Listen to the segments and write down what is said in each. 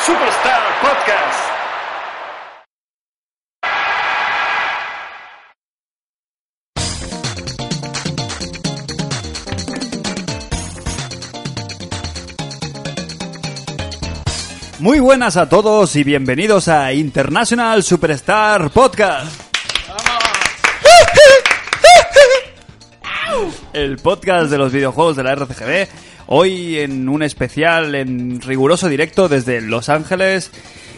Superstar Podcast. Muy buenas a todos y bienvenidos a International Superstar Podcast. El podcast de los videojuegos de la RCGB. Hoy en un especial en riguroso directo desde Los Ángeles.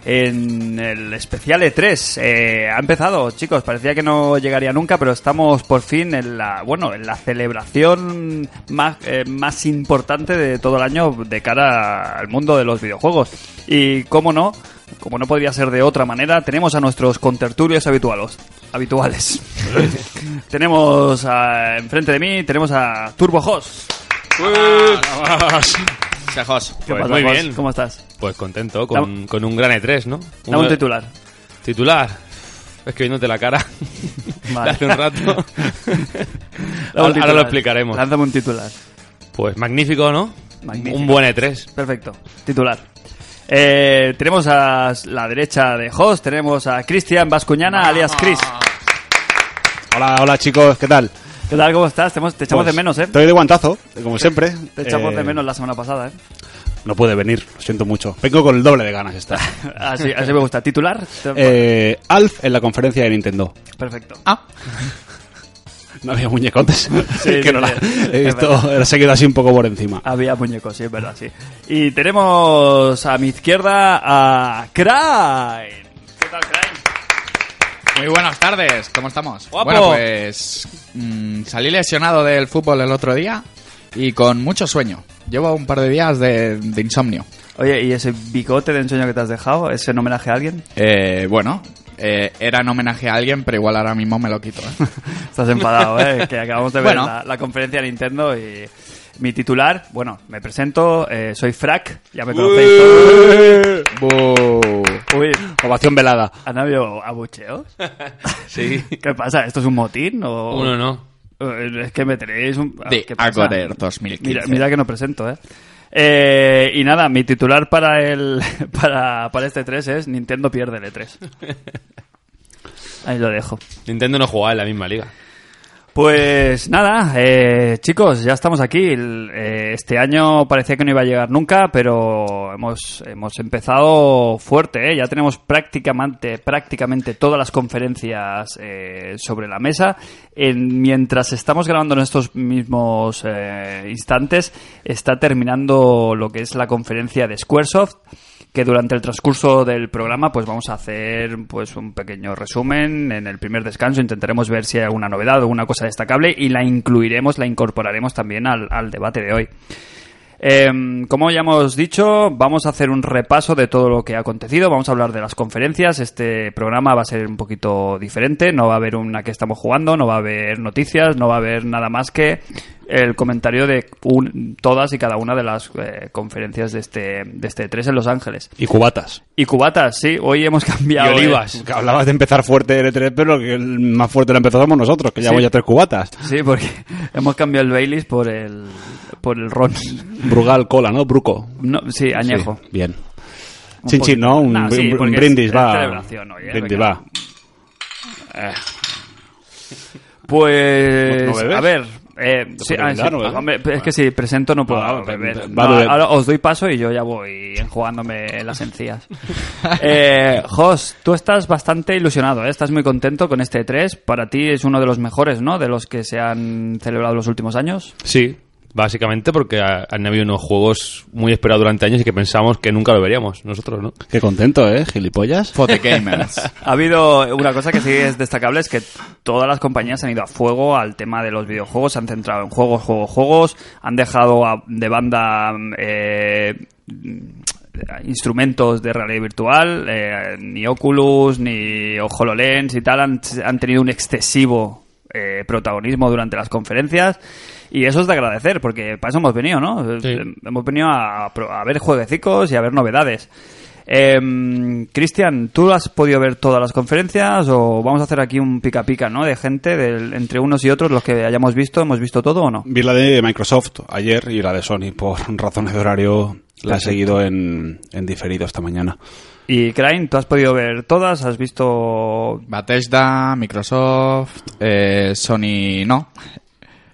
En el especial E3 Eh, ha empezado, chicos. Parecía que no llegaría nunca, pero estamos por fin en la, bueno, en la celebración más, eh, más importante de todo el año de cara al mundo de los videojuegos. Y cómo no, como no podría ser de otra manera, tenemos a nuestros contertulios habitualos, habituales. tenemos a- enfrente de mí, tenemos a Turbo Hoss. Sajos. ¿Qué Pues pasa, muy Hoss? bien. ¿Cómo estás? Pues contento con, con un gran E3, ¿no? Dame un titular. Titular. Es que viéndote la cara. Vale. Hace un rato. Dame un ahora, ahora lo titular. explicaremos. Lánzame un titular. Pues magnífico, ¿no? Magnífico. Un buen E E3. Perfecto. Titular. Eh, tenemos a la derecha de Hoss, tenemos a Cristian Bascuñana, alias Chris. Hola, hola chicos, ¿qué tal? ¿Qué tal? ¿Cómo estás? Te, hemos- te echamos Pues, de menos, ¿eh? Estoy de guantazo, como siempre. Te echamos Eh, de menos la semana pasada, ¿eh? No puede venir, lo siento mucho. Vengo con el doble de ganas esta. Así, así me gusta. ¿Titular? Eh, Alf en la conferencia de Nintendo. Perfecto. No había muñecotes. Sí, que no sí, la- sí. he Es visto- verdad. se ha quedado así un poco por encima. Había muñecos, sí, es verdad, sí. Y tenemos a mi izquierda a Crane. ¿Qué tal, Crane? Muy buenas tardes, ¿cómo estamos? Guapo. Bueno, pues mm, salí lesionado del fútbol el otro día y con mucho sueño. Llevo un par de días de, de insomnio. Oye, ¿y ese bigote de ensueño que te has dejado? ¿Es en homenaje a alguien? Eh, bueno, eh, era en homenaje a alguien, pero igual ahora mismo me lo quito. ¿eh? Estás enfadado, ¿eh? Que acabamos de ver Bueno. la, la conferencia de Nintendo y mi titular, bueno, me presento, eh, soy Frack, ya me conocéis todos. Bu. Uy, Ovación velada. ¿han habido abucheos? Sí. ¿Qué pasa? ¿Esto es un motín o...? Uno no. Eh, Es que me tenéis un... De Ah, ¿qué pasa? Agorer 2015. Mira, mira que no presento, ¿eh? Eh, y nada, mi titular para el para, para este 3 es Nintendo pierde el E3. Ahí lo dejo. Nintendo no jugaba en la misma liga. Pues nada, eh, chicos, ya estamos aquí. El, eh, este año parecía que no iba a llegar nunca, pero hemos, hemos empezado fuerte. ¿eh? Ya tenemos prácticamente, prácticamente todas las conferencias eh, sobre la mesa. En- mientras estamos grabando en estos mismos eh, instantes, está terminando lo que es la conferencia de Squaresoft que durante el transcurso del programa pues vamos a hacer pues un pequeño resumen en el primer descanso intentaremos ver si hay alguna novedad o alguna cosa destacable y la incluiremos la incorporaremos también al, al debate de hoy Em, como ya hemos dicho, vamos a hacer un repaso de todo lo que ha acontecido. Vamos a hablar de las conferencias. Este programa va a ser un poquito diferente. No va a haber una que estamos jugando, no va a haber noticias, no va a haber nada más que el comentario de un- todas y cada una de las eh, conferencias de este, de este 3 en Los Ángeles. Y cubatas. Y cubatas, sí, hoy hemos cambiado. Y eh. olivas. Que Hablabas de empezar fuerte el E3, pero que el más fuerte lo empezamos nosotros, que ya Sí. voy a tres cubatas. Sí, porque hemos cambiado el Baileys por el, por el ron. Brugal cola, ¿no? Bruco. No, sí, añejo. Sí, bien. Un Chin, chin, poquito. ¿no? Un, Nah, sí, un- un porque es- brindis, es va. celebración hoy, eh, Brindis, venga. va. Pues, ¿No bebes? a ver, eh, sí, puedo ah, brindar, sí, ¿no bebes? hombre, es que si presento no puedo Ah, beber. va, No, bebe. ahora os doy paso y yo ya voy enjugándome las encías. eh, Jos, tú estás bastante ilusionado, ¿eh? estás muy contento con este 3. Para ti es uno de los mejores, ¿no? De los que se han celebrado los últimos años. Sí. Básicamente porque ha- han habido unos juegos muy esperados durante años y que pensamos que nunca lo veríamos nosotros, ¿no? Qué contento, ¿eh? Gilipollas. Fotogamers. Ha habido una cosa que sí es destacable, es que todas las compañías han ido a fuego al tema de los videojuegos, se han centrado en juegos, juegos, juegos, han dejado a- de banda mm, eh, mm, instrumentos de realidad virtual, eh, ni Oculus, ni HoloLens y tal, han, han tenido un excesivo eh, protagonismo durante las conferencias. Y eso es de agradecer, porque para eso hemos venido, ¿no? Sí. Hemos venido a, pro- a ver jueguecicos y a ver novedades. Em, Cristian, ¿tú has podido ver todas las conferencias o vamos a hacer aquí un pica pica, ¿no? De gente, del- entre unos y otros, los que hayamos visto, ¿hemos visto todo o no? Vi la de Microsoft ayer y la de Sony por razones de horario La he seguido en, en diferido esta mañana. Y Crane, ¿tú has podido ver todas? ¿Has visto...? Bethesda, Microsoft, eh, Sony no.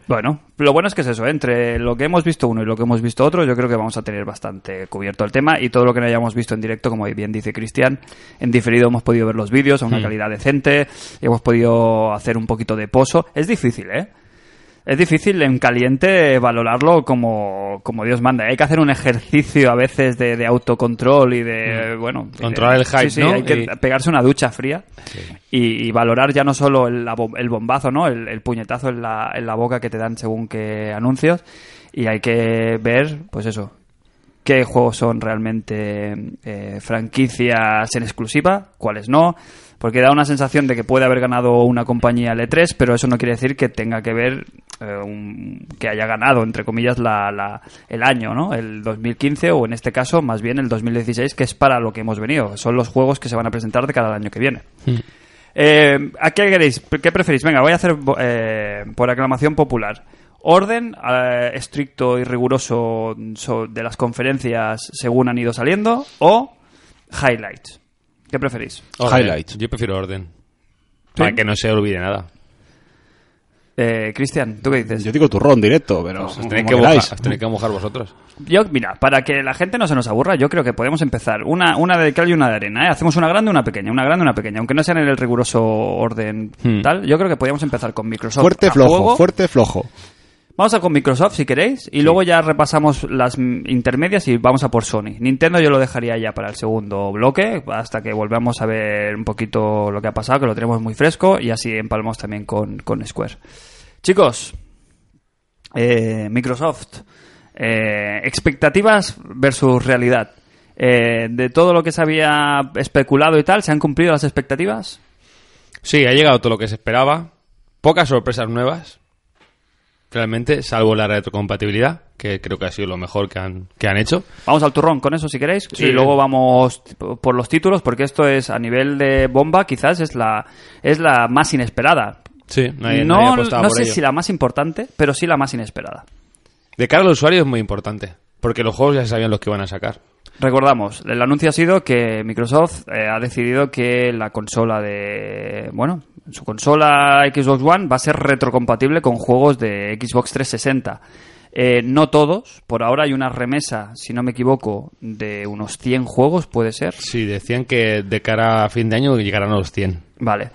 Bueno, lo bueno es que es eso, ¿eh? entre lo que hemos visto uno y lo que hemos visto otro, yo creo que vamos a tener bastante cubierto el tema y todo lo que no hayamos visto en directo, como bien dice Cristian, en diferido hemos podido ver los vídeos a una calidad decente, y hemos podido hacer un poquito de pozo. Es difícil, ¿eh? Es difícil en caliente valorarlo como, como Dios manda. Hay que hacer un ejercicio a veces de, de autocontrol y de, bueno... y de- Mm. Controlar el hype, sí, sí, ¿no? hay que Y- pegarse una ducha fría y, y valorar ya no solo el, la bom- el bombazo, ¿no? El, el puñetazo en la, en la boca que te dan según qué anuncios. Y hay que ver, pues eso, qué juegos son realmente eh, franquicias en exclusiva, cuáles no. Porque da una sensación de que puede haber ganado una compañía el E3, pero eso no quiere decir que tenga que ver eh, un- que haya ganado, entre comillas, la, la- el año, ¿no? El 2015 o en este caso, más bien el 2016, que es para lo que hemos venido. Son los juegos que se van a presentar de cada año que viene. Eh, ¿A qué queréis? ¿Qué preferís? Venga, voy a hacer eh, por aclamación popular. Orden eh, estricto y riguroso so- de las conferencias según han ido saliendo o highlights. ¿Qué preferís? Orden. Highlights. Yo prefiero orden. Para que no se olvide nada. Eh, Cristian, ¿tú qué dices? Yo digo turrón directo, pero Os Pues como tenéis que, este- mojar, queráis. os tenéis que mojar vosotros. Yo, mira, para que la gente no se nos aburra, yo creo que podemos empezar una, una de cal y una de arena. ¿eh? Hacemos una grande, una pequeña, una grande, una pequeña. Aunque no sean en el riguroso orden Hmm. tal, yo creo que podríamos empezar con Microsoft. Fuerte a flojo, fuego. fuerte flojo. Vamos a con Microsoft si queréis y luego ya repasamos las mm, intermedias y vamos a por Sony. Nintendo yo lo dejaría ya para el segundo bloque hasta que volvamos a ver un poquito lo que ha pasado, que lo tenemos muy fresco y así empalmamos también con, con Square. Chicos, eh, Microsoft, eh, expectativas versus realidad. Eh, de todo lo que se había especulado y tal, ¿se han cumplido las expectativas? Sí, ha llegado todo lo que se esperaba. Pocas sorpresas nuevas. Realmente, salvo la retrocompatibilidad, que creo que ha sido lo mejor que han, que han hecho. Vamos al turrón con eso si queréis Sí. y luego vamos t- por los títulos porque esto es a nivel de bomba quizás es la es la más inesperada. Sí, nadie, no nadie apostaba no por sé ello. si la más importante, pero sí la más inesperada. De cara al usuario es muy importante. Porque los juegos ya se sabían los que iban a sacar. Recordamos, el anuncio ha sido que Microsoft eh, ha decidido que la consola de. Bueno, su consola Xbox One va a ser retrocompatible con juegos de Xbox 360. Eh, no todos, por ahora hay una remesa, si no me equivoco, de unos 100 juegos, puede ser. Sí, decían que de cara a fin de año llegarán a los 100. Vale.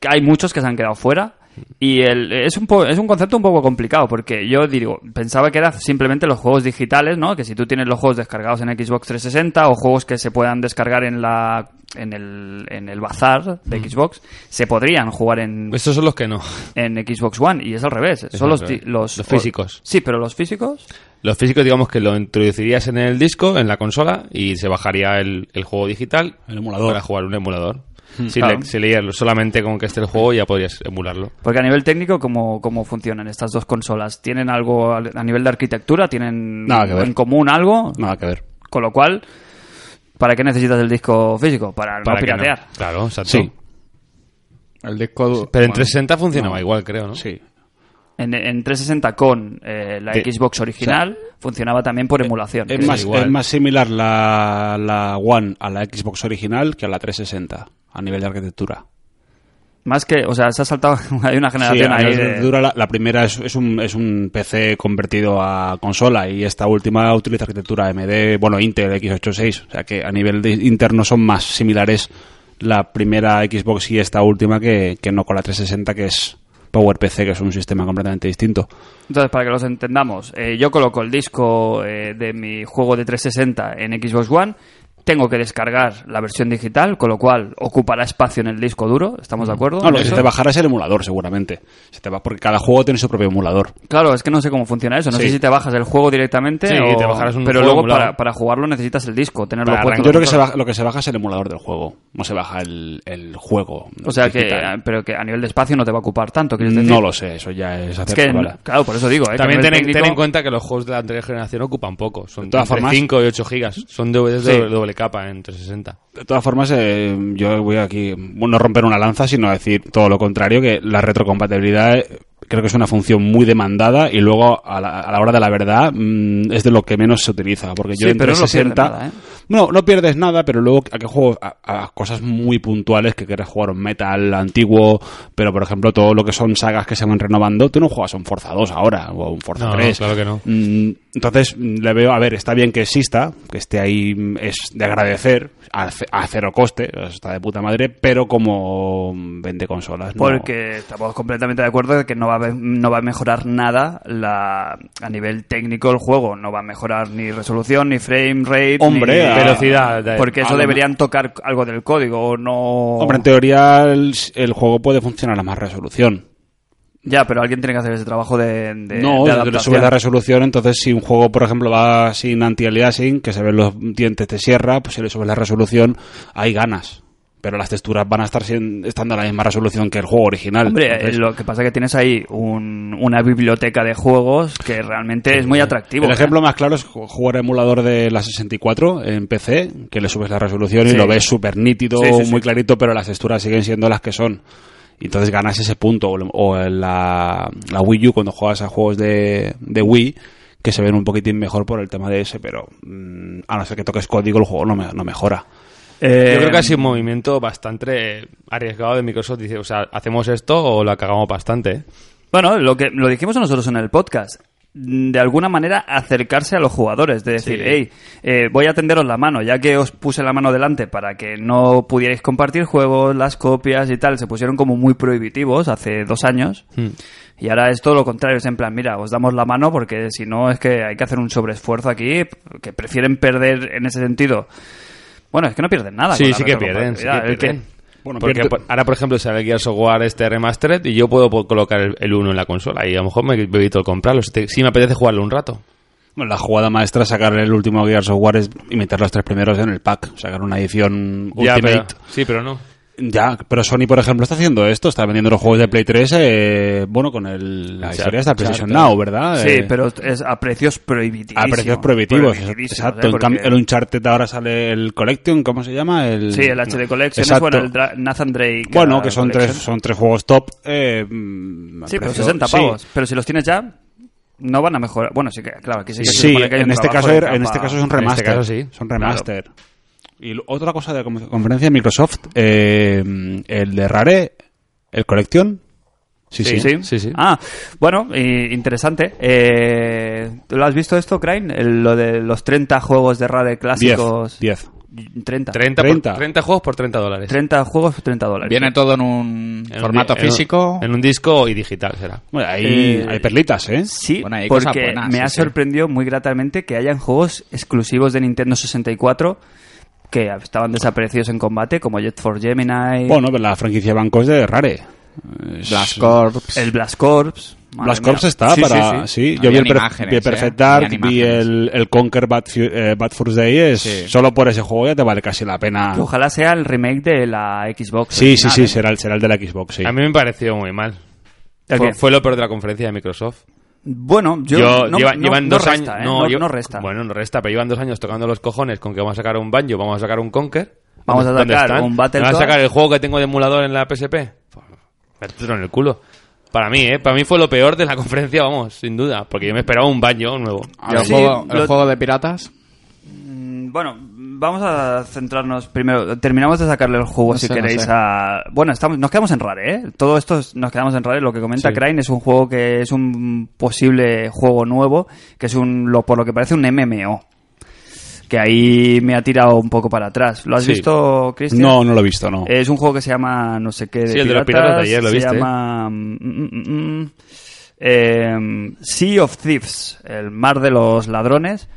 Que Hay muchos que se han quedado fuera. Y el, es, un po- es un concepto un poco complicado, porque yo digo, pensaba que era simplemente los juegos digitales, ¿no? Que si tú tienes los juegos descargados en Xbox 360 o juegos que se puedan descargar en la en el, en el bazar de Xbox, se podrían jugar en, Estos son los que no. en Xbox One, y es al revés. Pues Es Son al los, revés. di- los, Los físicos. sí, pero los físicos. Los físicos, digamos que lo introducirías en el disco, en la consola, y se bajaría el, el juego digital El emulador. para jugar un emulador. Si, Claro. le- si leías solamente con que esté el juego, ya podrías emularlo. Porque a nivel técnico, ¿cómo, cómo funcionan estas dos consolas? ¿Tienen algo al- a nivel de arquitectura? ¿Tienen Nada que ver. en común algo? Nada que ver. Con lo cual, ¿para qué necesitas el disco físico? Para, no Para que piratear. Claro, exacto. Sí. El disco du- Pero en bueno, 360 funcionaba igual, creo, ¿no? Sí. En, en 360 con eh, la Sí. Xbox original funcionaba también por emulación. eh, Es Sí. eh, más, igual. es más similar la, la One a la Xbox original que a la 360 a nivel de arquitectura. Más que, o sea, se ha saltado, hay una Sí, generación a ahí nivel de de... arquitectura la, la primera es, es un, es un PC convertido a consola y esta última utiliza arquitectura AMD, bueno, Intel X86. O sea que a nivel de interno son más similares la primera Xbox y esta última que, que no con la 360 que es PowerPC, que es un sistema completamente distinto. Entonces, para que los entendamos, eh, yo coloco el disco eh, de mi juego de 360 en Xbox One, tengo que descargar la versión digital, con lo cual ocupará espacio en el disco duro, ¿estamos de acuerdo? No, lo ¿En que Oh, se eso? te bajará es el emulador, seguramente. Se te va, porque cada juego tiene su propio emulador. Claro, es que no sé cómo funciona eso. No Sí. sé si te bajas el juego directamente Sí, o... te bajarás un Pero juego luego para, emulado. para jugarlo necesitas el disco, tenerlo Para puesto. Yo creo que se baja- lo que se baja es el emulador del juego, no se baja el, el juego. O sea que... digital. Pero que a nivel de espacio no te va a ocupar tanto, ¿quieres decir? No lo sé, eso ya es Es hacer que, palabra. claro, por eso digo, ¿eh? También que a ten, nivel ten en técnico- cuenta que los juegos de la anterior generación ocupan poco. Son De todas entre formas- 5 y 8 gigas. Son DVDs Sí. de doble doble capa en 360. De todas formas, eh, yo voy aquí no romper una lanza, sino decir todo lo contrario, que la retrocompatibilidad eh, creo que es una función muy demandada y luego a la, a la hora de la verdad mm, es de lo que menos se utiliza, porque yo Sí, en pero no lo pierdes 360 nada, ¿eh? no, no pierdes nada, pero luego a qué juegos, a, a cosas muy puntuales que quieres jugar un metal antiguo, pero por ejemplo todo lo que son sagas que se van renovando, tú no juegas un Forza 2 ahora o un Forza No, 3. claro que no. Mm, Entonces mm, le veo, a ver, está bien que exista, que esté ahí, mm, es de agradecer, a, ce- a cero coste, está de puta madre, pero como mm, vende consolas. no. Porque estamos completamente de acuerdo de que no va, a, ve- no va a mejorar nada la, a nivel técnico el juego. No va a mejorar ni resolución, ni frame rate, Hombre, ni a- Velocidad, eh, Porque a eso lo- deberían tocar algo del código o no. Hombre, en teoría el, el juego puede funcionar a más resolución. Ya, pero alguien tiene que hacer ese trabajo de, de, de no, de- de- adaptación. sube la resolución, entonces si un juego, por ejemplo, va sin anti-aliasing, que se ven los dientes de sierra, pues si le subes la resolución, hay ganas. Pero las texturas van a estar sin- estando a la misma resolución que el juego original. Hombre, Entonces, eh, lo que pasa es que tienes ahí un- una biblioteca de juegos que realmente es muy atractivo. el ¿eh? ejemplo más claro es ju- jugar emulador de la 64 en PC, que le subes la resolución Sí. y lo ves súper nítido, Sí, sí, sí. muy clarito, pero las texturas siguen siendo las que son. Y Entonces ganas ese punto. O, el- o el- la, la Wii U cuando juegas a juegos de, de Wii, que se ven un poquitín mejor por el tema de ese, pero mm, a no ser que toques código, el juego no, me- no mejora. Yo creo que Eh, ha sido un movimiento bastante eh, arriesgado de Microsoft. Dice, o sea, hacemos esto o la cagamos bastante. ¿eh? Bueno, lo que lo dijimos nosotros en el podcast. De alguna manera acercarse a los jugadores, de decir, Sí. hey, eh, voy a tenderos la mano, ya que os puse la mano delante para que no pudierais compartir juegos, las copias y tal, se pusieron como muy prohibitivos hace dos años. Hmm. Y ahora es todo lo contrario, es en plan, mira, os damos la mano porque si no es que hay que hacer un sobreesfuerzo aquí, que prefieren perder en ese sentido. Bueno, es que no pierden nada. con Sí, la sí que pierden. sí que retrocompatibilidad, el que- pierden. Bueno, Porque pierde- por- ahora, por ejemplo, sale el Gears of War este remastered y yo puedo po- colocar el- el 1 en la consola y a lo mejor me evito el comprarlo. Si, te- si me apetece jugarlo un rato. Bueno, La jugada maestra es sacar el último Gears of War es- y meter los tres primeros en el pack, sacar una edición Ya, Ultimate. pero- sí, pero no. Ya, pero Sony, por ejemplo, está haciendo esto, está vendiendo los juegos de Play 3, eh, bueno, con el, la Uncharted, historia esta PlayStation Uncharted. Now, ¿verdad? Sí, Eh, pero es a precios ¿eh? prohibitivos. a precios prohibitivos. Exacto, en cambio, el Uncharted ahora sale el Collection, ¿cómo se llama? El, Sí, el HD Collection es Exacto. bueno, el Dra- Nathan Drake. Bueno, eh, que son Collection. tres, son tres juegos top. Eh, mm, a Sí, pero precio- 60 sí. pavos. Pero si los tienes ya, no van a mejorar. Bueno, sí que, claro, aquí sí que se Sí, supone que hay un en, este trabajo caso, de era- en capa. este caso es un En este remaster. caso sí. Son remaster. Y lo- otra cosa de la con- conferencia de Microsoft, eh, el de Rare, el Collection. Sí, sí. sí, sí. Ah, bueno, y- interesante. Eh, ¿Tú lo has visto esto, Crane? El- lo de los 30 juegos de Rare 10. clásicos. 10. 30. 30, por- 30. 30 juegos por 30 dólares. 30 juegos, 30 dólares. Viene todo en un En un formato di- en un- físico. En un, disco y digital será. Bueno, hay, Eh, hay perlitas, ¿eh? Sí, Bueno, hay cosas porque buenas, me sí, ha sí. sorprendido muy gratamente que hayan juegos exclusivos de Nintendo 64 que estaban desaparecidos en combate, como Jet for Gemini, Bueno, pero la franquicia Banco es de Rare. Es- Blast Corps. el Blast Corps. Eh, Madre Blast mía. Corps está Sí, para. sí, sí. Sí, Habían yo vi el, per- imágenes, vi el Perfect ¿eh? Dark, Habían vi imágenes. el, el Conquer Bad, Fu- eh, Bad First Day. Es, Sí. Solo por ese juego ya te vale casi la pena. Que Ojalá sea el remake de la Xbox. Sí, sí, original, sí, ¿eh? será el, será el de la Xbox. Sí. A mí me pareció muy mal. ¿El Fue, qué? fue lo peor de la conferencia de Microsoft. Bueno, yo, Yo- no, lleva- no- llevan no dos resta, años. ¿eh? No, lleva- no resta. Bueno, no resta, pero llevan dos años tocando los cojones con que vamos a sacar un banjo, vamos a sacar un Conquer. Vamos a ¿Dónde sacar están? un ¿Me ¿Vas Battletoads? a sacar el juego que tengo de emulador en la PSP? Pues, Métetelo en el culo. Para mí, ¿eh? Para mí fue lo peor de la conferencia, vamos, sin duda. Porque yo me esperaba un banjo nuevo. ¿Y el, Sí, juego, el lo- juego de piratas. Mm, Bueno, vamos a centrarnos primero. Terminamos de sacarle el juego, No si sé, no queréis, sé. a... Bueno, estamos, nos quedamos en Rare, ¿eh? Todo esto es- nos quedamos en Rare. Lo que comenta Crane es un juego que es un posible juego nuevo, que es un, lo, por lo que parece un MMO. Que ahí me ha tirado un poco para atrás. ¿Lo Eh. has Sí. visto, Cristian? No, no lo he visto, no. Es un juego que se llama no sé qué de Sí, el de los piratas de ayer, lo se viste, ¿eh? llama mm, mm, mm, mm, eh, Sea of Thieves, el mar de los ladrones.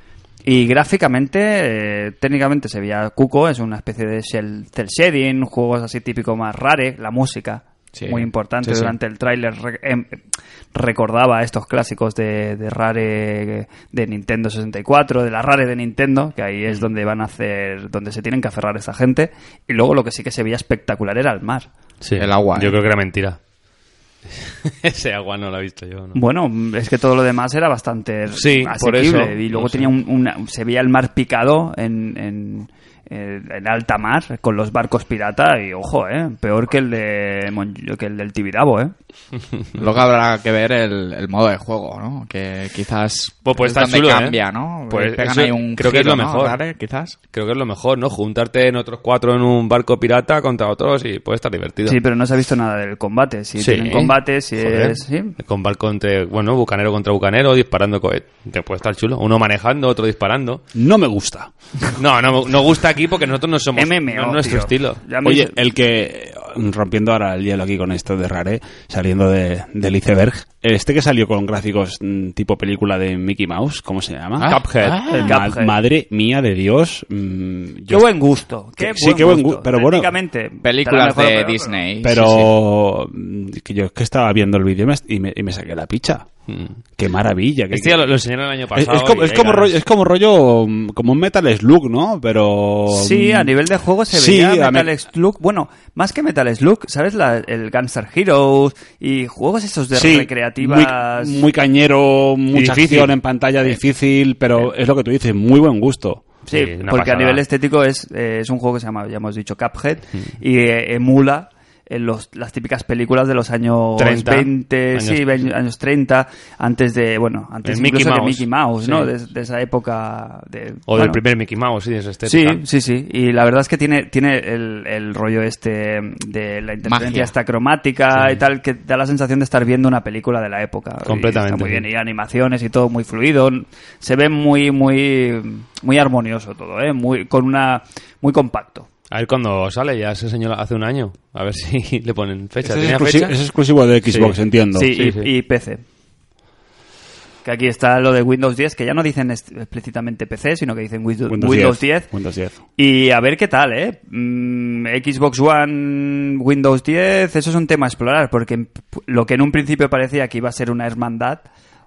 Y gráficamente, eh, técnicamente se veía cuco, es una especie de shell, cel shading, juegos así típico más rare, la música. Sí, muy importante sí, sí. durante el tráiler re- em, recordaba estos clásicos de, de Rare de Nintendo 64 de la Rare de Nintendo que ahí es donde van a hacer donde se tienen que aferrar esta gente y luego lo que sí que se veía espectacular era el mar Sí. El agua, Yo ¿eh? creo que era mentira. Ese agua no lo he visto yo, ¿no? Bueno, es que todo lo demás era bastante Sí, por asequible. eso, y luego no sé. tenía un, una- se veía el mar picado en, en, eh, en alta mar con los barcos pirata y ojo, eh, peor que el de Mon- que el del Tibidabo, eh. Luego habrá que ver el, el modo de juego, ¿no? Que quizás Pues puede es estar donde chulo, ¿eh? cambia, ¿no? Pues Pegan eso ahí un creo que es giro, lo ¿no? mejor. Rare, quizás. Creo que es lo mejor, ¿no? Juntarte en otros cuatro en un barco pirata contra otros y puede estar divertido. Sí, pero no se ha visto nada del combate. Si tienen combate, si Joder. es... ¿sí? Con barco entre, bueno, bucanero contra bucanero, disparando cohetes. Te puede estar chulo. Uno manejando, otro disparando. No me gusta. No, no, no gusta aquí porque nosotros no somos MMO, no es nuestro tío. estilo. Ya me- Oye, el que, rompiendo ahora el hielo aquí con esto de Rare, saliendo de, del iceberg, este que salió con gráficos mm, tipo película de Mickey Mouse, ¿cómo se llama? Ah, Cuphead. Ma- el Cuphead. madre mía de Dios. mm, Qué yo- buen gusto. Qué Sí, qué buen gusto, pero bueno, Técnicamente, Películas será mejor o de peor, pero- Disney. sí, pero mm, que yo es que estaba viendo el vídeo y me- y me, y me saqué la picha. Mm. Qué maravilla. qué- Este ya lo, lo enseñaron el año Es- pasado. es, como, y es, hay como ganas. rollo, es como rollo, mm, como un Metal Slug, ¿no? Pero... Sí, a mm, nivel de juego se Sí, veía a Metal me- Slug. Bueno, más que Metal Slug, ¿sabes? La- el Gunstar Heroes y juegos esos de sí, recreativas. Muy, muy cañero, mucha difícil. acción en pantalla difícil, pero es lo que tú dices, muy buen gusto. Sí, Sí, Eh, una porque pasada. Mm. a nivel estético es, eh, es un juego que se llama, ya hemos dicho, Cuphead y eh, emula eh, los, las típicas películas de los años 30, 20, años- sí, ve- años 30, antes de, bueno, antes El Mickey incluso Mouse. que Mickey Mouse, ¿no? Sí. De, de esa época de... O bueno, del primer Mickey Mouse, sí, de esa Sí, estética. sí, sí. Y la verdad es que tiene, tiene el, el rollo este de la Magia. interferencia esta cromática y tal, que da la sensación de estar viendo una película de la época. Y Completamente, está muy sí. bien. Y animaciones y todo muy fluido. Se ve muy, muy, muy armonioso todo, ¿eh? Muy, con una, muy compacto. A ver cuando sale, ya se señor hace un año. A ver si le ponen fecha. Ese es, ¿Tenía exclusi- fecha? ese es exclusivo de Xbox, Sí. entiendo. sí, y, sí. y PC. Que aquí está lo de Windows 10, que ya no dicen est- explícitamente PC, sino que dicen Windows, Windows 10. Windows 10. Y a ver qué tal, ¿eh? Mm, Xbox One, Windows 10, eso es un tema a explorar, porque en- lo que en un principio parecía que iba a ser una hermandad,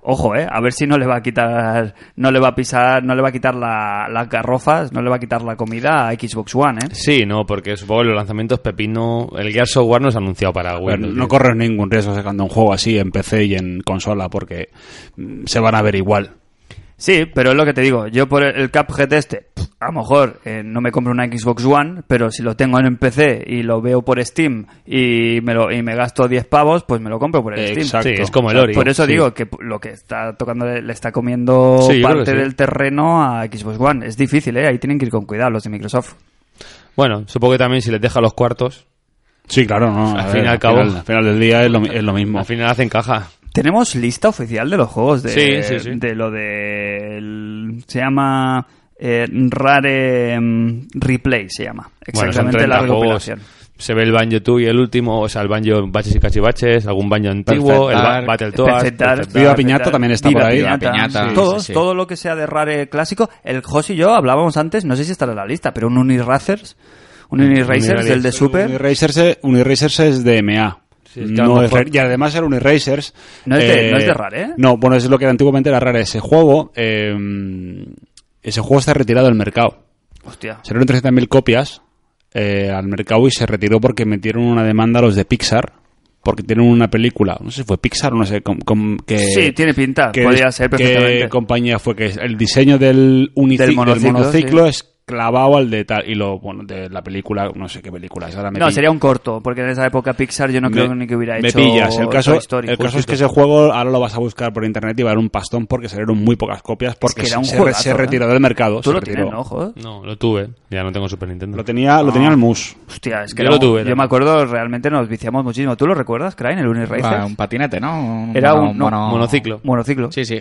ojo, ¿eh? A ver si no le va a quitar, no le va a pisar, no le va a quitar la- las garrofas, no le va a quitar la comida a Xbox One, ¿eh? Sí, no, porque supongo que los lanzamientos Pepino... El Gear Software no es anunciado para Pero Windows. no corres ningún riesgo sacando un juego así en PC y en consola porque mm, se van a ver igual. Sí, pero es lo que te digo, yo por el Cuphead este, pf, a lo mejor eh, no me compro una Xbox One, pero si lo tengo en PC y lo veo por Steam y me, lo, y me gasto 10 pavos, pues me lo compro por el Steam. Exacto. Sí, es como el Ori. Por eso Sí. digo que p- lo que está tocando le le está comiendo Sí, yo creo parte que sí. del terreno a Xbox One. Es difícil, ¿eh? Ahí tienen que ir con cuidado los de Microsoft. Bueno, supongo que también si les deja los cuartos, Sí, claro, no. Al a fin y al cabo. Final, al final del día es lo, mi- es lo mismo. al final hacen caja. Tenemos lista oficial de los juegos de, Sí, sí, sí. de lo de... el- se llama... eh, Rare mm, Replay se llama. Bueno, son Exactamente 30 la juegos. recopilación. Se ve el Banjo Tui, el último, o sea, el Banjo Baches y Cachivaches, algún Banjo antiguo, Perfect el ba Dark, Battletoads. Perfect Dark, Perfect Dark. Viva Perfect Piñata Dark, también está Viva por ahí. Piñata, Viva Piñata, sí. sí, Todos, sí. todo lo que sea de Rare clásico. El Jos y yo hablábamos antes, no sé si estará en la lista, pero un Uniracers, un Uniracers, Uniracers. el de Super. Uniracers, es- Uniracers es de MA. Sí, es que a lo No es mejor- Rare. y además el Uniracers. No es de- no es de Rare, ¿eh? No, bueno, es lo que antiguamente era Rare. Ese juego. eh, ese juego está retirado del mercado. Hostia. Salieron 300.000 copias eh, al mercado y se retiró porque metieron una demanda a los de Pixar. Porque tienen una película, no sé si fue Pixar o no sé, com- com- que... Sí, tiene pinta, Eh, que- Ah, podría ser ¿Qué perfectamente. compañía fue? Que el diseño del, unici- Del del monociclo, monociclo, es clavado al de tal... Y lo, bueno, de la película, no sé qué película es. Ahora me No, pill- sería un corto, porque en esa época Pixar yo no creo me- ni que hubiera me hecho pillas. El caso, Toy Story. el caso es que ese juego ahora lo vas a buscar por internet y va a dar un pastón porque salieron muy pocas copias porque que era un se, juegazo, ¿eh? se retiró del mercado. Tú se lo retiró. tienes, ¿no? Ah. Joder. No, lo tuve. Ya no tengo Super Nintendo. Lo tenía, lo tenía el MUS. Hostia, es que Yo era lo un- tuve yo también. me acuerdo, realmente nos viciamos muchísimo. ¿Tú lo recuerdas, Crane, el Uniracers? Ah, un patinete, ¿no? Un Era mono- un- no, Monociclo. Monociclo. Sí, sí.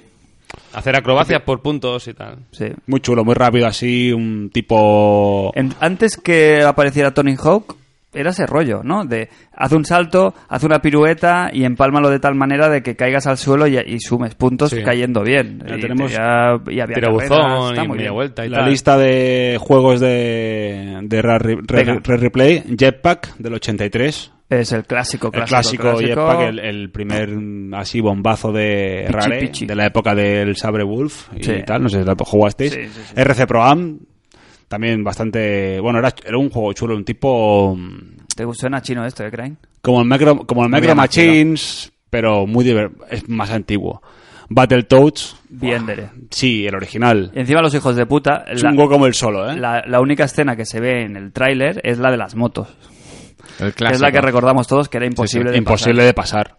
Hacer acrobacias por puntos y tal. sí. Muy chulo, muy rápido, así, un tipo... En- antes que apareciera Tony Hawk, era ese rollo, ¿no? De haz un salto, haz una pirueta y empálmalo de tal manera de que caigas al suelo y, y sumes puntos Sí. caiendo bien. Ya y tenemos tenía- y había carreras, Tirabuzón está y muy media bien. vuelta y la tal. lista de juegos de, de Rare, Rare- Venga. Rare Replay, Jetpack del 83, Es el clásico, el clásico. clásico, clásico. Jetpack, el, el primer mm, así bombazo de Pichi, Rare, pichi. de la época del Sabre Wolf y Sí. tal, no sé si lo jugasteis. Sí, sí, sí. RC Pro Am, También bastante. Bueno, era, era un juego chulo, un tipo. mm, ¿Te suena chino esto, eh, Crane? Como el Macro, como el macro Machines, pero muy diver- es más antiguo. Battletoads, Bien, Dere. sí, el original. Y encima los hijos de puta... Es la- un juego como el solo, ¿eh? la, la única escena que se ve en el tráiler es la de las motos. El que es clásico. la que recordamos todos que era imposible. de imposible de pasar.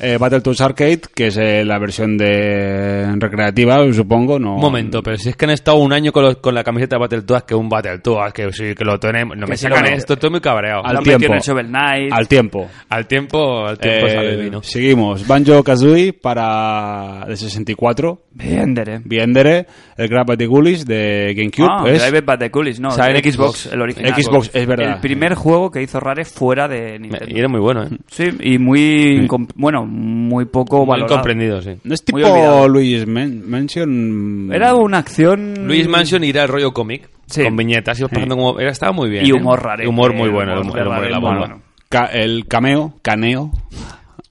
Eh, Battletoads Arcade, que es eh, la versión de recreativa, supongo, no. Un momento, pero si es que han estado un año con, los- con la camiseta de Battletoads, que un Battletoads, que sí, que lo tenemos. No Que me sí, sacan lo- esto, estoy muy cabreado. pasar. Al La han tiempo. metido en el Shovel Knight. Al tiempo. Al tiempo, al tiempo Eh, sale el vino. Seguimos. Banjo Kazooie para de 64. Bien, Dere. Viendere. El Grab at the Ghoulies de GameCube. Ah, es. Drive Back the Coolies, no. O sea, en el Xbox, el original. Xbox, es verdad. El primer juego que hizo Rare fuera de Me- Nintendo. Y era muy bueno, ¿eh? Sí, y muy, incom- bueno, muy poco Mal valorado. comprendido, sí. No es Muy tipo olvidado. Luis Mansion. mm, Era una acción... Luis Mansion y era el rollo cómic. Mm. Sí. Con viñetas, ibas pasando como. Era, estaba muy bien. Y ¿eh? humor raro. Y Humor muy bueno, el humor, el humor de la raro, bomba. bueno. Ca- el cameo. Caneo.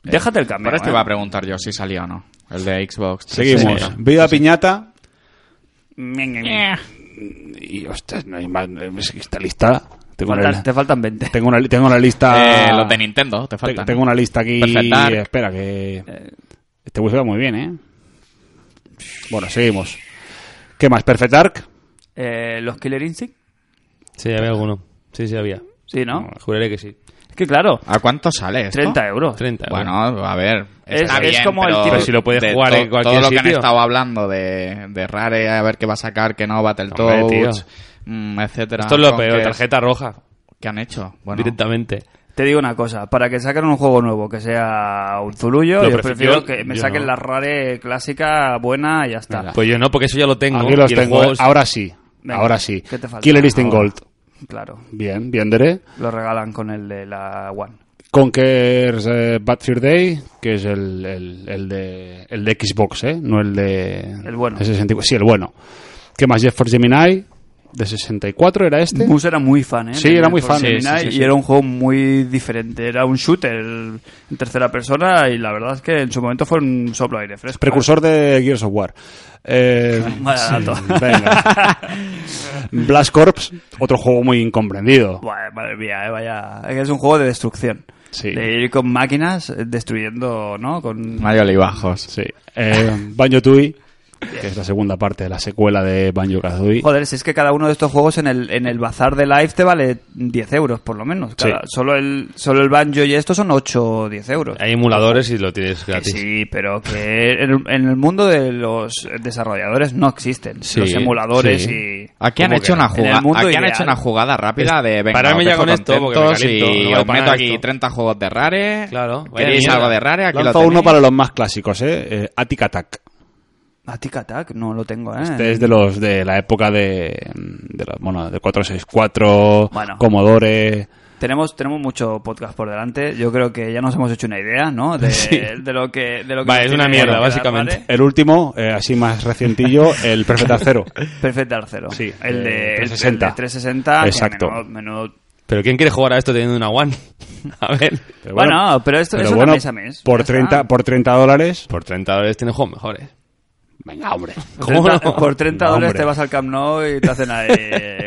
Déjate el eh. cambio. Ahora este te va a preguntar yo si salía o no. El de Xbox. Seguimos. 360. Viva Piñata. Y ostras, no hay más. Es que esta lista. Tengo una, te faltan 20. tengo una, tengo una lista. Eh, los de Nintendo, te Te- faltan. Tengo una lista aquí. Perfect Dark. Espera, que. Este Wii se va muy bien, ¿eh? Bueno, seguimos. ¿Qué más? ¿Perfect Dark? Eh, ¿Los Killer Instinct? Sí, había alguno. Sí, sí, había. Sí, ¿no? Juraré que sí. Es que claro, ¿A cuánto sale esto? 30 euros. 30. Bueno, a ver. Es- Está es bien, como el pero, tipo- Pero si lo puedes de jugar en cualquier Todo lo que han sitio. estado hablando de, de Rare, a ver qué va a sacar, que no, Hombre, tío. Battletoads, mm, etcétera. Esto es lo Conquest, peor, tarjeta roja. ¿Qué han hecho? Bueno, Directamente. Te digo una cosa, para que saquen un juego nuevo que sea un zulullo, Lo yo prefi- prefiero yo- que me yo saquen no. la rare clásica buena y ya está. Pues yo no, porque eso ya lo tengo. Aquí los y el tengo. juego ¿eh? es- Ahora sí. Venga, ahora sí. ¿qué te falta? Killer Instinct Ahora. Gold. Claro, Bien, bien, Dere. lo regalan con el de la One. Conker's eh, Bad Fear Day, que es el, el, el de, el de Xbox, ¿eh? No el de. El bueno. de 64. Sí, el bueno. ¿Qué más? Jeff for Gemini, de 64, ¿era este? Moose era muy fan, ¿eh? Sí, De era Need muy for fan. Speed Sí, sí, sí, y sí. era un juego muy diferente. Era un shooter en tercera persona y la verdad es que en su momento fue un soplo de aire fresco. ¿eh? Precursor de Gears of War. Eh, Vaya sí, dato. venga. Blast Corps, otro juego muy incomprendido. Buah, madre mía, eh, vaya. Es un juego de destrucción. Sí. De ir con máquinas eh, destruyendo, ¿no? Con... no hay olivajos. Sí. Eh, Banjo Tui, que es la segunda parte de la secuela de Banjo Kazooie. Joder, si es que cada uno de estos juegos en el, en el bazar de Live te vale 10 euros, por lo menos. Cada- Sí. solo, el, solo el banjo y esto son 8 o 10 euros. Hay emuladores y lo tienes Que gratis. sí, pero que en, en el mundo de los desarrolladores no existen Sí, los emuladores sí. y... Aquí han ¿Cómo hecho que no? una En el jugada, mundo aquí han ideal. hecho una jugada rápida de venga, Pararme os ya dejo con esto, porque me contentos caliento, no y vale os para meto nada aquí esto. 30 juegos de Rare. Claro, vaya ¿Queréis mierda. algo de Ah, Rare? Aquí Lanza lo uno tenéis. para los más clásicos, ¿eh? Eh, Attic Attack. A Tic Tac no lo tengo, ¿eh? Este es de los de la época de, de la, bueno, de 464, Bueno. Commodore. Tenemos, tenemos mucho podcast por delante. Yo creo que ya nos hemos hecho una idea, ¿no? De, de lo que... De lo que Vale, nos es una tiene mierda, que dar, básicamente. ¿vale? El último, eh, así más recientillo, el Perfect Dark Zero. Perfect Dark Zero. Sí, el de, eh, el- el de 360. 360. que Exacto. menudo- menudo Pero ¿quién quiere jugar a esto teniendo una One? a ver. Pero bueno, pero esto es una bueno, mes a mes. Por Ya 30, está. por 30 dólares. Por 30 dólares tiene juegos mejores. Venga, hombre. ¿Cómo 30 no? Por 30 No, dólares hombre. te vas al Camp Nou y te hacen ahí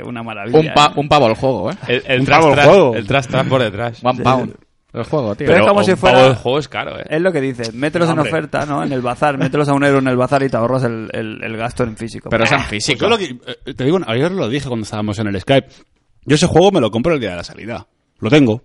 una maravilla. Un, pa- ¿eh? un pavo el juego, ¿eh? El, el Un tras, pavo el tras- juego. el tras tras por detrás. One pound. El juego, tío. Pero es como un si fuera- pavo de juego es caro, ¿eh? Es lo que dices, mételos en Hombre. oferta, ¿no? En el bazar, mételos a un euro en el bazar y te ahorras el, el- el gasto en físico. Pero es en Pues físico. yo lo que- eh, te digo, una- ayer lo dije cuando estábamos en el Skype. Yo ese juego me lo compro el día de la salida. Lo tengo.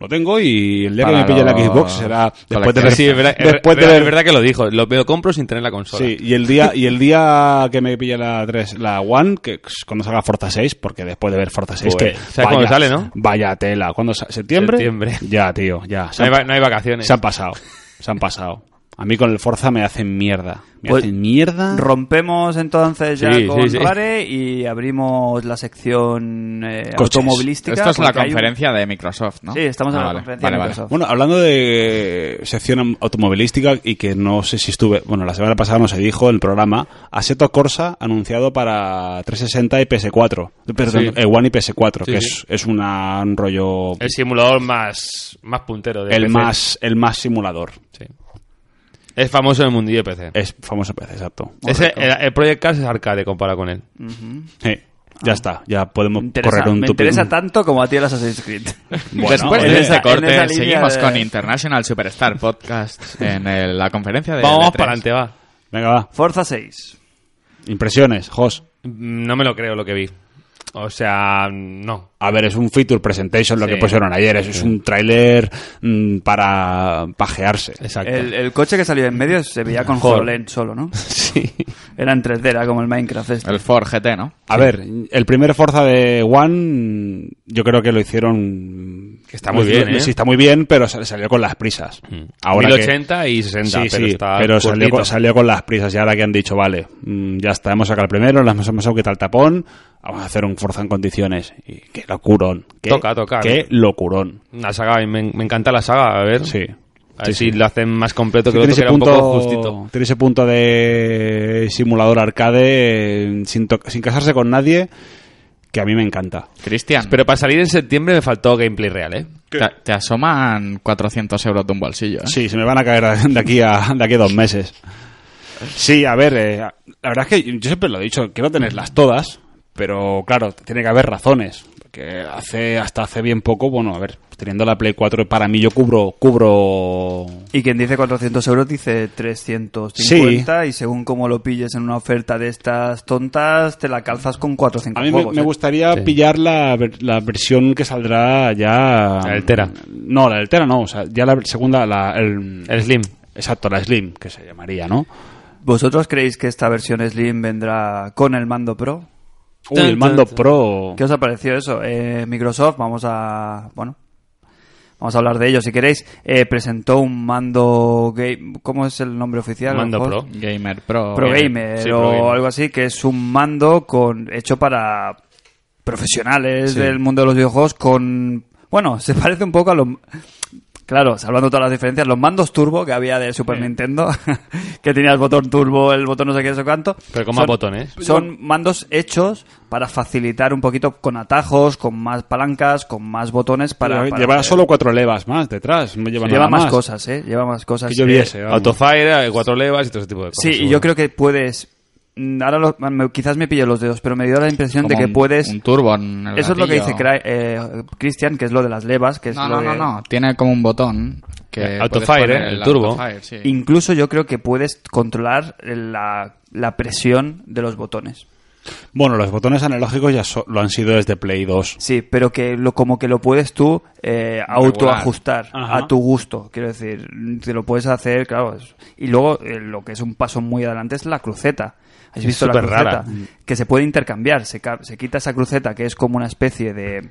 Lo tengo y el día Para que me pille la los Xbox será después de coleccionistas. ver, Sí, es verdad, es después de verdad- ver- es verdad que lo dijo. Lo, me lo compro sin tener la consola. Sí, y el día y el día que me pille la 3, la One, que es cuando salga Forza 6, porque después de ver Forza 6 Pues, que ¿sabes cuándo sale, no? Vaya tela, ¿cuándo sa- septiembre? Septiembre. Ya, tío, ya. Se No hay, han, va- no hay vacaciones. se han pasado. Se han pasado. A mí con el Forza me hacen mierda. Me Pues, hacen mierda. Rompemos entonces ya Sí, con sí, sí. Rare y abrimos la sección eh, Coches. automovilística. Esto es la porque hay un- conferencia de Microsoft, ¿no? Sí, estamos en Ah, la vale, conferencia de vale, vale. Microsoft. Bueno, hablando de sección automovilística y que no sé si estuve, bueno, la semana pasada no se dijo en el programa, Aseto Corsa anunciado para 360 y PS4, perdón, Sí. eh, One y PS4, Sí, que sí. Es, es una- un rollo El simulador más, más puntero de el PC. más el más simulador. Sí. Es famoso en el mundillo de PC. Es famoso PC, exacto. Ese- el, el Project Cars es arcade comparado con él. Sí. Ya está, ya podemos Me interesa- correr un me tupi- interesa tanto como a ti el Assassin's Creed. en eh, Después de esa- este en esa corte, línea seguimos de- con International Superstar Podcast en el- la conferencia de. Vamos E3. para adelante, va. Venga, va. Forza 6. Impresiones, Jos. Mm, No me lo creo lo que vi. O sea, no. A ver, es un feature presentation lo Sí. que pusieron ayer. Es, es un tráiler mm, para pajearse. Exacto. El, el coche que salió en medio se veía con Joder. HoloLens solo, ¿no? Sí. Era en 3D, era como el Minecraft este. El Ford GT, ¿no? A ver, el primer Forza de One, yo creo que lo hicieron. Que está muy bien, ¿eh? Mm. Sí, está muy bien, pero sal- salió con las prisas. Mm. Ahora que- 1080 y 60, sí, pero sí, está pero salió, cortito. con- salió con las prisas y ahora que han dicho, vale, mm, ya está, hemos sacado el primero, las hemos- hemos sacado quitar el tapón, vamos a hacer un Forza en condiciones. Y qué locurón. Qué, Toca, toca. Qué locurón. La saga, y me, me encanta la saga, a ver. Sí. A Sí, ver sí. si lo hacen más completo que Tiene lo otro, que ese, era un poco punto, justito. tiene ese punto de simulador arcade eh, sin, to- sin casarse con nadie que a mí me encanta. Cristian, Pero para salir en septiembre me faltó gameplay real, ¿eh? te, te asoman 400 euros de un bolsillo, ¿eh? Sí, se me van a caer de aquí a, de aquí a dos meses. Sí, a ver, eh, la verdad es que yo siempre lo he dicho, quiero tenerlas todas, pero claro, tiene que haber razones. Porque hace, hasta hace bien poco, bueno, a ver, teniendo la Play 4, para mí yo cubro, cubro... Y quien dice 400 euros dice 350 y según como lo pilles en una oferta de estas tontas, te la calzas con 4 o 5 A mí me, juegos. me ¿eh? gustaría Sí. pillar la, ver- la versión que saldrá ya... La Altera. No, la Altera no, o sea, ya la segunda, la... el- El Slim. Exacto, la Slim, que se llamaría, ¿no? ¿Vosotros creéis que esta versión Slim vendrá con el mando Pro? Uy, el mando Pro... ¿Qué os ha parecido eso? Eh, Microsoft, vamos a. Bueno. Vamos a hablar de ello si queréis. Eh, presentó un mando. Game, ¿Cómo es el nombre oficial? Mando Jorge? Pro. Gamer Pro. eh, Pro Eh, Gamer. Gamer Sí, o Pro Gamer. algo así, que es un mando con hecho para profesionales del mundo de los videojuegos con... Bueno, se parece un poco a los... Claro, salvando todas las diferencias, los mandos turbo que había de Super Nintendo, que tenía el botón turbo, el botón no sé qué, no sé cuánto. Pero con Son- más botones. Son mandos hechos para facilitar un poquito con atajos, con más palancas, con más botones para... para lleva poder- solo cuatro levas más detrás, no lleva, Lleva nada más cosas, ¿eh? Lleva más cosas. Que yo Eh, viese. vamos. Autofire, eh, cuatro levas y todo ese tipo de cosas. Sí, y seguro. yo creo que puedes. mm, Ahora lo- me- quizás me pillo los dedos, pero me dio la impresión Como de que un- puedes. Un turbo en el eso es lo que gatillo. dice Cra- eh, Cristian, que es lo de las levas. Que es No, lo no, no, de- no. Tiene como un botón. que Autofire, puedes poner ¿eh? El turbo. autofire, sí. Incluso yo creo que puedes controlar la, la presión de los botones. Bueno, los botones analógicos ya so- lo han sido desde Play 2. Sí, pero que lo, como que lo puedes tú eh, autoajustar Ajá. a tu gusto. Quiero decir, te lo puedes hacer, claro. es- Y luego eh, lo que es un paso muy adelante es la cruceta. ¿Has Es Mm. visto la súper cruceta? rara. Que se puede intercambiar. Se, ca- se quita esa cruceta que es como una especie de...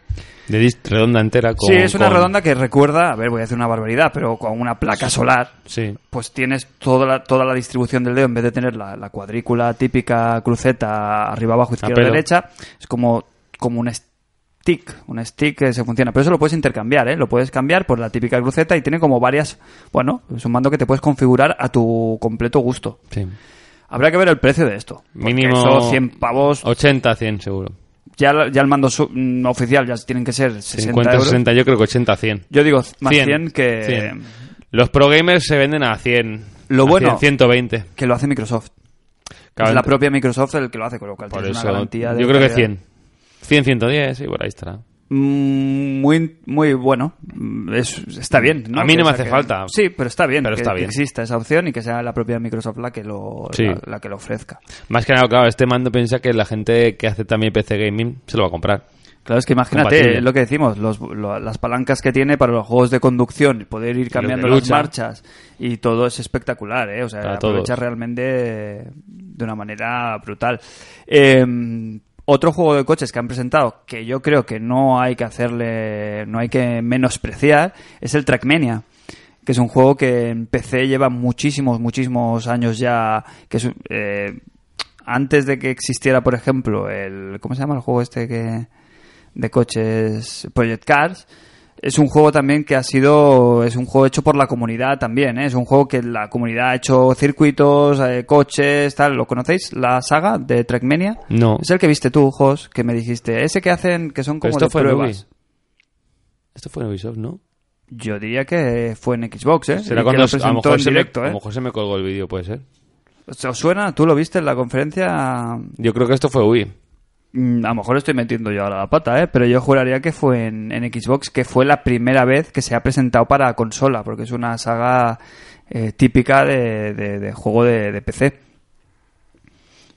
De disc redonda entera con... sí, es una con- redonda que recuerda, a ver, voy a hacer una barbaridad, pero con una placa solar Sí. pues tienes toda la, toda la distribución del dedo en vez de tener la, la cuadrícula típica cruceta arriba abajo izquierda pelo. derecha es como como un stick un stick que se funciona pero eso lo puedes intercambiar ¿eh? lo puedes cambiar por la típica cruceta y tiene como varias bueno es un mando que te puedes configurar a tu completo gusto sí. habrá que ver el precio de esto porque Mínimo eso 100 pavos 80, 100 seguro. ya, la- ya el mando su- mm, oficial ya tienen que ser 60 50, euros 60, yo creo que 80, 100. yo digo más 100, que 100. Los pro gamers se venden a 100. Lo a bueno- 100, 120. que lo hace Microsoft Claro, es la ent- propia Microsoft el que lo hace con lo cual Por tienes eso, una garantía de yo creo que calidad. 100. 100, 110, igual ahí estará. Mm, Muy, muy bueno. Mm, es- está bien. ¿no? A mí Que no me saquen- hace falta. Sí, pero está bien. Pero que, está que bien. exista esa opción y que sea la propia Microsoft la que lo, Sí. la, la que lo ofrezca. Más que nada, claro, este mando piensa que la gente que hace también PC Gaming se lo va a comprar. Claro, es que imagínate Compatible. es lo que decimos, los- lo- las palancas que tiene para los juegos de conducción, poder ir cambiando que las lucha. marchas y todo es espectacular, ¿eh? O sea, Para todos. aprovecha realmente de una manera brutal. Eh, otro juego de coches que han presentado que yo creo que no hay que hacerle, no hay que menospreciar, es el Trackmania que es un juego que en PC lleva muchísimos, muchísimos años ya, que es, un- eh, antes de que existiera, por ejemplo, el ¿cómo se llama el juego este que de coches Project Cars? Es un juego también que ha sido es un juego hecho por la comunidad también, ¿eh? es un juego que la comunidad ha hecho circuitos, eh, coches, tal, ¿lo conocéis? La saga de Trackmania. No. Es el que viste tú, Jos, que me dijiste, ese que hacen que son Pero como esto de fue en pruebas. Ubi. Esto fue en Ubisoft, ¿no? Yo diría que fue en Xbox, ¿eh? Será Y que cuando lo a lo, presentó mejor en se me, directo, a ¿eh? lo mejor se me colgó el vídeo, puede ser. ¿Os suena? ¿Tú lo viste en la conferencia? Yo creo que esto fue Wii. mm, a lo mejor estoy metiendo yo ahora la pata, ¿eh? pero yo juraría que fue en, en Xbox, que fue la primera vez que se ha presentado para consola, porque es una saga eh, típica de, de- de juego de, de PC.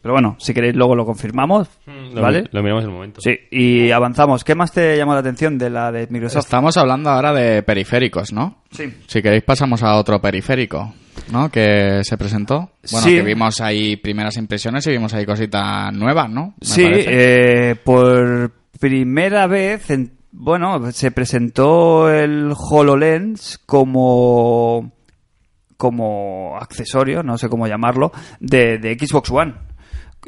Pero bueno, si queréis luego lo confirmamos, Mm, Lo, ¿vale? lo miramos en el momento. Sí, y avanzamos. ¿Qué más te llamó la atención de la de Microsoft? Estamos hablando ahora de periféricos, ¿no? Sí. Si queréis pasamos a otro periférico, ¿no? Que se presentó. Bueno, Sí. que vimos ahí primeras impresiones y vimos ahí cositas nuevas, ¿no? Me Sí, parece. eh, por primera vez, en- bueno, se presentó el HoloLens como, como accesorio, no sé cómo llamarlo, de, de Xbox One.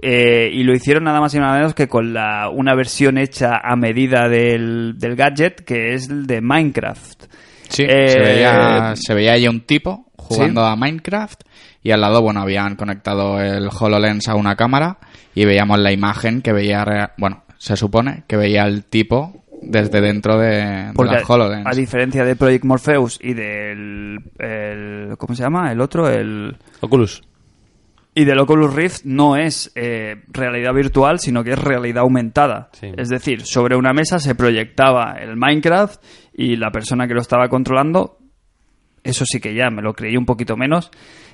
Eh, y lo hicieron nada más y nada menos que con la, una versión hecha a medida del, del gadget, que es el de Minecraft. Sí, eh, se, veía, se veía ahí un tipo jugando a Minecraft y al lado, bueno, habían conectado el HoloLens a una cámara y veíamos la imagen que veía, rea- bueno, se supone que veía el tipo desde dentro de, de Porque las a- HoloLens. a, diferencia de Project Morpheus y del... el- ¿Cómo se llama? El otro, el... Oculus. Y del Oculus Rift no es eh, realidad virtual, sino que es realidad aumentada. Sí. Es decir, sobre una mesa se proyectaba el Minecraft y la persona que lo estaba controlando, eso sí que ya me lo creí un poquito menos,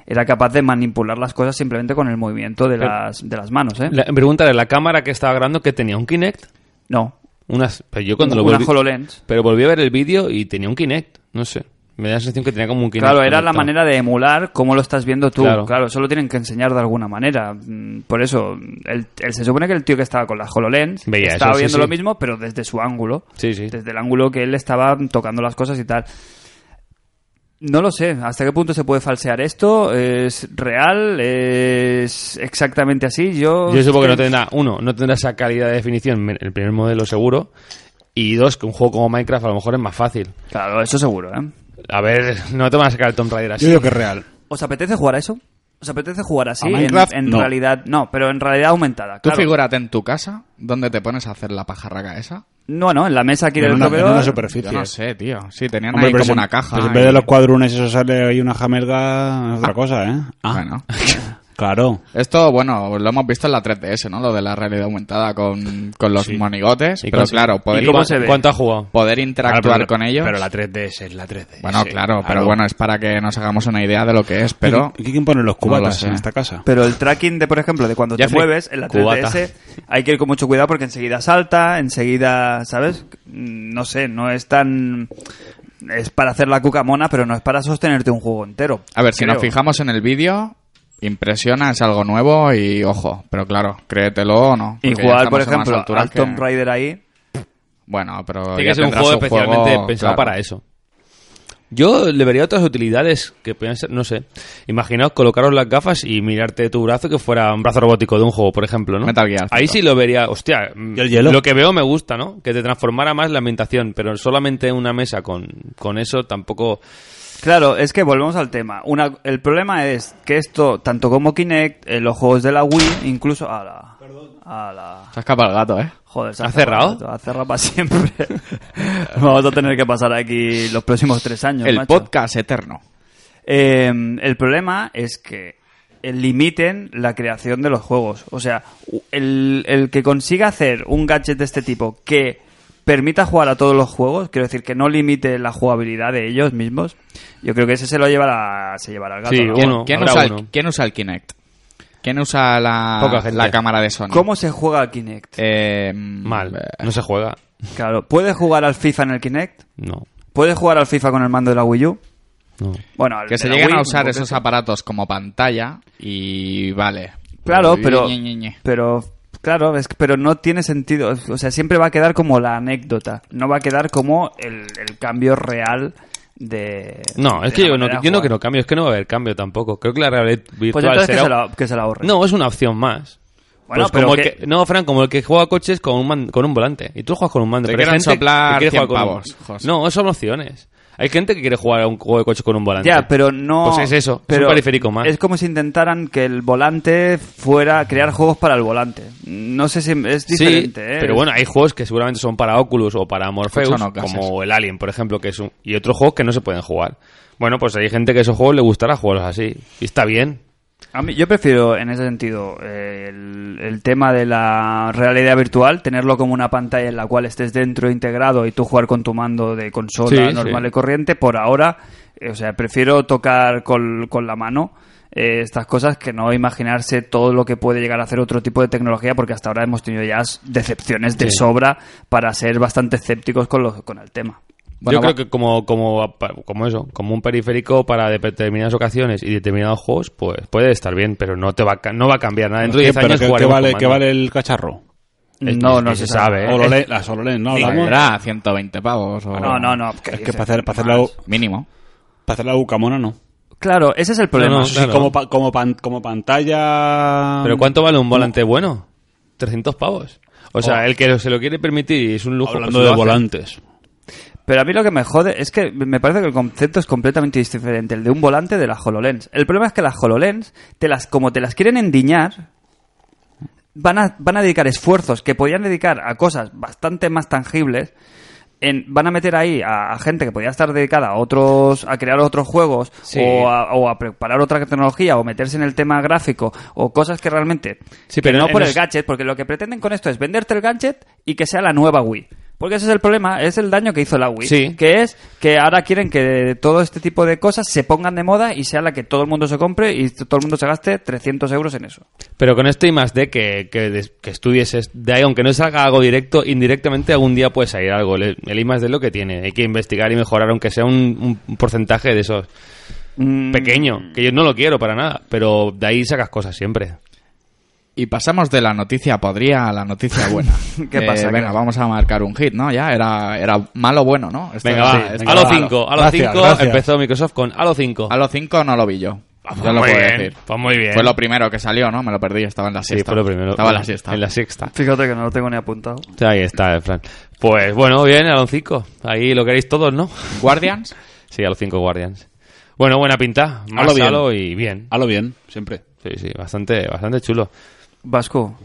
era capaz de manipular las cosas simplemente con el movimiento de, Pero- las, de las manos. ¿eh? La me pregunta era, la cámara que estaba grabando, que tenía? ¿Un Kinect? No, Unas, pero yo cuando lo una volví, HoloLens. Pero volví a ver el vídeo y tenía un Kinect. No sé. Me da la sensación que tenía como un Kinect. Claro, era la conectado. manera de emular cómo lo estás viendo tú. Claro, Claro. eso lo tienen que enseñar de alguna manera. Mm, Por eso, el, el- se supone que el tío que estaba con las HoloLens Veía estaba eso, sí, viendo sí. lo mismo, pero desde su ángulo. Sí, sí. Desde el ángulo que él estaba tocando las cosas y tal. No lo sé, hasta qué punto se puede falsear esto. ¿Es real? ¿Es exactamente así? Yo. Yo supongo que no tendrá, uno, no tendrá esa calidad de definición en el primer modelo seguro. Y dos, que un juego como Minecraft a lo mejor es más fácil. Claro, eso seguro, ¿eh? A ver, no te van a sacar el Tomb Raider así. Yo digo que es real. ¿Os apetece jugar a eso? ¿Os apetece jugar así? ¿A En- Minecraft? En, No. realidad, no, pero en realidad aumentada. Tú Claro. figúrate en tu casa, ¿dónde te pones a hacer la pajarraca esa? No, no, en la mesa aquí En del una, en comedor. una Yo superficie. no sé, tío. Sí, tenían Hombre, ahí pero como si- una caja. pero si en y- vez de los cuadrunes eso sale ahí una jamelga, es otra cosa, ¿eh? Ah, Bueno. claro. Esto, bueno, lo hemos visto en la 3DS, ¿no? Lo de la realidad aumentada con, con los monigotes. ¿Y Pero cómo- claro, poder, ¿Y cómo ¿Cuán- se ve? ¿Cuánto ha jugado? poder interactuar Claro, pero- con ellos. Pero la 3DS es la 3DS. bueno, claro, pero Claro. bueno, es para que nos hagamos una idea de lo que es, pero... ¿Y quién pone los No lo cubatas sé. en esta casa? Pero el tracking de, por ejemplo, de cuando te Jeffrey, mueves en la 3DS, hay que ir con mucho cuidado porque enseguida salta, enseguida, ¿sabes? Mm, No sé, no es tan... Es para hacer la cucamona, pero no es para sostenerte un juego entero. A ver, si creo. nos fijamos en el vídeo, impresiona, es algo nuevo y ojo. Pero claro, créetelo o no. Y porque ya jugar, por estamos a unas ejemplo, alturas al que- Tomb Raider ahí, Bueno, pero... Tiene ya que ser un tendrás juego especialmente juego, pensado claro. para eso. Yo le vería otras utilidades que pueden ser, no sé. Imaginaos colocaros las gafas y mirarte tu brazo que fuera un brazo robótico de un juego, por ejemplo, ¿no? Metal Gear, Ahí cinco. sí lo vería, hostia, mm, ¿Y el hielo? lo que veo me gusta, ¿no? Que te transformara más la ambientación, pero solamente una mesa con, con eso tampoco... Claro, es que volvemos al tema. Una, el problema es que esto, tanto como Kinect, eh, los juegos de la Wii, incluso... ¡Hala! ¡Hala! Se ha escapado el gato, ¿eh? Joder, se ¿Ha cerrado? esto, Ha cerrado para siempre. Vamos a tener que pasar aquí los próximos tres años, El macho. podcast eterno. Eh, el problema es que limiten la creación de los juegos. O sea, u- el, el que consiga hacer un gadget de este tipo que permita jugar a todos los juegos, quiero decir que no limite la jugabilidad de ellos mismos, yo creo que ese se lo llevará, se llevará el gato. Sí, ¿no? un- ¿Quién, Uno, quién habrá usa el, uno. quién usa el Kinect? ¿Quién usa Poca la, gente. la cámara de Sony? ¿Cómo se juega al Kinect? Eh, Mal, eh, no se juega, Claro, ¿puedes jugar al FIFA en el Kinect? no, ¿Puedes jugar al FIFA con el mando de la Wii U? no. Bueno, al Que de se la lleguen Wii, a usar porque esos sí. aparatos como pantalla y vale. Claro, Y- pero, ñe, ñe, ñe. pero claro, es que- pero no tiene sentido. O sea, siempre va a quedar como la anécdota. No va a quedar como el, el cambio real de. No, es de que la yo no, manera de yo no jugar. creo cambio, es que no va a haber cambio tampoco. Creo que la realidad virtual Pues entonces que será... se, la, que se la ahorre. No, es una opción más. Bueno, Pues pero como el que- que- No, Fran, como el que juega a coches con un, man- con un volante. Y tú juegas con un mando. Te pero hay quieren gente soplar que quiere 100 jugar con pavos, un- José. No, son opciones. Hay gente que quiere jugar a un juego de coches con un volante. Ya, pero no. Pues es eso, es un pero periférico más. Es como si intentaran que el volante fuera crear juegos para el volante. No sé si es Sí, diferente. ¿eh? pero bueno, hay juegos que seguramente son para Oculus o para Morpheus, Escucha, no, clases. como el Alien, por ejemplo, que es un... y otros juegos que no se pueden jugar. Bueno, pues hay gente que esos juegos le gustará jugarlos así. Y está bien. A mí- yo prefiero, en ese sentido, eh, el, el tema de la realidad virtual, tenerlo como una pantalla en la cual estés dentro integrado y tú jugar con tu mando de consola Sí, normal sí. y corriente. Por ahora, eh, o sea, prefiero tocar col- con, la mano eh, estas cosas que no imaginarse todo lo que puede llegar a hacer otro tipo de tecnología, porque hasta ahora hemos tenido ya s- decepciones de sobra para ser bastante escépticos con, los, con el tema. Bueno, Yo creo que como, como, como eso, como un periférico para de- determinadas ocasiones y determinados juegos, pues puede estar bien, pero no te va a, ca- no va a cambiar nada. Dentro de ¿Qué, 10 pero años qué- qué jugaremos vale, con qué mando. vale el cacharro? Es- no, no es- se se sabe. ¿Eh? ¿eh? sabe. Ololén- las Ololen, ¿no? hablamos? Saldrá 120 pavos o... No, no, no. ¿qué Es que dices? para hacer, para hacer la, u- Mínimo. para hacer la bucamona no. Claro, ese es el problema. No, Eso sí, claro. como, pa- como, pan- como pantalla... um, Pero ¿cuánto vale un volante bueno? 300 pavos. O sea, el que se lo quiere permitir y es un lujo. pues Hablando lo de hace. volantes. Pero a mí lo que me jode es que me parece que el concepto es completamente diferente, el de un volante de las HoloLens. El problema es que las HoloLens, te las, como te las quieren endiñar, van a, van a dedicar esfuerzos que podían dedicar a cosas bastante más tangibles. en- van a meter ahí a, a gente que podía estar dedicada a otros a crear otros juegos Sí. o, a, o a preparar otra tecnología o meterse en el tema gráfico o cosas que realmente Sí, pero pero no en por los- el gadget, porque lo que pretenden con esto es venderte el gadget y que sea la nueva Wii. Porque ese es el problema, es el daño que hizo la Wii. Sí. Que es que ahora quieren que todo este tipo de cosas se pongan de moda y sea la que todo el mundo se compre y todo el mundo se gaste 300 euros en eso. Pero con este I más D que, que, des- que estudies es- de ahí, aunque no salga algo directo, indirectamente algún día puede salir algo. El, el I más D es lo que tiene. Hay que investigar y mejorar, aunque sea un, un porcentaje de esos. Mm, Pequeño, que yo no lo quiero para nada, pero de ahí sacas cosas siempre. Y pasamos de la noticia podría a la noticia buena. Eh, ¿Qué pasa? ¿Qué venga, pasa? vamos a marcar un hit, ¿no? Ya era, era malo bueno, ¿no? Esto Venga, era- va. sí, esto Halo era 5. Halo Gracias, 5 gracias. empezó Microsoft con Halo 5. Halo 5 no lo vi yo. Yo lo muy puedo bien, decir. pues muy bien. Fue lo primero que salió, ¿no? Me lo perdí, estaba en la Sí, siesta. fue lo primero. Estaba en la siesta. En la sexta. Fíjate que no lo tengo ni apuntado. Ahí está, en plan. Pues bueno, bien, Halo 5. Ahí lo queréis todos, ¿no? Guardians. Sí, Halo 5 Guardians. Bueno, buena pinta. Más Halo bien. Halo y bien. A lo bien, siempre. Sí, sí, bastante, bastante chulo. Vasco,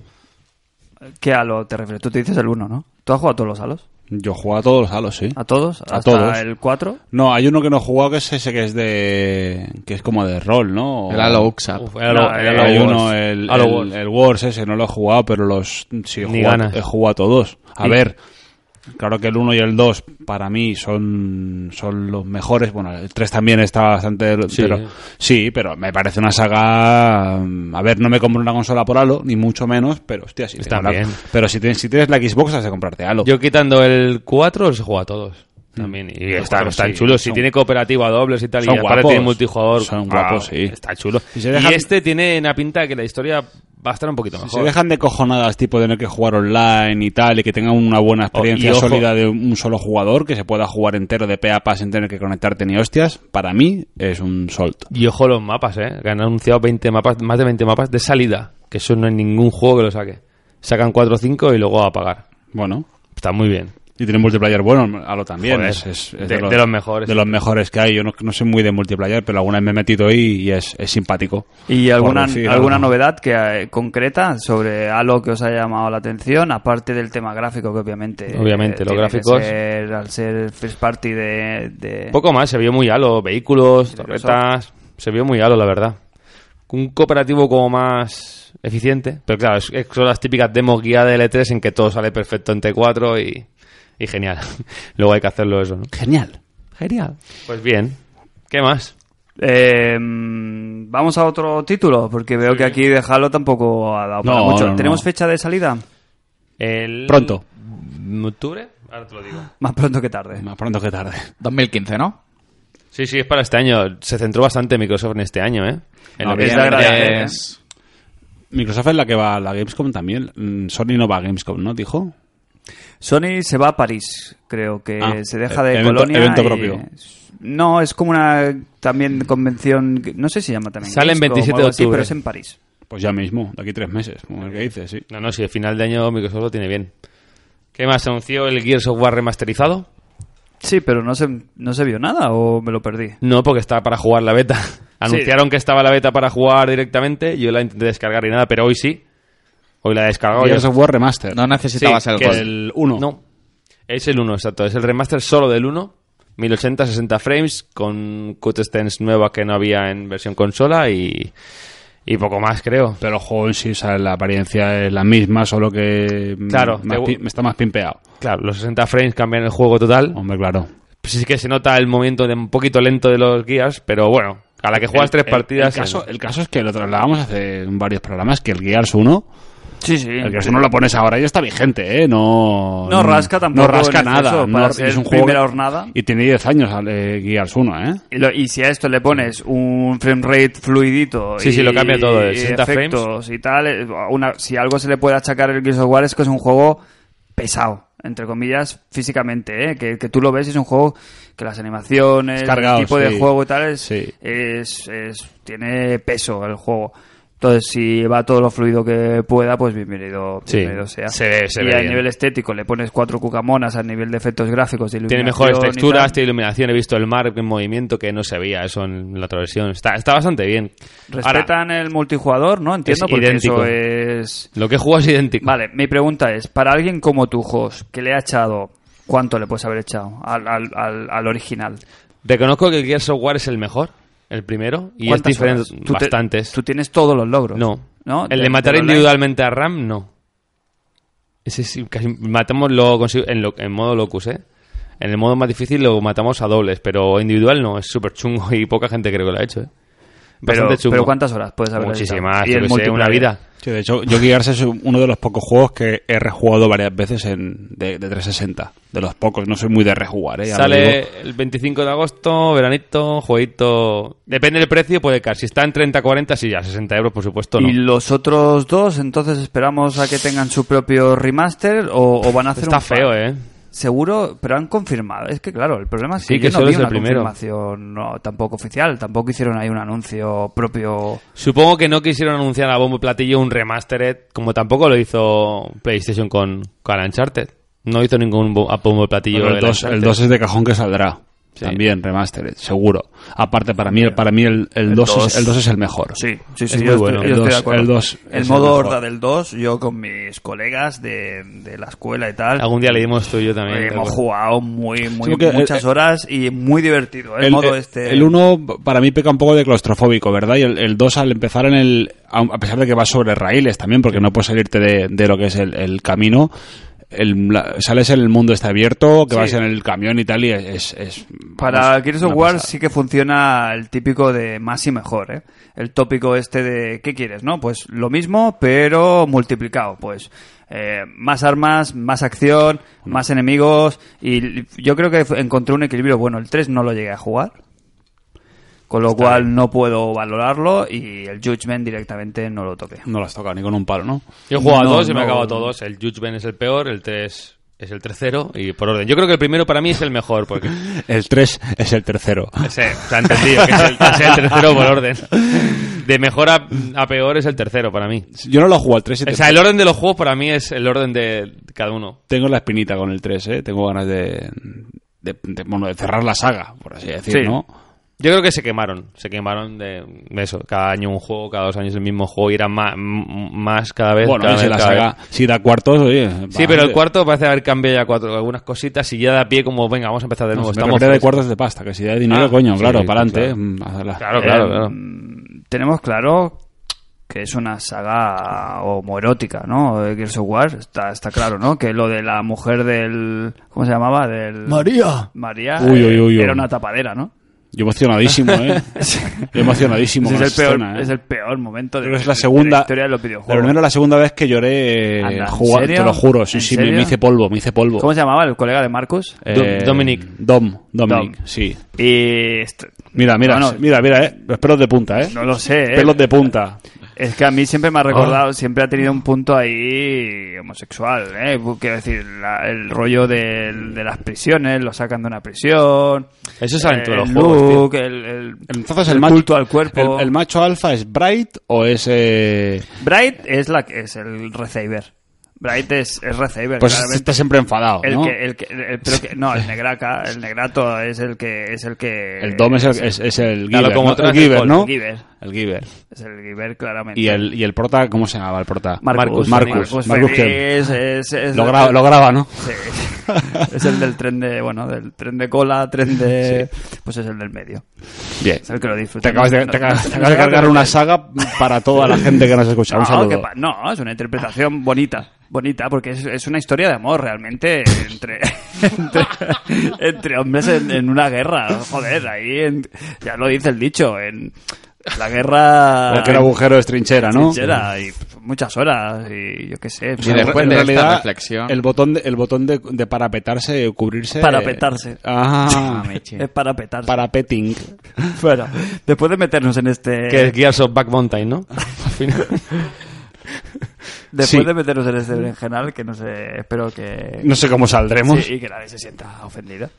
¿qué halo te refieres? Tú te dices el 1, ¿no? ¿Tú has jugado a todos los halos? Yo juego a todos los halos, sí. ¿A todos? A ¿Hasta todos. el 4? No, hay uno que no he jugado que es ese que es de... que es como de rol, ¿no? O- El Halo Uxap. Uf, el No, Halo- el el Halo Ah, eh, Hay Wars. uno, el, Halo el- Wars. el Wars ese, no lo he jugado, pero los sí, he, Ni jugado, ganas. he jugado a todos. A Y- ver, claro que el 1 y el 2 para mí son, son los mejores. Bueno, el 3 también está bastante... Sí. Pero, sí, pero me parece una saga... mm, A ver, no me compro una consola por Halo, ni mucho menos, pero hostia, si, Está tengo la- bien. pero si, tienes, si tienes la Xbox has de comprarte Halo. Yo quitando el 4 los he jugado a todos. También. Y Mm. Los están, cuatro, están sí, chulos. Si son- tiene cooperativo a dobles y tal, son y aparte guapos. tiene multijugador. ah, Son guapos, sí. Está chulo. Y, Y se dejan- este tiene una pinta que la historia va a estar un poquito mejor. Si se dejan de cojonadas, tipo tener que jugar online y tal, y que tengan una Oh, buena y experiencia ojo- sólida de un solo jugador, que se pueda jugar entero de pe a pa sin tener que conectarte ni hostias, para mí es un solto. Y ojo los mapas, ¿eh? Que han anunciado 20 mapas, más de 20 mapas de salida. Que eso no hay ningún juego que lo saque. Sacan 4 o 5 y luego a pagar. Bueno, Está muy bien. y tiene multiplayer bueno, a lo también. Joder, es, es- es de- de los mejores. De los mejores que hay. Yo no, no soy muy de multiplayer, pero alguna vez me he metido ahí y es, es simpático. ¿Y Por alguna, decir alguna algo. novedad que, eh, concreta sobre algo que os haya llamado la atención? Aparte del tema gráfico, que obviamente. eh, Obviamente, los tiene que gráficos. ser- al ser first party de. de- Poco más, se vio muy halo. Vehículos, torretas. Se vio muy halo, la verdad. Un cooperativo como más eficiente. Pero claro, es, es- son las típicas demos guía de L3 en que todo sale perfecto en T4 y, y genial. luego hay que hacerlo eso, ¿no? Genial. Genial. Pues bien. ¿Qué más? Eh, mm, vamos a otro título, porque veo que aquí de Halo tampoco ha dado para No, mucho. no, no. ¿Tenemos fecha de salida? El... Pronto. ¿Octubre? Ahora te lo digo. Más pronto que tarde. Más pronto que tarde. 2015, ¿no? Sí, sí, es para este año. Se centró bastante Microsoft en este año, ¿eh? En lo que- es de agradecer, ¿eh? Es- Microsoft es la que va a la Gamescom también. Mm, Sony no va a Gamescom, ¿no? Dijo. Sony se va a París, creo que Ah, se deja de evento- Colonia. evento y- propio. No, es como una también convención. que- No sé si se llama también. Sale en Gamescom o 27 de algo así, octubre. pero es en París. Pues ya mismo, de aquí tres meses, como el que dices, sí. No, no, sí, el final de año Microsoft lo tiene bien. ¿Qué más? ¿Anunció el Gears of War remasterizado? Sí, pero no se, no se vio nada o me lo perdí. No, porque estaba para jugar la beta. Anunciaron que estaba la beta para jugar directamente. Yo la intenté descargar y nada, pero hoy sí. Hoy la he descargado. Gears ya. of War Remaster. No necesitabas Sí, el que gol. el 1. No. Es el 1, exacto. Es el remaster solo del 1. 1080, 60 frames, con cutscenes nueva que no había en versión consola y, Y poco más, creo. Pero el juego en sí, o sea, la apariencia es la misma, solo que mm, Claro, más te- pi- está más pimpeado. Claro, los 60 frames cambian el juego Oh. total. Hombre, claro. Pues sí que se nota el movimiento de un poquito lento de los guías, pero bueno, a la que juegas tres El- el- partidas. El, caso, el caso es que lo trasladamos hace varios programas, que el Gears 1, Sí, sí. el Gears 1 lo pones ahora y está vigente, ¿eh? No, No rasca tampoco No rasca en exceso nada. para No- ser es un juego primera que- hornada. Y tiene 10 años eh, Gears 1, ¿eh? Y, lo- y si a esto le pones un frame rate fluidito Sí, y, sí, lo cambia todo, de y 60 frames. efectos y tal, eh, una- si algo se le puede achacar al Gears of War es que es un juego pesado, entre comillas, físicamente, ¿eh? que, que tú lo ves y es un juego que las animaciones, Es cargado, el tipo de sí. juego y tal, es, Sí. es- es- tiene peso el juego. Entonces, si va todo lo fluido que pueda, pues bienvenido, Sí. bienvenido sea. Se ve- se y ve a bien. nivel estético le pones cuatro cucamonas a nivel de efectos gráficos, de Tiene iluminación mejores y texturas, tal. tiene iluminación, he visto el mar en movimiento que no se veía eso en la otra versión. Está, está bastante bien. Ahora, Respetan el multijugador, ¿no? Entiendo, Es porque idéntico. eso es... lo que juego es idéntico. Vale, mi pregunta es, para alguien como tú, Jos, que le ha echado, ¿cuánto le puedes haber echado al, al- al- al original? Reconozco que el Gears of War es el mejor, el primero, y es ¿Cuántas diferente horas? Tú te- bastantes. tú tienes todos los logros. No. ¿No? El de matar online. individualmente a Ram, no. Ese sí, casi matamos lo, consi- en, lo- en modo locus, ¿eh? En el modo más difícil lo matamos a dobles, pero individual no, es súper chungo y poca gente creo que lo ha hecho, ¿eh? Pero, Bastante chungo. pero ¿cuántas horas puedes haber echado? Muchísimas, Y yo el que sé, una multiplayer. vida. Sí, de hecho, yo Gears es uno de los pocos juegos que he rejugado varias veces en, de, de 360. De los pocos, no soy muy de rejugar, ¿eh? Ya lo digo. Sale el 25 de agosto, veranito, jueguito... Depende del precio, puede caer. Si está en 30, 40, sí, a 60 euros, por supuesto, no. ¿Y los otros dos, entonces, esperamos a que tengan su propio remaster o, o van a hacer Está un pack? feo, ¿eh? Seguro, pero han confirmado. Es que claro, el problema es que, Sí, que yo no solo vi es el una primero. confirmación no, tampoco oficial. Tampoco hicieron ahí un anuncio propio. Supongo que no quisieron anunciar a bombo y platillo un remastered, como tampoco lo hizo PlayStation con, con Uncharted. No hizo ningún bo- a bombo y platillo. Pero el del 2, el Uncharted. 2 es de cajón que saldrá. Sí. También remastered, seguro. Aparte, para mí, para mí el, el, 2, es, dos. el 2 es el mejor. Pues Sí, sí, sí. Es muy yo bueno. estoy, El yo estoy dos- de acuerdo. el dos es el modo mejor. horda del 2, yo con mis colegas de, de la escuela y tal. Algún día le dimos tú y yo también. eh, ¿te hemos acuerdas? jugado muy, muy, Sí, porque muchas el- horas y muy divertido. El, El, modo el- este. el 1 para mí peca un poco de claustrofóbico, ¿verdad? Y el, el 2 al empezar en el... A a pesar de que va sobre raíles también, porque no puedes salirte de, de lo que es el, el camino, el- la- sales en el mundo este abierto, que Sí. vas en el camión y tal, y es... es- es- Para vamos, Gears of una War pasada. sí que funciona el típico de más y mejor, ¿eh? El tópico este de ¿qué quieres, no? Pues lo mismo, pero multiplicado, pues. eh, más armas, más acción, más enemigos y l- yo creo que encontré un equilibrio bueno. El 3 no lo llegué a jugar, con lo cual no puedo valorarlo y el Judgment directamente no lo toqué. No lo has tocado ni con un palo, ¿no? Yo he jugado a No, dos y me no. he acabado todos. El Judgment es el peor, el 3 es el tercero y por orden. Yo creo que el primero para mí es el mejor porque... El 3 es el tercero. Ese, se ha entendido que es el, es el tercero por orden. De mejor a, a peor es el tercero para mí. Yo no lo he jugado al 3 y O te- sea, el orden de los juegos para mí es el orden de cada uno. tengo la espinita con el 3, ¿eh? Tengo ganas de... de- de- bueno, de cerrar la saga, por así Sí. decir, ¿no? Yo creo que se quemaron, se quemaron de de eso, cada año un juego, cada dos años el mismo juego y eran más, más cada Pues vez. Bueno, cada y si vez, la cada saga, vez. si da cuartos, oye... Sí, pero el vale. cuarto parece haber cambiado ya cuatro, algunas cositas y ya da pie como, venga, vamos a empezar de No, nuevo. si me estamos refiero de frescos. cuartos de pasta, que si da dinero, Ah, coño, sí, claro, mm, sí, para adelante. claro. Claro, Eh, claro, claro. mm, Tenemos claro que es una saga homoerótica, ¿no? De Gears of War, está, está claro, ¿no? Que lo de la mujer del... ¿Cómo se llamaba? Del... María. María Uy, uy, eh, uy, uy. era una tapadera, ¿no? Yo emocionadísimo, ¿eh? Yo emocionadísimo. Ese con es, esa el peor, escena, ¿eh? es el peor momento de, Creo que es la de segunda. historia de los La videojuegos. primera la segunda vez que lloré eh, Anda, ¿en jugar, te serio? lo juro. Sí, ¿En sí, me, serio? me hice polvo, me hice polvo. ¿Cómo se llamaba el colega de Marcus? Eh. Do- Dominic. Dom, Dominic, Dom. sí. Y... est- Mira, mira, Bueno, mira, mira, eh. Los pelos de punta, ¿eh? No lo sé, ¿eh? Pelos de punta. Es que a mí siempre me ha Ah. recordado, siempre ha tenido un punto ahí homosexual, ¿eh? Quiero decir, la- el rollo del- de, las prisiones, lo sacan de una prisión. Eso sale en todos los el juegos, look, el, el- Entonces el el, macho, culto al cuerpo. El, el macho alfa es Bright o es... eh, Bright es la que es el receiver. Bright es, es receiver. Pues claramente. está siempre enfadado, el ¿no? que, el que, el- el- pero que- no, el negraca, el negrato es el que, es el que. El Dom es el, es, es el La giver, ¿no? locomotora El es el giver, Hulk. ¿no? el giver. El giver. Es el giver, claramente. Y el, y el prota, ¿cómo se llamaba el prota? Marcus. pues Marcus. Marcus, Marcus que Fenix es- es- lo, graba, lo graba, ¿no? Sí. es el del tren de, bueno, del tren de cola, tren de... Pues es el del medio. Bien. Es el que lo disfruta. Te acabas de, No, te no, acabas- no, te acabas de no, cargar no, una saga para toda la gente que nos escucha. Un no, saludo. que Ah, pa- no, es una interpretación bonita. Bonita, porque es, es una historia de amor realmente entre, entre, entre hombres en, en una guerra. Joder, ahí en- ya lo dice el dicho, en la guerra... Cualquier agujero es trinchera, ¿no? Trinchera, y pf, muchas horas y yo qué sé. Y después en de esta realidad, reflexión... el botón de, el botón de, de parapetarse, cubrirse... Parapetarse. Ah, es para petarse. parapeting. Bueno, después de meternos en este Que es Gears of Back Mountain, ¿no? Al final. después sí. de meternos en este berenjenal que no sé, espero que No sé cómo saldremos. Sí, y que nadie se sienta ofendida.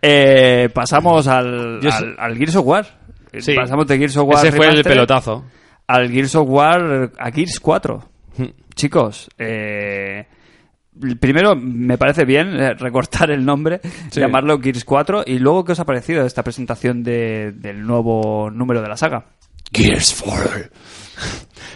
Eh, pasamos al, Yo al, al Gears of War. Sí. Pasamos de Gears of War Ese fue el Remastered pelotazo. al Gears of War a Gears 4. Hmm. Chicos, eh, primero me parece bien eh, recortar el nombre, llamarlo Gears 4 y luego qué os ha parecido esta presentación de- del nuevo número de la saga. Gears 4.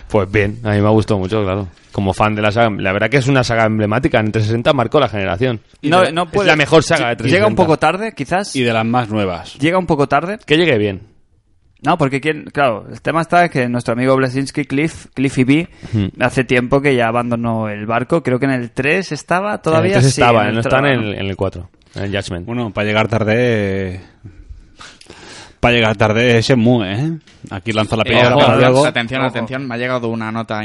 Pues bien, a mí me ha gustado mucho, claro. Como fan de la saga, la verdad que es una saga emblemática. En 360 marcó la generación. No, Es no la- puede- Es la mejor saga de Lle- Llega un 360. poco tarde, quizás. Y de las más nuevas. Llega un poco tarde. Que llegue bien. No, porque quién, claro, el tema está en que nuestro amigo Blesinski Cliff, Cliffy B, Hmm. hace tiempo que ya abandonó el barco. Creo que en el 3 estaba todavía. Entonces sí, estaba, en el no tra- están en, el- en el 4, en el Judgment. Bueno, para llegar tarde... eh, Para llegar tarde es Shenmue, ¿eh? Aquí lanza la Eh, piedra ojo, para luego. atención, Ojo. atención, me ha llegado una nota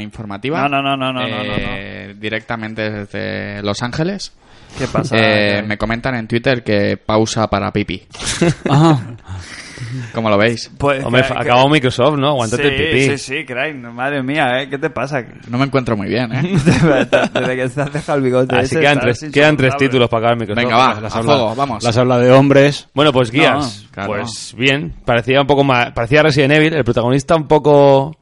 No, informativa. no, no, no, no, no, eh, Directamente desde Los Ángeles. ¿Qué pasa? Eh, me comentan en Twitter que pausa para pipi. Ah, Como lo veis. Pues, Hombre, que- acabó Microsoft, ¿no? Aguantate sí, el pipí. Sí, sí, Crane, madre mía, ¿eh? ¿qué te pasa? No me encuentro muy bien, ¿eh? Desde que te has dejado el bigote. Así ese, quedan estás tres, quedan tres insoportable. títulos para acabar Microsoft. Venga, va, las a habla- fuego, vamos. Las habla de hombres. Bueno, pues Gears. No, claro. Pues bien, parecía un poco más. Parecía Resident Evil. El protagonista un poco.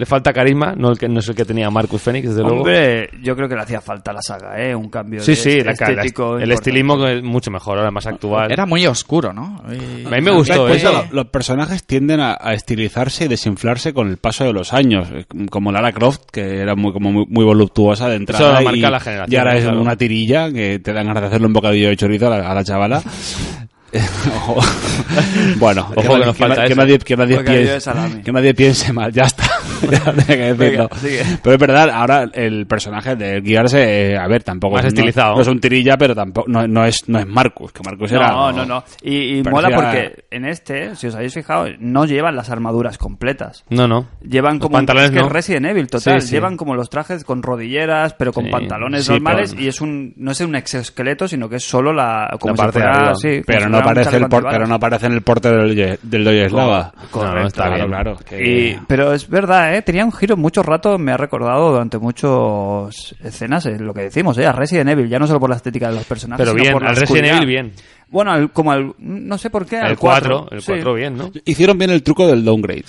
Le falta carisma. No, el que, no es el que tenía Marcus Fenix, desde luego. Hombre, yo creo que le hacía falta a la saga, ¿eh? Un cambio Sí, de sí, la- la- estético. el importante. estilismo es mucho mejor, ahora más actual. Era muy oscuro, ¿no? Y- A mí me gustó, Pues, ¿eh? Eso, lo- los personajes tienden a, a estilizarse y desinflarse con el paso de los años, eh, como Lara Croft, que era muy, como muy, muy voluptuosa de entrada. Eso marca y, la generación, y ahora es claro. una tirilla que te dan ganas de hacerle un bocadillo de chorizo a la, a la chavala. Ojo. bueno, Ojo que nos falta que eso. nadie, que nadie Bocadillo de piense- salami. que nadie piense mal, ya está. Ya tenía que decirlo. Venga, sigue. pero es verdad, ahora el personaje de guiarse, eh, a ver, tampoco Más es, no- estilizado. No, es un tirilla, pero tampoco no, no es no es Marcus, que Marcus era No, no, no. Y, y Parecía- mola porque en este, si os habéis fijado, no llevan las armaduras completas. No, no. Llevan Los como un- pantalones es que no. es Resident Evil total, Sí, sí. llevan como los trajes con rodilleras, pero con Sí, pantalones sí, normales pero- y es un no es un exoesqueleto, sino que es solo la como La si parte de fuera- arriba. sí, como si Pero no, fuera un aparece el chaleco por- pero no antibalas. aparece en el porte del, Doye- del Doyeslava. no, no, está claro, bien. claro. que- Y- pero es verdad, ¿eh? tenía un giro mucho rato, me ha recordado durante muchas escenas eh, lo que decimos, ¿eh? a Resident Evil, ya no solo por la estética de los personajes, Pero sino bien, por la al Resident oscuridad. Evil bien. Bueno, al- como al, no sé por qué, al El 4, cuatro, el sí. 4 bien, ¿no? Hicieron bien el truco del downgrade.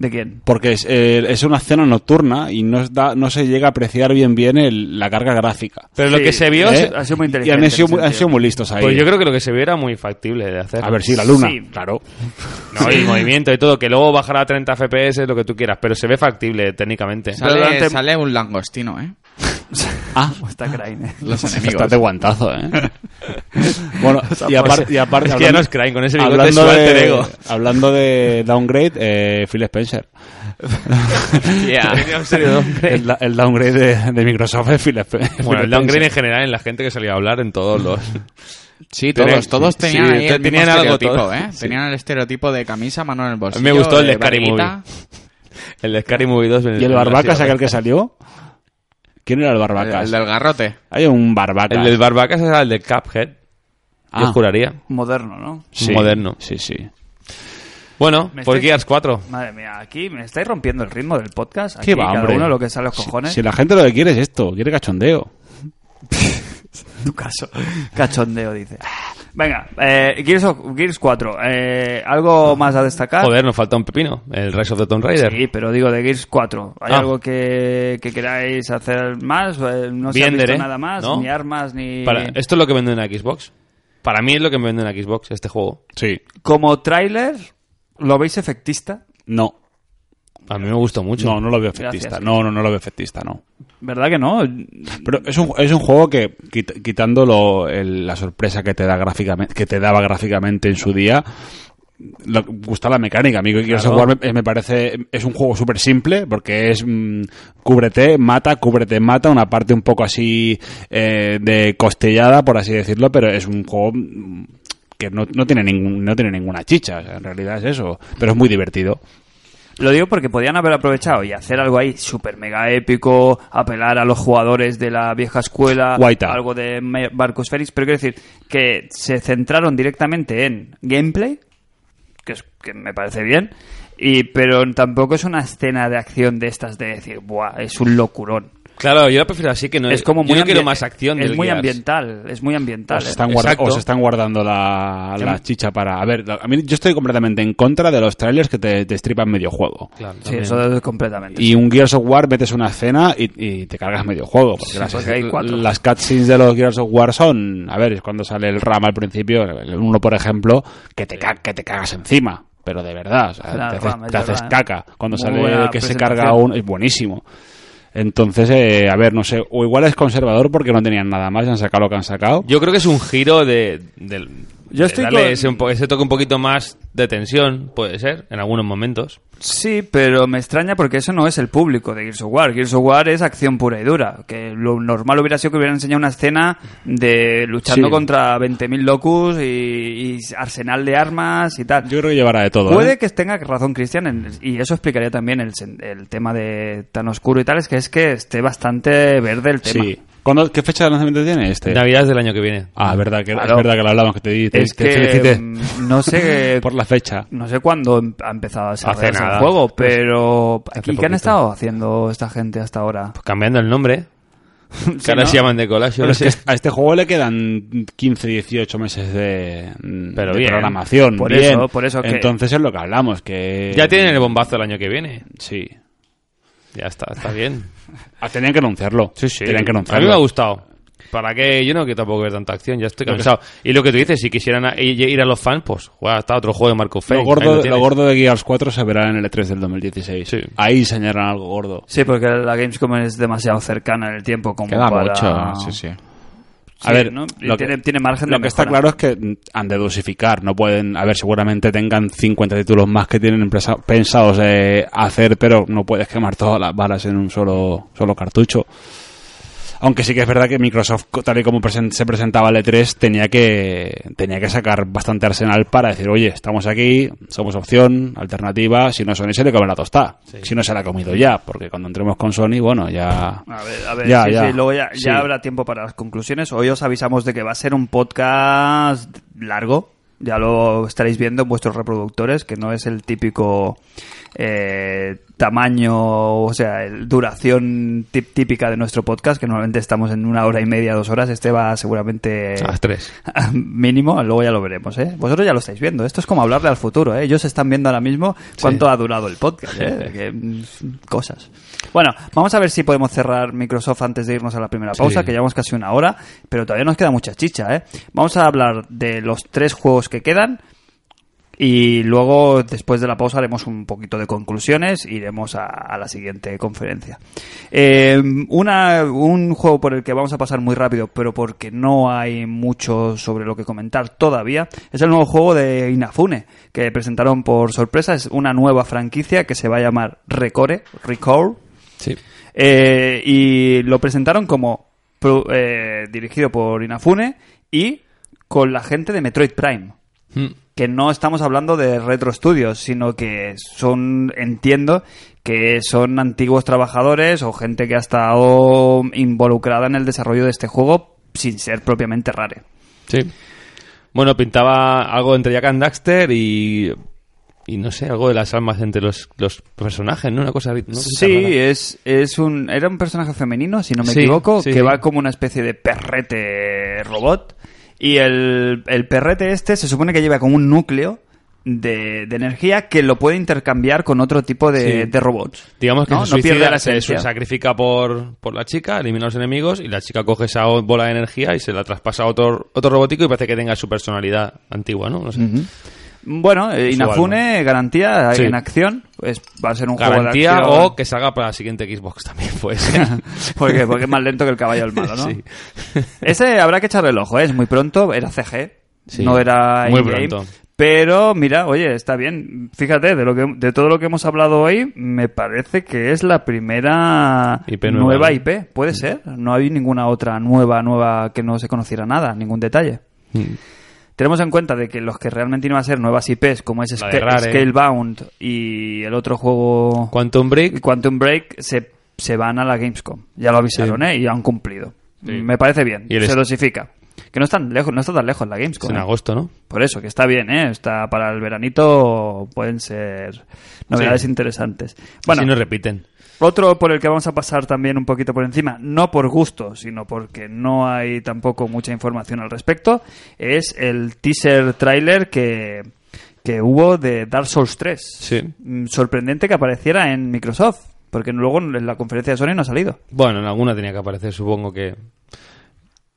¿De quién? Porque es, eh, es una escena nocturna y no, es da- no se llega a apreciar bien bien el- la carga gráfica. Pero lo Sí, que se vio, ¿eh? se- ha sido muy Y inteligente han en sido, ese muy- han sentido. sido muy listos ahí. pues yo creo que lo que se vio era muy factible de hacer. A ver si la luna. Sí. Claro. No, y movimiento y todo, que luego bajará a 30 FPS, lo que tú quieras, pero se ve factible técnicamente. Sale, Durante- sale un langostino, ¿eh? Ah, Está Crane, ¿eh? Los enemigos. estás de guantazo, ¿eh? bueno, y aparte... Y aparte Es que ya no es Crane, con ese bigote hablando es su de, alter ego. hablando de downgrade, eh, Phil Spencer. Yeah. El, da- el downgrade de, de Microsoft es Phil Spe- Phil Spencer. Bueno, el downgrade en general en la gente que salía a hablar en todos los... Sí, todos, Tenían- todos sí, tenían ahí te- el mismo tenían algo estereotipo, todos. ¿eh? Sí. Tenían el estereotipo de camisa, mano en el bolsillo. me gustó el de Scary varita. El de Scary Movie 2. ¿Y el Barbacas, aquel que salió? ¿Quién era el El, Barbacas? el del garrote. Hay un Barbacas. El del Barbacas era el de Cuphead, Ah, yo juraría. Moderno, ¿no? sí. Moderno. Sí, sí. Bueno, Me pues estoy- Gears 4. Madre mía, aquí me estáis rompiendo el ritmo del podcast. Aquí ¿Qué va, cada hombre? uno lo que sale a los cojones. Si la gente lo que quiere es esto, quiere cachondeo. Tu caso. Cachondeo, dice. Venga, eh, Gears, of- Gears 4. eh, ¿Algo más a destacar? Joder, nos falta un pepino. El Rise of the Tomb Raider. Ah. Sí, pero digo de Gears 4. ¿Hay Ah. algo que, que queráis hacer más? Eh, No se ha Binder, visto ¿eh? nada más, ¿No? ni armas, ni... Para- esto es lo que venden en Xbox. Para mí es lo que me venden en Xbox, este juego. Sí. Como tráiler, ¿lo veis efectista? No. A mí me gustó mucho. No, no lo veo efectista. Gracias. No, no, no lo veo efectista, no. ¿Verdad que no? Pero es un, es un juego que, quit- quitando lo- el- la sorpresa que te, da gráficamente, que te daba gráficamente en su día, lo- gusta la mecánica. A mí que quiero Claro. jugar me, me parece... Es un juego súper simple porque es mm, cúbrete, mata, cúbrete, mata. Una parte un poco así eh, de costellada, por así decirlo, pero es un juego... mm, que no, no tiene ningún no tiene ninguna chicha, o sea, en realidad es eso, pero es muy divertido. Lo digo porque podían haber aprovechado y hacer algo ahí súper mega épico, apelar a los jugadores de la vieja escuela, Guaita. algo de me- Marcus Félix, pero quiero decir que se centraron directamente en gameplay, que, es- que me parece bien, y pero tampoco es una escena de acción de estas de decir, buah, es un locurón. Claro, yo la prefiero así que no es como Eh, yo muy no quiero ambien- más acción. es del muy Gears. ambiental, es muy ambiental. Os ¿eh? están, guarda- Exacto. os están guardando la, la chicha para... A ver, la- a mí yo estoy completamente en contra de los trailers que te, te stripan medio juego. Claro, Sí, también. eso es completamente. Y un Gears of War metes una escena y, y te cargas medio juego. Porque, Sí, las, porque hay cuatro. las cutscenes de los Gears of War son... A ver, es cuando sale el RAM al principio, el uno por ejemplo, que te, ca- que te cagas encima. Pero de verdad, o sea, Claro, te haces, RAM, es te haces verdad, ¿eh? caca. Cuando Muy sale buena que se presentación. carga un... Es buenísimo. Entonces, eh, a ver, no sé, o igual es conservador porque no tenían nada más y han sacado lo que han sacado. Yo creo que es un giro de. del- Yo de estoy darle con- ese, un po- ese toque un poquito más de tensión, puede ser, en algunos momentos. Sí, pero me extraña porque eso no es el público de Gears of War. Gears of War es acción pura y dura. Que lo normal hubiera sido que hubieran enseñado una escena de luchando Sí. contra 20.000 locus y, y arsenal de armas y tal. Yo creo que llevará de todo. ¿eh? Puede que tenga razón Cristian, en- y eso explicaría también el, sen- el tema de tan oscuro y tal, es que es que esté bastante verde el tema. Sí. ¿Cuándo- ¿Qué fecha de lanzamiento tiene este? Navidad es del año que viene. Pues Ah, verdad que, Claro. es verdad que lo hablamos, que te, di- te- Es te que felicité mm, no sé por la fecha. No sé cuándo em- ha empezado a desarrollarse el nada. juego, Pues pero aquí, ¿qué han poquito. estado haciendo esta gente hasta ahora? Pues cambiando el nombre, que Sí, ahora ¿no? se llaman de collage. Pero es que a este juego le quedan 15, 18 meses de, mm, Pero de bien. programación. Por bien. eso, por eso que- Entonces es lo que hablamos, que... Ya tienen el bombazo el año que viene. Sí. Ya está, está bien. Ah, tenían que anunciarlo. Tenían que A mí anunciarlo. me ha gustado. ¿Para qué? Yo no quiero tampoco ver tanta acción, ya estoy cansado. Y lo que tú dices, si quisieran a- ir a los fans, pues juega hasta otro juego de Marco Félix. Lo ahí gordo, lo tienes. gordo de Gears 4 se verá en el E3 del 2016. Sí. Ahí enseñarán algo gordo. Sí, porque la Gamescom es demasiado cercana en el tiempo como Queda para... mucho, sí, sí. A ver, ¿no? Y lo que- tiene, tiene margen de Lo que está claro mejora. es que mm, han de dosificar, no pueden, a ver, seguramente tengan 50 títulos más que tienen empresa- pensados eh, hacer, pero no puedes quemar todas las balas en un solo, solo cartucho. Aunque sí que es verdad que Microsoft, co- tal y como presen- se presentaba el E3, tenía que, tenía que sacar bastante arsenal para decir, oye, estamos aquí, somos opción, alternativa, si no Sony se le come la tostada. Si no se la ha comido ya, porque cuando entremos con Sony, bueno, ya... A ver, a ver, Ya, sí, ya. sí, luego ya, ya Sí. habrá tiempo para las conclusiones. Hoy os avisamos de que va a ser un podcast largo. Ya lo estaréis viendo en vuestros reproductores, que no es el típico eh, tamaño, o sea, el- duración tip- típica de nuestro podcast, que normalmente estamos en una hora y media, dos horas. Este va seguramente Ah, A las tres. mínimo, luego ya lo veremos, ¿eh? Vosotros ya lo estáis viendo, esto es como hablarle al futuro, ¿eh? Ellos están viendo ahora mismo cuánto ha durado el podcast, ¿eh? Que, mm, cosas. Bueno, vamos a ver si podemos cerrar Microsoft antes de irnos a la primera pausa, que llevamos casi una hora, pero todavía nos queda mucha chicha, ¿eh? Vamos a hablar de los tres juegos que quedan. Y luego, después de la pausa, haremos un poquito de conclusiones e iremos a, a la siguiente conferencia. Eh, una, un juego por el que vamos a pasar muy rápido, pero porque no hay mucho sobre lo que comentar todavía, es el nuevo juego de Inafune, que presentaron por sorpresa. Es una nueva franquicia que se va a llamar Recore, Recore, Sí. eh, y lo presentaron como pro- eh, dirigido por Inafune y con la gente de Metroid Prime Mm. que no estamos hablando de Retro Studios, sino que son, entiendo, que son antiguos trabajadores o gente que ha estado involucrada en el desarrollo de este juego sin ser propiamente rare. Sí. Bueno, pintaba algo entre Jack and Daxter y. Y no sé, algo de las almas entre los, los personajes, ¿no? Una cosa. una cosita Sí, eh, rara. es, es un, era un personaje femenino, si no me Sí, equivoco, sí, que sí. va como una especie de perrete robot. Y el, el perrete este se supone que lleva como un núcleo de, de energía que lo puede intercambiar con otro tipo de, Sí. de robots. Digamos que ¿no? se, No suicida, pierde la se esencia. sacrifica por, por la chica, elimina a los enemigos y la chica coge esa o- bola de energía y se la traspasa a otro, otro robótico y parece que tenga su personalidad antigua, ¿no? No sé. Bueno, eh, Su Inafune, garantía Sí. en acción, pues va a ser un Garantía juego de o acción. que salga para la siguiente Xbox también, pues. ¿eh? porque, porque es más lento que el caballo del malo, ¿no? Sí. Ese habrá que echarle el ojo, ¿eh? es muy pronto, era CG, Sí, no era muy in-game, pronto. Pero mira, oye, está bien. Fíjate, de lo que de todo lo que hemos hablado hoy, me parece que es la primera IP nueva, ¿no? IP, puede ser. No hay ninguna otra nueva nueva que no se conociera nada, ningún detalle. Tenemos en cuenta de que los que realmente iban a ser nuevas IPs, como es La Sca- de Rare. ¿eh? Scalebound y el otro juego Quantum Break. Quantum Break, se, se van a la Gamescom. Ya lo avisaron, ¿eh? Y han cumplido. Sí. Me parece bien. Y el se est- dosifica. Que no, están lejos, no está tan lejos la Gamescom. en ¿eh? agosto, ¿no? Por eso, que está bien, ¿eh? Está para el veranito pueden ser novedades Sí. interesantes. Bueno, si no repiten. otro por el que vamos a pasar también un poquito por encima, no por gusto, sino porque no hay tampoco mucha información al respecto, es el teaser trailer que, que hubo de Dark Souls 3. Sí. Mm, Sorprendente que apareciera en Microsoft, porque luego en la conferencia de Sony no ha salido. Bueno, en alguna tenía que aparecer, supongo que.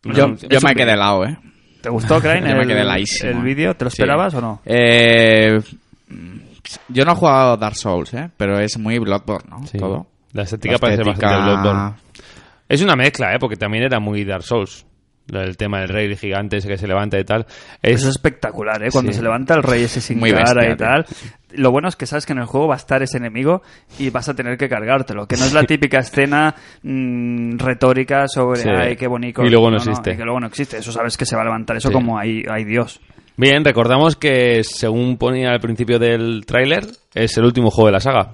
Yo, yo es un me quedé vídeo. lado, ¿eh? ¿Te gustó, Crane, Yo me quedé el, laísimo. ¿eh? el vídeo? ¿Te lo Sí. esperabas o no? Eh, yo no he jugado Dark Souls, ¿eh? Pero es muy Bloodborne, ¿no? Sí. Todo. La estética parece bastante al Bloodborne. Es una mezcla, ¿eh? Porque también era muy Dark Souls. Lo del tema del rey gigante ese que se levanta y tal. Es, Eso es espectacular, ¿eh? Cuando Sí. se levanta el rey ese sin Muy cara bestia, y tío. tal. Lo bueno es que sabes que en el juego va a estar ese enemigo y vas a tener que cargártelo. Que no es la típica escena mm, retórica sobre Sí. ay, qué bonito. Y luego no existe. y que luego no existe. Eso sabes que se va a levantar eso Sí. como hay, hay Dios. Bien, recordamos que según ponía al principio del tráiler, es el último juego de la saga.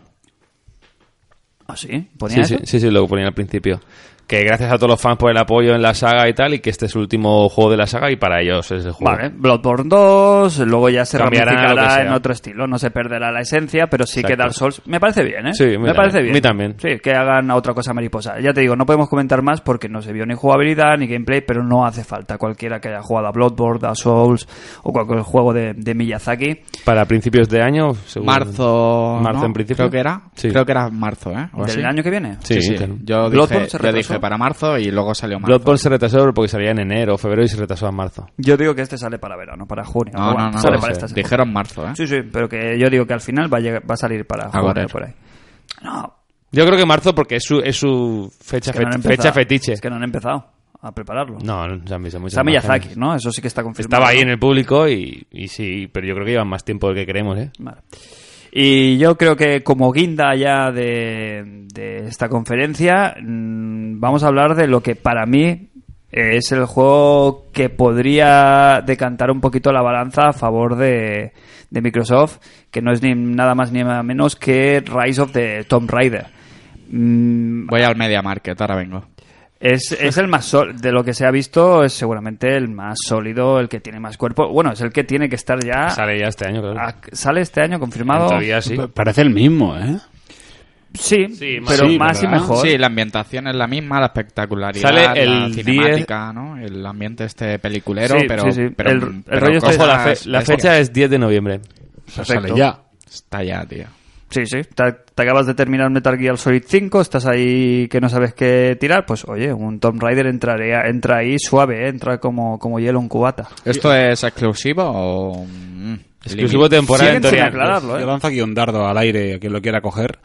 ¿Ah, sí? ¿Ponía Sí, eso? sí, sí, sí, lo que ponía al principio. Que gracias a todos los fans por el apoyo en la saga y tal, y que este es el último juego de la saga y para ellos es el juego. Vale, Bloodborne 2, luego ya se Cambiará lo que ramificará sea. en otro estilo, no se perderá la esencia, pero sí que Exacto. Dark Souls me parece bien, ¿eh? Sí, a mí me también, parece a bien. mí también. Sí, que hagan otra cosa mariposa. Ya te digo, no podemos comentar más porque no se vio ni jugabilidad ni gameplay, pero no hace falta cualquiera que haya jugado a Bloodborne, Dark Souls o cualquier juego de, de Miyazaki. Para principios de año, seguro. Marzo. Marzo ¿no? en principio. Creo que era. Sí. Creo que era marzo, ¿eh? O ¿Del así. año que viene? ¿Ah, Sí, sí, sí. claro. Yo, ¿Bloodborne dije, se yo retrasó? dije para marzo y luego salió marzo. Bloodborne se retrasó porque salía en enero o febrero y se retrasó a marzo. Yo digo que este sale para verano, para junio. No, Bueno, no, no. sale no para sé. estas épocas. Dijeron marzo, ¿eh? Sí, sí, pero que yo digo que al final va a, llegar- va a salir para Ah, junio Agora. por ahí. No, Yo creo que marzo porque es su, es su fecha, es que no fe- han empezado. fecha fetiche. Es que no han empezado a prepararlo. No, no se han visto muchas Está imágenes. Miyazaki, ¿no? Eso sí que está confirmado. Estaba ahí ¿no? en el público y, y sí, pero yo creo que llevan más tiempo del que queremos, ¿eh? Vale. Y yo creo que como guinda ya de, de esta conferencia, mm, vamos a hablar de lo que para mí es el juego que podría decantar un poquito la balanza a favor de, de Microsoft, que no es ni nada más ni nada menos que Rise of the Tomb Raider. Mm, Voy al Media Market, ahora vengo. es, es el más sol, de lo que se ha visto, es seguramente el más sólido, el que tiene más cuerpo. Bueno, es el que tiene que estar ya. Sale ya este año, claro. a- sale este año confirmado. Todavía sí. Pa- Parece el mismo, ¿eh? Sí, Sí, más- pero sí, más y ¿verdad? mejor. Ah, Sí, la ambientación es la misma, la espectacularidad, Sale el la cinemática, ¿no? El ambiente este peliculero, Sí, pero, sí, sí. pero- El- el pero rollo este- Ojo, la, fe- cosas la bestias. fecha es 10 de noviembre. O sea, Perfecto. sale ya. Está ya, tío. Sí, sí. Te, te acabas de terminar Metal Gear Solid 5, estás ahí que no sabes qué tirar. Pues oye, un Tomb Raider entraría, entra ahí suave, ¿eh? entra como, como hielo en cubata. ¿Esto es exclusivo o...? mm, Exclusivo límite? temporal en Siguen sin Torian. aclararlo, Yo ¿eh? lanzo aquí un dardo al aire a quien lo quiera coger.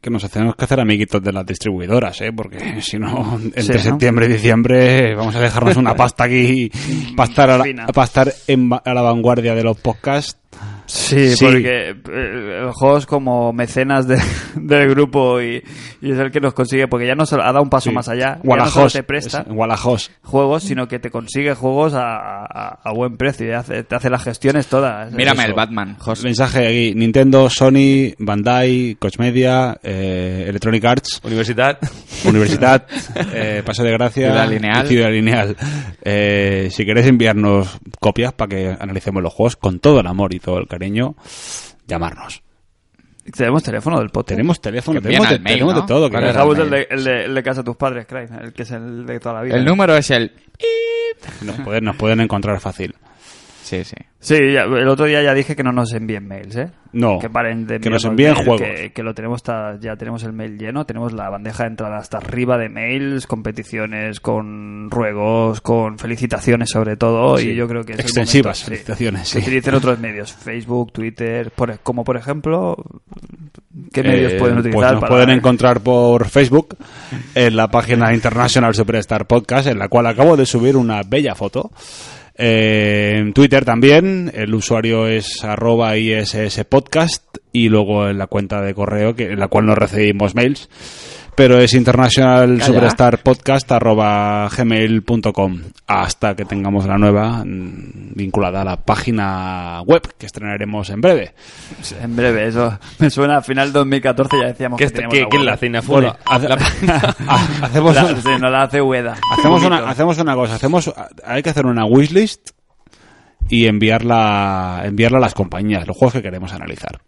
Que nos tenemos que hacer amiguitos de las distribuidoras, ¿eh? Porque si no, entre Sí, ¿no? septiembre y diciembre vamos a dejarnos una pasta aquí para estar, a Fina. la, pa' estar en va- a la vanguardia de los podcasts. Sí, Sí. porque eh, el juego es como mecenas de- del grupo y, y es el que nos consigue, porque ya no solo- ha dado un paso más allá. Ya no solo Gualajos. te presta Es- Gualajos. juegos, sino que te consigue juegos a, a- a buen precio y hace- te hace las gestiones todas. Mírame Eso. el Batman, José. Mensaje aquí. Nintendo, Sony, Bandai, Coach Media, eh, Electronic Arts, Universidad. Universidad, eh, Paso de Gracia, Ciudad Lineal. y Ciudad Lineal. Eh, si queréis enviarnos copias para que analicemos los juegos con todo el amor y todo el cariño, llamarnos. Tenemos teléfono del podcast. Tenemos teléfono, Que envíen tenemos, de, al mail, tenemos ¿no? de todo. que Vale, ver. Dejamos el Realmente. de, el de- el de casa de tus padres, Craig, el que es el de toda la vida. El número es el... nos, pueden, nos pueden encontrar fácil. Sí, sí. Sí, ya- el otro día ya dije que no nos envíen mails, ¿eh? No, Que paren de que nos enviarnos envíen mails, juegos. Que, que lo tenemos ta- ya tenemos el mail lleno, tenemos la bandeja de entrada hasta arriba de mails, con peticiones, con ruegos, con felicitaciones sobre todo, y yo creo que es el Extensivas momento, felicitaciones, Que sí. utilicen otros medios, Facebook, Twitter, por- e, como por ejemplo, ¿qué Eh, medios pueden pues utilizar? nos para- pueden encontrar por Facebook en la página International Superstar Podcast, en la cual acabo de subir una bella foto. Eh, en Twitter también, el usuario es arroba ISS Podcast y luego en la cuenta de correo que, en la cual no recibimos mails, pero es International Calla. Superstar Podcast arroba gmail.com hasta que tengamos la nueva mm, vinculada a la página web que estrenaremos en breve. En breve, eso me suena a final 2014 ya decíamos ¿Qué, que está- teníamos qué- la quién web. este, la hace Inafune? Bueno, haz- La- Ha- hacemos La- un- sí, no la hace Ueda. Hacemos Bonito. una, hacemos una cosa, hacemos, hay que hacer una wishlist y enviarla, enviarla a las compañías, los juegos que queremos analizar.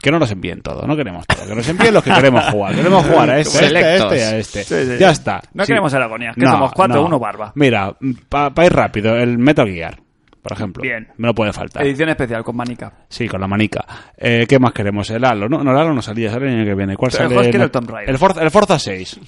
Que no nos envíen todo, no queremos todo, que nos envíen los que queremos jugar. Queremos jugar a este, a este, a este, a este. Sí, sí. Ya está. No Sí. queremos Aragonia, que somos cuatro, uno barba. Mira, para ir rápido, el Metal Gear, por ejemplo. Bien. Me lo puede faltar. Edición especial con Manica. Sí, con la manica. Eh, ¿Qué más queremos? El Halo. No, no, el Halo no salía, sale el año que viene. ¿Cuál Pero el sale? juego es que era No- el Tomb Raider. el Forza, el Forza 6.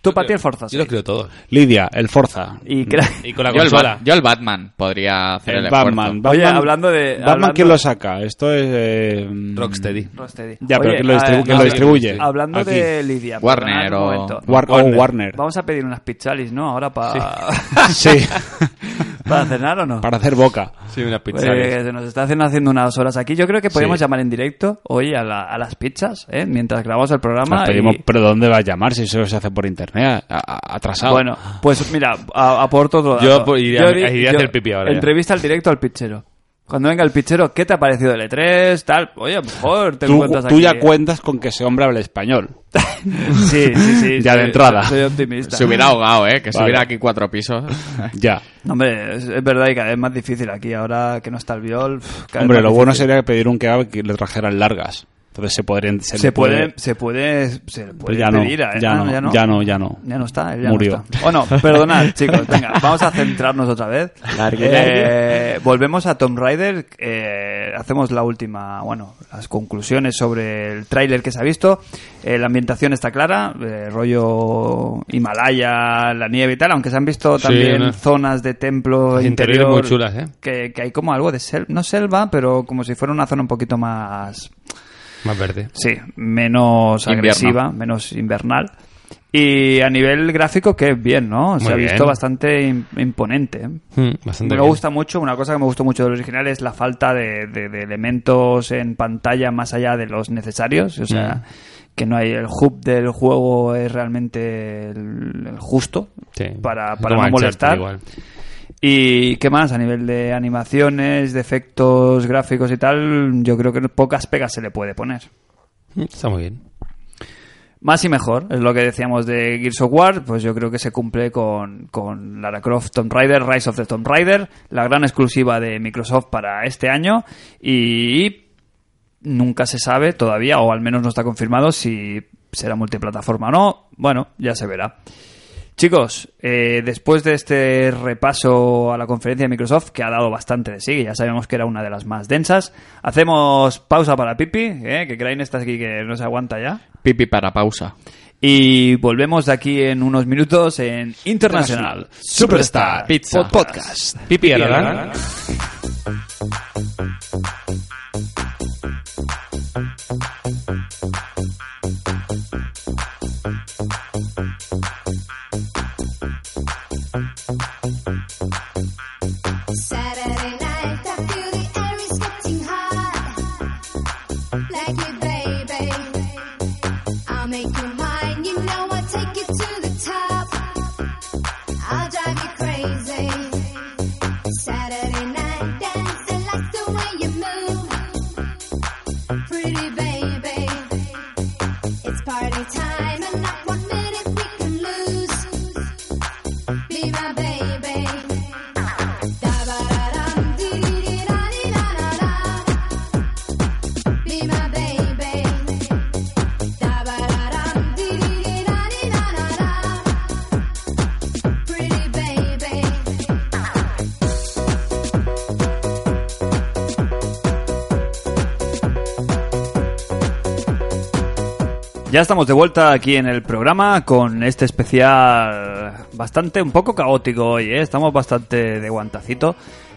Tú para ti el Forza. Yo lo sí. creo todo. Lidia, el Forza. Y cra- Y con la Yo el, consola. Bat- yo el Batman podría hacer el, el esfuerzo. Batman. Oye, Batman- hablando de- Batman, hablando- ¿quién lo saca? Esto es. eh, Rocksteady. Rocksteady. Ya, pero Oye, ¿quién lo, ah, distribu- quién no, lo sí. distribuye? Hablando Aquí. de Lidia. Warner perdonad un o- momento. War- oh, Warner. Vamos a pedir unas pizzalis, ¿no? Ahora para Sí. para cenar o no. Para hacer boca. Sí, unas Eh, pizzas. que se nos está haciendo, haciendo unas horas aquí. Yo creo que podemos Sí. llamar en directo hoy a, la- a las pizzas, ¿eh? mientras grabamos el programa. Nos y- pedimos, pero ¿dónde va a llamar si eso se hace por internet? A- a- atrasado. Bueno, pues mira, a- aporto otro Yo dato. por- pues, iría- di- iría a hacer pipí ahora ya. Entrevista al directo al pichero. Cuando venga el pichero, ¿qué te ha parecido el E3? Tal, oye, mejor te tú, encuentras tú aquí. ya cuentas con que ese hombre habla español. Sí, sí, sí. Ya de soy- entrada. Soy optimista. Se hubiera ahogado, ¿eh? Que se Vale. hubiera aquí cuatro pisos. Ya. No, Hombre, es, es verdad y cada vez más difícil aquí. Ahora que no está el viol. pf, cada Hombre, vez más lo bueno difícil. sería pedir un kebab y que le trajeran largas. Entonces se podrían. Se, Se le puede- Pues puede, se puede, se le puede ya, no, pedir a- ya, ah, no, ya no, ya no, ya no. Ya no está, él ya Murió. no está. Bueno, perdonad, chicos, venga, vamos a centrarnos otra vez. Eh, volvemos a Tomb Raider, eh, hacemos la última, bueno, las conclusiones sobre el tráiler que se ha visto. Eh, la ambientación está clara, eh, rollo Himalaya, la nieve y tal, aunque se han visto Sí, también una- zonas de templo Las interiores interior. muy chulas, ¿eh? Que, que hay como algo de selva, no selva, pero como si fuera una zona un poquito más Más verde. Sí, menos Invierno. agresiva, menos invernal. Y a nivel gráfico, que bien, ¿no? Se Muy ha bien. visto bastante im- imponente. Mm, Bastante Me bien. gusta mucho, una cosa que me gustó mucho del original es la falta de, de- de elementos en pantalla más allá de los necesarios. O sea, Mm. que no hay el hub del juego es realmente el, el justo Sí. para, Es para como no Uncharted molestar. igual. ¿Y qué más? A nivel de animaciones, de efectos gráficos y tal, yo creo que pocas pegas se le puede poner. Mm, Está muy bien. Más y mejor, es lo que decíamos de Gears of War, pues yo creo que se cumple con, con Lara Croft Tomb Raider, Rise of the Tomb Raider, la gran exclusiva de Microsoft para este año y nunca se sabe todavía, o al menos no está confirmado si será multiplataforma o no, bueno, ya se verá. Chicos, eh, después de este repaso a la conferencia de Microsoft, que ha dado bastante de sí, que ya sabemos que era una de las más densas, hacemos pausa para Pipi, ¿eh? que Crane está aquí que no se aguanta ya. Pipi para pausa. Y volvemos de aquí en unos minutos en Internacional Superstar Pizza. Podcast. Pipi, Ararán. Saturday night, I feel the air is getting hot. Like you, baby. I'll make you mine, you know I'll take you to the top. I'll drive you crazy. Saturday night, dance, I like the way Ya estamos de vuelta aquí en el programa con este especial bastante, un poco caótico hoy, ¿eh? estamos bastante de guantacito,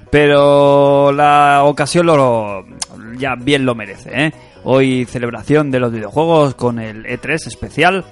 pero la ocasión lo, ya bien lo merece. ¿eh? Hoy celebración de los videojuegos con el E3 especial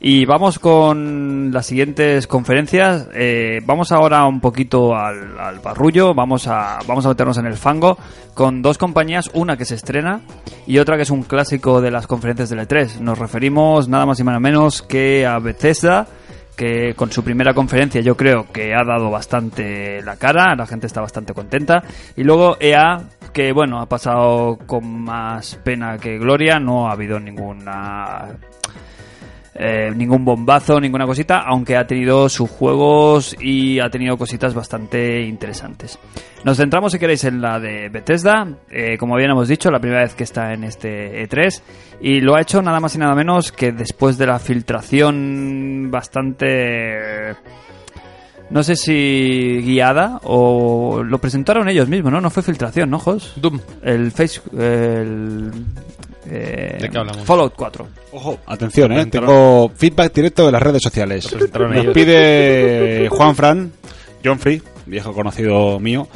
y vamos con las siguientes conferencias. Eh, vamos ahora un poquito al, al barrullo, vamos a, vamos a meternos en el fango con dos compañías, una que se estrena y otra que es un clásico de las conferencias del E3. Nos referimos nada más y nada menos que a Bethesda, que con su primera conferencia yo creo que ha dado bastante la cara, la gente está bastante contenta. Y luego EA, que bueno, ha pasado con más pena que gloria, no ha habido ninguna eh, ningún bombazo, ninguna cosita, aunque ha tenido sus juegos y ha tenido cositas bastante interesantes. Nos centramos, si queréis, en la de Bethesda, eh, como bien hemos dicho, la primera vez que está en este E3, y lo ha hecho nada más y nada menos que después de la filtración bastante... eh, No sé si guiada o lo presentaron ellos mismos, ¿no? No fue filtración, ¿no, Jos? Doom. El Face... El, eh, ¿De qué hablamos? Fallout 4. Ojo, atención, ¿eh? Tengo feedback directo de las redes sociales. presentaron Nos ellos. pide Juan Fran, John Free, viejo conocido mío,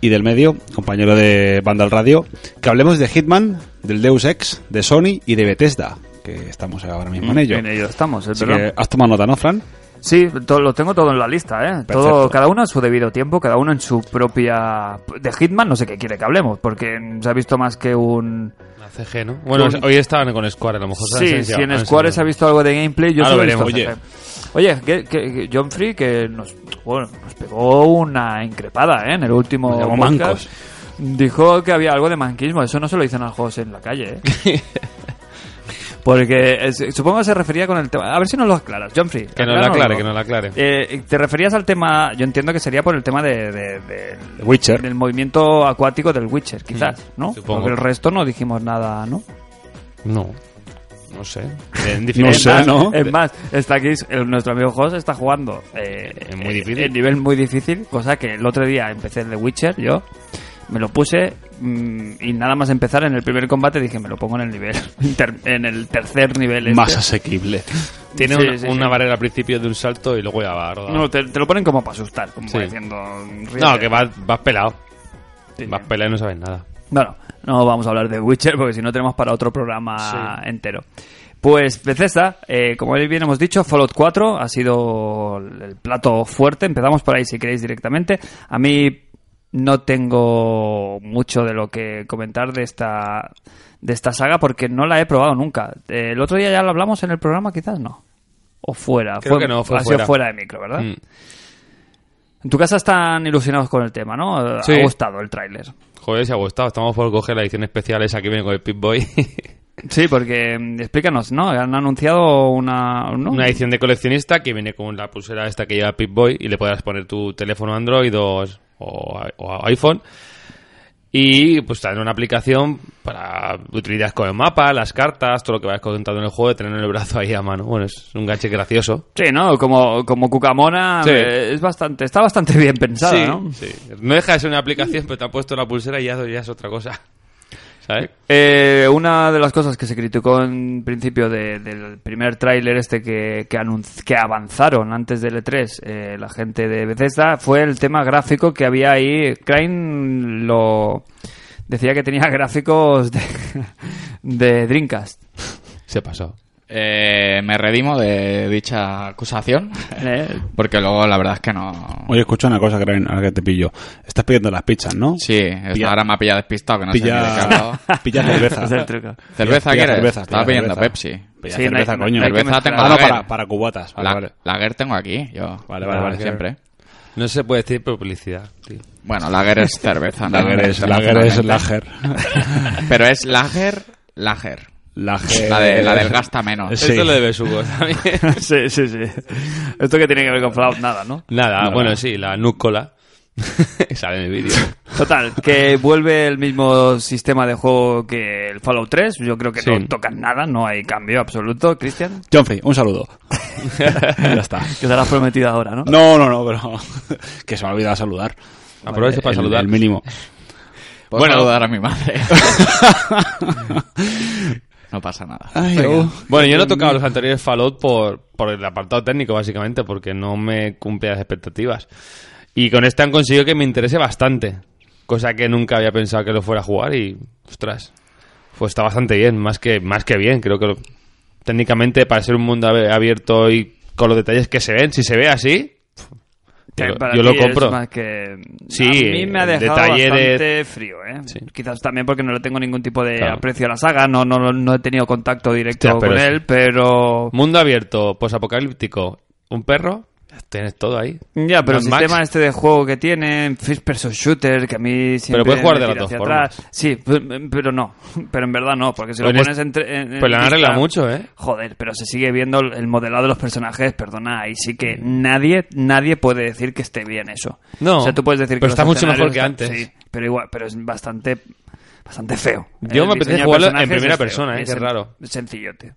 y del medio, compañero de Vandal Radio, que hablemos de Hitman, del Deus Ex, de Sony y de Bethesda, que estamos ahora mismo en ello. Mm, En ello estamos, es Así verdad. que has tomado nota, ¿no, Fran? Sí, to- lo tengo todo en la lista, ¿eh? Todo, Perfecto. cada uno a su debido tiempo, cada uno en su propia... De Hitman no sé qué quiere que hablemos, porque se ha visto más que un... La CG, ¿no? Bueno, Con- hoy estaban con Square, a lo mejor. se han Sí, enseñado- si en han Square se ha enseñado. visto algo de gameplay, yo Ah, solo lo he visto veremos. CG. Oye, que, que- que John Free que nos, bueno, nos pegó una increpada, ¿eh? En el último Nos llamó podcast. mancos. Dijo que había algo de manquismo, eso no se lo dicen a los juegos en la calle, ¿eh? Porque eh, supongo que se refería con el tema... A ver si nos lo aclaras, John Free. Que nos lo aclare, acláralo. que nos lo aclare. Eh, te referías al tema, yo entiendo que sería por el tema de, de- de- The Witcher. del movimiento acuático del Witcher, quizás, ¿no? Mm, supongo. Porque el resto no dijimos nada, ¿no? No. No sé. En No diferentes- sé, es más, ¿no? Es más, está aquí, el- nuestro amigo Jos está jugando eh, Es muy eh, difícil. en nivel muy difícil, cosa que el otro día empecé el de Witcher, yo me lo puse mm, y nada más empezar en el primer combate dije me lo pongo en el nivel inter- en el tercer nivel este. Más asequible. Tiene Sí, una, sí, una sí. barrera al principio de un salto y luego ya va rodando. no, te, te lo ponen como para asustar como Sí. diciendo No, ríete. que vas, vas pelado. Sí, Vas sí. pelado y no sabes nada. Bueno, no vamos a hablar de Witcher porque si no tenemos para otro programa entero. Pues Bethesda, eh, como bien hemos dicho, Fallout 4 ha sido el plato fuerte. Empezamos por ahí si queréis directamente. A mí no tengo mucho de lo que comentar de esta de esta saga porque no la he probado nunca. Eh, el otro día ya lo hablamos en el programa, quizás no. O fuera. Creo que no, fue ha sido fuera. fuera de micro, ¿verdad? Mm. En tu casa están ilusionados con el tema, ¿no? Sí. Ha gustado el tráiler. Joder, si ha gustado. Estamos por coger la edición especial esa que viene con el Pit Boy. Sí, porque mm, explícanos, ¿no? Han anunciado una... ¿no? Una edición de coleccionista que viene con la pulsera esta que lleva Pip Boy y le podrás poner tu teléfono Android o, o- o iPhone. Y pues traer una aplicación para utilidades con el mapa, las cartas, todo lo que vayas contando en el juego, de tener el brazo ahí a mano. Bueno, es un gache gracioso. Sí, ¿no? Como, como Cucamona Sí. eh, es bastante, está bastante bien pensada, sí, ¿no? sí. No deja de ser una aplicación, pero te ha puesto la pulsera y ya, ya es otra cosa. ¿Sabes? Eh, una de las cosas que se criticó en principio de- del primer tráiler este que, que, anunci- que avanzaron antes del E3 eh, la gente de Bethesda fue el tema gráfico que había ahí. Crane lo decía que tenía gráficos de, de Dreamcast. Se pasó. Eh, me redimo de dicha acusación. Eh, Porque luego la verdad es que no. Oye, escucha una cosa, Karen, ahora que te pillo. Estás pidiendo las pizzas, ¿no? Sí, es- Pilla- ahora me ha pillado despistado, que no sé ni de qué hablaba. Pilla, pilla cerveza. es el truco. ¿Cerveza Pilla quieres? cerveza, Estaba pilla pidiendo cerveza. Pepsi. Pilla Sí, no hay- cerveza, no hay- coño. no hay que Cerveza tengo Ah, no, Lager. para, para cubatas. Vale, La- vale. Lager tengo aquí, yo. Vale, vale, vale. Siempre. No se puede decir pero publicidad. tío. Bueno, Lager es cerveza. ¿no? Lager es, lager es lager. Pero es Lager, Lager. Lager. La, de, Eh, la del gasta menos. Sí. Esto lo debe Sugo también. sí, sí, sí. Esto que tiene que ver con Fallout, nada, ¿no? Nada, bueno, sí, la núcola. Sale en el vídeo. Total, que vuelve el mismo sistema de juego que el Fallout 3. Yo creo que Sí. no tocan nada, no hay cambio absoluto. Cristian, Johnfrey, un saludo. ya está. que te lo has prometido ahora, ¿no? No, no, no, pero que se me ha olvidado saludar. Aprovecho para El- saludar. El mínimo. Puedo Bueno. saludar a mi madre. No pasa nada. Bueno, yo no he tocado los anteriores Fallout por, por el apartado técnico, básicamente, porque no me cumple las expectativas. Y con este han conseguido que me interese bastante, cosa que nunca había pensado que lo fuera a jugar y, ostras, pues está bastante bien, más que, más que bien, creo que lo- técnicamente para ser un mundo abe- abierto y con los detalles que se ven, si se ve así, Que yo, para yo ti lo es compro. más que- Sí, a mí me ha el dejado detalle de- bastante frío, ¿eh? Sí. Quizás también porque no le tengo ningún tipo de Claro. aprecio a la saga, no, no, no he tenido contacto directo Hostia, pero con es- él, pero... Mundo abierto, posapocalíptico, un perro, tienes todo ahí. Ya, pero Mad el Max. sistema este de juego que tiene, first person shooter, que a mí siempre Pero puedes jugar me de tira las dos hacia formas. atrás. Sí, pe- pero no, pero en verdad no, porque si Pues lo en pones este- entre... en- en Pues le han lista- arreglado mucho, ¿eh? Joder, pero se sigue viendo el el modelado de los personajes, perdona, ahí sí que nadie nadie puede decir que esté bien eso. No, o sea, tú puedes decir pero que los está mucho mejor escenarios que están- antes. Sí, pero igual, pero es bastante bastante feo. ¿eh? Yo El me apetece diseño de jugarlo en personajes primera es feo, persona, ¿eh? es Qué sen- raro. Mm. Sencillote.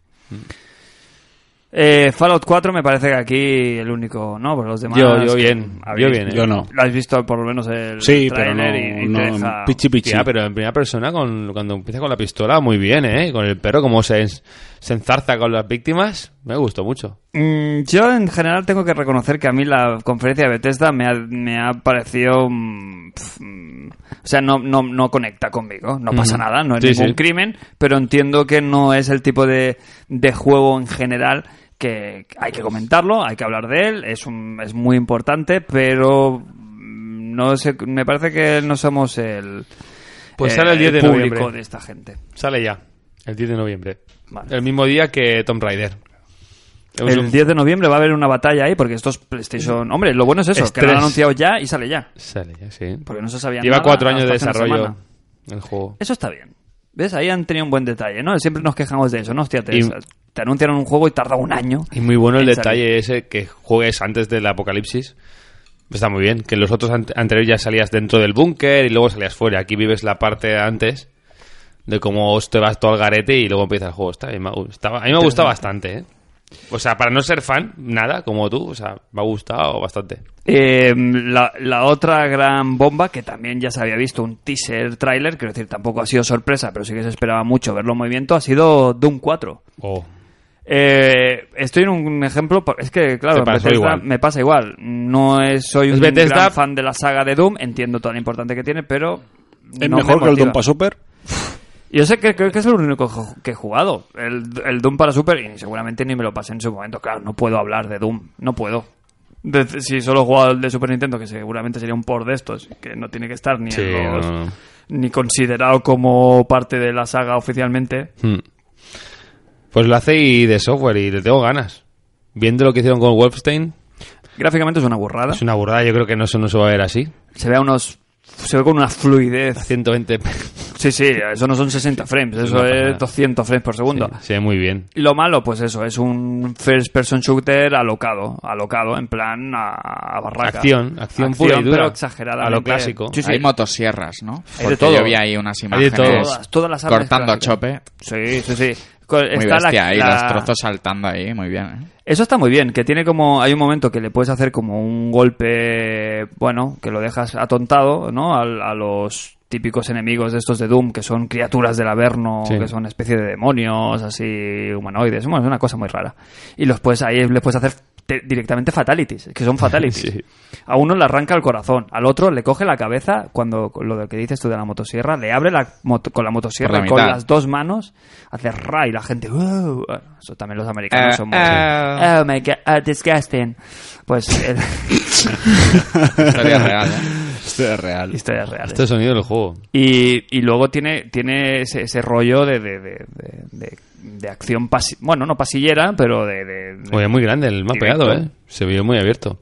Eh, Fallout 4 me parece que aquí el único, ¿no? Por los demás. Yo- yo bien, habéis- yo bien, ¿eh? Yo no. Lo has visto por lo menos el Sí, pero trailer no, y, y te no, deja... pichi pichi. Tía, pero en primera persona, con, cuando empieza con la pistola, muy bien, ¿eh? Y con el perro, como se, se enzarza con las víctimas, me gustó mucho. Mm, Yo en general tengo que reconocer que a mí la conferencia de Bethesda me ha, me ha parecido... mm, pf, mm, o sea, no, no, no conecta conmigo, no pasa nada, no es Sí, ningún sí. crimen, pero entiendo que no es el tipo de, de juego en general que hay que comentarlo, hay que hablar de él, es, un, es muy importante, pero mm, no sé, me parece que no somos el, eh, Pues sale el 10 de público noviembre. de esta gente. Sale ya, el 10 de noviembre. Vale. El mismo día que Tomb Raider. Es El un- 10 de noviembre va a haber una batalla ahí porque estos PlayStation... Hombre, lo bueno es eso, que lo han Estrés. anunciado ya y sale ya. Sale ya, sí. Porque no se sabía Lleva nada cuatro años de hasta hace una desarrollo semana. el juego. Eso está bien. ¿Ves? Ahí han tenido un buen detalle, ¿no? Siempre nos quejamos de eso, ¿no? Hostia, te, Y- te anunciaron un juego y tarda un año. Y muy bueno el en salir. detalle ese que juegues antes del apocalipsis. Está muy bien. Que en los otros ante- anteriores ya salías dentro del búnker y luego salías fuera. Aquí vives la parte de antes de cómo te vas todo al garete y luego empieza el juego. Está bien, me ha gu- estaba- a mí me ha gustado bastante, ¿eh? O sea, para no ser fan, nada, como tú, o sea, me ha gustado bastante. Eh, la, la otra gran bomba, que también ya se había visto un teaser trailer, quiero decir, tampoco ha sido sorpresa, pero sí que se esperaba mucho verlo en movimiento, ha sido Doom 4. Eh, estoy en un ejemplo, por- es que claro, Te pasó Bethesda igual. me pasa igual. No es, soy Es un Bethesda. gran fan de la saga de Doom, entiendo toda la importancia que tiene, pero ¿Es no me mejor que el motiva. Doom para Super? Yo sé que creo que es el único jo- que he jugado. El, el Doom para Super, y seguramente ni me lo pasé en su momento. Claro, no puedo hablar de Doom. No puedo. De- si solo he jugado el de Super Nintendo, que seguramente sería un por de estos, que no tiene que estar ni, en los- ni considerado como parte de la saga oficialmente. Hmm. Pues lo hace y de software y le tengo ganas. Viendo lo que hicieron con Wolfstein, Gráficamente es una burrada. es una burrada, yo creo que no, eso no se va a ver así. Se ve a unos. Se ve con una A fluidez. 120 Sí, sí, eso no son 60 frames, eso una pasada. es 200 frames por segundo. se ve muy bien. Lo malo, pues eso, es un first person shooter alocado, alocado, en plan a, a barraca. Acción, acción pura y dura. pero exageradamente. A lo clásico. Sí, sí. Hay motosierras, ¿no? Hay de Porque todo. yo vi ahí unas Hay de imágenes todo. Todas, todas las armas cortando clásicas. chope. Sí, sí, sí. Co- Muy está la- bestia, ahí la- los trozos saltando ahí, muy bien. ¿eh? Eso está muy bien, que tiene como... Hay un momento que le puedes hacer como un golpe, bueno, que lo dejas atontado, ¿no? Al- A, los típicos enemigos de estos de Doom, que son criaturas del Averno, Sí. que son especie de demonios, así, humanoides, bueno, es una cosa muy rara. Y los puedes, ahí les puedes hacer te- directamente fatalities, que son fatalities. Sí. A uno le arranca el corazón, al otro le coge la cabeza, cuando lo que dices tú de la motosierra, le abre la moto- con la motosierra, Por la con mitad. las dos manos, hace ra y la gente... "Wow". Eso también los americanos Eh, son muy... eh. Oh my god, uh, disgusting. Pues el- Historia real, ¿eh? Esto Este es real. historias reales. Este sonido del juego. Y, y luego tiene, tiene ese, ese rollo de, de, de, de, de- de acción, pasi- bueno, no pasillera, pero de... de- de- Oye, muy grande, el más Directo. pegado, ¿eh? Se vio muy abierto.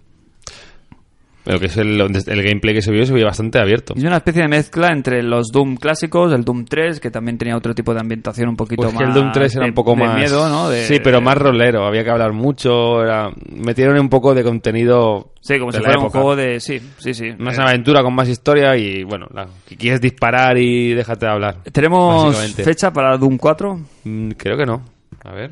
Lo que es el, el gameplay que se vio, se vio bastante abierto. Es una especie de mezcla entre los Doom clásicos, el Doom 3, que también tenía otro tipo de ambientación un poquito Pues más... que el Doom 3 era de- un poco de más... miedo, ¿no? De- sí, pero de- más rolero. Había que hablar mucho. Era... Metieron un poco de contenido Sí, como de si la fuera un época. juego de... Sí, sí, sí. Más Eh, aventura, con más historia y, bueno, la- que quieres disparar y déjate de hablar. ¿Tenemos Básicamente. fecha para Doom 4? Mm, Creo que no. A ver.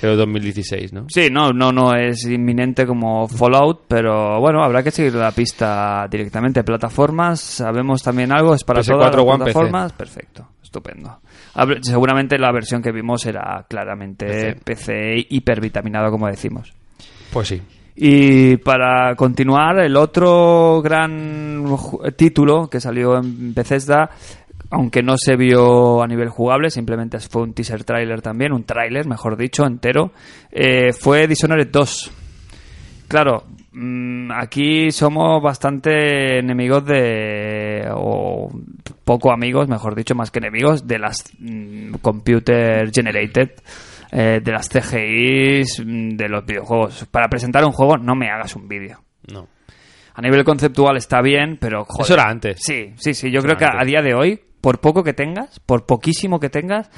Creo 2016, ¿no? Sí, no, no, no es inminente como Fallout, pero bueno, habrá que seguir la pista directamente. Plataformas, sabemos también algo, es para PS4, todas las One, PC. plataformas. Perfecto, estupendo. Habrá- seguramente la versión que vimos era claramente PC, hipervitaminado, como decimos. Pues sí. Y para continuar, el otro gran ju- título que salió en Bethesda, aunque no se vio a nivel jugable, simplemente fue un teaser trailer también, un trailer, mejor dicho, entero, eh, fue Dishonored 2. Claro, mm, aquí somos bastante enemigos de. o poco amigos, mejor dicho, más que enemigos, de las mm, computer generated. eh, de las CGIs mm, de los videojuegos. Para presentar un juego, no me hagas un vídeo. No. A nivel conceptual está bien, pero joder. Eso era antes. Sí, sí, sí. Yo creo que a antes. día de hoy, por poco que tengas, por poquísimo que tengas,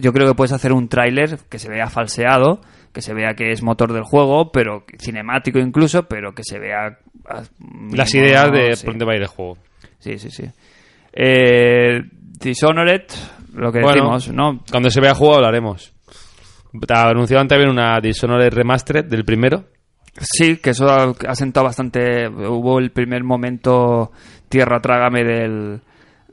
yo creo que puedes hacer un tráiler que se vea falseado, que se vea que es motor del juego, pero cinemático incluso, pero que se vea ah, Las mínimo, ideas de sí. por dónde va a ir el juego. Sí, sí, sí. Eh, Dishonored, lo que Bueno. decimos, ¿no? Cuando se vea el juego hablaremos. Te anunciaban también una Dishonored Remastered del primero. Sí, que eso ha, ha sentado bastante. Hubo el primer momento tierra trágame del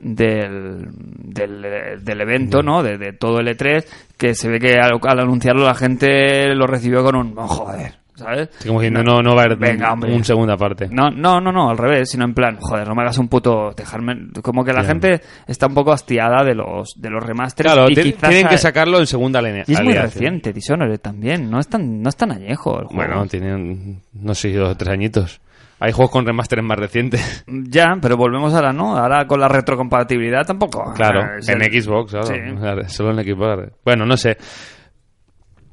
del, del, del evento, ¿no? De, de todo el E3, que se ve que al, al anunciarlo la gente lo recibió con un "Oh, joder, ¿sabes? Así como diciendo, no, no va a haber Venga, un- hombre. un segunda parte. No, no, no, no, al revés, sino en plan, joder, no me hagas un puto dejarme. Como que la Ya. gente está un poco hastiada de los de los remasters. Claro, y ti- quizás tienen a- que sacarlo en segunda línea. Y es muy reciente, Dishonored también, no es tan, no es tan añejo el juego. Bueno, tienen, no sé, dos o tres añitos. Hay juegos con remasteres más recientes. Ya, pero volvemos ahora, ¿no? Ahora con la retrocompatibilidad tampoco. Claro, Es en el- Xbox, claro. Sí. Claro, Solo en Xbox. Bueno, no sé.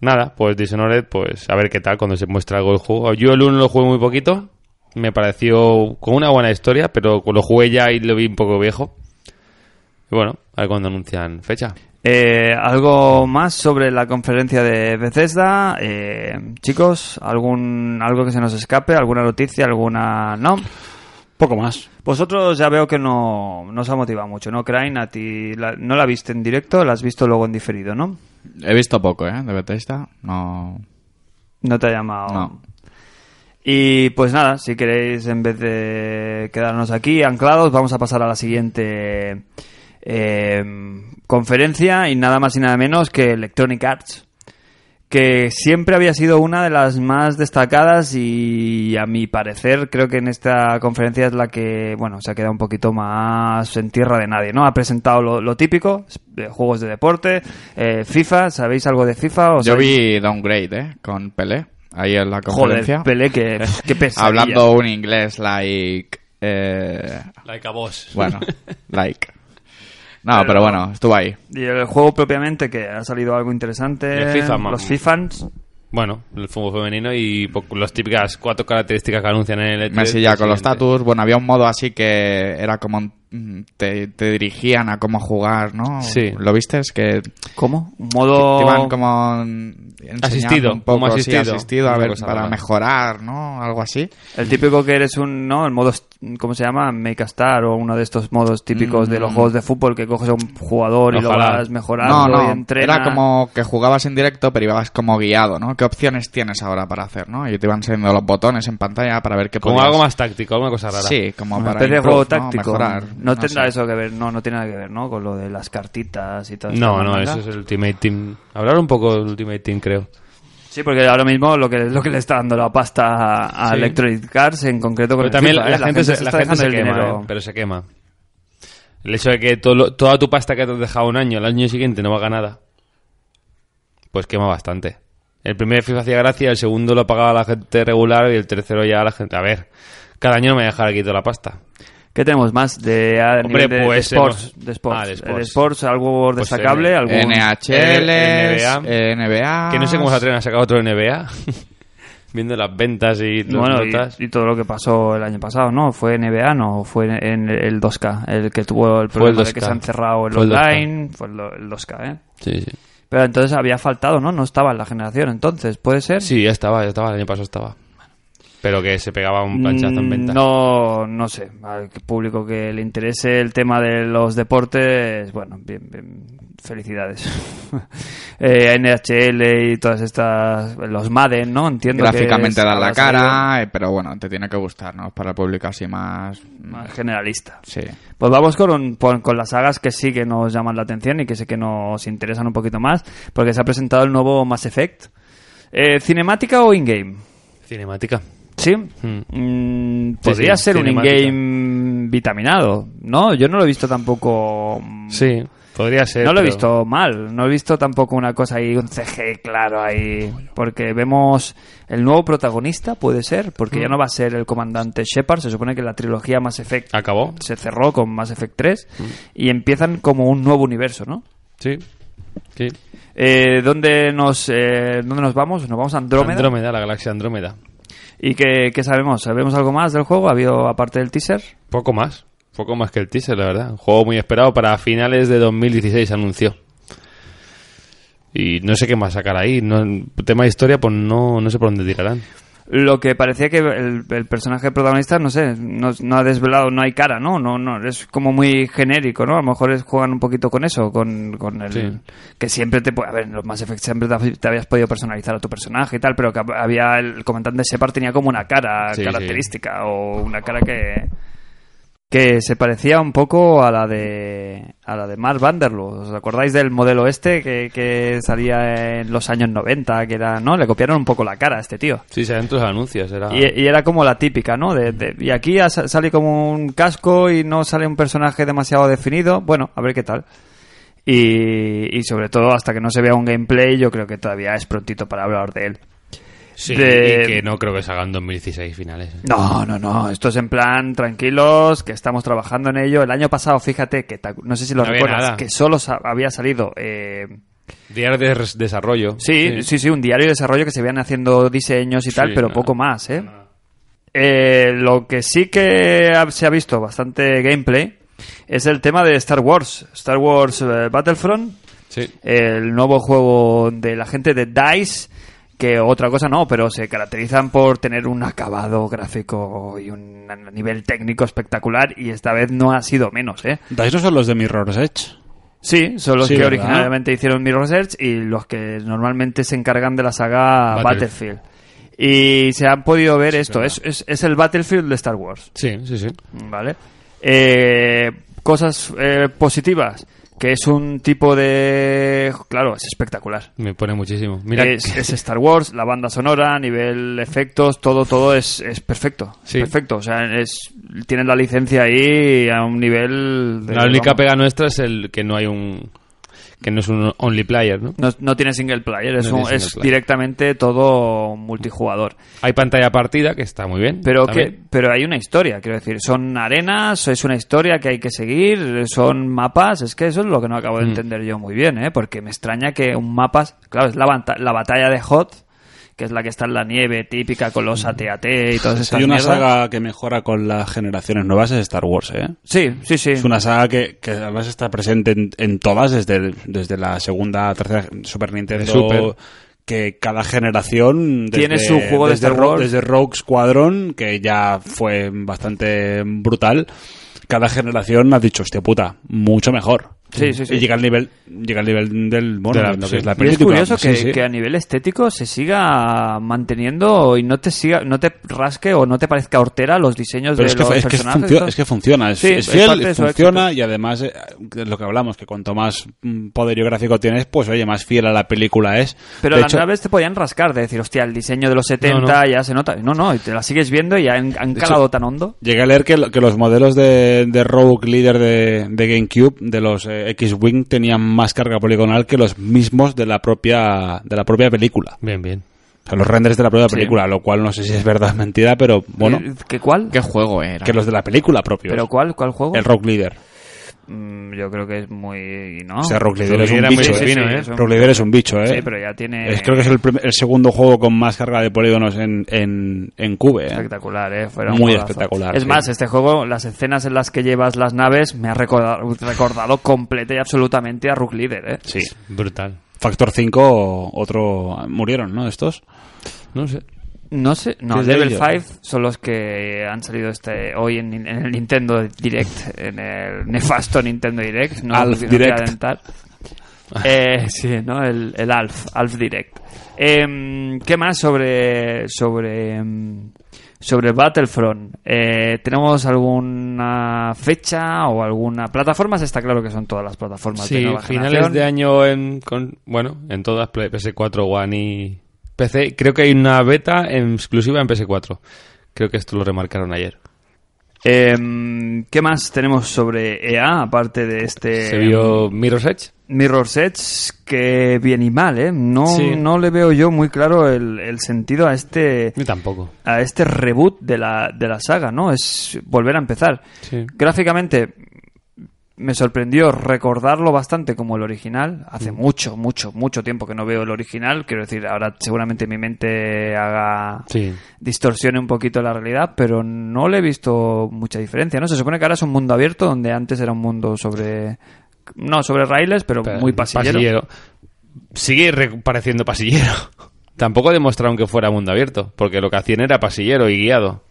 Nada, pues Dishonored, pues a ver qué tal cuando se muestra algo el juego. Yo el 1 lo jugué muy poquito. Me pareció con una buena historia, pero lo jugué ya y lo vi un poco viejo. Y bueno, a ver cuando anuncian fecha. Eh, algo más sobre la conferencia de Bethesda. Eh, chicos, algún algo que se nos escape, alguna noticia, alguna no. Poco más. Vosotros ya veo que no, no os ha motivado mucho, ¿no? Crane, a ti la- no la viste en directo, la has visto luego en diferido, ¿no? He visto poco, ¿eh? De Bethesda. No. No te ha llamado. No. Y pues nada, si queréis, en vez de quedarnos aquí anclados, vamos a pasar a la siguiente eh, conferencia y nada más y nada menos que Electronic Arts, que siempre había sido una de las más destacadas y a mi parecer creo que en esta conferencia es la que, bueno, se ha quedado un poquito más en tierra de nadie, ¿no? Ha presentado lo, lo típico, eh, juegos de deporte, eh, FIFA, ¿sabéis algo de FIFA? ¿O Yo sabéis- vi Downgrade, ¿eh? Con Pelé. Ahí en la conferencia. Pues Joder, Pelé, que, que pesadilla. Hablando un inglés like... Eh, Like a boss. bueno, like. No, pero bueno, estuvo ahí. Y el juego propiamente, que ha salido algo interesante. El FIFA, ma- los FIFAs. Bueno, el fútbol femenino y po- las típicas cuatro características que anuncian en el E E3, Messi ya lo con los siguiente. tatus. Bueno, había un modo así que era como... mm, Te, te dirigían a cómo jugar, ¿no? Sí. ¿Lo viste? Es que ¿Cómo? Un te modo. iban como enseñando Asistido, un poco como sí, asistido. asistido, a Una ver, cosa para rara. mejorar, ¿no? Algo así. El típico que eres un. ¿No? El modo. ¿Cómo se llama? Make a Star o uno de estos modos típicos de los juegos de fútbol que coges a un jugador y lo Mm. Ojalá. vas mejorando No, y no, entrena. era como que jugabas en directo, pero ibas como guiado, ¿no? ¿Qué opciones tienes ahora para hacer, no? Y te iban saliendo los botones en pantalla para ver qué Como podías- algo más táctico, alguna cosa rara. Sí, como Una para especie de improve, juego ¿no? táctico. Mejorar, no tendrá sé. eso que ver, no, no tiene nada que ver, ¿no? Con lo de las cartitas y todo No, no, eso es el Ultimate Team. Hablar un poco del Ultimate Team, creo. Sí, porque ahora mismo lo que, lo que le está dando la pasta a, a Sí. Electronic Arts, en concreto con Pero el también FIFA, la, ¿eh? gente se, la está gente dejando se el quema, dinero. eh, pero se quema. El hecho de que todo lo- toda tu pasta que te has dejado un año, el año siguiente no valga nada, pues quema bastante. El primer FIFA hacía gracia, el segundo lo pagaba la gente regular y el tercero ya la gente... A ver, cada año no me voy a dejar aquí toda la pasta. ¿Qué tenemos más de, a Hombre, nivel de, pues de sports? hemos- De sports. Ah, de Eh, sports. de sports, algo Pues destacable, N- algún... NHL, NBA. eh, NBA. Que no sé cómo se atreven a sacar otro NBA. Viendo las ventas y las Bueno, y, notas. y todo lo que pasó el año pasado, ¿no? ¿Fue NBA, no? ¿Fue en, en el 2K? El que tuvo el Fue el problema de que 2K. se han cerrado el Fue el 2K. online. Fue el, do- el 2K, ¿eh? Sí, sí. Pero entonces había faltado, ¿no? No estaba en la generación, entonces, ¿puede ser? Sí, ya estaba, ya estaba, el año pasado estaba. Pero que se pegaba un planchazo en Mm, venta. No, no sé. Al público que le interese el tema de los deportes, bueno, bien, bien. felicidades. Eh, NHL y todas estas, los Madden, ¿no? Entiendo que Gráficamente es- da la ha salido cara, eh, pero bueno, te tiene que gustar, ¿no? Para el público así más... más generalista. Sí. Pues vamos con, con- con las sagas que sí que nos llaman la atención y que sé que nos interesan un poquito más, porque se ha presentado el nuevo Mass Effect. Eh, ¿Cinemática o in-game? Cinemática. Sí. Hmm. Mm, podría sí, ser un cinemática. in-game vitaminado, ¿no? Yo no lo he visto tampoco. mm, Sí, podría ser. No lo he pero- visto mal, no he visto tampoco una cosa ahí, un CG claro ahí, porque vemos el nuevo protagonista, puede ser, porque ya Hmm. no va a ser el comandante Shepard, se supone que la trilogía Mass Effect ¿Acabó? se cerró con Mass Effect 3 Hmm. y empiezan como un nuevo universo, ¿no? Sí. Sí. Eh, ¿dónde, nos, eh, ¿Dónde nos vamos? Nos vamos a Andrómeda. Andrómeda, la galaxia Andrómeda. ¿Y qué, qué sabemos? ¿Sabemos algo más del juego? ¿Ha habido, aparte del teaser? Poco más. Poco más que el teaser, la verdad. Un juego muy esperado para finales de 2016, se anunció. Y no sé qué más sacar ahí. No, tema de historia, pues no, no sé por dónde tirarán. Lo que parecía que el, el personaje protagonista, no sé, no, no ha desvelado, no hay cara, ¿no? No, no, es como muy genérico, ¿no? A lo mejor es- juegan un poquito con eso, con, con el... Sí. Que siempre te... pu- A ver, en los Mass Effect siempre te, te habías podido personalizar a tu personaje y tal, pero que había... El comandante Shepard tenía como una cara Sí, característica o una cara que... Que se parecía un poco a la de a la de Mark Vanderloo. ¿Os acordáis del modelo este que, que salía en los años 90? Que era, ¿no? Le copiaron un poco la cara a este tío. Sí, se dentro de los anuncios. Era... Y, y era como la típica, ¿no? De, de- y aquí ya sa- sale como un casco y no sale un personaje demasiado definido. Bueno, a ver qué tal. Y, y sobre todo, hasta que no se vea un gameplay, yo creo que todavía es prontito para hablar de él. Sí, de- y que no creo que salga en 2016 finales. No, no, no. Esto es en plan tranquilos, que estamos trabajando en ello. El año pasado, fíjate, que te acu- no sé si lo No había recuerdas, nada. que solo sa- había salido. eh, Día de res- desarrollo. Sí, sí, sí, un diario de desarrollo que se vean haciendo diseños y tal, Sí, pero nada. poco más, ¿eh? Eh, Lo que sí que ha- se ha visto bastante gameplay es el tema de Star Wars. Star Wars eh, Battlefront, Sí. el nuevo juego de la gente de DICE, que otra cosa no, pero se caracterizan por tener un acabado gráfico y un nivel técnico espectacular y esta vez no ha sido menos, ¿eh? Dice no son los de Mirror's Edge. Sí, son los Sí, que ¿verdad? originalmente hicieron Mirror's Edge y los que normalmente se encargan de la saga Battlefield. Battlefield. Y se han podido ver esto, es, es, es el Battlefield de Star Wars, Sí, sí, sí. ¿vale? Eh, cosas eh, positivas, que es un tipo de... Claro, es espectacular. Me pone muchísimo. Mira, es, que- es Star Wars, la banda sonora, nivel efectos, todo, todo es, es perfecto. es Sí. Perfecto, o sea, es, tienen la licencia ahí a un nivel... de- la única vamos. pega nuestra es el que no hay un... Que no es un only player, ¿no? No, no tiene single player, es, No un- tiene es single player. directamente todo multijugador. Hay pantalla partida, que está muy bien. Pero, también. que, pero hay una historia, quiero decir, son arenas, es una historia que hay que seguir, son mapas, es que eso es lo que no acabo de Mm. entender yo muy bien, ¿eh? porque me extraña que un mapa, claro, es la, banta- la batalla de Hot, que es la que está en la nieve típica con los ATAT y todas Si estas hay una mierdas. saga que mejora con las generaciones nuevas es Star Wars, ¿eh? Sí, sí, sí. Es una saga que, que además está presente en, en todas, desde, desde la segunda, tercera Super Nintendo. Super. Que cada generación. desde- Tiene su juego de desde Star Ro- Wars. Desde Rogue Squadron, que ya fue bastante brutal. Cada generación ha dicho, hostia puta, mucho mejor. Sí, sí, sí. Y llega al nivel, llega al nivel del bueno, De la- de lo sí. que es la Y es Y es película. curioso que, Sí, sí. que a nivel estético se siga manteniendo y no te siga, no te rasque o no te parezca hortera los diseños Pero de es que, los es, que personajes. funcio- ¿no? es que funciona, es, Sí, es es fiel, parte de su funciona y además eh, de lo que hablamos, que cuanto más mm, poderío gráfico tienes, pues oye, más fiel a la película es. Pero De las hecho, naves te podían rascar, de decir, hostia, el diseño de los 70 No, ya se nota. No, no, y te la sigues viendo y ya han, han hecho- calado tan hondo. Llegué a leer que, lo- que los modelos de, de Rogue Leader de, de GameCube, de los eh, X-Wing, tenían más carga poligonal que los mismos de la propia, de la propia película. Bien, bien. O sea, los renders de la propia Sí. película, lo cual no sé si es verdad o mentira, pero bueno, Eh, ¿Qué cuál? ¿Qué juego era? que los de la película propios. ¿Pero cuál? ¿Cuál juego? El Rogue Leader. Mm, yo creo que es muy... ¿no? O sea, Rogue Leader Rogue es un Leader muy bicho, divino, ¿eh? ¿eh? es un- Rogue Leader es un bicho, ¿eh? Sí, pero ya tiene... Es- creo que es el, primer- el segundo juego con más carga de polígonos en, en, en Cube. ¿eh? Espectacular, ¿eh? Fuera un Muy juegazo. espectacular, Es sí. más, este juego, las escenas en las que llevas las naves, me ha recordado, recordado completa y absolutamente a Rook Leader, ¿eh? Sí. Brutal. Factor 5, otro. Murieron, ¿no? Estos. No sé. No sé, no, ¿Qué es de Level ellos? 5 son los que han salido este hoy en, en el Nintendo Direct, en el nefasto Nintendo Direct, no Alf no Direct. quiero adelantar. Eh, sí, ¿no? El, el ALF, ALF Direct. Em, ¿Qué más sobre, sobre, em, sobre Battlefront? Eh, ¿Tenemos alguna fecha o alguna plataformas? Está claro que son todas las plataformas de Sí, nueva finales generación. de año en, con- bueno, en todas Play- PS4, One y PC. Creo que hay una beta en- exclusiva en PS4. Creo que esto lo remarcaron ayer. Em, ¿Qué más tenemos sobre EA aparte de este Se vio Mirror's Edge. Mirror Sets? Que bien y mal, ¿eh? No, Sí. no le veo yo muy claro el, el sentido a este Yo tampoco. a este reboot de la, de la saga, ¿no? Es volver a empezar. Sí. Gráficamente me sorprendió recordarlo bastante como el original. Mm. Hace mucho, mucho, mucho tiempo que no veo el original. Quiero decir, ahora seguramente mi mente haga Sí. distorsione un poquito la realidad, pero no le he visto mucha diferencia. ¿no? Se supone que ahora es un mundo abierto donde antes era un mundo sobre... No, sobre raíles, pero, Pero muy pasillero. Sigue re- pareciendo pasillero. Tampoco demostraron que fuera mundo abierto, porque lo que hacían era pasillero y guiado.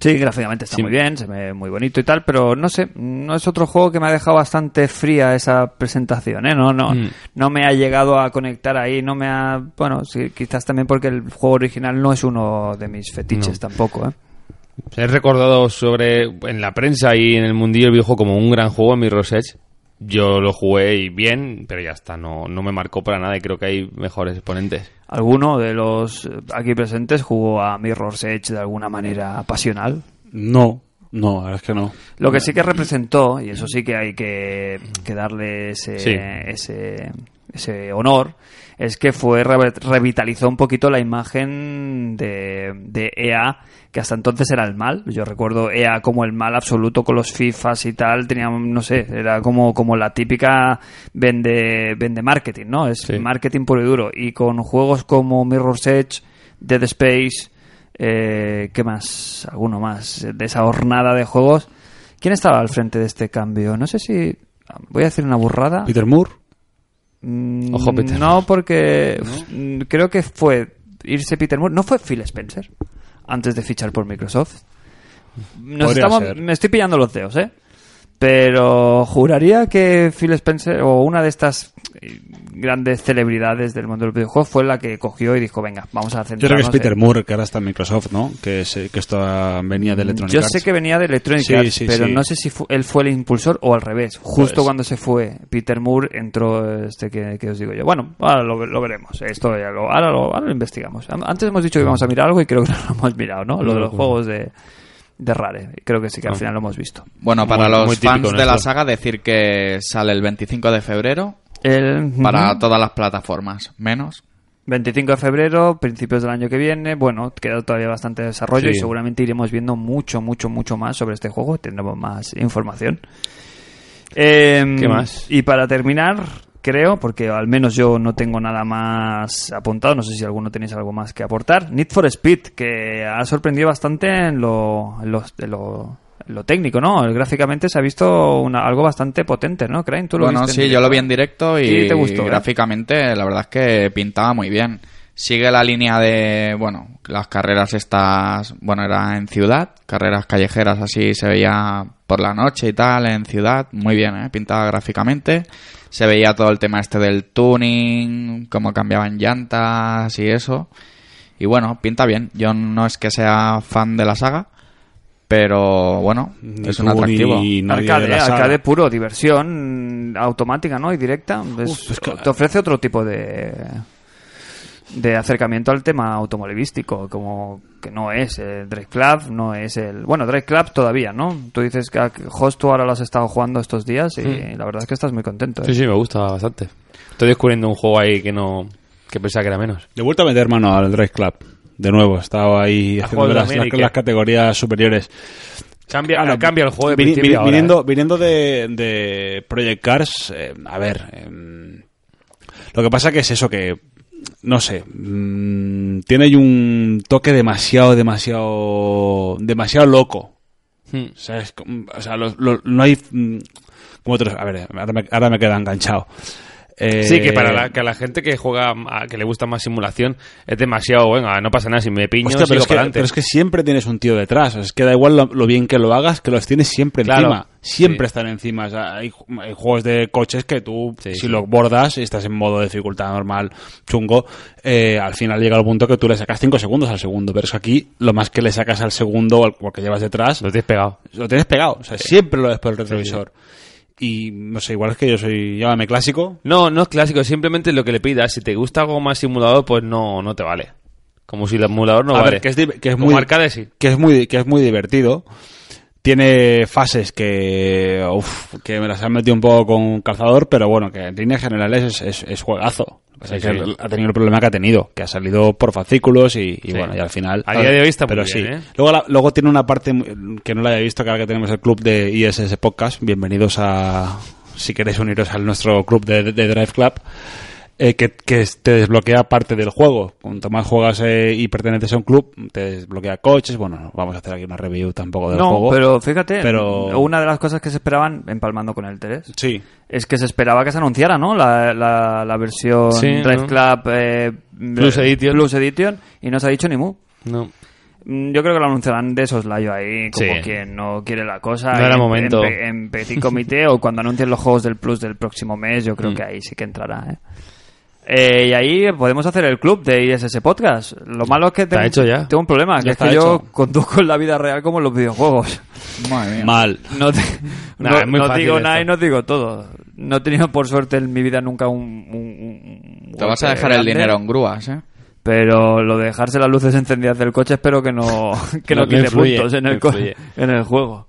Sí, gráficamente está Sí. muy bien, se ve muy bonito y tal, pero no sé, no es otro juego que me ha dejado bastante fría esa presentación, ¿eh? No, no, Mm. no me ha llegado a conectar ahí, no me ha... Bueno, sí, quizás también porque el juego original no es uno de mis fetiches tampoco, ¿eh? He recordado sobre en la prensa y en el mundillo del videojuego como un gran juego Mirror's Edge. Yo lo jugué y bien, pero ya está, no, no me marcó para nada y creo que hay mejores exponentes. ¿Alguno de los eh, aquí presentes jugó a Mirror's Edge de alguna manera pasional? No, no, la verdad es que no. Lo Mm. que sí que representó, y eso sí que hay que, que darle ese, Sí. ese, ese honor, es que fue re- revitalizó un poquito la imagen de, de EA, que hasta entonces era el mal. Yo recuerdo EA como el mal absoluto con los FIFAs y tal, tenía, no sé, era como, como la típica vende, vende marketing, ¿no? Es Sí. marketing puro y duro. Y con juegos como Mirror's Edge, Dead Space, eh, ¿qué más? Alguno más de esa hornada de juegos. ¿Quién estaba al frente de este cambio? No sé si. Voy a decir una burrada. Peter Moore, Mm, Ojo, Peter. No, porque mm, creo que fue irse Peter Moore. ¿No fue Phil Spencer? Antes de fichar por Microsoft. Nos Podría estamos- ser. me estoy pillando los dedos, ¿eh? Pero juraría que Phil Spencer o una de estas eh, grandes celebridades del mundo del videojuego fue la que cogió y dijo, venga, vamos a centrarnos. yo creo que es Peter en- Moore, que ahora está en Microsoft, ¿no? Que, se- que esto ah, venía de Electronic Mm, Yo Arts. sé que venía de Electronic Sí, Arts, sí, pero sí. no sé si fu- él fue el impulsor o al revés. Justo Pues. cuando se fue Peter Moore entró este que, que os digo yo. Bueno, ahora lo, lo veremos. Esto ya lo, ahora, lo, ahora lo investigamos. An- Antes hemos dicho que íbamos a mirar algo y creo que no lo hemos mirado, ¿no? Lo de los juegos de, de Rare. Creo que sí que al final lo hemos visto. Bueno, para Muy- los muy típico fans de la nuestro. saga, decir que sale el 25 de febrero El, para ujú, todas las plataformas, menos. 25 de febrero, principios del año que viene. Bueno, queda todavía bastante desarrollo Sí. y seguramente iremos viendo mucho, mucho, mucho más sobre este juego. Tendremos más información. Em, ¿Qué más? Y para terminar, creo, porque al menos yo no tengo nada más apuntado, no sé si alguno tenéis algo más que aportar. Need for Speed, que ha sorprendido bastante en lo, en los- en lo, en lo técnico, ¿no? Gráficamente se ha visto una- algo bastante potente, ¿no? Crane, tú lo Bueno, viste en sí, yo directo? lo vi en directo y, Y te gustó, ¿eh? gráficamente la verdad es que pintaba muy bien. Sigue la línea de, bueno, las carreras estas, bueno, era en ciudad, carreras callejeras así se veía por la noche y tal, en ciudad, muy bien, ¿eh? pintaba gráficamente. Se veía todo el tema este del tuning, cómo cambiaban llantas y eso. Y bueno, pinta bien. Yo no es que sea fan de la saga, pero bueno, Ni es tú un atractivo. Ni nadie arcade, ¿eh? de la saga. arcade puro, diversión mm, automática, ¿no? Y directa. Es- pues que- Te ofrece otro tipo de de acercamiento al tema automovilístico, como que no es el Drive Club, no es el... Bueno, Drive Club todavía, ¿no? Tú dices que Host tú ahora lo has estado jugando estos días y la verdad es que estás muy contento. ¿eh? Sí, sí, me gusta bastante. Estoy descubriendo un juego ahí que no que pensaba que era menos. De vuelta a meter mano al Drive Club. De nuevo, estaba ahí A haciendo juegos de las, las- América. las categorías superiores. Cambia, Ahora, cambia el juego de Ah, vini- principio vini- ahora, eh. viniendo, viniendo de, de Project Cars, eh, a ver. em, lo que pasa que es eso que. No sé. mm, tiene ahí un toque demasiado, demasiado. demasiado loco. Hmm. O sea, eh, es como- o sea, lo- lo- no hay. mm, como otros. A ver, ahora me, ahora me queda enganchado. Eh, Sí, que para la, que a la gente que juega, a- que le gusta más simulación, es demasiado, venga, no pasa nada, si me piño, hostia, sigo pero, es que, para adelante. pero es que siempre tienes un tío detrás. Es que da igual lo, lo bien que lo hagas, que los tienes siempre Claro. encima. Siempre Sí. están encima. O sea, hay, ju- hay juegos de coches que tú, Sí, si sí. los bordas y estás en modo de dificultad normal, chungo, eh, al final llega el punto que tú le sacas 5 segundos al segundo. Pero es que aquí, lo más que le sacas al segundo o al o al que llevas detrás, Lo tienes pegado. lo tienes pegado. O sea, siempre lo ves por el retrovisor. Y no sé, igual es que yo soy, llámame clásico. No, no es clásico, simplemente lo que le pidas. Si te gusta algo más simulador, pues no, no te vale. Como si el simulador no A vale. ver, que es, di- que es Como muy. arcade sí. que es muy que es muy divertido tiene fases que uf, que me las han metido un poco con calzador pero bueno que en líneas generales es, es, es juegazo Lo que pasa es Sí, que sí. ha tenido el problema que ha tenido que ha salido por fascículos y, Sí. y bueno y al final A día de hoy está muy pero bien, sí ¿eh? luego la- luego tiene una parte muy- que no la había visto que ahora que tenemos el club de ISS podcast bienvenidos a si queréis uniros al nuestro club de- de Drive Club eh, que, que te desbloquea parte del juego. Cuanto más juegas eh, y perteneces a un club, te desbloquea coches. Bueno, no vamos a hacer aquí una review tampoco del no, juego. pero fíjate, Pero- una de las cosas que se esperaban, empalmando con el 3, Sí. es que se esperaba que se anunciara, ¿no? La, la, la versión Sí, Drive ¿no? Club eh, Plus Edition. Plus Edition, y no se ha dicho ni mu. No. Mm, Yo creo que lo anunciarán de soslayo ahí, como Sí. quien no quiere la cosa. No era en- momento. En, pe- en Petit Comité o cuando anuncien los juegos del Plus del próximo mes, yo creo Mm. que ahí sí que entrará. ¿eh? Eh, y ahí podemos hacer el club de ISS Podcast. Lo malo es que tengo, hecho ya. tengo un problema, que es está que hecho. yo conduzco en la vida real como en los videojuegos. Madre mía. Mal. No, te- Nah, no- es muy no fácil digo nada esto. y no digo todo. No he tenido por suerte en mi vida nunca un... un- un- Te vas a golpe dejar el grande, Ah. dinero en grúas, ¿eh? Pero lo de dejarse las luces encendidas del coche espero que no, que no, No, no quite influye, puntos en no el, co- influye. en el juego.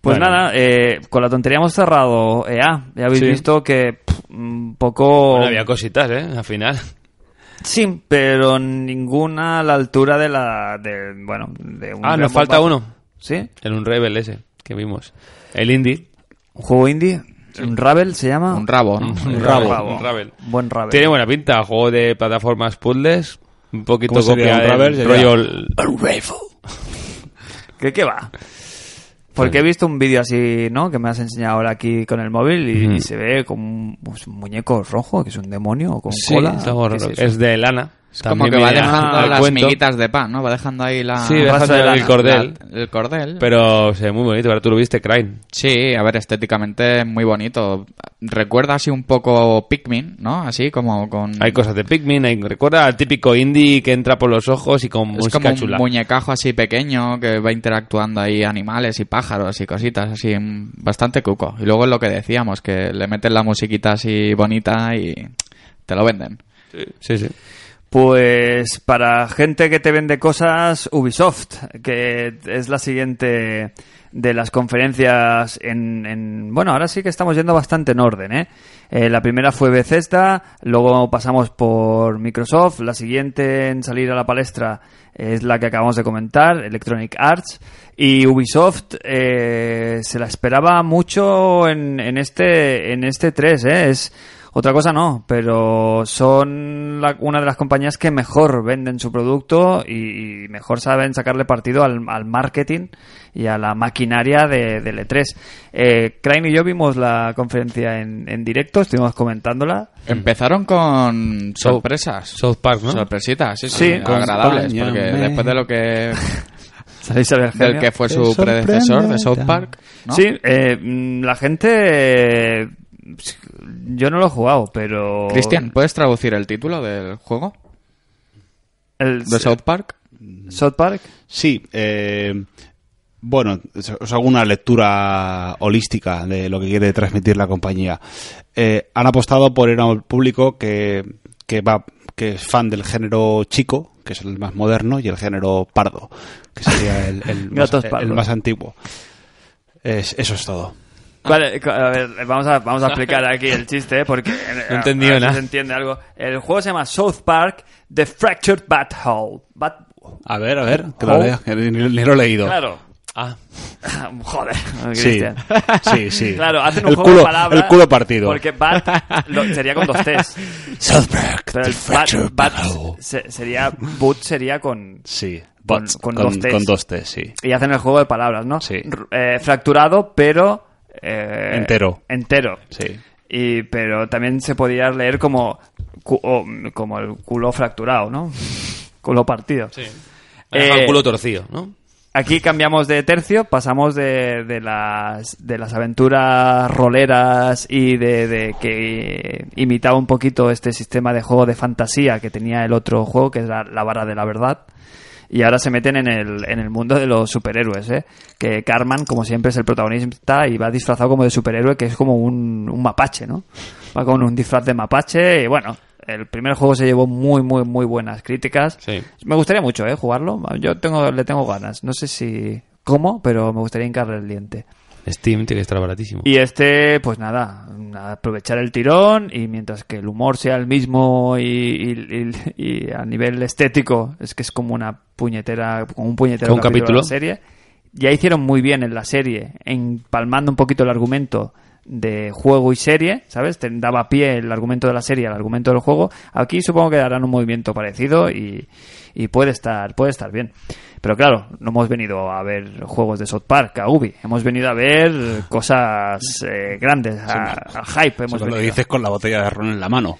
Pues Bueno. nada, eh, con la tontería hemos cerrado EA. Ya habéis Sí. visto que pff, un poco... Bueno, había cositas, ¿eh? Al final. sí, pero ninguna a la altura de la... De, bueno, de un Ah, gran nos falta bombazo. uno. ¿Sí? El Unravel ese que vimos. El Indie. ¿Un juego indie? ¿Un Ravel se llama? Un rabo, ¿no? Un rabo. Un Ravel. Buen Ravel. Tiene buena pinta. Juego de plataformas puzzles. Un poquito ¿Cómo sería copia Unravel? del Sería- rollo... ¿Qué, qué va? Porque he visto un vídeo así, ¿no? Que me has enseñado ahora aquí con el móvil y, Ujú. y se ve como un, pues, un muñeco rojo, que es un demonio con Sí, cola. está algo ¿Qué raro. es Es, eso? de lana. Es como que va dejando las miguitas de pan, ¿no? Va dejando ahí la... Sí, deja dejando de el lana. cordel. la- el cordel. Pero se ve muy bonito. Ahora tú lo viste, Crane. Sí, a ver, estéticamente es muy bonito. Recuerda así un poco Pikmin, ¿no? Así como con... Hay cosas de Pikmin, hay, recuerda al típico indie que entra por los ojos y con es música como un chula. muñecajo así pequeño que va interactuando ahí animales y pájaros y cositas así mm, bastante cuco. Y luego es lo que decíamos, que le meten la musiquita así bonita y te lo venden. Mm. Sí, sí. Pues para gente que te vende cosas, Ubisoft, que es la siguiente de las conferencias en, en- Bueno, ahora sí que estamos yendo bastante en orden, ¿eh? Eh, La primera fue Bethesda, luego pasamos por Microsoft, la siguiente en salir a la palestra es la que acabamos de comentar, Electronic Arts, y Ubisoft eh, se la esperaba mucho en, en este, en este 3, ¿eh? Es... Otra cosa no, pero son la- una de las compañías que mejor venden su producto y, y mejor saben sacarle partido al, al marketing y a la maquinaria de, del E3. Eh, Crane y yo vimos la conferencia en, en directo, estuvimos comentándola. Empezaron con sorpresas. South Park, ¿no? Sorpresitas, sí, Sí. sí, agradables, Acompáñame. porque después de lo que ¿Sabéis a ver, del que fue su Te predecesor sorprende. de South Park, ¿no? Sí, eh, mm, la gente... eh, Yo no lo he jugado, pero... Cristian, ¿puedes traducir el título del juego El, de South Park? South Park. Sí. eh, bueno, os- os hago una lectura holística de lo que quiere transmitir la compañía. Eh, han apostado por ir a un público que, que va que es fan del género chico, que es el más moderno, y el género pardo, que sería el, el más, Gatos el pardos. más antiguo. Es- eso es todo. ¿Cuál es? a ver, vamos a, vamos a explicar aquí el chiste, ¿eh? porque eh, No he a- entendido a ver si nada. se entiende algo. El juego se llama South Park The Fractured Bat Hole. Bat- A ver, a ver, que lo Oh. lea, que ni, ni lo he leído. Claro. Ah, Joder, Sí, Cristian. sí, sí. Claro, hacen un el juego culo, de palabras. El culo partido. Porque bat lo- sería con dos T's. South Park, Pero the el bat, fracture bat battle. se- sería, boot sería con... Sí, con- bots, con con, dos Ts. con dos T, sí. Y hacen el juego de palabras, ¿no? Sí. R- eh, fracturado, pero... eh, Entero. Entero. sí. Y, pero también se podía leer como, cu- o, como el culo fracturado, ¿no? Culo partido. Me ha dejado Eh, el culo torcido, ¿no? Aquí cambiamos de tercio, pasamos de, de las, de las aventuras roleras y de, de que imitaba un poquito este sistema de juego de fantasía que tenía el otro juego, que es la, la vara de la verdad. Y ahora se meten en el, en el mundo de los superhéroes, ¿eh? Que Carman, como siempre, es el protagonista y va disfrazado como de superhéroe, que es como un, un mapache, ¿no? Va con un disfraz de mapache y bueno, el primer juego se llevó muy, muy, muy buenas críticas. Sí. Me gustaría mucho, ¿eh? Jugarlo. Yo tengo, le tengo ganas. No sé si cómo, pero me gustaría hincarle el diente. Steam tiene que estar baratísimo. Y este, pues nada, aprovechar el tirón y mientras que el humor sea el mismo y, y- y- y a nivel estético, es que es como una puñetera, como un puñetero Como un capítulo, de capítulo. la serie. Ya hicieron muy bien en la serie, empalmando un poquito el argumento de juego y serie, ¿sabes? Te daba pie el argumento de la serie al argumento del juego. Aquí supongo que darán un movimiento parecido y, y puede estar, puede estar bien. Pero claro, no hemos venido a ver juegos de South Park, a Ubi, hemos venido a ver cosas eh, grandes, a- al hype. Hemos Eso lo venido. dices con la botella de ron en la mano.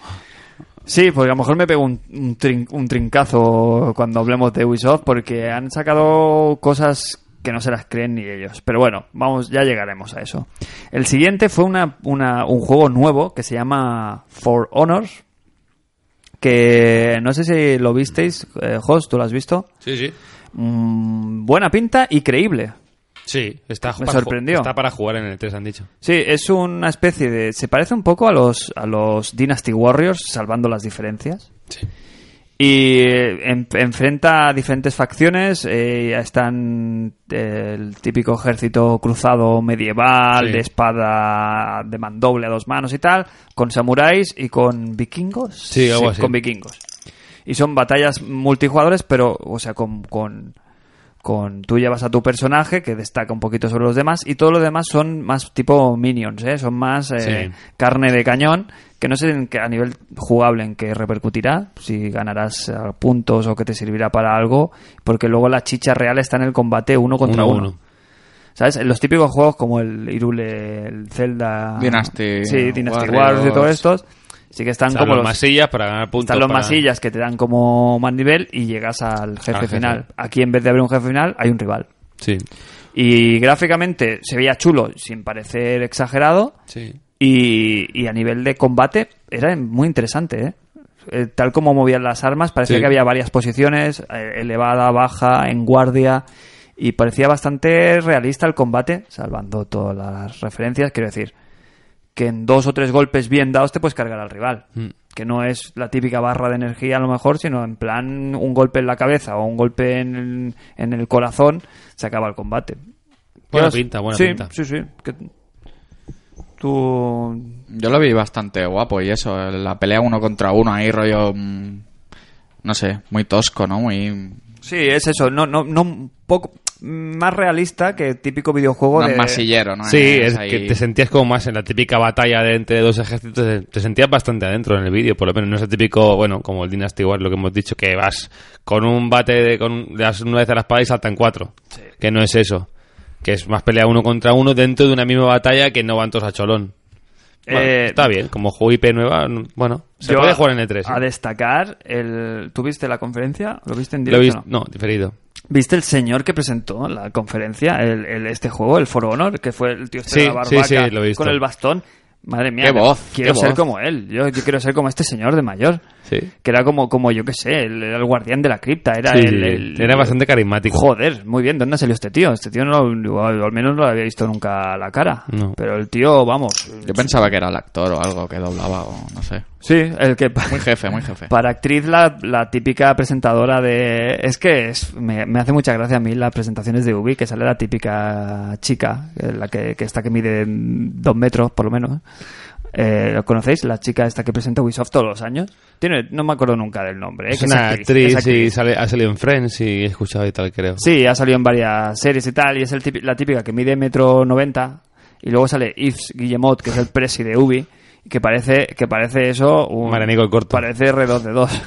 Sí, porque a lo mejor me pego un, un trin- un trincazo cuando hablemos de Ubisoft, porque han sacado cosas que no se las creen ni ellos. Pero bueno, vamos, ya llegaremos a eso. El siguiente fue una, una- un juego nuevo que se llama For Honor, que no sé si lo visteis, eh, Jos, ¿tú lo has visto? Sí, sí. Mm, buena pinta y creíble. Sí, está, Me para, sorprendió. está para jugar en el 3, han dicho. Sí, es una especie de... Se parece un poco a los, a los Dynasty Warriors, salvando las diferencias. Sí. Y eh, en- enfrenta a diferentes facciones. eh, ya están eh, el típico ejército cruzado medieval, Sí. de espada de mandoble a dos manos y tal, con samuráis y con vikingos. Sí, algo así. Con vikingos. Y son batallas multijugadores, pero, o sea, con, con, con- Tú llevas a tu personaje, que destaca un poquito sobre los demás, y todo lo demás son más tipo minions, ¿eh? Son más eh, Sí. carne de cañón, que no sé en qué- a nivel jugable en qué repercutirá, si ganarás eh, puntos o que te servirá para algo, porque luego la chicha real está en el combate uno contra Uno a uno. uno. ¿Sabes? En los típicos juegos como el Irule, el Zelda... Dynasty Sí, Dynasty Warriors. Warriors y todos estos, sí que están Están como los los- masillas para ganar puntos. están los para- masillas que te dan como más nivel y llegas al jefe, Al jefe. final. Aquí en vez de haber un jefe final hay un rival. Sí, Y gráficamente se veía chulo sin parecer exagerado sí. y, y a nivel de combate era muy interesante. ¿eh? Eh, tal como movían las armas parecía Sí. que había varias posiciones, eh, elevada, baja, en guardia y parecía bastante realista el combate, salvando todas las referencias, quiero decir que en dos o tres golpes bien dados te puedes cargar al rival. Mm. Que no es la típica barra de energía a lo mejor, sino en plan un golpe en la cabeza o un golpe en el, en el corazón, se acaba el combate. Buena Yo- pinta, buena sí, pinta. Sí, sí, que- Tú... Yo lo vi bastante guapo y eso, la pelea uno contra uno ahí, rollo. mm, No sé, muy tosco, ¿no? Muy. Sí, es eso, no, no, no, un poco más realista que el típico videojuego Más de... masillero, ¿no? Pues, Sí, es ahí- que te sentías como más en la típica batalla de entre dos ejércitos, te- te sentías bastante adentro en el vídeo, por lo menos no es el típico, bueno, como el Dynasty War, lo que hemos dicho, que vas con un bate, de, con un- le das una vez a la espada y saltan cuatro, que no es eso, que es más pelea uno contra uno dentro de una misma batalla que no van todos a cholón. Bueno, Eh, está bien, como juego IP nueva, no- bueno, se yo puede a- jugar en E3. A ¿eh? destacar, el... ¿tú viste la conferencia? ¿Lo viste en Lo directo? he no? visto, no, diferido. ¿Viste el señor que presentó la conferencia, el, el- este juego, el For Honor, que fue el tío este de la Sí, barbaca sí, sí, lo he visto. con el bastón? Madre mía, Qué voz, quiero qué ser voz. como él. Yo, yo quiero ser como este señor de mayor, Sí. que era como, como yo qué sé, el, era el guardián de la cripta, era Sí, el, el- era bastante carismático. Joder, muy bien, ¿dónde salió este tío? Este tío no, lo- al menos no lo había visto nunca la cara. No. Pero el tío, vamos, Yo pensaba que era el actor o algo que doblaba o no sé. sí, el que Muy jefe, muy jefe. Para actriz, la, la típica presentadora de. Es que es- me, me hace mucha gracia a mí las presentaciones de Ubi, que sale la típica chica, eh, la que, que está que mide mm, dos metros, por lo menos. Eh, ¿Lo conocéis? La chica esta que presenta Ubisoft todos los años. Tiene, no me acuerdo nunca del nombre. eh, Es que una es actriz, y actriz. sale, ha salido en Friends y he escuchado y tal, creo. Sí, ha salido en varias series y tal, y es el típi- la típica que mide metro noventa, y luego sale Yves Guillemot, que es el presi de Ubi, que parece, que parece eso un Maranico el corto. Parece R2 de 2.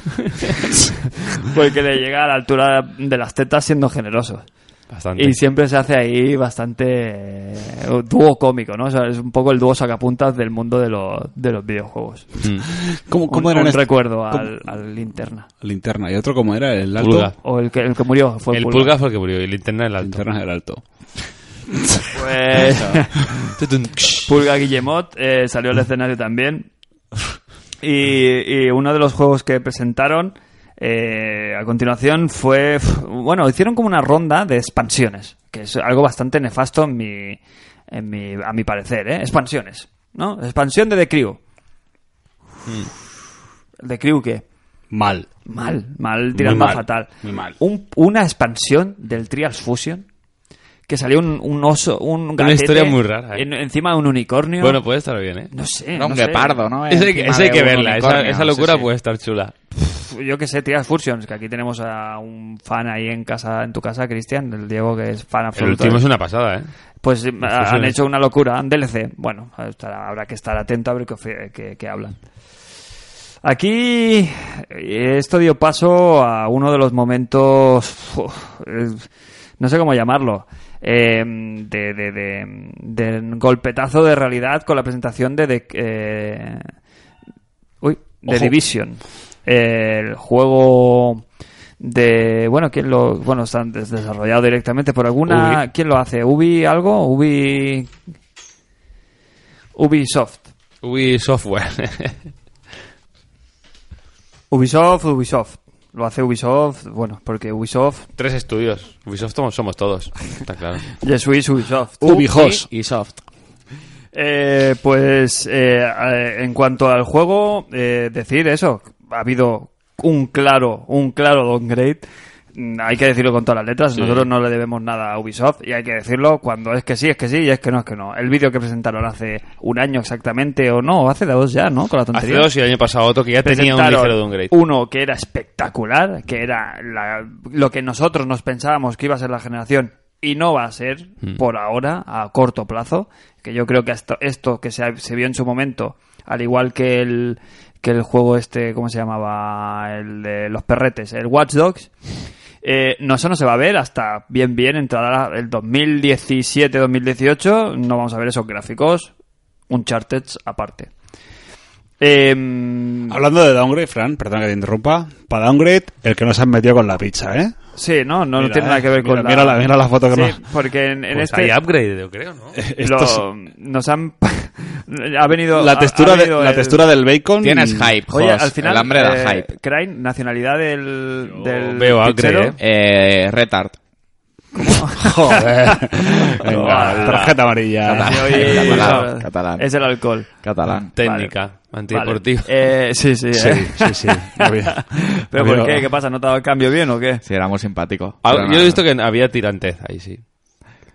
Porque le llega a la altura de las tetas siendo generosos. Bastante. Y siempre se hace ahí bastante eh, dúo cómico, ¿no? O sea, es un poco el dúo sacapuntas del mundo de, los de los videojuegos. ¿Cómo, Un- cómo un, era este- recuerdo cómo- al, al linterna. Linterna. ¿Y otro cómo era? El alto. Pulga. O el que, el que murió fue El pulga fue el que murió y el linterna el alto. Linterna del alto. Pues- Pulga Guillemot eh, salió al escenario también. Y, y uno de los juegos que presentaron eh, a continuación fue. f- Bueno, hicieron como una ronda de expansiones, que es algo bastante nefasto en mi, en mi, a mi parecer, ¿eh? Expansiones, ¿no? Expansión de The Crew. ¿The Crew qué? Mal. Mal, mal, tirando mal, a fatal. muy mal. Un- una expansión del Trials Fusion que salió un, un oso, un gatete historia muy rara, ¿eh? en- encima de un unicornio. Bueno, puede estar bien, ¿eh? no sé. Era un no sé. guepardo, ¿no? Esa hay que, Encima esa hay de que un verla, esa, unicornio, esa sí, locura sí. puede estar chula. Yo que sé, Trials Fusion. Que aquí tenemos a un fan ahí en casa, en tu casa, Cristian, el Diego que es fan El absoluto. último es una pasada, ¿eh? Pues eh, han Fusion es- hecho una locura, un DLC. Bueno, estará- habrá que estar atento a ver qué, ofre- qué- qué hablan. Aquí eh, esto dio paso a uno de los momentos, uf, eh, no sé cómo llamarlo, eh, de, de- de- de golpetazo de realidad con la presentación de, The- eh, uy, The Ojo. Division, el juego de bueno quién lo bueno está des- desarrollado directamente por alguna Ubi. quién lo hace Ubi algo Ubi Ubisoft Ubi Software. Ubisoft, Ubisoft. Lo hace Ubisoft, bueno, porque Ubisoft. Tres estudios. Ubisoft somos, somos todos. Está claro. Jesuit Ubisoft. Ubijos. Y soft. Eh, pues eh, eh, en cuanto al juego, eh, decir eso, ha habido un claro, un claro downgrade. Mm, Hay que decirlo con todas las letras, nosotros no le debemos nada a Ubisoft y hay que decirlo cuando es que sí, es que sí y es que no, es que no. El vídeo que presentaron hace un año exactamente o no, o hace dos ya, ¿no? Con la Hace tontería. dos y el año pasado otro que ya tenía un Presentaron ligero downgrade. Uno que era espectacular, que era la- lo que nosotros nos pensábamos que iba a ser la generación y no va a ser Hmm. por ahora, a corto plazo, que yo creo que hasta esto que se, ha- se vio en su momento, al igual que el, que el juego este, ¿cómo se llamaba? El de los perretes, el Watch Dogs. Eh, no, eso no se va a ver hasta bien, bien, entrará el 2017-2018, no vamos a ver esos gráficos, un aparte. Em, Hablando de downgrade, Fran, perdón que te interrumpa. Para downgrade, el que no se han metido con la pizza, ¿eh? Sí, no, no, no Mira, tiene nada eh, que ver mira, con mira la... la- mira la foto que Sí, nos- porque en, en Pues este... hay upgrade, yo creo, ¿no? Esto lo- es- nos han... ha venido... ha- la textura, ha de, venido la el- textura del bacon. Tienes hype, Mm. Oye, Jos, al final... El hambre da eh, hype. Crane, nacionalidad del... del veo upgrade, pizzero. eh. Eh, retard. Joder. Venga, Hola. tarjeta amarilla. Sí, hoy- Catalán, catalán. Es el alcohol. Catalán. Técnica, antideportiva. Vale. Eh, sí, sí. eh. Sí, sí, sí. Ha habido- ¿Pero ha por habido- qué? ¿Qué pasa? ¿No te ha dado el cambio bien o qué? Sí, era muy simpático. Ah, Pero Yo no, he visto que había tirantez ahí, sí.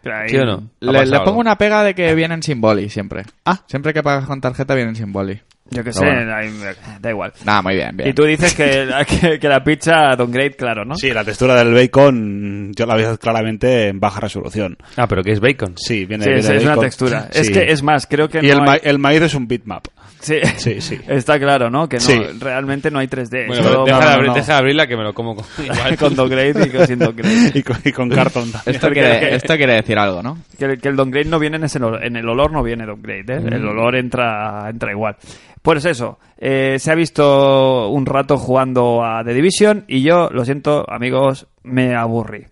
Crane. ¿Sí o no? Ha Le, pasado le pongo algo. una pega de que vienen sin boli siempre. Ah, siempre que pagas con tarjeta vienen sin boli. Yo qué Pero sé, bueno. ahí me- da igual. Nada, muy bien, bien. Y tú dices que, que, que la pizza downgrade, claro, ¿no? Sí, la textura del bacon yo la veo claramente en baja resolución. Ah, pero que es bacon. Sí, viene Sí, viene sí, es una bacon. textura. Es Sí. que, es más, creo que Y no el, hay- ma- el maíz es un bitmap. Sí, Sí, sí. Está claro, ¿no? Que no, Sí. realmente no hay 3D. Bueno, es todo deja, de mano, abrir- no. deja de abrirla que me lo como con, igual. con downgrade y con sin downgrade. Y con, y con cartón también. Esto, quiere, esto quiere decir algo, ¿no? Que el, que el downgrade no viene en, ese olor- en el olor, no viene downgrade, ¿eh? El olor entra, entra igual. Pues eso, eh, se ha visto un rato jugando a The Division y yo, lo siento, amigos, me aburrí.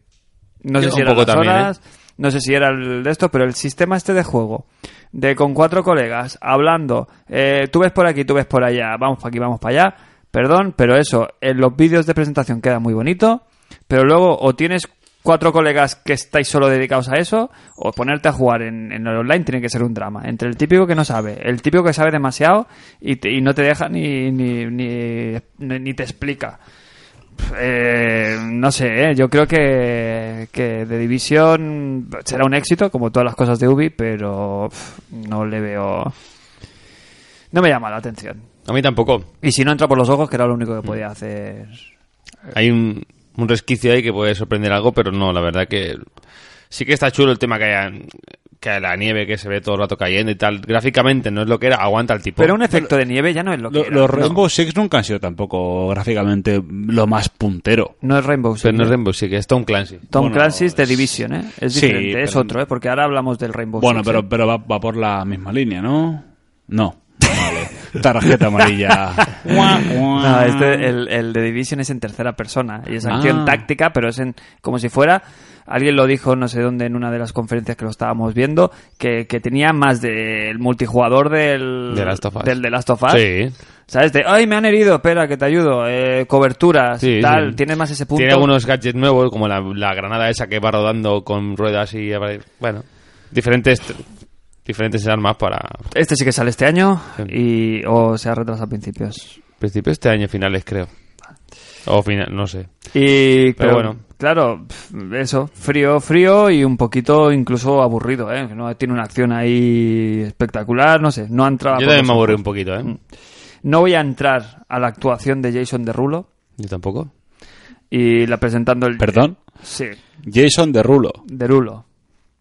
No Yo sé si un eran poco las también, ¿eh? horas, no sé si era el de esto, pero el sistema este de juego, de con cuatro colegas, hablando, eh, tú ves por aquí, tú ves por allá, vamos para aquí, vamos para allá, perdón, pero eso, en los vídeos de presentación queda muy bonito, pero luego o tienes cuatro colegas que estáis solo dedicados a eso, o ponerte a jugar en, en el online tiene que ser un drama, entre el típico que no sabe, el típico que sabe demasiado y, te- y no te deja ni, ni, ni, ni- ni te explica. Eh, no sé, ¿eh? yo creo que, que The Division será un éxito, como todas las cosas de Ubi, pero pf, no le veo. No me llama la atención. A mí tampoco. Y si no entra por los ojos, que era lo único que Mm. podía hacer. Hay un, un resquicio ahí que puede sorprender algo, pero no, la verdad que sí que está chulo el tema que hayan que la nieve que se ve todo el rato cayendo y tal, gráficamente no es lo que era, aguanta el tipo. Pero un efecto de nieve ya no es lo que Lo- era. los No. Rainbow Six nunca han sido tampoco gráficamente lo más puntero. No es Rainbow Six. Pero no es ¿eh? Rainbow Six, es Tom Clancy. Tom Bueno, Clancy's de es- Division, ¿eh? Es Sí, diferente, es pero- otro, ¿eh? Porque ahora hablamos del Rainbow Bueno, Six. pero, pero va, va por la misma línea, ¿no? No. Vale. Tarjeta amarilla. No, Ah. este, el, el de Division es en tercera persona y es acción Ah. táctica, pero es en, como si fuera. Alguien lo dijo, no sé dónde, en una de las conferencias que lo estábamos viendo, que, que tenía más del multijugador del. De Last of Us. Del de Last of Us. Sí. ¿Sabes? De, ay, me han herido, espera, que te ayudo. Eh, coberturas, Sí, tal. sí. Tienes más ese punto. Tiene algunos gadgets nuevos, como la, la granada esa que va rodando con ruedas y... apare- Bueno, diferentes, diferentes armas para... Este sí que sale este año Sí. y o se ha retrasado a principios. Principio este año, finales creo. O final, no sé. Y Pero pero, bueno. bueno, claro, pf, eso, frío, frío y un poquito incluso aburrido, ¿eh? Que No tiene una acción ahí espectacular, no sé, no ha entrado. a Yo por también me los aburrí ojos. un poquito, ¿eh? No voy a entrar a la actuación de Jason Derulo Yo tampoco. y la presentando el Perdón. Sí, Jason de Rulo. Derulo.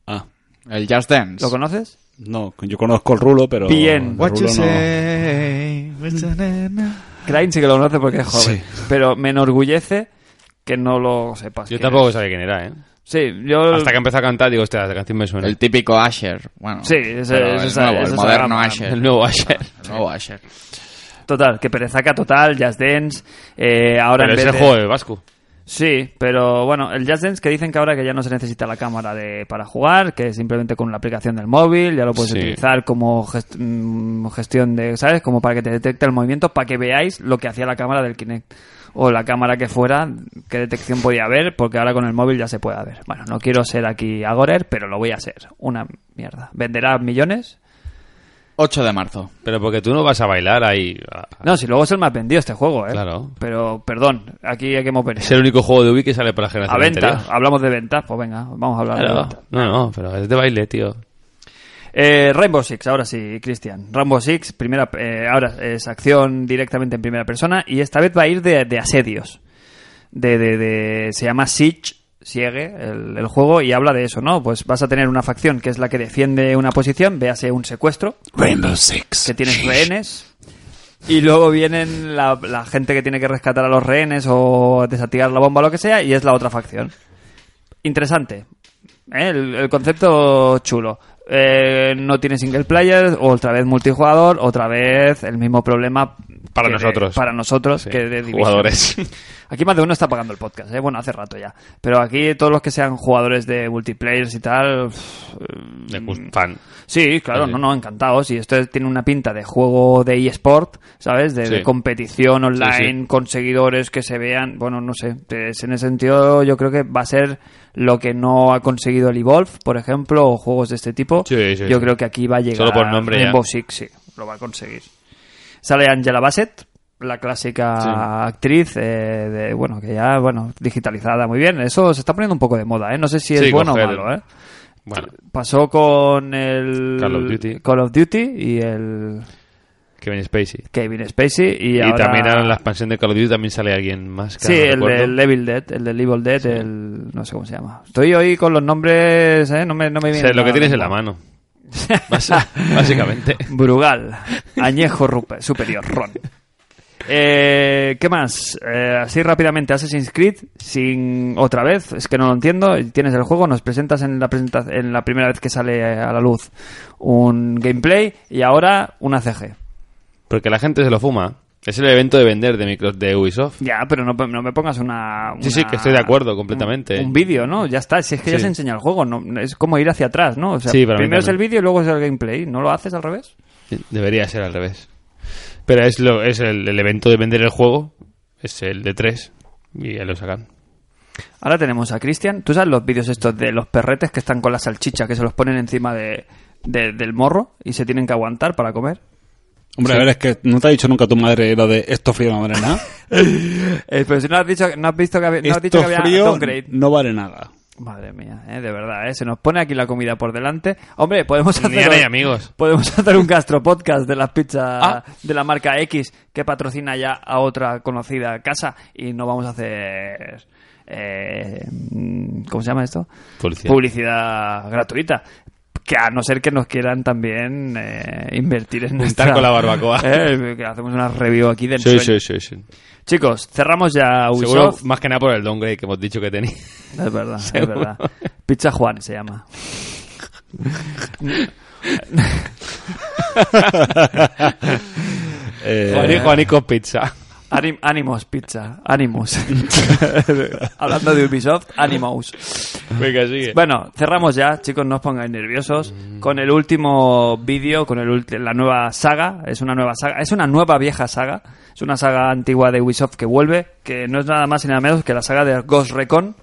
Ah, El Just Dance. ¿Lo conoces? no, yo conozco el Rulo, pero. Bien. de What you Rulo no. say, Mr. Nana. Crane sí que lo conoce porque es joven, pero me enorgullece que no lo sepas. Yo quién tampoco es. sabía quién era, ¿eh? Sí, yo Hasta que empezó a cantar digo, hostia, la canción me suena. El típico Asher. Bueno, Sí, ese- pero ese el es- nuevo, ese el es- moderno ah, Asher. El nuevo Asher. El nuevo Asher. total, que perezaca total, Jazz Dance, eh, ahora Pero en vez es el de- juego de Vasco. Sí, pero bueno, el Just Dance que dicen que ahora que ya no se necesita la cámara de, para jugar, que simplemente con la aplicación del móvil ya lo puedes Sí. utilizar como gest- mm, gestión de, ¿sabes? Como para que te detecte el movimiento, para que veáis lo que hacía la cámara del Kinect. O la cámara que fuera, qué detección podía haber, porque ahora con el móvil ya se puede ver. Bueno, no quiero ser aquí agorer, pero lo voy a ser. Una mierda. ¿Venderá millones? 8 de marzo. Pero porque tú no vas a bailar ahí. a- a- No, si luego es el más vendido este juego, ¿eh? Claro. Pero, perdón, aquí hay que mover. Es el único juego de Wii que sale para la A generación venta, anterior. hablamos de ventas, pues venga, vamos a hablar de Claro. ventas. No, no, pero es de baile, tío. Eh, Rainbow Six, ahora sí, Cristian. Rainbow Six, primera, eh, ahora es acción directamente en primera persona y esta vez va a ir de, de asedios. De, de- de- se llama Siege, Siege, el, el juego, y habla de eso, ¿no? Pues vas a tener una facción que es la que defiende una posición, véase un secuestro, Rainbow Six. que tienes rehenes. Y luego vienen la, la gente que tiene que rescatar a los rehenes o desactivar la bomba o lo que sea, y es la otra facción. Interesante. ¿eh? El, el concepto chulo. Eh, no tiene single player, otra vez multijugador, otra vez el mismo problema. Para que de- nosotros. para nosotros Sí, que de Division. jugadores. Aquí más de uno está pagando el podcast, ¿eh? bueno, hace rato ya. Pero aquí todos los que sean jugadores de multiplayers y tal, mm, pff, De cus- fan. Sí, claro, Sí. no, no, encantados. Y esto tiene una pinta de juego de eSport, ¿sabes? De, de Sí. competición online Sí, sí. con seguidores que se vean. Bueno, no sé. Es- en ese sentido, yo creo que va a ser lo que no ha conseguido el Evolve, por ejemplo, o juegos de este tipo. Sí, sí, yo sí. creo que aquí va a llegar Solo por nombre ya. Rainbow Six, sí, lo va a conseguir. Sale Angela Bassett, la clásica Sí. actriz, eh, de, bueno, que ya, bueno, digitalizada muy bien. Eso se está poniendo un poco de moda, ¿eh? No sé si es Sí, bueno o coger- malo, ¿eh? Bueno, Pasó con el Call of Duty. Call of Duty y el Kevin Spacey. Kevin Spacey y, Y, ahora- también ahora en la expansión de Call of Duty también sale alguien más. que Sí, ahora no el recuerdo. del Evil Dead, el del Evil Dead, el no sé cómo se llama. Estoy hoy con los nombres, ¿eh? no me no me O viene. sea, lo que nada tienes en ahora la mismo. mano. Bás- Básicamente. Brugal, añejo rupe- superior, ron. Eh, ¿Qué más? Eh, así rápidamente, Assassin's Creed, sin otra vez, es que no lo entiendo. Tienes el juego, nos presentas en la, presenta- en la primera vez que sale a la luz un gameplay y ahora una CG. Porque la gente se lo fuma. Es el evento de vender de, micros de Ubisoft. Ya, pero no, no me pongas una, Sí, sí, una- que estoy de acuerdo completamente. Un, un vídeo, ¿no? Ya está, si es que ya Sí. se enseña el juego, no, es como ir hacia atrás, ¿no? O sea, Sí, para mí primero es el también. vídeo y luego es el gameplay, ¿no lo haces al revés? Debería ser al revés. Pero es, lo, es el, el evento de vender el juego. Es el de 3. Y ya lo sacan. Ahora tenemos a Cristian. ¿Tú sabes los vídeos estos de los perretes que están con la salchicha que se los ponen encima de, de- del morro y se tienen que aguantar para comer? Hombre, a ver, es que no te ha dicho nunca tu madre lo de esto frío no vale nada. Eh, pero si no has dicho, no has visto que había, no has esto dicho que había frío downgrade. no vale nada. Madre mía, eh, de verdad, eh, se nos pone aquí la comida por delante. Hombre, podemos hacer Ni Ana y amigos. Ah. podemos hacer un gastropodcast de las pizzas de la marca X que patrocina ya a otra conocida casa y no vamos a hacer eh, ¿cómo se llama esto? Publicidad. publicidad gratuita. Que que a no ser que nos quieran también eh, invertir en nuestra... con la barbacoa. Eh, que hacemos una review aquí del Sí, sueño. sí, sí, sí. Chicos, cerramos ya Seguro, Ubisoft. más que nada por el downgrade que hemos dicho que tenía. Es verdad, es verdad. Pizza Juan se llama. Juaní, Juaní con pizza. Anim- Animos Pizza, Animos. Hablando de Ubisoft, Animos. Venga, sigue. Bueno, cerramos ya, chicos, no os pongáis nerviosos. Con el último vídeo, con el ulti- la nueva saga, es una nueva saga, es una nueva vieja saga, es una saga antigua de Ubisoft que vuelve, que no es nada más y nada menos que la saga de Ghost Recon,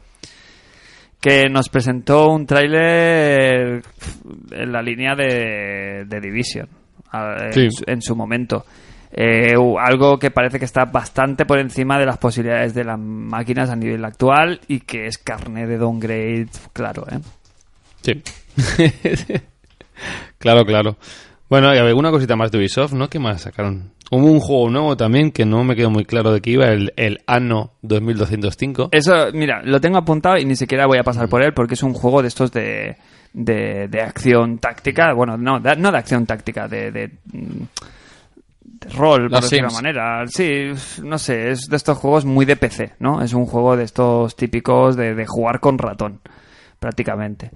que nos presentó un tráiler pf, en la línea de, de Division a- en, Sí. su- en su momento. Eh, u- algo que parece que está bastante por encima de las posibilidades de las máquinas a nivel actual y que es carne de downgrade, claro. ¿eh? Sí. claro, claro. Bueno, y alguna cosita más de Ubisoft, ¿no? ¿Qué más sacaron? Hubo un juego nuevo también que no me quedó muy claro de qué iba, el, el Anno 2205. Eso, mira, lo tengo apuntado y ni siquiera voy a pasar por él porque es un juego de estos de, de, de acción táctica. Bueno, no, de- no de acción táctica, de, de, mm, de rol, por Los decirlo de Sims. manera. Sí, no sé, es de estos juegos muy de PC, ¿no? Es un juego de estos típicos de, de jugar con ratón, prácticamente.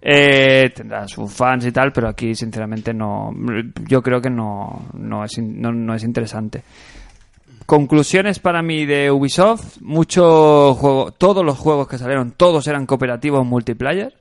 Eh, tendrá sus fans y tal, pero aquí sinceramente no. Yo creo que no, no, es, in- no, no es interesante. Conclusiones para mí de Ubisoft, mucho juego, todos los juegos que salieron, todos eran cooperativos multiplayer,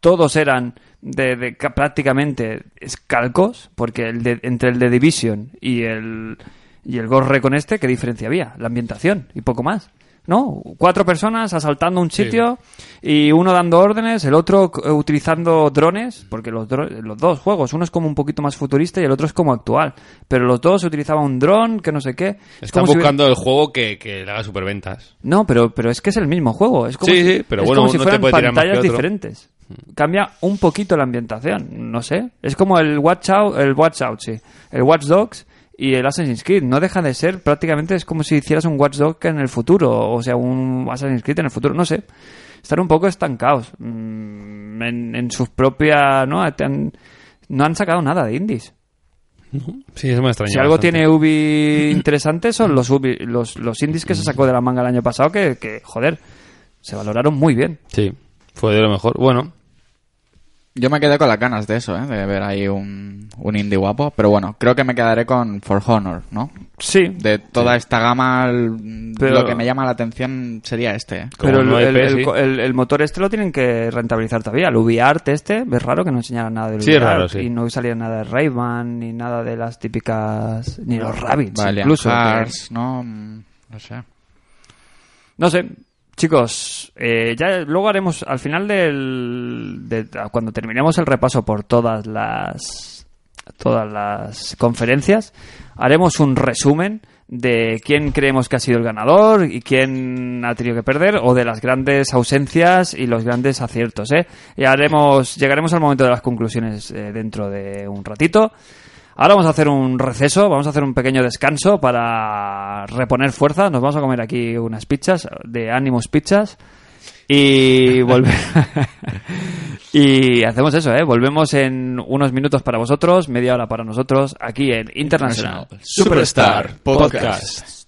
todos eran de, de ca- prácticamente escalcos, porque el de- entre el de Division y el y el Ghost Recon este, ¿qué diferencia había? La ambientación y poco más. ¿No? Cuatro personas asaltando un sitio y uno dando órdenes, el otro eh, utilizando drones, porque los, dro- los dos juegos, uno es como un poquito más futurista y el otro es como actual, pero los dos se utilizaba un dron, que no sé qué. Es Están como si hubiera- buscando el juego que, que le haga superventas. no, pero, pero es que es el mismo juego. Es como Sí, si, sí, pero es bueno, como si uno te fueran puede tirar más que pantallas otro. Mm. diferentes. Cambia un poquito la ambientación, no sé. Es como el Watch Out, el Watch Out, sí. El Watch Dogs y el Assassin's Creed. No deja de ser prácticamente, es como si hicieras un Watch Dogs en el futuro, o sea, un Assassin's Creed en el futuro, no sé. Están un poco estancados mm, en, en sus propias... ¿no? Te han- no han sacado nada de indies. Sí, eso me extraña. Si algo bastante. tiene Ubi interesante son los, Ubi- los, los indies que se sacó de la manga el año pasado que, que, joder, se valoraron muy bien. Sí, fue de lo mejor. Bueno, Yo me quedé con las ganas de eso, ¿eh? de ver ahí un, un indie guapo. Pero bueno, creo que me quedaré con For Honor, ¿no? Sí, De toda esta gama, el- Pero- lo que me llama la atención sería este. ¿eh? como pero el, no hay el- PS, el- sí. el- el motor este lo tienen que rentabilizar todavía. El UbiArt este, es raro que no enseñaran nada del Sí, es UbiArt raro, sí. y no salía nada de Rayman ni nada de las típicas... ni los Rabbids Valiant incluso. que- Hearts, eh. ¿no? Mm, No sé. No sé. Chicos, eh, ya luego haremos al final del de- cuando terminemos el repaso por todas las todas las conferencias, haremos un resumen de quién creemos que ha sido el ganador y quién ha tenido que perder o de las grandes ausencias y los grandes aciertos, ¿eh? Y haremos llegaremos al momento de las conclusiones eh, dentro de un ratito. Ahora vamos a hacer un receso, vamos a hacer un pequeño descanso para reponer fuerza. Nos vamos a comer aquí unas pizzas de Animus Pizzas y volver. y hacemos eso, ¿eh? Volvemos en unos minutos para vosotros, media hora para nosotros, aquí en Internacional. Superstar Podcast.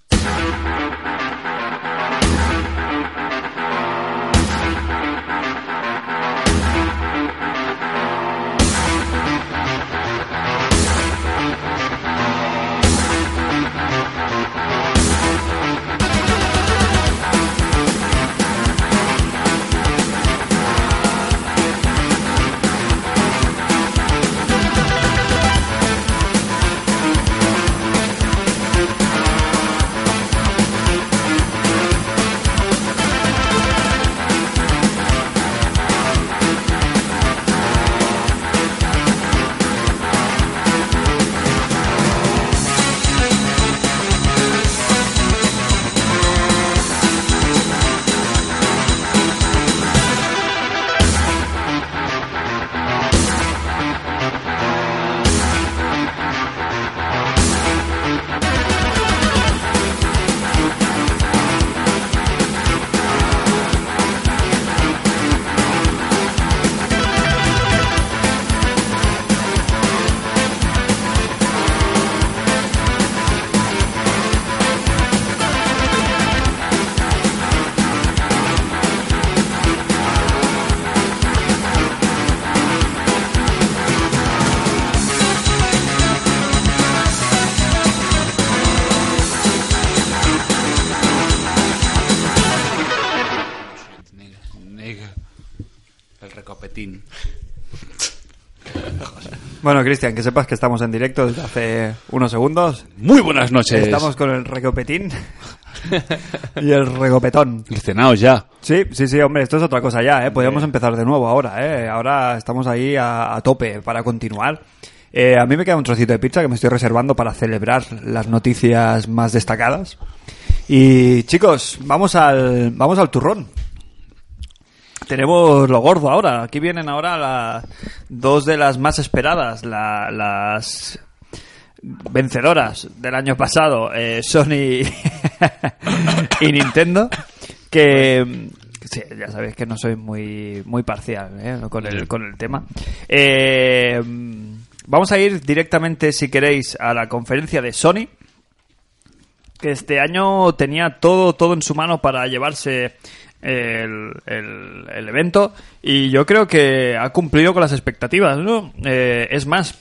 Bueno, Cristian, que sepas que estamos en directo desde hace unos segundos. Muy buenas noches. Estamos con el recopetín y el regopetón. Cenaos ya. Sí, sí, sí, hombre, esto es otra cosa ya, ¿eh? Podríamos empezar de nuevo ahora, ¿eh? Ahora estamos ahí a, a tope para continuar. Eh, a mí me queda un trocito de pizza que me estoy reservando para celebrar las noticias más destacadas. Y chicos, vamos al, vamos al turrón. Tenemos lo gordo ahora. Aquí vienen ahora las dos de las más esperadas, la- las vencedoras del año pasado, eh, Sony y Nintendo, que mm, sí, ya sabéis que no soy muy muy parcial ¿eh? con, el, con el tema. Eh, mm, vamos a ir directamente, si queréis, a la conferencia de Sony que este año tenía todo, todo en su mano para llevarse el, el- el evento y yo creo que ha cumplido con las expectativas, ¿no? Eh, es más,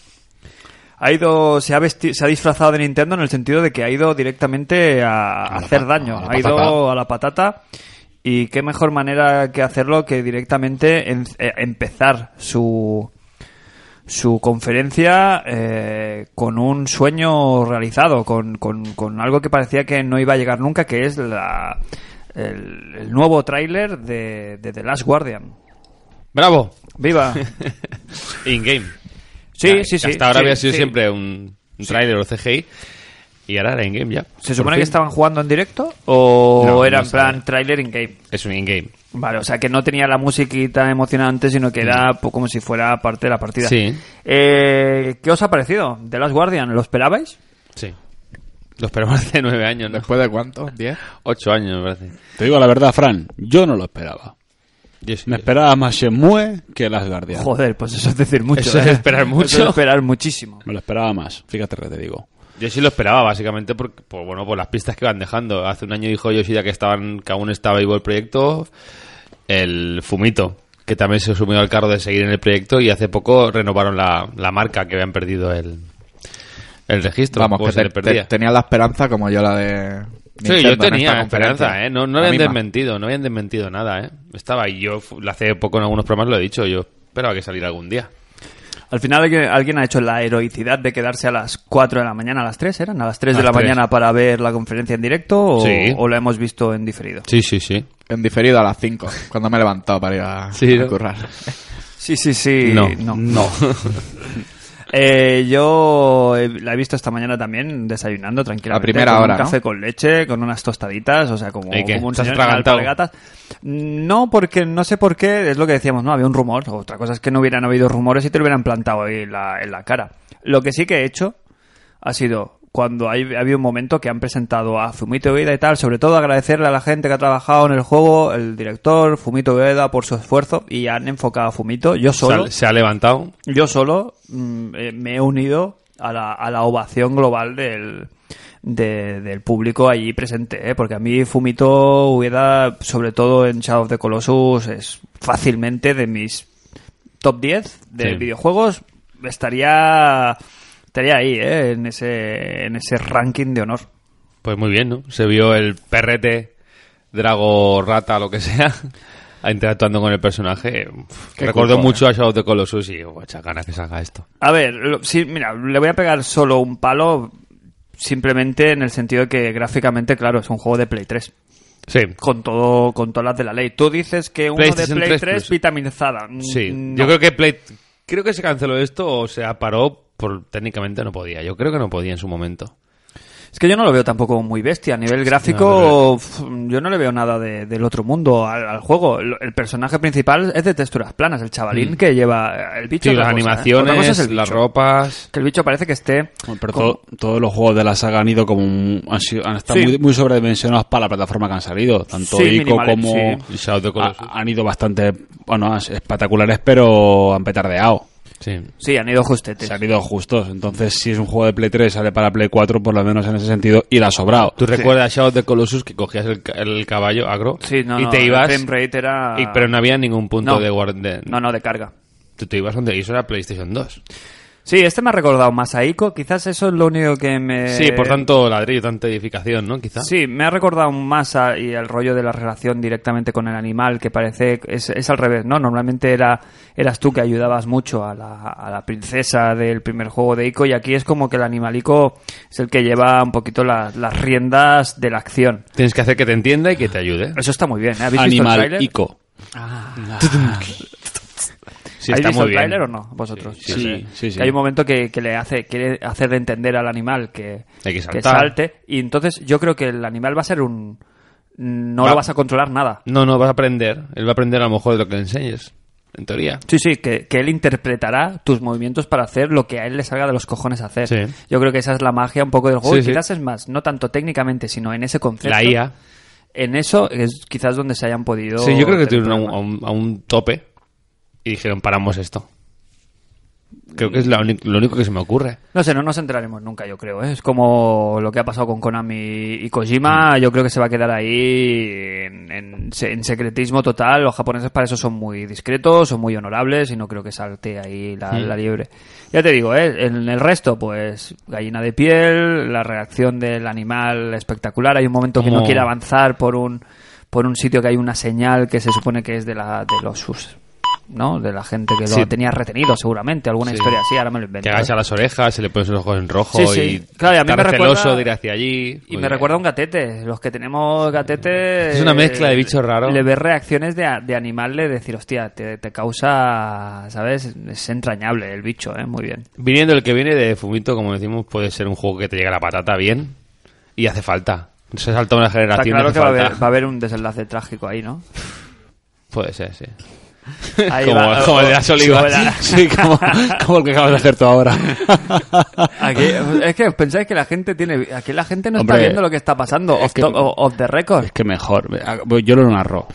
ha ido, se ha, vesti- se ha disfrazado de Nintendo en el sentido de que ha ido directamente a, la hacer pa- daño, a la ha ido patata. a la patata y qué mejor manera que hacerlo que directamente en- eh, empezar su, su conferencia eh, con un sueño realizado, con, con- con algo que parecía que no iba a llegar nunca, que es la, el, el nuevo tráiler de, de The Last Guardian. ¡Bravo! ¡Viva! In-game. Sí, Ah, sí, sí. Hasta ahora Sí, había sido sí. siempre un, un trailer o CGI. Y ahora era in-game ya. ¿Se Por supone que fin. estaban jugando en directo o No, era no en sabe. plan tráiler in-game? Es un in-game. Vale, o sea que no tenía la musiquita emocionante, sino que era po- como si fuera parte de la partida. Mm. Sí. Eh, ¿Qué os ha parecido? ¿The Last Guardian? ¿Lo esperabais? Sí. Lo esperamos hace nueve años, ¿no? ¿Después de cuánto? ¿Diez? Ocho años, me parece. Te digo la verdad, Fran, yo no lo esperaba. Yo sí. Me esperaba más Shenmue que Las Guardian. Joder, pues eso es decir mucho. Eso es ¿eh? esperar mucho. Eso es esperar muchísimo. Me lo esperaba más, fíjate lo que te digo. Yo sí lo esperaba, básicamente, por, por, bueno, por las pistas que van dejando. Hace un año dijo Yoshida que, estaban, que aún estaba vivo el proyecto. El Fumito, que también se sumió al carro de seguir en el proyecto. Y hace poco renovaron la, la marca que habían perdido el, el registro. Vamos, como que se te- le perdía. te- tenía la esperanza como yo la de. Sí, Nintendo yo en esta tenía conferencia. esperanza, ¿eh? No, no La habían misma. desmentido, no habían desmentido nada, ¿eh? Estaba yo, fu- hace poco en algunos programas lo he dicho, yo esperaba que saliera algún día. Al final alguien- alguien ha hecho la heroicidad de quedarse a las 4 de la mañana, a las 3, ¿eran? A las 3 A de la las 3. mañana para ver la conferencia en directo o, Sí. o la hemos visto en diferido. Sí, sí, sí. En diferido a las 5, cuando me he levantado para ir a, Sí, a ¿no? currar. Sí, sí, sí. No. Eh, yo he- la he visto esta mañana también desayunando tranquilamente. A primera con hora, Un ¿no? café con leche, con unas tostaditas, o sea, como, ¿Y qué? como un ¿Estás señor en atragantado? alpargatas. No, porque no sé por qué, es lo que decíamos, ¿no? Había un rumor. Otra cosa es que no hubieran habido rumores y te lo hubieran plantado ahí en la, en la cara. Lo que sí que he hecho ha sido cuando hay, había un momento que han presentado a Fumito Ueda y tal, sobre todo agradecerle a la gente que ha trabajado en el juego, el director, Fumito Ueda, por su esfuerzo, y han enfocado a Fumito, yo solo Se ha, se ha levantado. yo solo mm, eh, me he unido a la, a la ovación global del, de- del público allí presente, ¿eh? porque a mí Fumito Ueda, sobre todo en Shadow of the Colossus, es fácilmente de mis top 10 de Sí. videojuegos, estaría, estaría ahí, ¿eh? en, ese, en ese ranking de honor. Pues muy bien, ¿no? Se vio el perrete, drago, rata, lo que sea, interactuando con el personaje. Uf, Qué Recordó culpa, eh. mucho a Shadow of the Colossus y, mucha ganas que salga esto. A ver, lo- sí, mira, le voy a pegar solo un palo, simplemente en el sentido que gráficamente, claro, es un juego de Play 3. Sí. con todo con todas las de la ley. Tú dices que uno de PlayStation Play Mm, 3, 3 Plus. vitaminizada. Sí, yo creo que Play... Creo que se canceló esto o se paró por... Técnicamente no podía. Yo creo que no podía en su momento. Es que yo no lo veo tampoco muy bestia. A nivel gráfico, pf, yo no le veo nada de- del otro mundo al, al juego. El, el personaje principal es de texturas planas. El chavalín que lleva el bicho. Mm. Sí, otra las cosa, ¿eh? Otra animaciones, cosa es el las bicho. ropas... Que el bicho parece que esté... Bueno, Pero como- to- todos los juegos de la saga han ido como un- han, sido- han estado Sí. muy, muy sobredimensionados para la plataforma que han salido. Tanto Sí, ICO minimales, como sí. Y Shadow of the ha- Colossus. han ido bastante bueno, as- espectaculares, pero han petardeado. ah. Sí. Sí, han ido justetes. Se han ido justos. Entonces, si es un juego de Play 3, sale para Play 4, por lo menos en ese sentido, irá sobrado. ¿Tú recuerdas Shadow of the Colossus que cogías el, ca- el caballo agro Sí, no, y no, te el ibas? frame rate era- y- pero no había ningún punto No. de guardia. No, no, de carga. Tú te ibas donde y eso era PlayStation 2. Sí, este me ha recordado más a Ico. Quizás eso es lo único que me... Sí, por tanto ladrillo, tanta edificación, ¿no? Quizás. Eh, Sí, me ha recordado más a- y el rollo de la relación directamente con el animal, que parece es, es al revés, ¿no? Normalmente era eras tú que ayudabas mucho a la, a la princesa del primer juego de Ico y aquí es como que el animalico es el que lleva un poquito la- las riendas de la acción. Tienes que hacer que te entienda y que te ayude. Eso está muy bien. ¿eh? ¿Habéis visto el Animal tráiler? Ico. Sí, ¿Habéis está visto muy el bien. tráiler o no, vosotros? Sí, sí, sí, sí. Que hay un momento que, que le hace quiere hacer de entender al animal que, Hay que saltar. salte y entonces yo creo que el animal va a ser un no Va- lo vas a controlar nada. No, no, vas a aprender. Él va a aprender a lo mejor de lo que le enseñes. En teoría. Sí, sí, que, que él interpretará tus movimientos para hacer lo que a él le salga de los cojones hacer. Sí. Yo creo que esa es la magia un poco del juego. Sí, y sí. quizás es más, no tanto técnicamente, sino en ese concepto. La IA. En eso es quizás donde se hayan podido. Sí, yo creo que tener tuvieron a un, problemas. a un- a un tope y dijeron, paramos esto. Creo que es la uni- lo único que se me ocurre. No sé, no nos enteraremos nunca, yo creo. ¿eh? Es como lo que ha pasado con Konami y Kojima. Yo creo que se va a quedar ahí en, en se- en secretismo total. Los japoneses para eso son muy discretos, son muy honorables y no creo que salte ahí la, la liebre. Ya te digo, ¿eh? en el resto, pues gallina de piel, la reacción del animal espectacular. Hay un momento que no Como- quiere avanzar por un por un sitio que hay una señal que se supone que es de la de los sus, ¿no? De la gente que lo Sí. tenía retenido seguramente, alguna Sí. historia así, ahora me lo invento. Que ¿eh? agacha las orejas, se le pones los ojos en rojo Sí, sí. y Claro, y a mí estar me recuerda- celoso de ir hacia allí. Y Muy me bien. recuerda a un gatete. Los que tenemos gatete. Es una mezcla de eh, bicho raro. Le ves reacciones de, a- de animal, de decir, hostia, te, te causa. ¿Sabes? Es entrañable el bicho, ¿eh? Muy bien. Viniendo el que viene de Fumito, como decimos, puede ser un juego que te llega la patata bien y hace falta. Se salta una Está generación y claro hace que va a, falta. haber, va a haber un desenlace trágico ahí, ¿no? Puede ser, sí. Ahí como, va- como el de las como olivas. la- Sí, como, como el que acabas de hacer tú ahora. Aquí- es que pensáis que la gente tiene. Aquí la gente no está Hombre, viendo lo que está pasando. es Off, que- to- o- off the record. Es que mejor. ah, Yo lo narro.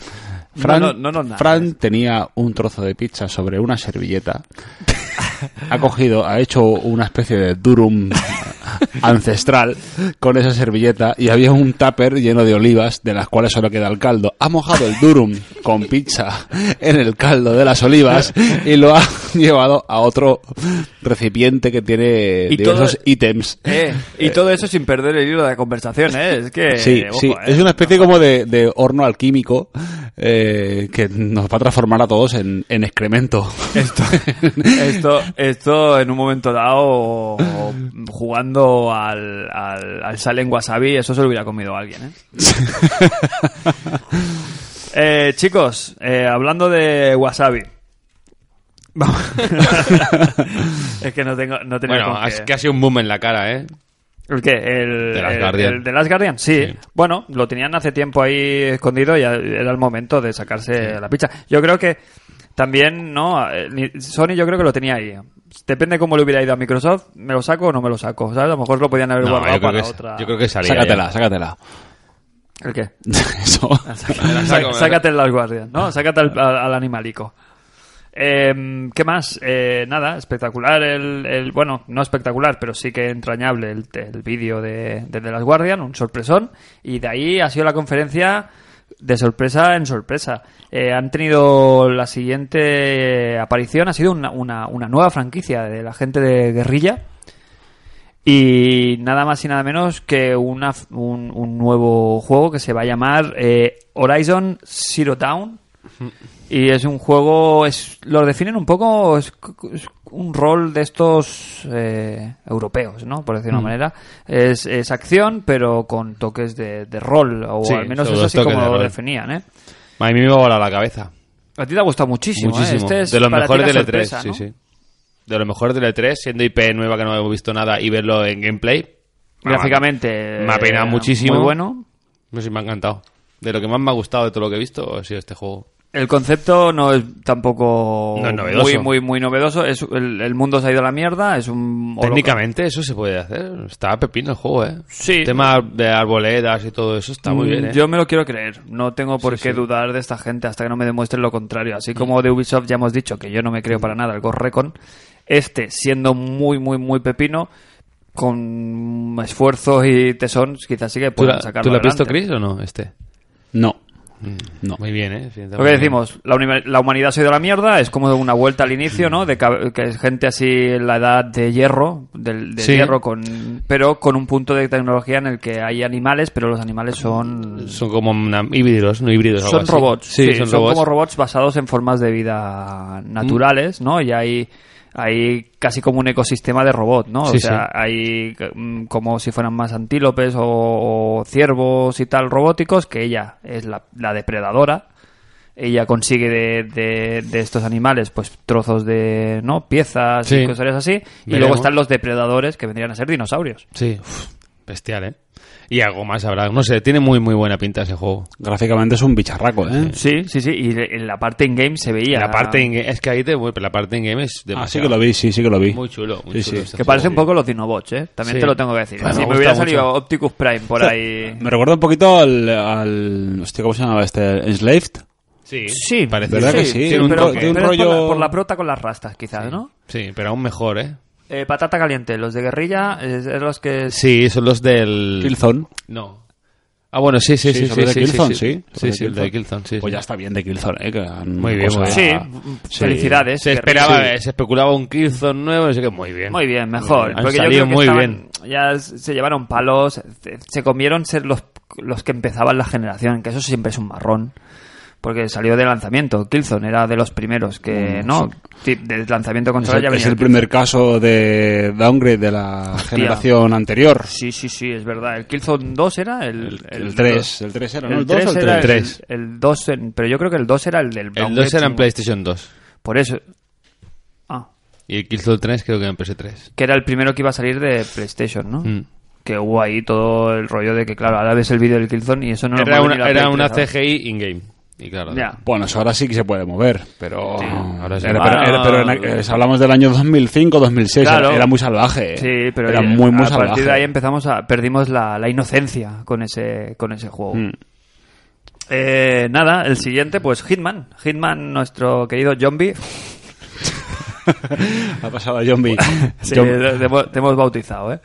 Fran, No, no, no, no, no. Fran tenía un trozo de pizza sobre una servilleta. ha cogido, ha hecho una especie de durum ancestral con esa servilleta y había un tupper lleno de olivas de las cuales solo queda el caldo. Ha mojado el durum con pizza en el caldo de las olivas y lo ha llevado a otro recipiente que tiene Y diversos todo- ítems. Eh, y todo eso sin perder el hilo de la conversación, ¿eh? Es que. Sí, ojo, sí, ¿eh? es una especie como de, de horno alquímico eh, que nos va a transformar a todos en, en excremento. Esto, esto, esto en un momento dado, o- o jugando al, al, al sal en wasabi, eso se lo hubiera comido alguien, ¿eh? Eh, chicos, eh, hablando de wasabi. Vamos. es que no tengo, no tenía Bueno, con es qué. que ha sido un boom en la cara, ¿eh? ¿El qué? El, The Last el- Guardian. el The Last Guardian, sí. Bueno, lo tenían hace tiempo ahí escondido y era el momento de sacarse la picha. Yo creo que también, ¿no? Eh, ni- Sony yo creo que lo tenía ahí. Depende cómo le hubiera ido a Microsoft, ¿me lo saco o no me lo saco? ¿Sabes? A lo mejor lo podían haber No, guardado yo, creo para que, otra. yo creo que salía. sácatela, ya. sácatela. ¿El qué? Eso. Sá- la saco, me la Sácate el Last Guardian, ¿no? Sácate al, al- al animalico. Eh, ¿Qué más? Eh, nada, espectacular el, el- Bueno, no espectacular, pero sí que entrañable el, el vídeo de, de The Last Guardian, un sorpresón. Y de ahí ha sido la conferencia de sorpresa en sorpresa. Eh, han tenido la siguiente aparición, ha sido una, una- una nueva franquicia de la gente de Guerrilla. Y nada más y nada menos que una, f- un, un nuevo juego que se va a llamar eh, Horizon Zero Dawn. Y es un juego, es, lo definen un poco, es, c- es un rol de estos eh, europeos, ¿no? Por Mm. decir de una manera. Es, es acción, pero con toques de, de rol, o Sí, al menos son eso los así como toques de lo rol. definían, ¿eh? A mí me iba a volar la cabeza. A ti te ha gustado muchísimo, ¿eh? Muchísimo. Este es de los para ti mejores la del E3, sorpresa, ¿no? sí, sí. De los mejores del E3, siendo IP nueva que no hemos visto nada y verlo en gameplay. Gráficamente. Ah, Me ha peinado eh, muchísimo. Muy bueno. No sé, si me ha encantado. De lo que más me ha gustado de todo lo que he visto ha sido este juego. El concepto no es tampoco No es novedoso. muy muy muy novedoso. Es el, el mundo se ha ido a la mierda. Es un Técnicamente eso se puede hacer. Está pepino el juego, ¿eh? Sí. El tema de arboledas y todo eso está muy bien, ¿eh? Mm, Yo me lo quiero creer. No tengo por qué dudar de esta gente hasta que no me demuestren lo contrario. Mm. Así como de Ubisoft ya hemos dicho que yo no me creo para nada el Ghost Recon, este siendo muy muy muy pepino con esfuerzo y tesón quizás sí que ¿Tú, puedan la- sacarlo. tú lo has visto, adelante. Chris, o no? Este. No. No. Muy bien, ¿eh? Sí, Lo que decimos, la, uni- la humanidad se ha ido a la mierda, es como una vuelta al inicio, ¿no? De cab- que es gente así en la edad de hierro, del de Sí. hierro, con, pero con un punto de tecnología en el que hay animales, pero los animales son... Son como una- híbridos, no híbridos. algo Son así. robots, Sí, son, robots. como robots basados en formas de vida naturales, ¿no? Y hay, hay casi como un ecosistema de robot, ¿no? Sí, o sea, hay mm, como si fueran más antílopes o, o ciervos y tal robóticos, que ella es la, la depredadora. Ella consigue de, de- de estos animales, pues trozos de, ¿no? Piezas y Sí. cosas así. Y Veremos. luego están los depredadores, que vendrían a ser dinosaurios. Sí, uf, bestial, ¿eh? Y algo más habrá. No sé, tiene muy, muy buena pinta ese juego. Gráficamente es un bicharraco, ¿eh? Sí, sí, sí. Y en la parte in-game se veía. La parte en, es que ahí te voy, pero la parte en game es Ah, sí demasiado. que lo vi, sí, sí que lo vi. Muy chulo, muy Sí, chulo sí. este Que juego. parece un poco los Dinobots, ¿eh? También Sí. te lo tengo que decir. Bueno, si me me gusta hubiera mucho. salido Opticus Prime por ahí... Me recuerda un poquito al, al... Hostia, ¿cómo se llamaba este? ¿Enslaved? Sí, Sí, parece ¿verdad que sí? Tiene un pero, toque. tiene un pero es por la- rollo- por, la, prota con las rastas, quizás, ¿no? Sí, pero aún mejor, ¿eh? Eh, patata caliente, los de guerrilla, es, es los que... Sí, son los del... Killzone. No. Ah, bueno, sí, sí, Sí, sí. son los de sí, Killzone, sí. sí. Son Sí, los sí, de el de Killzone. Killzone, sí. Pues sí. ya está bien de Killzone, ¿eh? Que han- Muy bien, cosa- muy Sí, bien. Sí. felicidades. Se esperaba, eh, se especulaba un Killzone nuevo, no sé qué. Muy bien. Muy bien, mejor. Han porque yo salido creo que muy estaban- Ya s- se llevaron palos, se- se comieron ser los, los que empezaban la generación, que eso siempre es un marrón. Porque salió de lanzamiento, Killzone era de los primeros que, ¿no? Ti- De lanzamiento Es consola el, ya es venía el primer caso de downgrade de la generación anterior. Sí, sí, sí, es verdad. El Killzone 2 era el... El 3. El 3 era, ¿no? El ¿El 2 o 3 el era 3? el, Tres. el 2, en- pero yo creo que el 2 era el del El downgrade, 2 era en sí. PlayStation 2 Por eso... Ah, y el Killzone 3 creo que en PS3. que era el primero que iba a salir de PlayStation, ¿no? Mm. Que hubo ahí todo el rollo de que, claro, ahora ves el vídeo del Killzone y eso no Era lo mueve ni una, la era Play una 3, CGI in-game. Y claro, ¿sabes? Ya. Bueno, eso ahora sí que se puede mover, pero... ahora sí. Era- Ah, pero- era- pero en- eh, hablamos del año 2005, 2006, era- Claro. era muy salvaje. eh. Sí, pero era eh, muy, muy a salvaje. partir de ahí empezamos a perdimos la, la inocencia con ese con ese juego. Mm. Eh, nada, el siguiente pues Hitman, Hitman nuestro querido zombie Ha pasado a Zombie. Sí, Yo- te, te hemos- te hemos bautizado, ¿eh?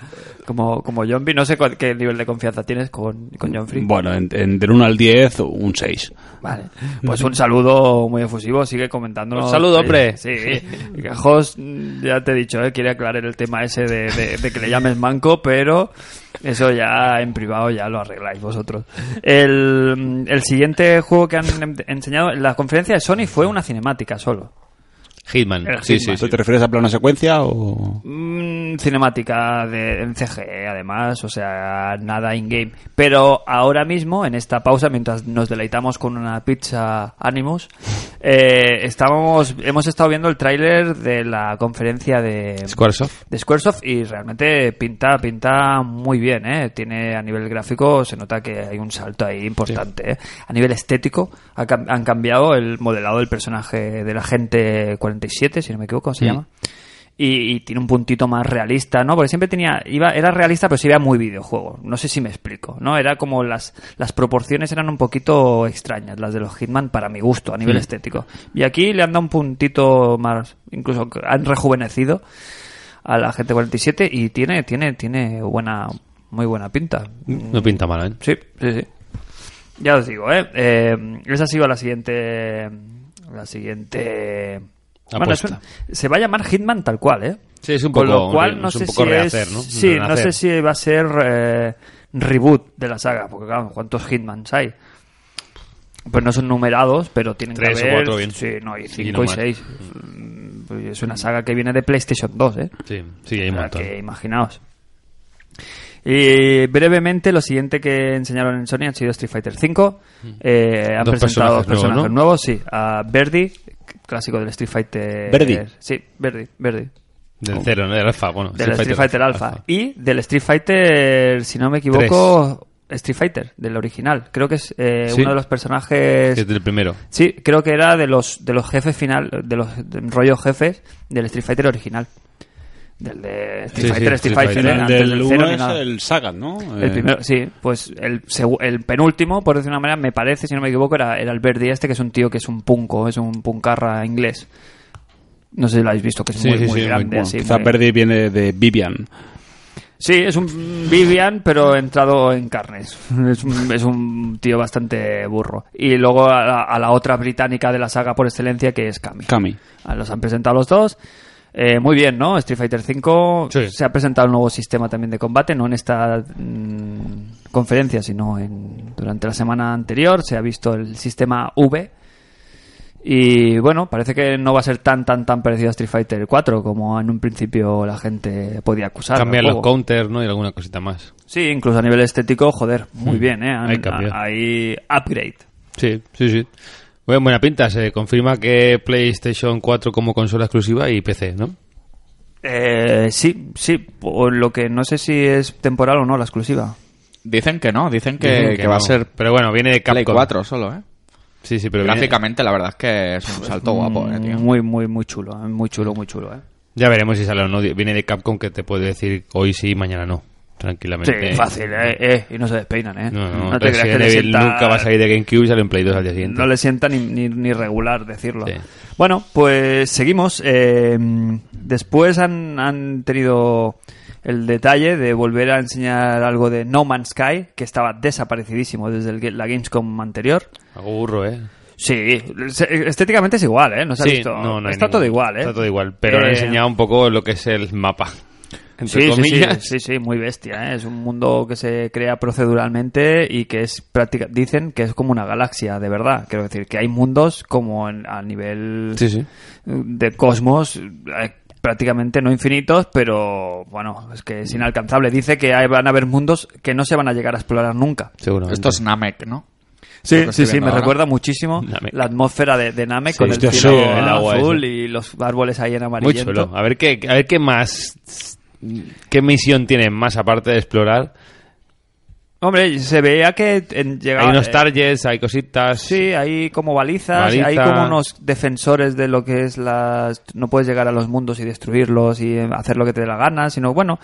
Como, como John B. No sé cuál- qué nivel de confianza tienes con, con John Free. Bueno, en, en- del 1 al 10, un 6. Vale. Pues un saludo muy efusivo. Sigue comentando. Un saludo, hombre. Sí. Jos, ya te he dicho, ¿eh? quiere aclarar el tema ese de, de- de que le llames manco, pero eso ya en privado ya lo arregláis vosotros. El, el siguiente juego que han em- enseñado en la conferencia de Sony fue una cinemática solo. Hitman. El Sí, Hitman. sí, sí. ¿Te refieres a plano secuencia o...? Mm, cinemática de en CG además, o sea, nada in-game. Pero ahora mismo, en esta pausa, mientras nos deleitamos con una pizza Animus, eh, estábamos, hemos estado viendo el tráiler de la conferencia de, Squaresoft. de Squaresoft y realmente pinta, pinta muy bien, ¿eh? Tiene a nivel gráfico, se nota que hay un salto ahí importante, ¿eh? A nivel estético, ha cam- han cambiado el modelado del personaje de la gente 47, si no me equivoco, se llama. Y, y tiene un puntito más realista, ¿no? Porque siempre tenía, iba, era realista, pero se veía muy videojuego. No sé si me explico, ¿no? Era como las, las proporciones eran un poquito extrañas, las de los Hitman, para mi gusto, a nivel estético. Y aquí le han dado un puntito más, incluso han rejuvenecido a la gente 47 y tiene tiene tiene buena muy buena pinta. No pinta mal, ¿eh? Sí, sí, sí. Ya os digo, ¿eh? Eh, esa ha sido la siguiente la siguiente Bueno, es Apuesta. un- se va a llamar Hitman tal cual, ¿eh? Sí, es un Con poco- lo cual no es un sé poco si rehacer, es- ¿no? sí, no sé Renacer. si va a ser eh, reboot de la saga, porque claro, cuántos Hitmans hay. Pues no son numerados, pero tienen Tres que o haber cuatro, bien. Sí, no, y Y 5 no y más. 6. Es una saga que viene de PlayStation 2, ¿eh? Sí, sí, hay un O sea, montón. que imaginaos. Y brevemente, lo siguiente que enseñaron en Sony han sido Street Fighter V. Eh, han Dos presentado dos personajes nuevos, personajes nuevos, ¿no? sí. A Verdi, clásico del Street Fighter. Verdi. Sí, Verdi, Verdi. Del cero, ¿no? Del alfa, bueno. Del Street, Fighter Alpha. Alpha. Y del Street Fighter, si no me equivoco, Street Fighter, del original. Creo que es eh, Sí. uno de los Que personajes. es del primero. Sí, creo que era de los de los jefes final, de los de- rollos jefes del Street Fighter original. Del de Street Sí, sí, Fighter, Street, Street Fighter, Fighter. eh, El antes del del 1 cero ni es nada. el Sagat, ¿no? Eh, El primero, sí, pues el, segu- el penúltimo, por decir una manera, me parece, si no me equivoco, era, era el Verdi este, que es un tío que es un punco, es un puncarra inglés. No sé si lo habéis visto, que es Sí, muy, sí, muy sí, muy grande. bueno, así, Quizás muy- Verdi viene de Vivian. Sí, es un Vivian, pero entrado en carnes. Es un, es un tío bastante burro. Y luego a la, a la otra británica de la saga por excelencia, que es Cami. Cami. Ah, Los han presentado los dos. Eh, muy bien, ¿no? Street Fighter V Sí. se ha presentado un nuevo sistema también de combate, no en esta mm, conferencia, sino en, durante la semana anterior se ha visto el sistema V. Y bueno, parece que no va a ser tan, tan, tan parecido a Street Fighter 4 como en un principio la gente podía acusar. al Cambian los juego. counters, ¿no? Y alguna cosita más. Sí, incluso a nivel estético, joder, muy bien, ¿eh? Han- Hmm. hay cambio. a- hay upgrade. Sí, sí, sí. Bueno, buena pinta. Se confirma que PlayStation 4 como consola exclusiva y PC, ¿no? Eh, sí, sí, o lo que no sé si es temporal o no, la exclusiva. Dicen que no, dicen que, Dicen que va a no. ser Pero bueno, viene de Capcom. Play 4 solo, ¿eh? Sí, sí, pero viene- Gráficamente, la verdad es que es un salto guapo, ¿eh, tío? Muy, muy, muy chulo, eh, muy chulo, muy chulo, ¿eh? Ya veremos si sale o no. Viene de Capcom que te puede decir hoy sí, mañana no. Tranquilamente. Sí, fácil, eh, eh, y no se despeinan, ¿eh? No, no, te creas que Resident le Evil sienta, nunca va a salir de GameCube y sale en Play 2 al día siguiente. no le sienta ni, ni, ni regular decirlo. Sí. Bueno, pues seguimos. eh, después han, han tenido el detalle de volver a enseñar algo de No Man's Sky, que estaba desaparecidísimo desde el- la Gamescom anterior. Hago burro, ¿eh? Sí, se- estéticamente es igual, ¿eh? No se ha Sí, visto. no, no hay está ningún- todo igual, ¿eh? Está todo igual, pero Eh, han enseñado un poco lo que es el mapa. Entre Sí, sí, sí, comillas. sí, sí, muy bestia, ¿eh? Es un mundo que se crea proceduralmente y que es práctica. Dicen que es como una galaxia, de verdad. Quiero decir, que hay mundos como en- a nivel Sí, sí. de cosmos eh, prácticamente no infinitos, pero bueno, es que es inalcanzable. Dice que hay- van a haber mundos que no se van a llegar a explorar nunca. Seguro. Esto es Namek, ¿no? Sí, Lo que sí, estoy sí, viendo me ahora. recuerda muchísimo Namek. la atmósfera de, de Namek Sí, con el hostia, cielo sí, en el agua azul ese. y los árboles ahí en Muy amarillento. chulo. A ver qué, a ver qué más. ¿Qué misión tienen más aparte de explorar? Hombre, se veía que en, llegaba... hay unos eh, targets, hay cositas. Sí, hay como balizas, Baliza. hay como unos defensores de lo que es las... No puedes llegar a los mundos y destruirlos y eh, hacer lo que te dé la gana, sino bueno...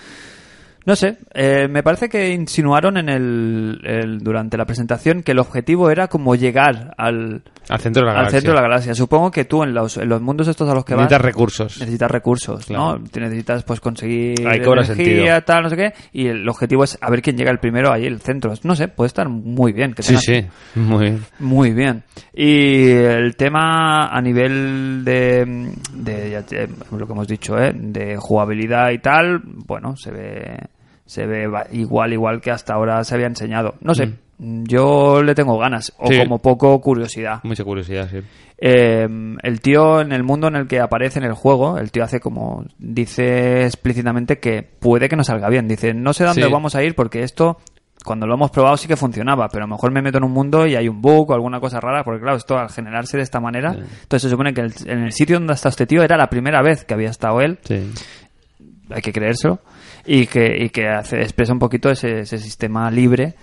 No sé, eh, me parece que insinuaron en el, el- durante la presentación que el objetivo era como llegar al, Al centro de la al galaxia. centro de la galaxia. Supongo que tú en los, en los mundos estos a los que vas... Necesitas recursos. necesitas recursos, ¿no? Te necesitas pues conseguir Ahí cobra energía, sentido. tal, no sé qué, y el objetivo es a ver quién llega el primero ahí el centro. No sé, puede estar muy bien que Sí, tengan- sí. Muy bien. Muy bien. Y el tema a nivel de, de- ya te- lo que hemos dicho, ¿eh? de jugabilidad y tal, bueno, se ve se ve va- igual igual que hasta ahora se había enseñado. No sé, yo le tengo ganas o Sí. como poco curiosidad. Mucha curiosidad, sí. Eh, el tío en el mundo en el que aparece en el juego, el tío hace como dice explícitamente que puede que no salga bien. Dice, no sé dónde Sí. vamos a ir porque esto cuando lo hemos probado sí que funcionaba, pero a lo mejor me meto en un mundo y hay un bug o alguna cosa rara, porque claro, esto al generarse de esta manera, entonces se supone que el- en el sitio donde ha estado este tío era la primera vez que había estado él, Sí. hay que creérselo, y que, y que hace, expresa un poquito ese, ese sistema libre,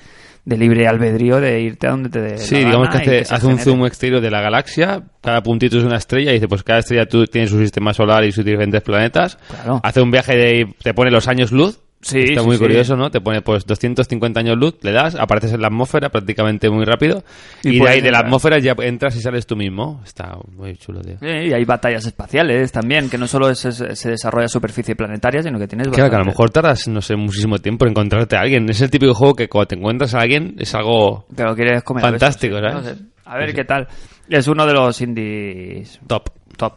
de libre albedrío, de irte a donde te dé Eh, la Sí, digamos que gana y hace, se hace un genere. zoom exterior de la galaxia, cada puntito es una estrella y dice, pues cada estrella tú tiene su sistema solar y sus diferentes planetas. Claro. Hace un viaje de te pone los años luz. Sí, Está sí, muy sí. curioso, ¿no? Te pone pues 250 años luz, le das, apareces en la atmósfera prácticamente muy rápido Y y, de puedes ahí de la entrar. atmósfera ya entras y sales tú mismo. Está muy chulo, tío. Eh, y hay batallas espaciales también, que no solo es- es- se desarrolla superficie planetaria, sino que tienes Claro, que a lo bastante- mejor tardas, no sé, muchísimo tiempo en encontrarte a alguien. Es el típico juego que cuando te encuentras a alguien es algo Te lo quieres comer. a veces, fantástico, sí, ¿sabes? no sé. A ver qué tal. Es uno de los indies Top. top.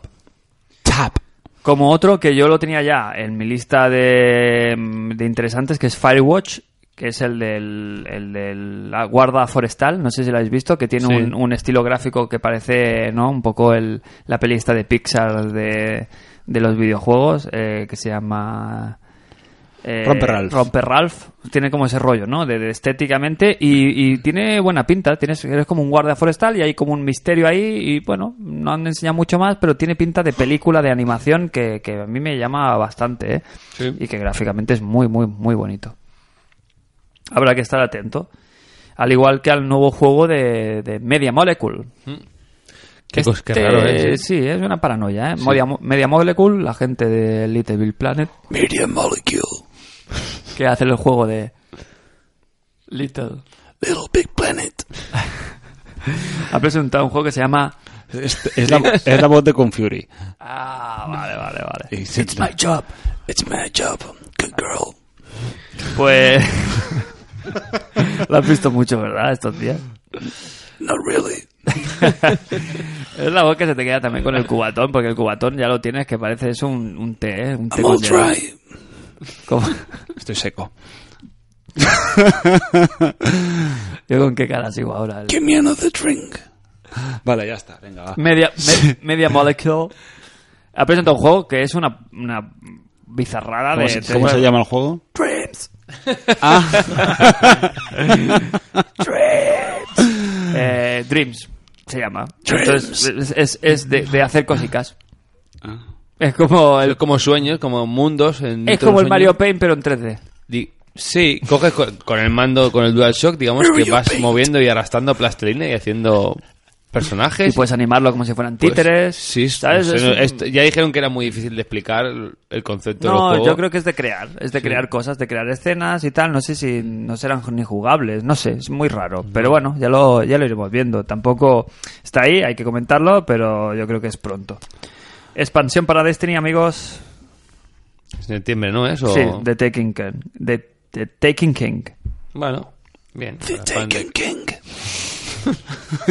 Chap. Como otro que yo lo tenía ya en mi lista de, de interesantes, que es Firewatch, que es el del, el de la guarda forestal, no sé si lo habéis visto, que tiene Sí. un, un estilo gráfico que parece ¿no? un poco el, la peli esta de Pixar de, de los videojuegos, eh, que se llama... eh, Romper Ralph. Romper Ralph. Tiene como ese rollo, ¿no? De, de estéticamente y, y tiene buena pinta. Tienes, eres como un guardia forestal y hay como un misterio ahí y bueno, no han enseñado mucho más, pero tiene pinta de película de animación que, que a mí me llama bastante, ¿eh? Sí. Y que gráficamente es muy, muy, muy bonito. Habrá que estar atento. Al igual que al nuevo juego de, de Media Molecule. Qué, cos- qué Este- raro, ¿eh? Sí, es una paranoia, ¿eh? Media, Mo- Media Molecule, la gente de Little Big Planet. Media Molecule. Que hace el juego de... Little... Little Big Planet. Ha presentado un juego que se llama... Es, es la, es la voz de Confury. Ah, vale, vale, vale. Y sí, It's my job. Good girl. Pues. Lo has visto mucho, ¿verdad? Estos días. Not really. es la voz que se te queda también con el cubatón, porque el cubatón ya lo tienes que parece es un, un té, ¿eh? un té con hielo. ¿Cómo? Estoy seco. Yo con qué cara sigo ahora. Give me another drink. Vale, ya está. Venga, va. Media, me- Media Molecule ha presentado un juego que es una, una bizarrada ¿Cómo, de... se, cómo se llama el juego? Ah. Dreams. Eh, Dreams se llama. Entonces, es, es de, de hacer cositas. Ah. Es como el, Es como sueños, como mundos. en- es dentro de como el sueños. Mario Paint, pero en 3D. Di- Sí, coges con, con el mando, con el DualShock, digamos que vas moviendo y arrastrando plastilina y haciendo Y personajes. puedes animarlo como si fueran Pues, títeres. Sí, ¿sabes? no sé, Es no, un- esto- ya dijeron que era muy difícil de explicar el el concepto del No, juego. yo creo que es de crear, es de crear cosas, de crear escenas y tal. No sé si no serán ni jugables, no sé, es muy raro. Pero bueno, ya lo, ya lo iremos viendo. Tampoco está ahí, hay que comentarlo, pero yo creo que es pronto. Expansión para Destiny, amigos. Es en septiembre, ¿no? Eso. Sí, The Taking King. The, The Taking King. Bueno, bien.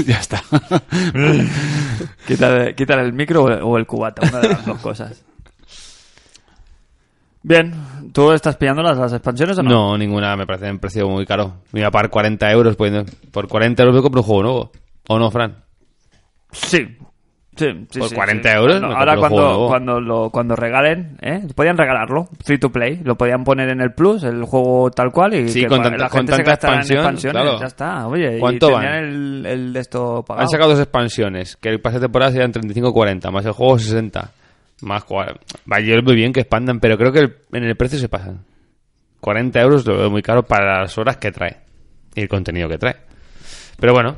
ya está. Quítale, quítale el micro o el, o el cubata, una de las dos cosas. Bien, ¿tú estás pillando las, las expansiones o no? No, ninguna me parece un precio muy caro. Me iba a pagar 40 euros. poniendo- por 40 euros me compro un juego nuevo. ¿O no, Fran? Sí. Sí, sí, Por sí, 40 sí. euros, No, me ahora compro el cuando, juego nuevo. cuando, lo, cuando regalen, ¿eh? podían regalarlo, free to play, lo podían poner en el Plus, el juego tal cual, y Sí, que con pa- tanta- la con gente se tanta gastara en expansión, expansiones, claro. ya está, oye, ¿Cuánto y van? tenían el, el de esto pagado. Han sacado dos expansiones, que el pase de temporada serían 35-40, más el juego 60. Más cua- Va, yo muy bien que expandan, pero creo que el- en el precio se pasan. 40 euros lo veo muy caro para las horas que trae y el contenido que trae. Pero bueno,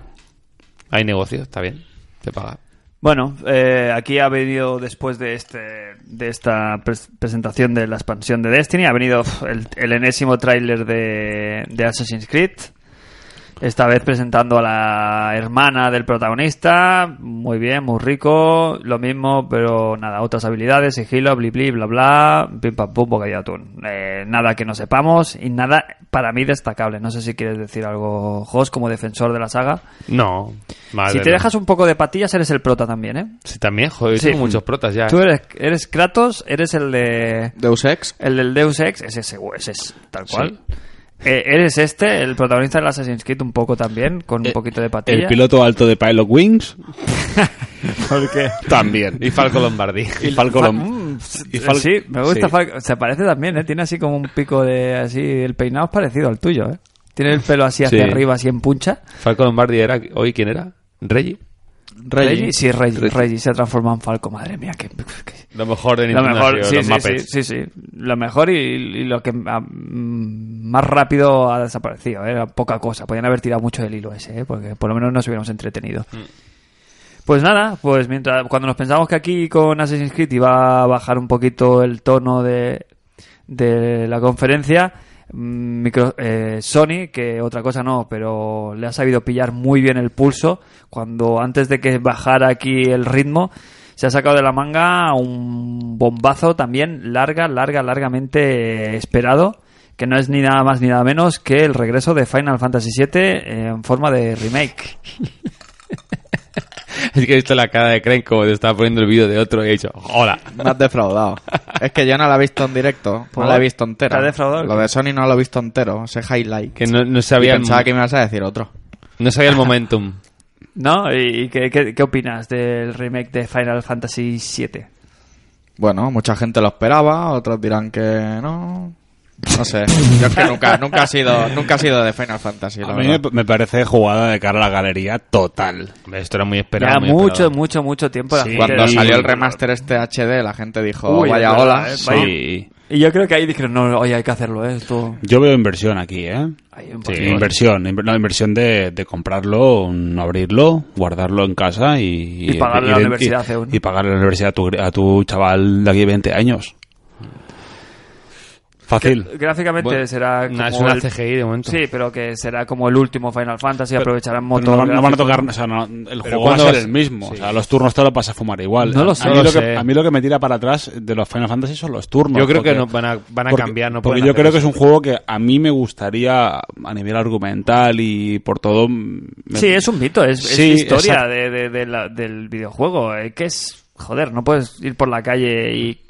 hay negocio, está bien, se paga. Bueno, eh, aquí ha venido después de este de esta pres- presentación de la expansión de Destiny, ha venido uf, el, el enésimo tráiler de, de Assassin's Creed. Esta vez presentando a la hermana del protagonista. Muy bien, muy rico. Lo mismo, pero nada, otras habilidades, sigilo, bli bli, bla bla, pim pam pum, bocadillo de atún. Eh, nada que no sepamos y nada para mí destacable. No sé si quieres decir algo, Jos, como defensor de la saga. No, madre si te no. dejas un poco de patillas, eres el prota también, ¿eh? Sí, también, joder, Sí. tengo muchos protas ya. Tú eres, eres Kratos, eres el de. Deus Ex. El del Deus Ex, ese es, ese es tal cual. Eh, eres este, el protagonista del Assassin's Creed, un poco también, con un poquito de patilla. Eh, El piloto alto de Pilot Wings ¿Por qué? también. Y Falco Lombardi. Y Falco Lom- Mm. y Fal- sí, me gusta. sí. Falco. Se parece también, ¿eh? Tiene así como un pico de. así El peinado es parecido al tuyo, ¿eh? Tiene el pelo así hacia Sí. arriba, así en puncha. Falco Lombardi era hoy quién era? Reggie. Reggie. Sí, Reggie. Reggie se ha transformado en Falco. Madre mía, qué- qué, Lo mejor de Lo Nintendo ha mejor, sido sí, los sí, sí, Muppets. sí, sí. Lo mejor y, y lo que ah, mm, más rápido ha desaparecido. Era poca cosa. Podían haber tirado mucho del hilo ese, ¿eh? porque por lo menos nos hubiéramos entretenido. Mm. Pues nada, pues mientras cuando nos pensamos que aquí con Assassin's Creed iba a bajar un poquito el tono de, de la conferencia, mm, micro- eh, Sony, que otra cosa no, pero le ha sabido pillar muy bien el pulso, cuando antes de que bajara aquí el ritmo, se ha sacado de la manga un bombazo también larga, larga, largamente eh, esperado, que no es ni nada más ni nada menos que el regreso de Final Fantasy VII en forma de remake. Es que he visto la cara de Crank como te estaba poniendo el vídeo de otro y he dicho, hola. Me has defraudado. es que yo no la he visto en directo. No Pues, la he visto entera. ¿te ha defraudado? Lo de Sony no lo he visto entero. Ese highlight. Que no, no Y sabía el, pensaba que me ibas a decir otro. no sabía el momentum. ¿No? ¿Y qué, qué- qué opinas del remake de Final Fantasy VII? Bueno, mucha gente lo esperaba, otros dirán que no. No sé. Yo es que nunca, nunca ha sido, nunca ha sido de Final Fantasy. la A mí me, verdad. me parece jugada de cara a la galería total. Hombre, Esto era muy esperado. Ya muy mucho, esperado. mucho, mucho tiempo. la Sí, gente- Cuando Sí. salió el remaster este HD, la gente dijo, Uy, es vaya verdad, hola. eh, Sí. vaya- Sí. Y yo creo que ahí dijeron, no, oye, hay que hacerlo, ¿eh? Esto... Yo veo inversión aquí, ¿eh? Hay un Sí, poquito- inversión. inver- no, inversión de, de comprarlo, mm, abrirlo, guardarlo en casa y... Y pagarle a la y- universidad, Zeus, ¿no? Y, pagarle a la universidad a tu, a tu chaval de aquí 20 años. Fácil. Que- Gráficamente Bueno, será como una- es una el- CGI de momento. Sí, pero que será como el último Final Fantasy, aprovecharán Pero motor. no, van- no van a gráfico. tocar, o sea, no, el juego va a ¿cuándo ser vas- el mismo. Sí. O sea, los turnos te los vas a fumar igual. No lo A- sé. A mí, No lo lo que, sé. a mí lo que me tira para atrás de los Final Fantasy son los turnos. Yo creo que porque- no van a, van a porque- cambiar, no Porque pueden yo hacer creo que es eso. un juego que a mí me gustaría, a nivel argumental y por todo. mm, me- Sí, es un mito, es, es Sí, historia exacto. de, de- de la- del videojuego. eh, que es, joder, no puedes ir por la calle y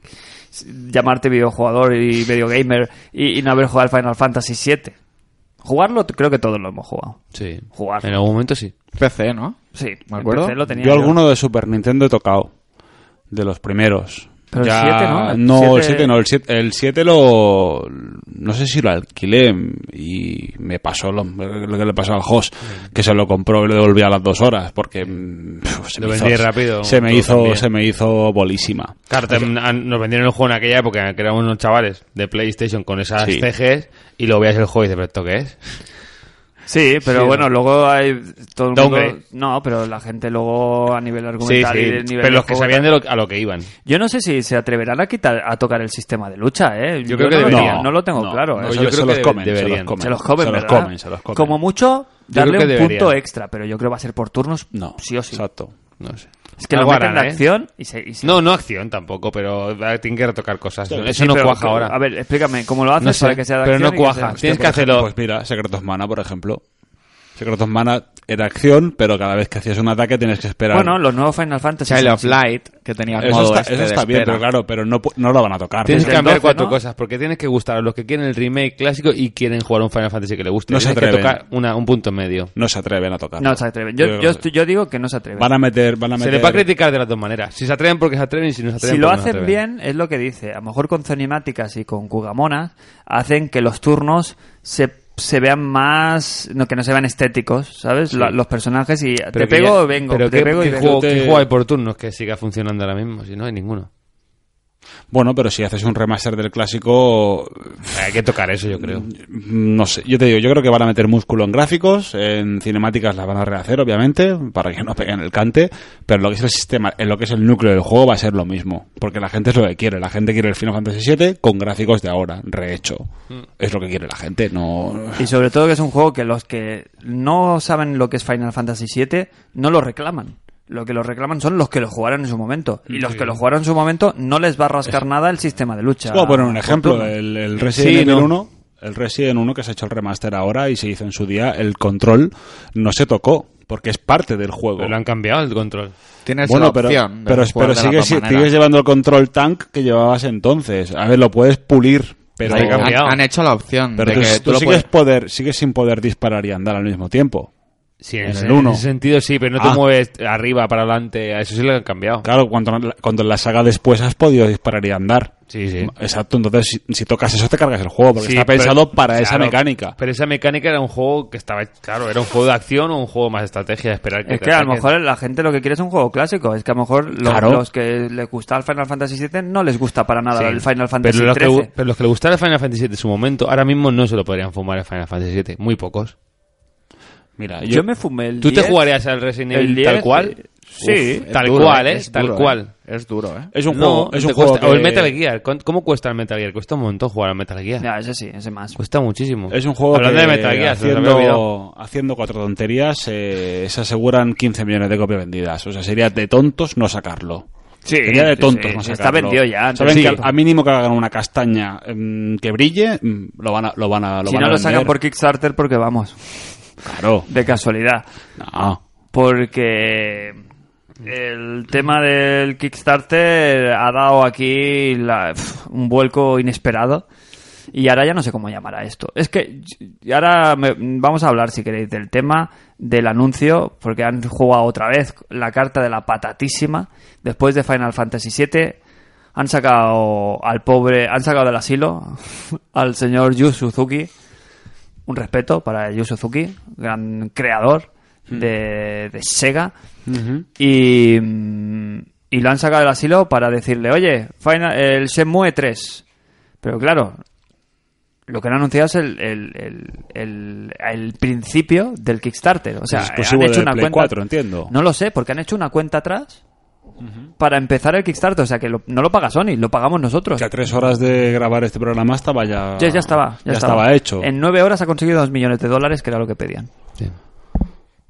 s- llamarte videojugador y videogamer y, y no haber jugado al Final Fantasy VII. Jugarlo, t- creo que todos lo hemos jugado. Sí. Jugar. En algún momento sí. PC, ¿no? Sí, en acuerdo. PC lo tenía. Yo alguno de Super Nintendo he tocado. De los primeros. Pero el Ya- 7, ¿no? El 7 el 7 no. El 7, el 7 lo. No sé si lo alquilé y me pasó lo, lo que le pasó al host, que se lo compró y lo devolví a las dos horas porque. mm, pf, Se Lo vendí rápido, Se me, todo hizo, también. se me hizo bolísima. Claro, te- an- nos vendieron el juego en aquella época, que éramos unos chavales de PlayStation con esas Sí. CGs y lo veías el juego y dices, ¿pero esto qué es? Sí, pero Sí, bueno, no. luego hay todo el Downgrade. mundo... No, pero la gente luego a nivel argumental y de nivel Pero de los que juego sabían de lo- a lo que iban. Yo no sé si se atreverán a quitar a tocar el sistema de lucha, ¿eh? creo que no, lo- deberían. no lo tengo No, claro. no, ¿eh? Pues se, yo se creo los que comen, deberían. se los comen. se los comen, se los ¿verdad? comen, se los comen. Como mucho, Yo darle creo que un punto deberían. extra, pero yo creo que va a ser por turnos, No. sí o sí. Exacto. No sé. Es que lo Algo meten harán, la ¿eh? acción y se... y se- No, no acción tampoco, pero eh, tienen que retocar cosas. Eso Sí, no pero cuaja que- ahora. A ver, explícame, ¿cómo lo haces No sé, para que sea de pero no acción y que cuaja. sea- Tienes Por que ejemplo, hacerlo. Pues mira, Secretos Mana, por ejemplo. Secretos Mana era acción, pero cada vez que hacías un ataque tenías que esperar. Bueno, los nuevos Final Fantasy... Child son of así. Light, que tenía el Eso modo está, este eso de está bien, espera. pero claro, pero no, pu- no lo van a tocar. Tienes Desde que el cambiar 12, cuatro ¿no? cosas, porque tienes que gustar a los que quieren el remake clásico y quieren jugar un Final Fantasy que le guste. No se tienes que atreven. tocar una- un punto medio. No se atreven a tocar. No se atreven. Yo, yo, estoy- yo digo que no se atreven. Van a meter, van a Se meter. le va a criticar de las dos maneras. Si se atreven porque se atreven y si no se atreven Si lo porque no se hacen atreven. bien, es lo que dice. A lo mejor con cinemáticas y con Kugamonas hacen que los turnos se, se vean más. No, que no se vean estéticos, ¿sabes? La- los personajes y Pero te que pego ya- o vengo, pero te ¿qué, pego y qué vengo. juego, Te- qué juego hay por turnos que siga funcionando ahora mismo? Si no hay ninguno. Bueno, pero si haces un remaster del clásico, Hay que tocar eso, yo creo. Mm, no sé. Yo te digo, yo creo que van a meter músculo en gráficos, en cinemáticas las van a rehacer, obviamente, para que no peguen el cante. Pero en lo que es el sistema, en lo que es el núcleo del juego va a ser lo mismo, porque la gente es lo que quiere. La gente quiere el Final Fantasy VII con gráficos de ahora, rehecho. Mm. Es lo que quiere la gente. No. Y sobre todo que es un juego que los que no saben lo que es Final Fantasy VII no lo reclaman. Lo que lo reclaman son los que lo jugaron en su momento. Y los que lo jugaron en su momento no les va a rascar nada el sistema de lucha. Voy a poner un ejemplo, por turno. el, el Resident Evil no. 1, el Resident 1 que se ha hecho el remaster ahora y se hizo en su día, el control no se tocó, porque es parte del juego. Pero lo han cambiado el control. Tienes la Bueno, pero, opción de pero, jugar pero de las sigues, dos maneras. sigues llevando el control tank que llevabas entonces. A ver, lo puedes pulir, pero, Hay que han, cambiar. cambiado. han hecho la opción pero de tú, que tú tú lo sigues, puedes... poder, sigues sin poder disparar y andar al mismo tiempo. Sí, En en, el ese, uno. en ese sentido sí, pero no te Ah. mueves arriba, para adelante. A eso sí lo han cambiado. Claro, cuando, cuando en la saga después has podido disparar y andar. Sí, sí. Exacto, entonces si, si tocas eso te cargas el juego, porque Sí, está pero- pensado para esa claro, mecánica. Pero esa mecánica era un juego que estaba, claro, era un juego de acción o un juego más de estrategia de esperar que Es te que a lo ataquen. mejor la gente lo que quiere es un juego clásico. Es que a lo mejor los, Claro. los que les gusta el Final Fantasy VII no les gusta para nada Sí. el Final Fantasy pero los, que, XIII. gu- pero los que le gustara el Final Fantasy VII en su momento, ahora mismo no se lo podrían fumar el Final Fantasy VII. Muy pocos. Mira, Yo me fumé el ¿Tú 10, te jugarías al Resident el Evil 10, tal cual? eh, Sí. Es tal duro, cual, ¿eh? Es tal duro, cual. ¿eh? Es duro, ¿eh? es un No, juego, es te un juego cuesta- O el que- Metal Gear. ¿Cuán- ¿Cómo cuesta el Metal Gear? Cuesta un montón jugar al Metal Gear. Ya, ese sí, ese más. Pues Cuesta muchísimo. Es un juego Hablando que de Metal Gear, se me había olvidado. haciendo, haciendo cuatro tonterías eh, se aseguran 15 millones de copias vendidas. O sea, sería de tontos no sacarlo. Sí, sería de sí, tontos sí. no sacarlo. Está vendido ya, Saben sí. que al- a mínimo que hagan una castaña mm, que brille, mm, lo van a, lo van a, lo si van no a lo vender. sacan por Kickstarter, porque vamos, claro. de casualidad. No. Porque el tema del Kickstarter ha dado aquí la- pf, un vuelco inesperado. Y ahora ya no sé cómo llamar a esto. Es que y ahora me- vamos a hablar, si queréis, del tema del anuncio, porque han jugado otra vez la carta de la patatísima. Después de Final Fantasy VII, han sacado al pobre, han sacado del asilo al señor Yu Suzuki. Un respeto para Yu Suzuki, gran creador Mm. de, de Sega. Y, mm, y lo han sacado del asilo para decirle, oye, Final- el Shenmue 3. Pero claro, lo que han anunciado es el, el, el, el- el principio del Kickstarter. O sea, Es exclusivo han hecho de una Play cuenta. 4, entiendo. No lo sé, porque han hecho una cuenta atrás para empezar el Kickstarter. O sea, que lo- no lo paga Sony, lo pagamos nosotros. Que a tres horas de grabar este programa estaba ya... Ya, ya estaba, ya, estaba. hecho. En nueve horas ha conseguido dos millones de dólares, que era lo que pedían.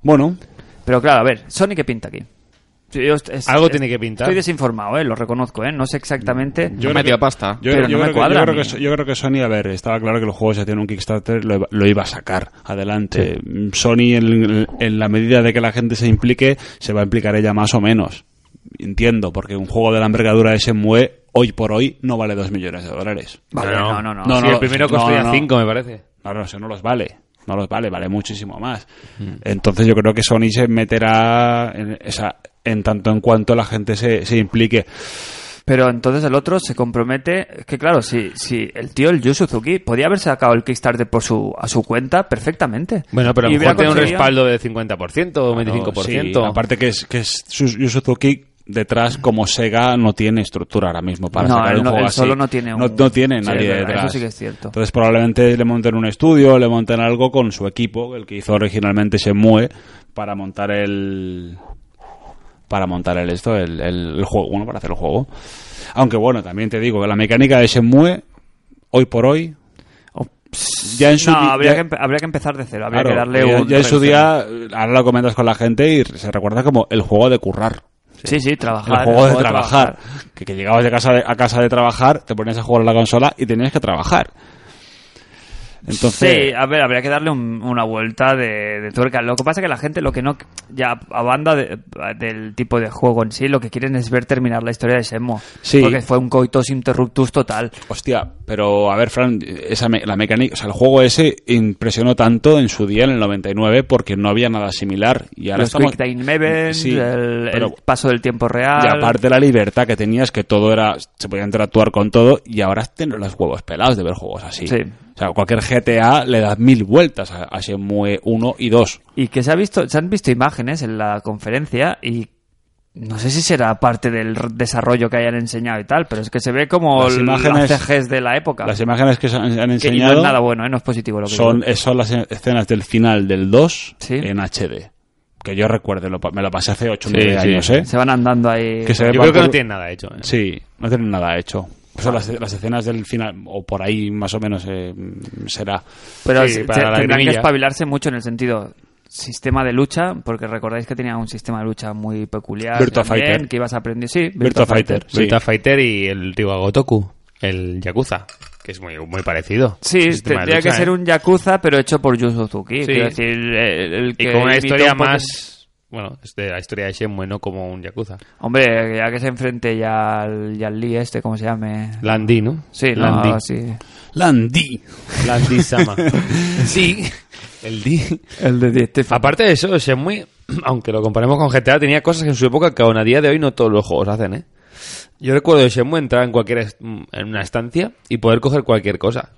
Bueno, Pero claro, a ver, Sony qué pinta aquí. Sí, yo est- es- Algo es- tiene que pintar. Estoy desinformado, eh, lo reconozco, eh, no sé exactamente. Yo he metido pasta. yo, Pero yo no me creo que, cuadra yo a creo mí. que so- yo creo que Sony, a ver, estaba claro que el juego se tiene un Kickstarter, lo, iba- lo iba a sacar adelante. Mm, Sony, en, en la medida de que la gente se implique, se va a implicar ella más o menos. Entiendo, porque un juego de la envergadura de Shenmue, hoy por hoy, no vale dos millones de dólares. Vale, no, no, no. No, Sí, no, el primero no, costaría no, no. 5, me parece. No, no, eso no los vale. No los vale, vale muchísimo más. Mm. Entonces yo creo que Sony se meterá en, esa- en tanto en cuanto la gente se, se implique. Pero entonces el otro se compromete. Es que claro, si, si el tío, el Yu Suzuki, podía haber sacado el Kickstarter por su, a su cuenta perfectamente. Bueno, pero a Y lo hubiera mejor tiene un conseguido- respaldo de 50% o 25%. Sí, aparte que es que es Yu- Yu Suzuki detrás como Sega no tiene estructura ahora mismo para No, sacar él un no- juego él así. solo no tiene no, un- no tiene Sí, nadie es verdad, detrás. eso sí que es cierto. Entonces probablemente le monten un estudio, le monten algo con su equipo, el que hizo originalmente Shenmue para montar el para montar el esto, el, el- el juego, bueno, para hacer el juego. Aunque bueno, también te digo que la mecánica de Shenmue hoy por hoy Oh, ya en su no, di- habría, ya- que, empe- habría que empezar de cero. Habría Claro, que darle ya, un. ya en rediseño. su día, eh, ahora lo comentas con la gente y se recuerda como el juego de currar. Sí, sí, El trabajar. juego de trabajar. Que, que llegabas de casa de- a casa de trabajar, te ponías a jugar a la consola y tenías que trabajar. Entonces, Sí, a ver, habría que darle un- una vuelta de, de tuerca. Lo que pasa es que la gente lo que no... Ya, a banda de- del tipo de juego en sí, lo que quieren es ver terminar la historia de Semo. Sí. Porque fue un coitus interruptus total. hostia, pero a ver, Fran, esa me- la mecánica, o sea, el juego ese impresionó tanto en su día, en el 99, porque no había nada similar. Y ahora Los estamos- Quick Time Events, Sí, el, el pero- paso del tiempo real... Y aparte la libertad que tenías, que todo era, se podía interactuar con todo, y ahora tienes los huevos pelados de ver juegos así. Sí. O sea, cualquier GTA le das mil vueltas a, a Shenmue 1 y 2. Y que se ha visto, se han visto imágenes en la conferencia y no sé si será parte del r- desarrollo que hayan enseñado y tal, pero es que se ve como Las l- imágenes- las CGs de la época. Las imágenes que se han, han que y no es enseñado nada bueno, ¿eh? no es positivo lo que son, digo. eh, son las escenas del final del 2 Sí. en HD. Que yo recuerde, lo pa- me lo pasé hace 8 o Sí, 9 sí. años, ¿eh? Se van andando ahí... Que se ve Yo creo que por- no tiene nada hecho. ¿eh? Sí, no tienen nada hecho. Pues Son las, las escenas del final, o por ahí más o menos eh, será. Pero Sí, se- para se- la tendrán que grimilla. espabilarse mucho en el sentido sistema de lucha, porque recordáis que tenía un sistema de lucha muy peculiar. Virtua también, Fighter. Que ibas aprendiendo. Sí, Virtua Fighter. sí. Virtua Fighter y el Ryuga Gotoku, el Yakuza, que es muy, muy parecido. Sí, Es un sistema de tendría lucha, que ser ¿eh? un Yakuza, pero hecho por Yu Suzuki. Sí. Quiero decir, el, el que Y con una imitó historia un poco- más... Bueno, es de la historia de Shenmue, no como un Yakuza. Hombre, ya que se enfrente ya al, ya al Lee este, ¿cómo se llame? Landy, ¿no? Sí, no, Landy. algo así. Landy. Landy-sama. sí. El D. El de Detective. Aparte de eso, Shenmue, aunque lo comparemos con GTA, tenía cosas que en su época que aún a día de hoy no todos los juegos hacen, ¿eh? Yo recuerdo de Shenmue entrar en cualquier est- mm, en una estancia y poder coger cualquier cosa.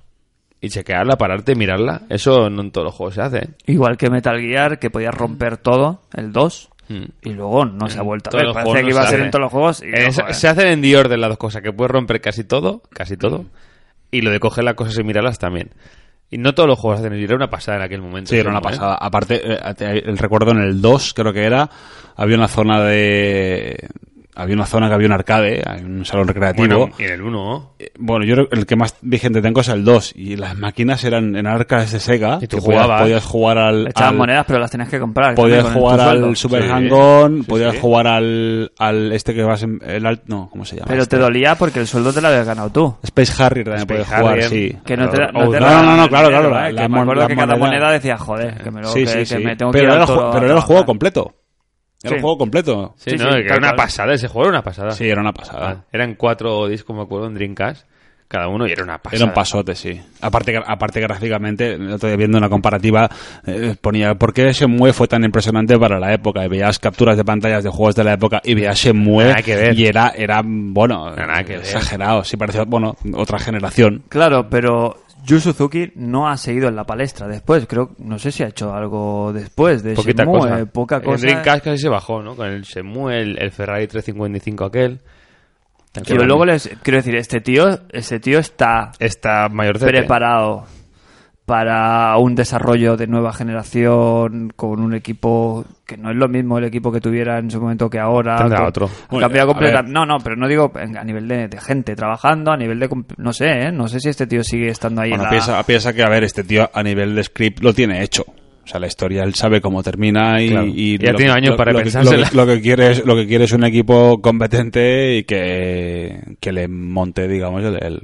Y chequearla, pararte, mirarla. Eso no en todos los juegos se hace, ¿eh? Igual que Metal Gear, que podías romper todo, el 2, Mm. y luego no se ha vuelto a Todos ver. los Parecía juegos que no iba a se ser hacen. en todos los juegos. y Eh, no, se- joder. se hacen en The Order las dos cosas, que puedes romper casi todo, casi todo, y lo de coger las cosas y mirarlas también. Y no todos los juegos hacen y era una pasada en aquel momento. Sí, era una Shenmue, ¿eh? pasada. Aparte, eh, te- el recuerdo en el 2, creo que era, había una zona de... Había una zona que había un arcade, hay un salón Bueno, recreativo. Bueno, y en el 1, yo creo que el que más vigente tengo es el 2. Y las máquinas eran en arcades de Sega. Y tú que podías- jugabas. Podías jugar al... Le echaban al- monedas, pero las tenías que comprar. Podías también con jugar tu al sueldo. Super Sí. Hang-On, Sí, podías sí. jugar al, al este que vas en... El alt, no, ¿cómo se llama? Pero este? te dolía porque el sueldo te lo habías ganado tú. Space Harrier también Space podías jugar, Harrier. sí. Que no te, Claro. no, te Oh, regalaban no, no, no, el claro, dinero, claro, ¿eh? la Que me mon- acuerdo la que cada moneda. moneda decía, joder, que me lo Sí, que, sí, que sí. me tengo que Pero ir era al el ju- toro a pero era el juego trabajar. completo. Era el Sí. juego completo. Sí, Sí, sí, no, que tal era una cual. pasada ese juego, era una pasada. Sí, era una pasada. Ah, eran cuatro discos, me acuerdo, en Dreamcast, cada uno, y era una pasada. Era un pasote, sí. Aparte, que- aparte gráficamente, el otro día viendo una comparativa, eh, ponía, ¿por qué Shenmue fue tan impresionante para la época? Y veías capturas de pantallas de juegos de la época y veías Shenmue Nada que ver. y era, era bueno, Nada que ver. exagerado. Sí, parecía, bueno, otra generación. Claro, pero Yu Suzuki no ha seguido en la palestra después. Creo, no sé si ha hecho algo después de Poquita Shenmue, cosa. eh, poca En cosa. Dreamcast casi se bajó, ¿no? Con el Shenmue, el, el Ferrari 355 aquel. Que yo luego les quiero decir, este tío, este tío está Está mayor preparado para un desarrollo de nueva generación con un equipo que no es lo mismo el equipo que tuviera en su momento que ahora. Tendrá Con- otro. Ha cambiado completamente. No, no, pero no digo en- a nivel de, de gente trabajando, a nivel de... comp- No sé, ¿eh? No sé si este tío sigue estando ahí en Bueno, la... piensa, piensa que, a ver, este tío a nivel de script lo tiene hecho. O sea, la historia él sabe cómo termina y, Claro. y Ya lo- tiene años lo- para lo que- pensársela. Lo, que- lo que quiere es, lo que quiere es un equipo competente y que, que le monte, digamos, el, el-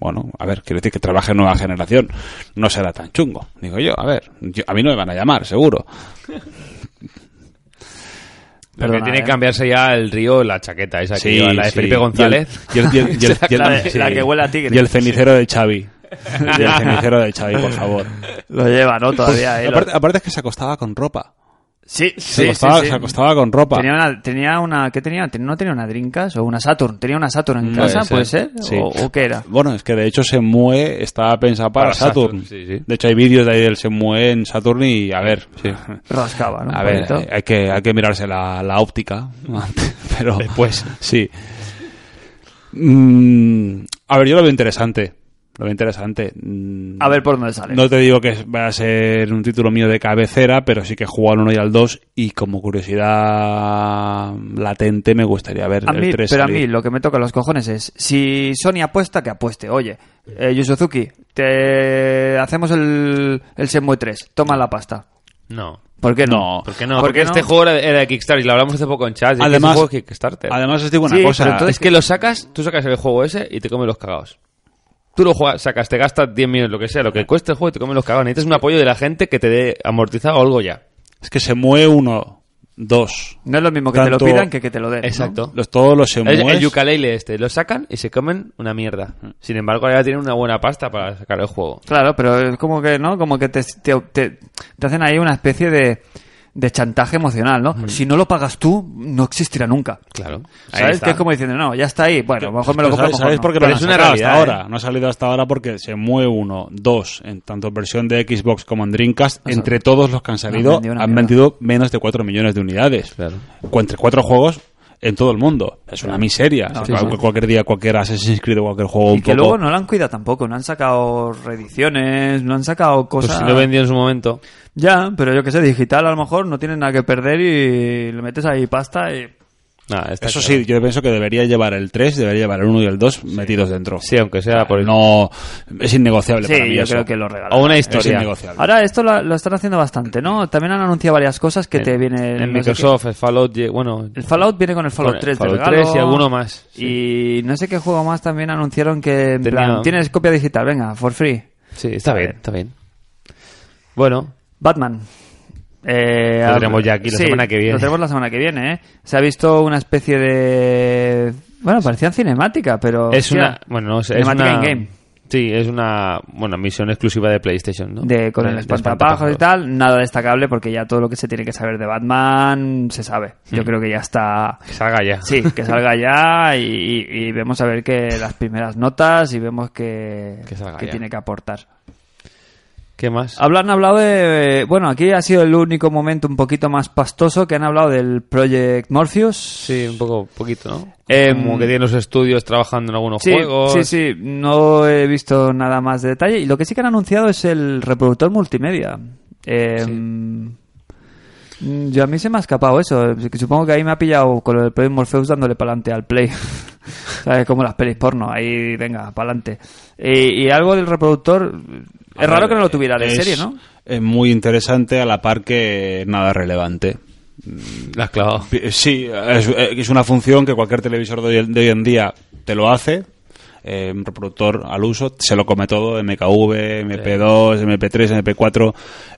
Bueno, a ver, quiero decir que trabaje en nueva generación. No será tan chungo. Digo yo, a ver, yo- a mí no me van a llamar, seguro. Lo que Perdona, tiene ¿eh? que cambiarse ya el río, la chaqueta esa que lleva, la de sí. Felipe González. Y el- y el- y el- y el- La, de- sí. la que huele a tigre. Y el cenicero de Xavi. Y el cenicero de Xavi, por favor. Pues, Lo lleva, ¿no? Todavía, ¿eh? Lo- Aparte, aparte es que se acostaba con ropa. Sí, Se, sí, sí, acostaba, sí. se acostaba con ropa. Tenía una, tenía una, ¿qué tenía? Ten- ¿No tenía una Drinkas o una Saturn? ¿Tenía una Saturn Mm, en Puede casa, ser. puede ser? ¿O, o qué era? Bueno, es que de hecho Semue estaba pensado para, Para Saturn. Saturn, sí, sí. De hecho hay vídeos de ahí del Semue en Saturn y a ver, Rascaba, ¿no? a Un ver, eh, poquito. hay, hay que hay que mirarse la, la óptica, antes, pero Eh, pues. Después. sí. Mm, a ver, yo lo veo interesante, lo veo interesante. Mm, A ver por dónde sale. No te digo que va a ser un título mío de cabecera, pero sí que juego al 1 y al 2 y como curiosidad latente me gustaría ver A el mí, 3 pero a salir. mí lo que me toca los cojones es, si Sony apuesta, que apueste. Oye, eh, Yusuzuki, te hacemos el, el Shenmue 3, toma la pasta. No. ¿Por qué no? No, ¿Por qué no? ¿Por porque qué este no? juego era, era de Kickstarter y lo hablamos hace poco en chat. Además- Además, juego de Kickstarter. Además os digo una Sí, cosa, pero entonces- Ah, es que lo sacas, tú sacas el juego ese y te comes los cagados. Tú lo juegas, sacas, te gastas 10 millones, lo que sea, lo que cueste el juego y te comes los cagados. Necesitas un apoyo de la gente que te dé amortizado o algo ya. Es que se mueve uno, dos. No es lo mismo que te Tanto- lo pidan que que te lo den. ¿no? Exacto. Los, todos los se El, mueven. el ukulele este, lo sacan y se comen una mierda. Mm. Sin embargo, ahora ya tienen una buena pasta para sacar el juego. Claro, pero es como que, ¿no? Como que te, te, te- te hacen ahí una especie de, de chantaje emocional, ¿no? Si no lo pagas tú, no existirá nunca. Claro. Ahí ¿Sabes? está. Que es como diciendo, no, ya está ahí. Bueno, a lo mejor me lo Pero compro. ¿Sabes, mejor ¿sabéis no. por qué Pero lo han es una sacado hasta realidad, ¿eh? ahora? No ha salido hasta ahora porque se mueve uno, dos, en tanto versión de Xbox como en Dreamcast. entre todos los que han han salido han vendido vendido, una mierda. menos de 4 millones de unidades. Claro. Cu- Entre cuatro juegos en todo el mundo. Es una miseria. O sea, sí, cual- Cualquier día, cualquier Assassin's Creed o cualquier juego Y un que poco... luego no lo han cuidado tampoco. No han sacado reediciones, no han sacado Pues cosas. si lo vendió en su momento. Ya, pero yo que sé, digital a lo mejor no tienen nada que perder y le metes ahí pasta y. Nada, está Eso claro. sí, yo pienso que debería llevar el 3, debería llevar el 1 y el 2 metidos dentro. Sí, aunque sea por el... No, es innegociable Sí, para mí yo eso. creo que lo regalan. O una Es historia. innegociable. Ahora, esto lo, lo están haciendo bastante, ¿no? También han anunciado varias cosas que te vienen. en no sé qué. Microsoft, el Fallout, ye- bueno, El Fallout viene con el Fallout Con el 3 de Fallout regalo. 3 y alguno más, Y no sé qué juego más también anunciaron que en Tenía- plan, tienes copia digital, venga, for free. sí, está bien, está bien. Bueno, Batman. Eh, Lo a- tenemos ya aquí la sí, semana que viene. Lo tenemos la semana que viene, ¿eh? Se ha visto una especie de. Bueno, parecía cinemática, pero. es hostia, una, bueno, no sé, es cinemática una in-game. Sí, es una, bueno, misión exclusiva de PlayStation, ¿no? de con el de espantapájaros y tal, nada destacable porque ya todo lo que se tiene que saber de Batman se sabe. Yo creo que ya está. Que salga ya. Sí, que salga ya y, y- y vemos a ver que las primeras notas y vemos que, Que salga ya. tiene que aportar. ¿Qué más? Hablan hablado de. Bueno, aquí ha sido el único momento un poquito más pastoso que han hablado del Project Morpheus. Sí, un poco, poquito, ¿no? Em, Como que tiene los estudios trabajando en algunos Sí, juegos. sí, sí, no he visto nada más de detalle. Y lo que sí que han anunciado es el reproductor multimedia. Eh, mm, Yo a mí se me ha escapado eso. Supongo que ahí me ha pillado con lo del Project Morpheus dándole pa'lante al play. ¿Sabes? Como las pelis porno. Ahí, venga, pa'lante. Y, y algo del reproductor. Es A raro ver, que no lo tuviera de es- serie, ¿no? Es muy interesante a la par que nada relevante. La has clavado. Pi- eh, Sí, es, es una función que cualquier televisor de hoy, de hoy en día te lo hace. eh, un reproductor al uso, se lo come todo, MKV, MP2, MP3, MP4.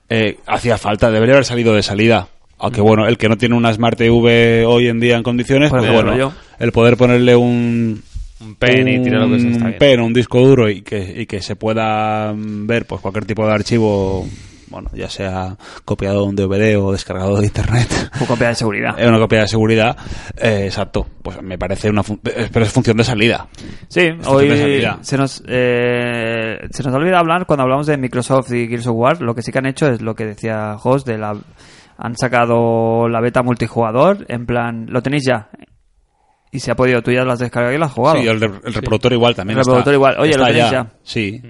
eh, hacía falta, debería haber salido de salida. Aunque bueno, el que no tiene una Smart TV hoy en día en condiciones, Pues pues me bueno, rollo. el poder ponerle un, Un pen y tirar lo que sea, está un bien. pen, un disco duro y que, y que se pueda mm, ver pues cualquier tipo de archivo, bueno, ya sea copiado de un DVD o descargado de internet. O copia Pues de seguridad. Es una copia de seguridad, eh, exacto. Pues me parece una fun- eh, pero es función de salida. Sí, de hoy salida. se nos, eh, se nos olvida hablar cuando hablamos de Microsoft y Gears of War. Lo que sí que han hecho es lo que decía Host, de la, han sacado la beta multijugador. En plan, lo tenéis ya. Y se ha podido, tú ya las descargas y las has jugado. Sí, el, re- el reproductor igual también. El reproductor está- igual. Oye, está lo tenéis ya. Mm. Sí.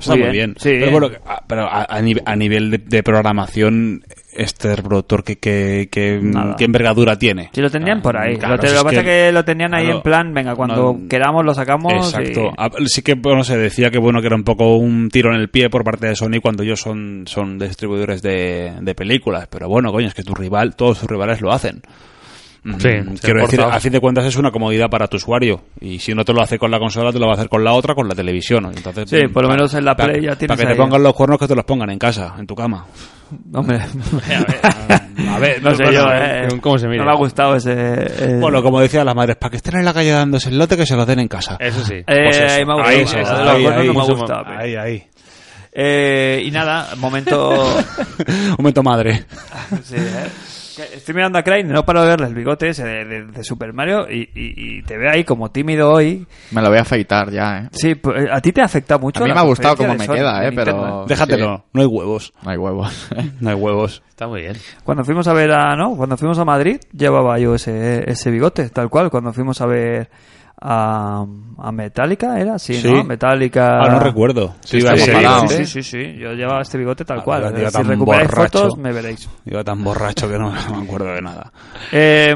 Está muy bien. Sí. Pero bueno, a, pero a, a ni- a nivel de, de programación, este reproductor, ¿qué, qué, qué- Nada. qué envergadura tiene? Sí, lo tenían por ahí. Ah, Claro, lo, te- si lo es que pasa es que- que lo tenían ahí claro, en plan, venga, cuando no- queramos lo sacamos. Exacto. y- Ah, Sí que, bueno, se decía que bueno que era un poco un tiro en el pie por parte de Sony cuando ellos son, son distribuidores de, de películas. Pero bueno, coño, es que tu rival, todos sus rivales lo hacen. Mm, Sí, se Quiero han decir, portado. a fin de cuentas es una comodidad para tu usuario. Y si no te lo hace con la consola, te lo va a hacer con la otra, con la televisión. Entonces, Sí, por lo pa- menos en la pa- Play ya tienes Para que ahí. te pongan los cuernos, que te los pongan en casa, en tu cama. Hombre. A ver, no sé no, yo, no, eh. ¿cómo se mira? No me ha gustado ese. eh, Bueno, como decían las madres, para que estén en la calle dándose el lote, que se los den en casa. Eso sí. eh, pues eso. ahí me ha Ahí, gustado. eso, Lo de los ahí, cuernos no ahí. me ha gustado. Ahí, ahí. Eh, y nada, momento. Un momento madre. Sí, ¿eh? Que Estoy mirando a Crane, no paro de verle el bigote ese de, de- de Super Mario y, y- y te veo ahí como tímido hoy. Me lo voy a afeitar ya, eh. Sí, pues, a ti te ha afectado mucho. A mí la me ha gustado cómo me conferencia de Sony queda, eh, en pero... Nintendo. Déjatelo, sí, no hay huevos. no hay huevos. No hay huevos. Está muy bien. Cuando fuimos a ver a, ¿no? Cuando fuimos a Madrid llevaba yo ese, ese bigote, tal cual. Cuando fuimos a ver a, a Metallica, ¿era? Sí, Sí. ¿no? Metallica. Ah, no recuerdo. Sí, iba, estamos Sí, Ojalá, sí, ¿eh? Este sí, sí, yo llevaba este bigote tal Ah, cual. verdad, iba Si tan recuperáis borracho. fotos, me veréis. iba tan borracho que no me acuerdo de nada. Eh,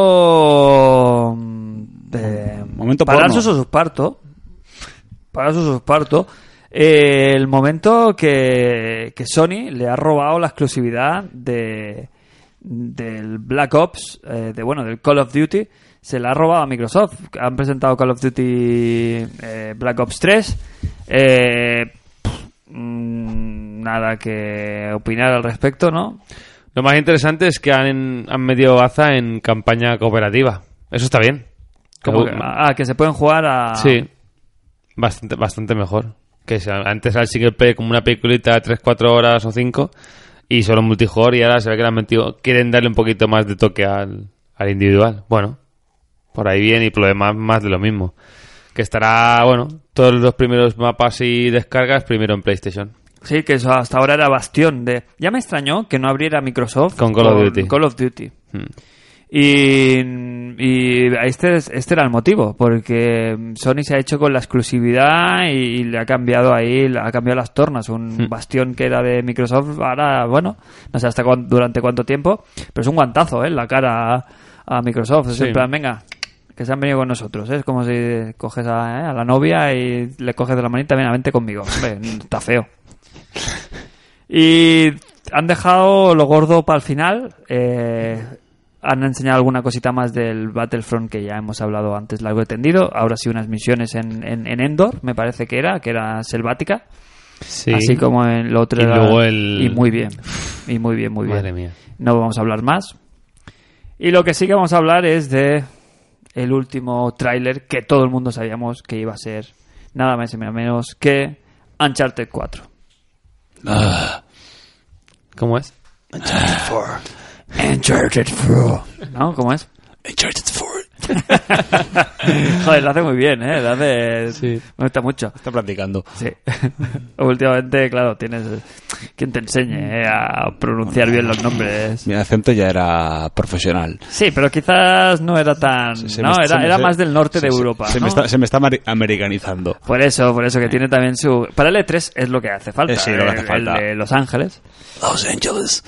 momento. mm, De, Momento para porno. su susparto. Para su susparto. eh, el momento que, que Sony le ha robado la exclusividad de del Black Ops, eh, de bueno, del Call of Duty, se la ha robado a Microsoft. Han presentado Call of Duty eh, Black Ops 3. Eh, pff, mm, nada que opinar al respecto, ¿no? Lo más interesante es que han, han metido Baza en campaña cooperativa. Eso está bien. Como que, Pero- ah, que se pueden jugar a... Sí. Bastante, bastante mejor. Que sea- antes era el single player como una peliculita de 3, 4 horas o 5 y solo multijugador y ahora se ve que le han metido... Quieren darle un poquito más de toque al, al individual. Bueno, por ahí bien y por lo demás más de lo mismo. Que estará, bueno, todos los primeros mapas y descargas primero en PlayStation. Sí, que eso hasta ahora era bastión de... Ya me extrañó que no abriera Microsoft Con Call of Duty. Call of Duty. Hmm. Y, y este, es- este era el motivo, porque Sony se ha hecho con la exclusividad y, y le ha cambiado ahí, le ha cambiado las tornas. Un Hmm. bastión que era de Microsoft, ahora, bueno, no sé hasta cuán- durante cuánto tiempo, pero es un guantazo, ¿eh? en La cara a, a Microsoft. Es Sí. en plan, venga, que se han venido con nosotros. ¿eh? Es como si coges a, ¿eh? a la novia y le coges de la manita, venga, vente conmigo. Hombre, está feo. Y han dejado lo gordo para el final. eh, han enseñado alguna cosita más del Battlefront que ya hemos hablado antes largo y tendido. Ahora sí unas misiones en, en, en Endor, me parece que era, que era selvática. Sí. Así como en lo otro Y era- luego el- Y muy bien. Y muy bien, muy bien. Madre mía. No vamos a hablar más. Y lo que sí que vamos a hablar es de el último tráiler que todo el mundo sabíamos que iba a ser nada más y nada menos que Uncharted 4. ¿Cómo es? Uncharted 4. ¿No? ¿Cómo es? Joder, lo hace muy bien, ¿eh? Lo hace... Me gusta mucho. Está practicando. Sí. Últimamente, claro, tienes quien te enseñe ¿eh? a pronunciar bien los nombres. Mi acento ya era profesional. Sí, pero quizás no era tan... Se no, me- se era, me- era se- más del norte se- de se- Europa, Se, ¿no? me está, se me está ameri- americanizando. Por eso, por eso que tiene también su... Para el E3 es lo que hace falta. Eh, sí, lo que hace el- falta. El de Los Ángeles. Los Angeles.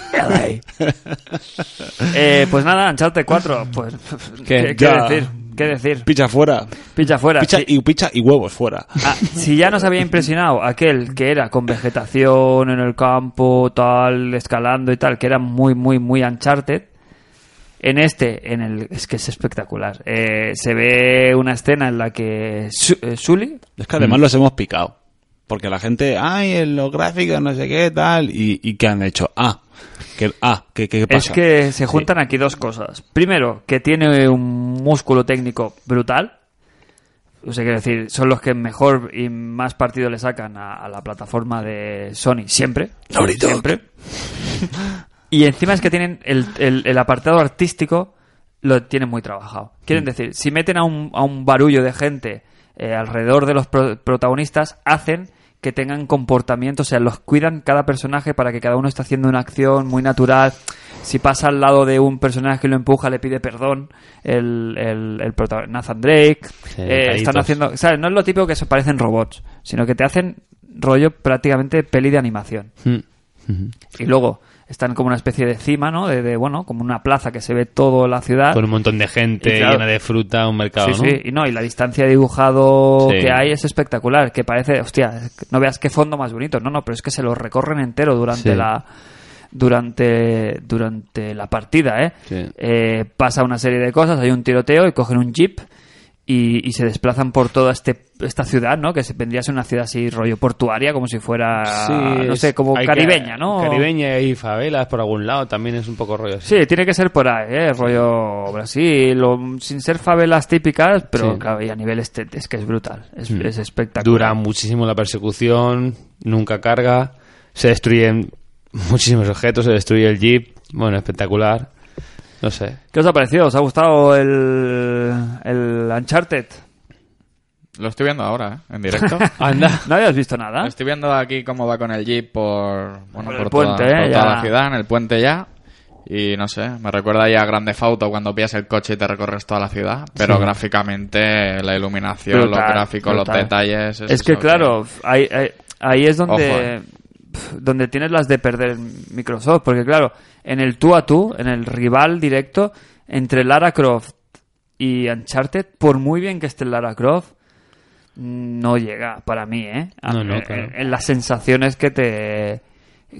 Eh, pues nada, Uncharted 4. Pues, ¿qué, qué Ya. decir? ¿Qué decir? Picha fuera. Picha fuera. Picha Sí. y picha y huevos fuera. Ah, si ya nos había impresionado aquel que era con vegetación en el campo, tal, escalando y tal, que era muy, muy, muy Uncharted. En este, en el, es que es espectacular. Eh, se ve una escena en la que Su- eh, Sully, Es que además los hemos picado. Porque la gente, ay, en los gráficos, no sé qué, tal. Y, y que han hecho, ah, que, ah, que, que es pasa. que se juntan aquí dos cosas. Primero, que tiene un músculo técnico brutal. O sea, quiero decir, son los que mejor y más partido le sacan a, a la plataforma de Sony siempre. Siempre. Y encima es que tienen el, el- el apartado artístico, lo tienen muy trabajado. Quieren decir, si meten a un, a un barullo de gente eh, alrededor de los pro- protagonistas, hacen que tengan comportamiento, o sea, los cuidan cada personaje para que cada uno esté haciendo una acción muy natural. si pasa al lado de un personaje que lo empuja, le pide perdón el, el, el prota- Nathan Drake. Sí, Eh, están caritos. haciendo, ¿sabes? No es lo típico que se parecen robots, sino que te hacen rollo prácticamente peli de animación. Hmm. Y luego están como una especie de cima, ¿no? De, de, bueno, como una plaza que se ve toda la ciudad. Con un montón de gente Y claro- llena de fruta, un mercado, sí, ¿no? sí, y no, y la distancia de dibujado Sí. que hay es espectacular, que parece, hostia, no veas qué fondo más bonito, no, no, pero es que se lo recorren entero durante Sí. la durante durante la partida, ¿eh? Sí. Eh, pasa una serie de cosas, hay un tiroteo y cogen un jeep y, y se desplazan por toda este, esta ciudad, ¿no? Que se- vendría a ser una ciudad así rollo portuaria, como si fuera, Ah, no es- sé, como hay que- caribeña, ¿no? Caribeña y favelas por algún lado también es un poco rollo así. Sí, tiene que ser por ahí, ¿eh? rollo Brasil, o mm, sin ser favelas típicas, pero Sí. claro, y a nivel este es que es brutal, es, Mm. es espectacular. Dura muchísimo la persecución, nunca carga, se destruyen muchísimos objetos, se destruye el jeep, bueno, espectacular. No sé. ¿Qué os ha parecido? ¿Os ha gustado el, el Uncharted? Lo estoy viendo ahora, ¿eh? en directo. Anda. ¿No habías visto nada? Estoy viendo aquí cómo va con el jeep por, bueno, Por por, el toda- puente, ¿eh? por toda Ya. la ciudad, en el puente ya. Y no sé, me recuerda ya a Grande Fauto cuando pillas el coche y te recorres toda la ciudad. Pero gráficamente, la iluminación, Brutal, los gráficos, brutal. los detalles. es que lo claro, ahí, ahí- ahí es donde, Ojo, eh. pf, donde tienes las de perder Microsoft, porque claro, en el tú a tú, en el rival directo, entre Lara Croft y Uncharted, por muy bien que esté Lara Croft, no llega para mí, ¿eh? A- No, no, eh, claro. En las sensaciones que te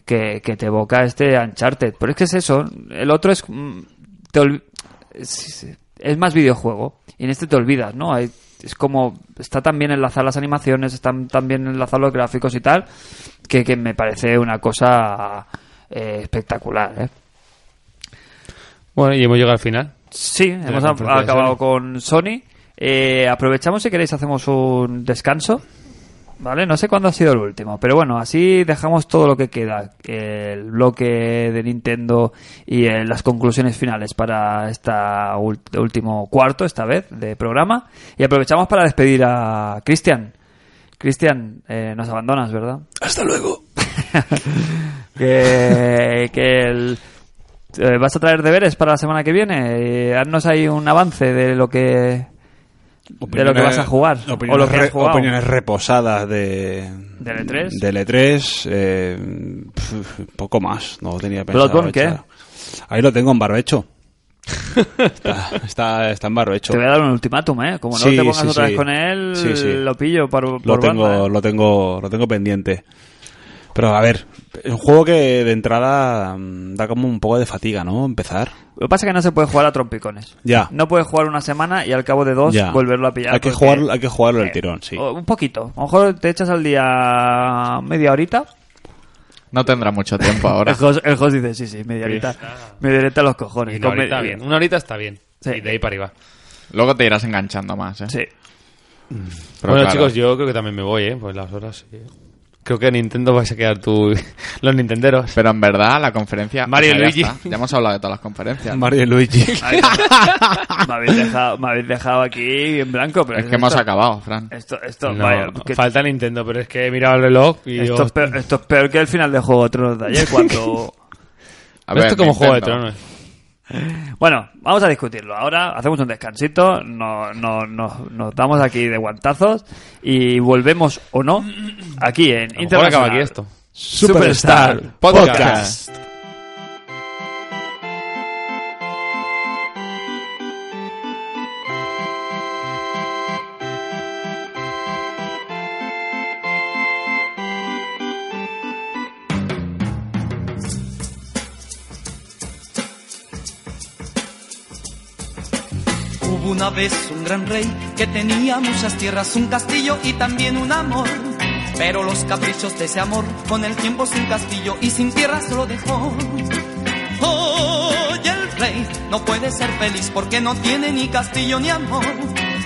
que, que te evoca este Uncharted. Pero es que es eso, el otro es mm, te ol- es, es más videojuego y en este te olvidas, ¿no? Hay- es como está tan bien enlazadas las animaciones, están tan bien enlazados los gráficos y tal, que, que me parece una cosa eh, espectacular, ¿eh? Bueno, y hemos llegado al final. Sí, hemos conferencia a- de acabado Sony. con Sony. Eh, aprovechamos si queréis, hacemos un descanso. Vale, no sé cuándo ha sido el último, pero bueno, así dejamos todo lo que queda, el bloque de Nintendo y eh, las conclusiones finales para este último cuarto, esta vez, de programa. Y aprovechamos para despedir a Cristian. Cristian, eh, nos abandonas, ¿verdad? Hasta luego. que, que el- eh, vas a traer deberes para la semana que viene. Eh, haznos ahí un avance de lo que de lo que vas a jugar o lo que has re- jugado. opiniones reposadas de. ¿Del E3? Del E3, eh, pf, poco más. No tenía pensado. ¿Bloodborne qué? echar. Ahí lo tengo en barbecho. está, está, está en barbecho. Te voy a dar un ultimátum, ¿eh? Como no Sí, te pongas sí, otra sí. vez con él, Sí, sí. lo pillo por, lo por tengo, banda, ¿eh? lo tengo, lo tengo pendiente. Pero a ver, es un juego que de entrada mm, da como un poco de fatiga, ¿no? Empezar. Lo que pasa es que no se puede jugar a trompicones. Ya. No puedes jugar una semana y al cabo de dos Ya. volverlo a pillar. Hay que porque- Oh. jugarlo, hay que jugarlo del tirón, sí. o Un poquito. A lo mejor te echas al día media horita No tendrá mucho tiempo ahora. El host, el host dice, sí, sí, media horita. Media horita a los cojones. Una Con horita, media- bien. Una horita está bien. Sí. Y de ahí para arriba. Luego te irás enganchando más, ¿eh? Sí. Pero bueno, claro, chicos, yo creo que también me voy, ¿eh? Pues las horas. sí. Creo que Nintendo vais a quedar tú. Los Nintenderos. Pero en verdad, la conferencia... Mario o sea, ya y Luigi. está. Ya, hemos hablado de todas las conferencias. Mario y Luigi. me, habéis dejado, me habéis dejado aquí en blanco, pero es que hemos esto- acabado, Fran. Esto, esto, No, vaya, que- falta Nintendo, pero es que he mirado el reloj y digo, esto, es peor, esto es peor que el final de Juego de Tronos de ayer, cuando... A esto es como Juego de Nintendo. Tronos. bueno, vamos a discutirlo. Ahora hacemos un descansito, no, no, no- nos damos aquí de guantazos y volvemos o no aquí en A lo mejor acaba Internacional. aquí esto. Superstar Podcast. Hubo una vez un gran rey que tenía muchas tierras, un castillo y también un amor. Pero los caprichos de ese amor, con el tiempo sin castillo y sin tierras lo dejó. Hoy el rey no puede ser feliz porque no tiene ni castillo ni amor.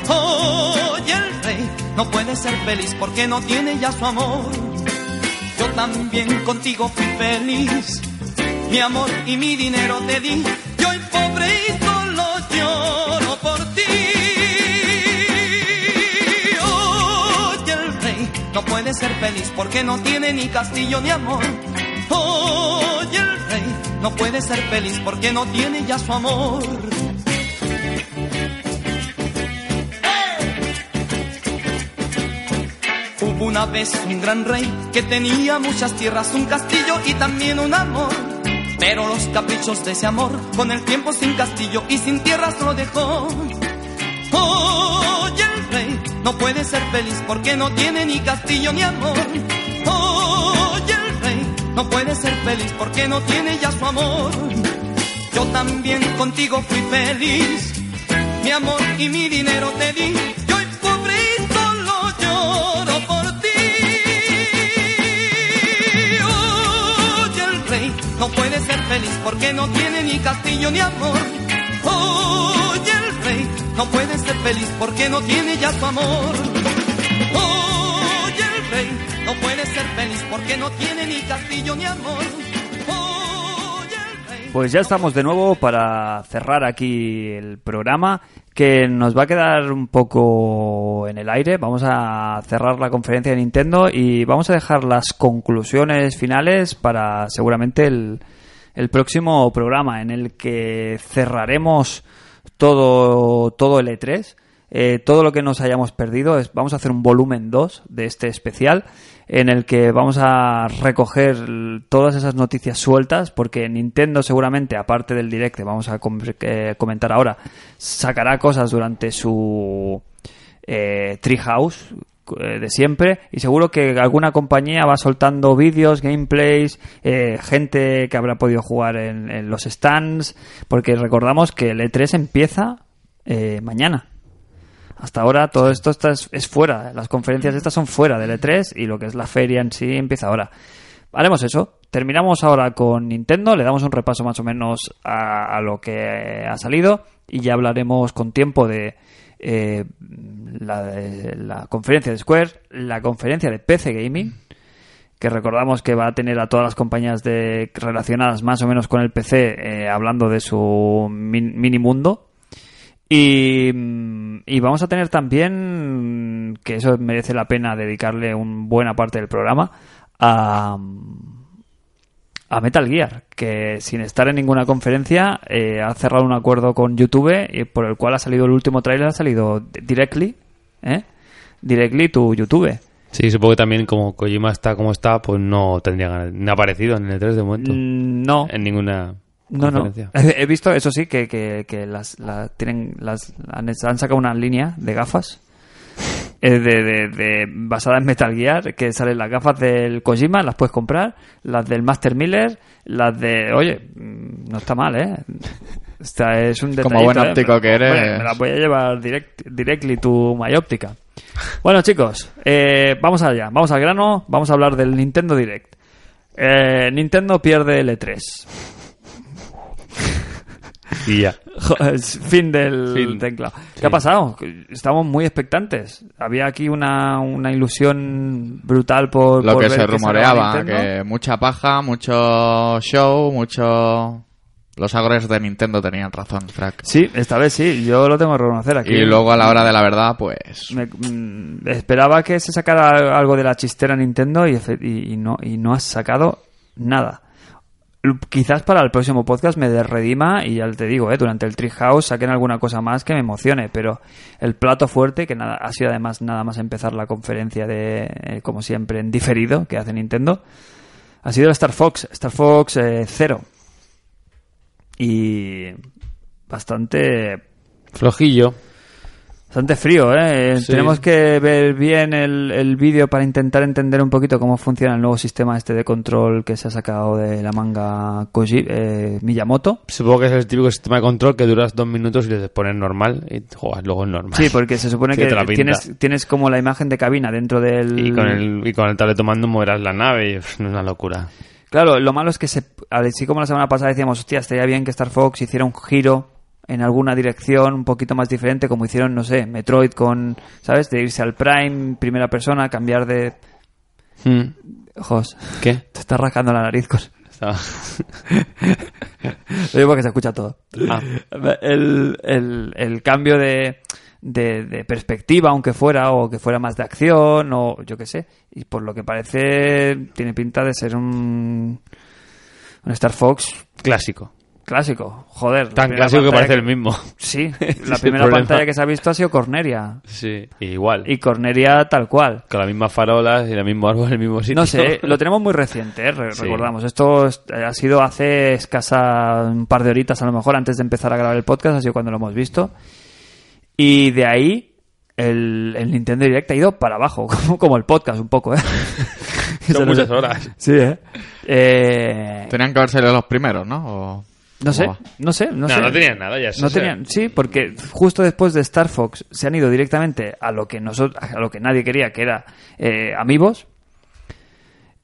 Hoy el rey no puede ser feliz porque no tiene ya su amor. Yo también contigo fui feliz mi amor y mi dinero te di. Y hoy pobre y solo lloro por ti. Hoy el rey no puede ser feliz porque no tiene ni castillo ni amor. Hoy el rey no puede ser feliz porque no tiene ya su amor. Hubo una vez un gran rey que tenía muchas tierras, un castillo y también un amor. Pero los caprichos de ese amor, con el tiempo sin castillo y sin tierras lo dejó. Oye, el rey no puede ser feliz porque no tiene ni castillo ni amor. Oye, el rey no puede ser feliz porque no tiene ya su amor. Yo también contigo fui feliz. Mi amor y mi dinero te di. Y hoy pobre y solo lloro por ti. Oye, el rey no puede ser feliz porque no tiene ni castillo ni amor. Oye, el rey no puede ser feliz porque no tiene ya su amor. Oye, el rey no puede ser feliz porque no tiene ni castillo ni amor. Oye, el rey. Pues ya estamos de nuevo para cerrar aquí el programa que nos va a quedar un poco en el aire. Vamos a cerrar la conferencia de Nintendo y vamos a dejar las conclusiones finales para seguramente el, el próximo programa en el que cerraremos todo, todo el E E3. eh, todo lo que nos hayamos perdido, es, vamos a hacer un volumen 2 de este especial en el que vamos a recoger l- todas esas noticias sueltas porque Nintendo seguramente, aparte del direct que vamos a com- eh, comentar ahora, sacará cosas durante su eh, Treehouse eh, de siempre y seguro que alguna compañía va soltando vídeos, gameplays, eh, gente que habrá podido jugar en, en los stands porque recordamos que el E3 empieza eh, mañana. Hasta ahora todo esto está, es, es fuera. Las conferencias estas son fuera del E3 y lo que es la feria en sí empieza ahora. Haremos eso. Terminamos ahora con Nintendo, le damos un repaso más o menos a, a lo que ha salido y ya hablaremos con tiempo de, eh, la, de la conferencia de Square, la conferencia de PC Gaming, que recordamos que va a tener a todas las compañías de, relacionadas más o menos con el PC eh, hablando de su min- mini mundo, y, mm, y vamos a tener también, mm, que eso merece la pena dedicarle una buena parte del programa, a, mm, a Metal Gear, que sin estar en ninguna conferencia eh, ha cerrado un acuerdo con YouTube y por el cual ha salido el último tráiler, ha salido d- directly, ¿eh? Directly to YouTube. Sí, supongo que también como Kojima está como está, pues no tendría ganas. No ha aparecido en el E3 de momento. Mm, No, En ninguna No, no. conferencia. He visto, eso sí, que, que, que las, la- tienen, las han, han sacado una línea de gafas eh, de, de- de- basada en Metal Gear, que salen las gafas del Kojima, las puedes comprar, las del Master Miller, las de... Oye, mm, no está mal, ¿eh? Está, es un Como buen detallito, ¿eh? óptico que Hombre, eres. me las voy a llevar direct, directly to my óptica. Bueno, chicos, eh, vamos allá, vamos al grano, vamos a hablar del Nintendo Direct. Eh, Nintendo pierde el E3. Y ya. Joder, fin del Fin. teclado. ¿Qué ha pasado? Estamos muy expectantes. Había aquí una, una ilusión brutal por Lo por que ver se qué sacaba rumoreaba, Nintendo. que mucha paja, mucho show, mucho... Los agres de Nintendo tenían razón, crack. Sí, esta vez sí. Yo lo tengo que reconocer aquí. Y luego a la hora de la verdad, pues... Me- mm, esperaba que se sacara algo de la chistera Nintendo y, efe- y- y no, y no has sacado nada. L- Quizás para el próximo podcast me redima y ya te digo, eh, durante el Treehouse saquen alguna cosa más que me emocione, pero el plato fuerte, que nada, ha sido además nada más empezar la conferencia de, eh, como siempre, en diferido que hace Nintendo, ha sido el Star Fox, Star Fox eh, Zero. Y bastante Flojillo. Bastante frío, ¿eh? Sí. Tenemos que ver bien el, el vídeo para intentar entender un poquito cómo funciona el nuevo sistema este de control que se ha sacado de la manga Koji, eh, Miyamoto. Supongo que es el típico sistema de control que duras dos minutos y le pones normal y juegas luego en normal. Sí, porque se supone Sí, que te la pinta. tienes, tienes como la imagen de cabina dentro del... Y con el, y con el tablet tomando moverás la nave y es una locura. Claro, lo malo es que, se, así como la semana pasada decíamos, hostia, estaría bien que Star Fox hiciera un giro en alguna dirección un poquito más diferente, como hicieron, no sé, Metroid con, ¿sabes? De irse al Prime, primera persona, cambiar de... Hmm. Jos, ¿Qué? te estás rascando la nariz con... Estaba- Lo digo porque se escucha todo. Ah. El, el- el cambio de, de- de perspectiva, aunque fuera, o que fuera más de acción, o yo qué sé. Y por lo que parece, tiene pinta de ser un, Un Star Fox Clásico. clásico. Joder. la Tan primera clásico que pantalla parece el mismo. Sí, es la el primera problema. pantalla que se ha visto ha sido Corneria. Sí. Igual. Y Corneria tal cual. Con las mismas farolas y el mismo árbol en el mismo sitio. No sé, lo tenemos muy reciente, eh, re- Sí. recordamos. Esto es- ha sido hace escasa un par de horitas, a lo mejor, antes de empezar a grabar el podcast, ha sido cuando lo hemos visto. Y de ahí, el, el Nintendo Direct ha ido para abajo, como, como el podcast, un poco, ¿eh? Son Se nos- muchas horas. Sí, ¿eh? Eh, Tenían que haber salido los primeros, ¿no? O- no sé, ¿cómo va? no sé, no, No, sé. no tenían nada, ya sé, No sé. tenían, sí, porque justo después de Star Fox se han ido directamente a lo que nosotros, a lo que nadie quería, que era eh, amigos.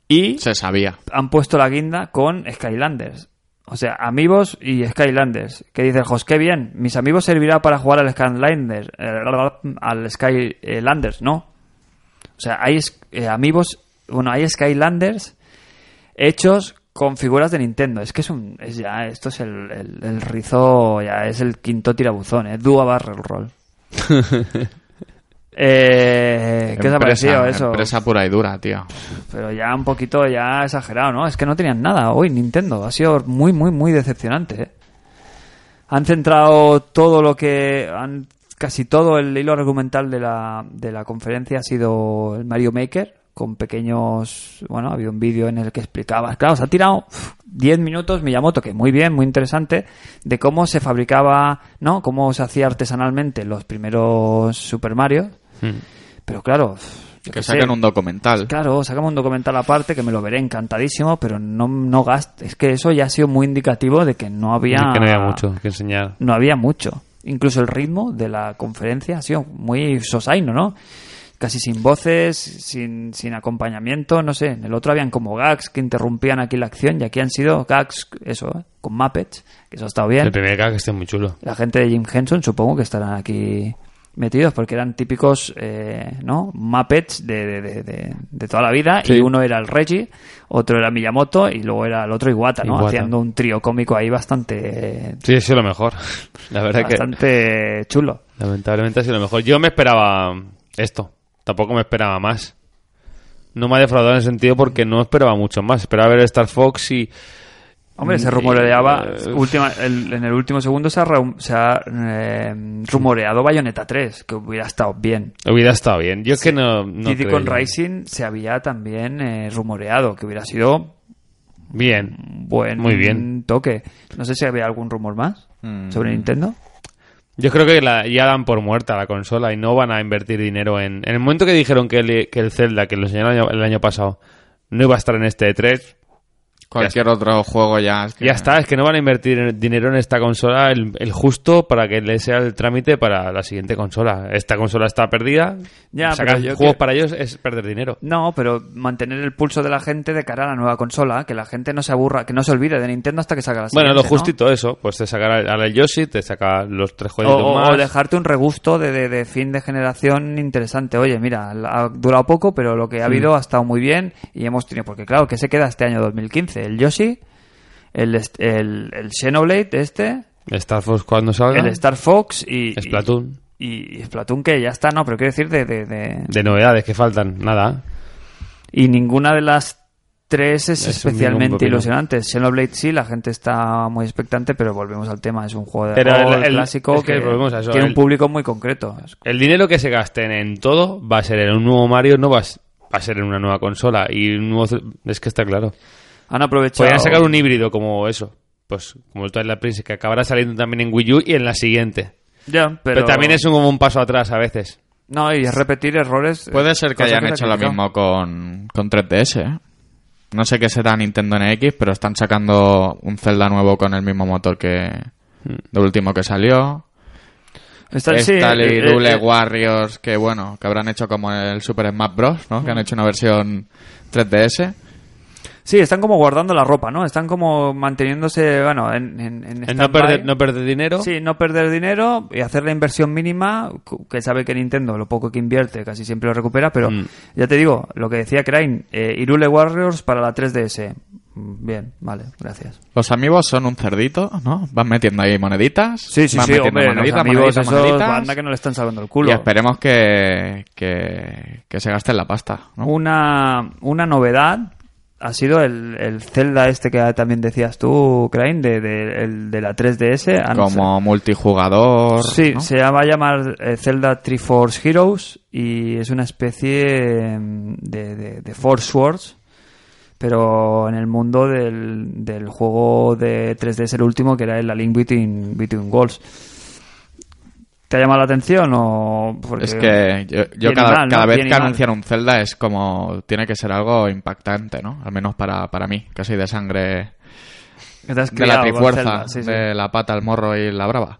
Y Se sabía. han puesto la guinda con Skylanders. O sea, amigos y Skylanders. Que dice, Jos, qué bien, mis amigos servirá para jugar al Skylanders. eh, al Skylanders, ¿no? O sea, hay eh, amigos, bueno, hay Skylanders hechos con figuras de Nintendo. Es que es un, es ya, esto es el, el- el rizo, ya es el quinto tirabuzón, ¿eh? Dua Barrel Roll. Eh, ¿Qué te ha parecido eso? Empresa pura y dura, tío. Pero ya un poquito ya exagerado, ¿no? Es que no tenían nada hoy Nintendo. Ha sido muy, muy, muy decepcionante. ¿eh? Han centrado todo lo que... Han, casi todo el hilo argumental de la, de la conferencia ha sido el Mario Maker, con pequeños... Bueno, había un vídeo en el que explicaba... Claro, se ha tirado uf, 10 minutos Miyamoto, que muy bien, muy interesante, de cómo se fabricaba, ¿no? Cómo se hacía artesanalmente los primeros Super Mario. Pero claro... yo Hmm. Que qué saquen sé. un documental. Claro, sacamos un documental aparte que me lo veré encantadísimo, pero no, no gast- Es que eso ya ha sido muy indicativo de que no había. Es que no había mucho que enseñar. No había mucho. Incluso el ritmo de la conferencia ha sido muy sosaino, ¿no? Casi sin voces, sin, sin acompañamiento, no sé. En el otro habían como gags que interrumpían aquí la acción y aquí han sido gags, eso, ¿eh? con Muppets, que eso ha estado bien. El primer caso que esté muy chulo. La gente de Jim Henson supongo que estarán aquí metidos porque eran típicos, eh, ¿no? Muppets de, de, de- de- de toda la vida y uno era el Reggie, otro era Miyamoto y luego era el otro Iwata, ¿no? Iwata. Haciendo un trío cómico ahí bastante, Sí, ha sido lo mejor. La verdad que bastante chulo. lamentablemente ha sido lo mejor. Yo me esperaba esto. Tampoco me esperaba más. No me ha defraudado en el sentido porque no esperaba mucho más. Esperaba ver Star Fox y... Hombre, se Mm, rumoreaba eh, última, el- en el último segundo se ha, ru- se ha, eh, rumoreado Bayonetta 3, que hubiera estado bien. Hubiera estado bien. Yo es que no... no Diddy creo Con yo. Rising se había también eh, rumoreado, que hubiera sido Bien. buen Muy bien. Mm. toque. No sé si había algún rumor más sobre Nintendo. Yo creo que la- ya dan por muerta la consola y no van a invertir dinero en... En el momento que dijeron que el, que el Zelda, que lo enseñaron el año, el año pasado, no iba a estar en este E3, Cualquier otro juego ya. es que- ya está, es que no van a invertir en- dinero en esta consola el, el justo para que le sea el trámite para la siguiente consola. Esta consola está perdida, Ya, sacar pero yo juegos que- para ellos es perder dinero. No, pero mantener el pulso de la gente de cara a la nueva consola, que la gente no se aburra, que no se olvide de Nintendo hasta que salga la Bueno, lo siguiente, ¿no? justo y todo eso, pues te sacará al al Yoshi, te saca los tres O, juegos o- pues más. o dejarte un regusto de, de- de fin de generación interesante. Oye, mira, la- ha durado poco, pero lo que ha habido ha estado muy bien y hemos tenido... Porque claro, que se queda este año 2015? El Yoshi, el, est- el, el Xenoblade este, Star Fox cuando salga, el Star Fox y... Splatoon. Y, y Splatoon que ya está, no, pero quiero decir de- de- de, de novedades que faltan, nada. Y ninguna de las tres es, Es un ningún especialmente pepino. ilusionante. Xenoblade sí, la gente está muy expectante, pero volvemos al tema. Es un juego de Pero el- rol el- clásico es que volvemos a eso, tiene un el- público muy concreto. El dinero que se gasten en todo va a ser en un nuevo Mario, no va a, s- va a ser en una nueva consola. Y un nuevo ce- es que está claro. Han aprovechado... Podrían sacar un híbrido como eso. Pues como el Twilight Princess, que acabará saliendo también en Wii U y en la siguiente. Ya, pero... Pero, también es un, como un paso atrás a veces. No, y es repetir errores... Puede ser que cosa hayan se ha hecho lo criticado. mismo con, con 3DS, ¿eh? No sé qué será Nintendo NX, pero están sacando un Zelda nuevo con el mismo motor que... Lo último que salió. Hmm. Está, sí, Está eh, el eh, Irule eh, Warriors, que bueno, que habrán hecho como el Super Smash Bros, ¿no? Que Hmm. han hecho una versión 3DS. sí, están como guardando la ropa, ¿no? Están como manteniéndose, bueno, en... en, en En no stand-by. perder, no perder dinero. Sí, no perder dinero y hacer la inversión mínima, cu- que sabe que Nintendo lo poco que invierte casi siempre lo recupera, pero Mm. ya te digo, lo que decía Crane, eh, Irule Warriors para la 3DS. Mm, Bien, vale, gracias. Los amigos son un cerdito, ¿no? Van metiendo ahí moneditas. van metiendo los moneditas, amigos moneditas, esos, moneditas. banda que no le están salvando el culo. Y esperemos que, que, que se gasten la pasta, ¿no? una, una novedad ha sido el, el Zelda este que también decías tú, Crane, de, de, el de la 3DS. Ah, no sé. Como multijugador. Sí, ¿no? se va a llamar eh, Zelda Triforce Heroes y es una especie eh, de, de, de Force Swords, pero en el mundo del, del juego de 3DS, el último, que era el A Link Between, Between Worlds. ¿Te ha llamado la atención o...? porque- Es que yo, yo Bien y cada, mal, ¿no? cada vez Bien y que mal. anuncian un Zelda es como... Tiene que ser algo impactante, ¿no? Al menos para, para mí, que soy de sangre... que te has de la criado con trifuerza, Zelda, sí, sí. de la pata, el morro y la brava.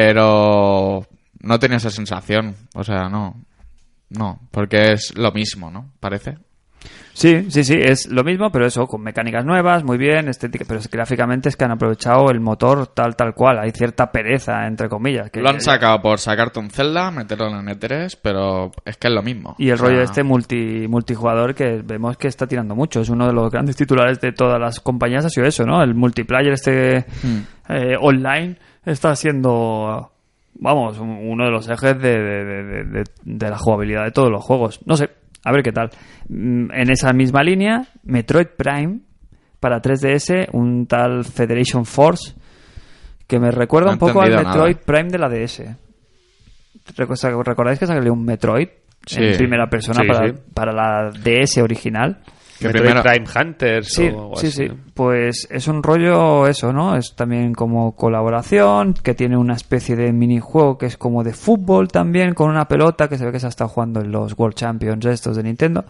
Pero no tenía esa sensación, o sea, no. No, porque es lo mismo, ¿no? Parece. Sí, sí, sí, es lo mismo, pero eso, con mecánicas nuevas, muy bien, estética, pero es- gráficamente es que han aprovechado el motor tal, tal cual, hay cierta pereza, entre comillas. Que lo han sacado por sacarte un Zelda, meterlo en el E3, pero es que es lo mismo. Y el O sea, rollo este multi, multijugador que vemos que está tirando mucho, es uno de los grandes titulares de todas las compañías, ha sido eso, ¿no? El multiplayer este Hmm. eh, online está siendo, vamos, un- uno de los ejes de, de- de- de- de- de la jugabilidad de todos los juegos. No sé, a ver qué tal. Mm, En esa misma línea, Metroid Prime para 3DS, un tal Federation Force, que me recuerda No he un poco al entendido nada. Metroid Prime de la DS. Reco- sa- ¿Recordáis que salió un Metroid Sí. en primera persona Sí, para, sí. para la DS original? Que Metroid primero- Prime Hunters Sí, o algo sí, así, sí. ¿no? Pues es un rollo eso, ¿no? Es también como colaboración, que tiene una especie de minijuego que es como de fútbol también, con una pelota que se ve que se ha estado jugando en los World Champions estos de Nintendo.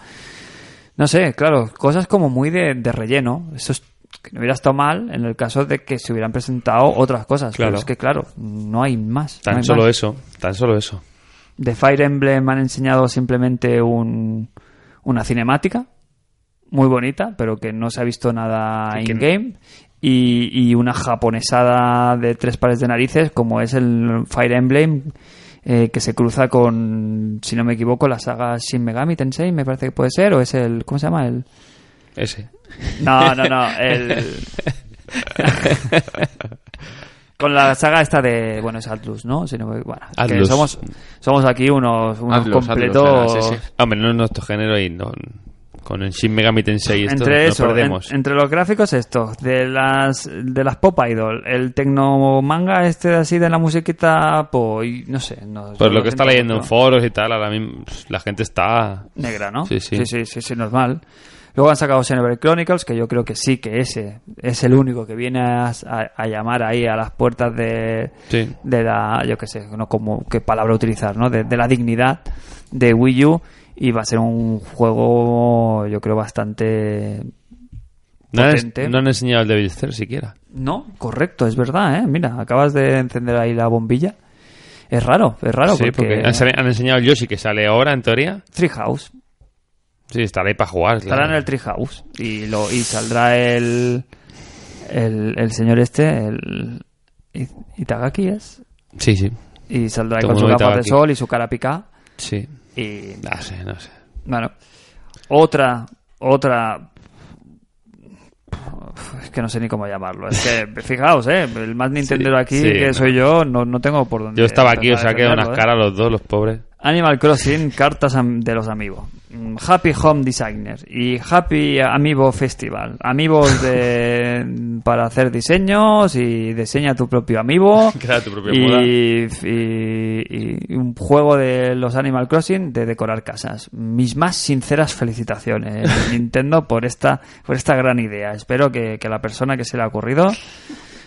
No sé, claro, cosas como muy de, de relleno. Eso es que no hubiera estado mal en el caso de que se hubieran presentado otras cosas. Claro. Pero es que, claro, no hay más. Tan no hay solo más. eso, tan solo eso. De Fire Emblem han enseñado simplemente un, una cinemática muy bonita, pero que no se ha visto nada Y que- in-game. Y, y una japonesada de tres pares de narices, como es el Fire Emblem, eh, que se cruza con, si no me equivoco, la saga Shin Megami Tensei, me parece que puede ser, o es el. ¿Cómo se llama? El. Ese. No, no, no. El... Con la saga esta de. Bueno, es Atlus, ¿no? Si no me- bueno, es que Atlus. somos, somos aquí unos, unos Atlus, completos. Atlus, era, sí, sí. Hombre, no es nuestro género y no, con el Shin Megami Tensei esto Entre nos eso, en- perdemos. entre los gráficos estos, de las de las pop idol, el tecno manga este así de la musiquita, pues no sé. No, pues lo que está leyendo en no. foros y tal, ahora mismo pff, la gente está... negra, ¿no? Sí, sí. sí, sí, sí, sí, normal. Luego han sacado Xenoblade Chronicles, que yo creo que sí, que ese es el único que viene a, a- a llamar ahí a las puertas de, Sí. de la, yo qué sé, no como qué palabra utilizar, ¿no? De, de la dignidad de Wii U y va a ser un juego, yo creo, bastante... No han, potente. no han enseñado el Devil's Third siquiera. No, correcto, es verdad, ¿eh? Mira, acabas de encender ahí la bombilla. Es raro, es raro sí, porque, porque... han, sale- han enseñado el Yoshi que sale ahora, en teoría. Treehouse, Sí, estará ahí para jugar. Estará claro. en el Treehouse y lo y saldrá el el, el señor este, el I- Itagaki es, Sí, sí. y saldrá ahí con su Tomonobu capa de Itagaki. sol y su cara picada Sí. y No sé, no sé. bueno, otra otra es que no sé ni cómo llamarlo. Es que, fijaos, ¿eh? El más Nintendero aquí, sí, que no. soy yo, no, Eh, no tengo por dónde. Yo estaba aquí, os empezar a ha quedado unas defenderlo, ¿eh? caras los dos, los pobres. Animal Crossing, cartas am- de los amigos. Mm, Happy Home Designer y Happy Amiibo Festival. Amigos de, para hacer diseños y diseña tu propio amiibo. Crea tu propia moda. y, y- y un juego de los Animal Crossing de decorar casas. Mis más sinceras felicitaciones, Nintendo, por esta, por esta gran idea. Espero que, que la persona que se le ha ocurrido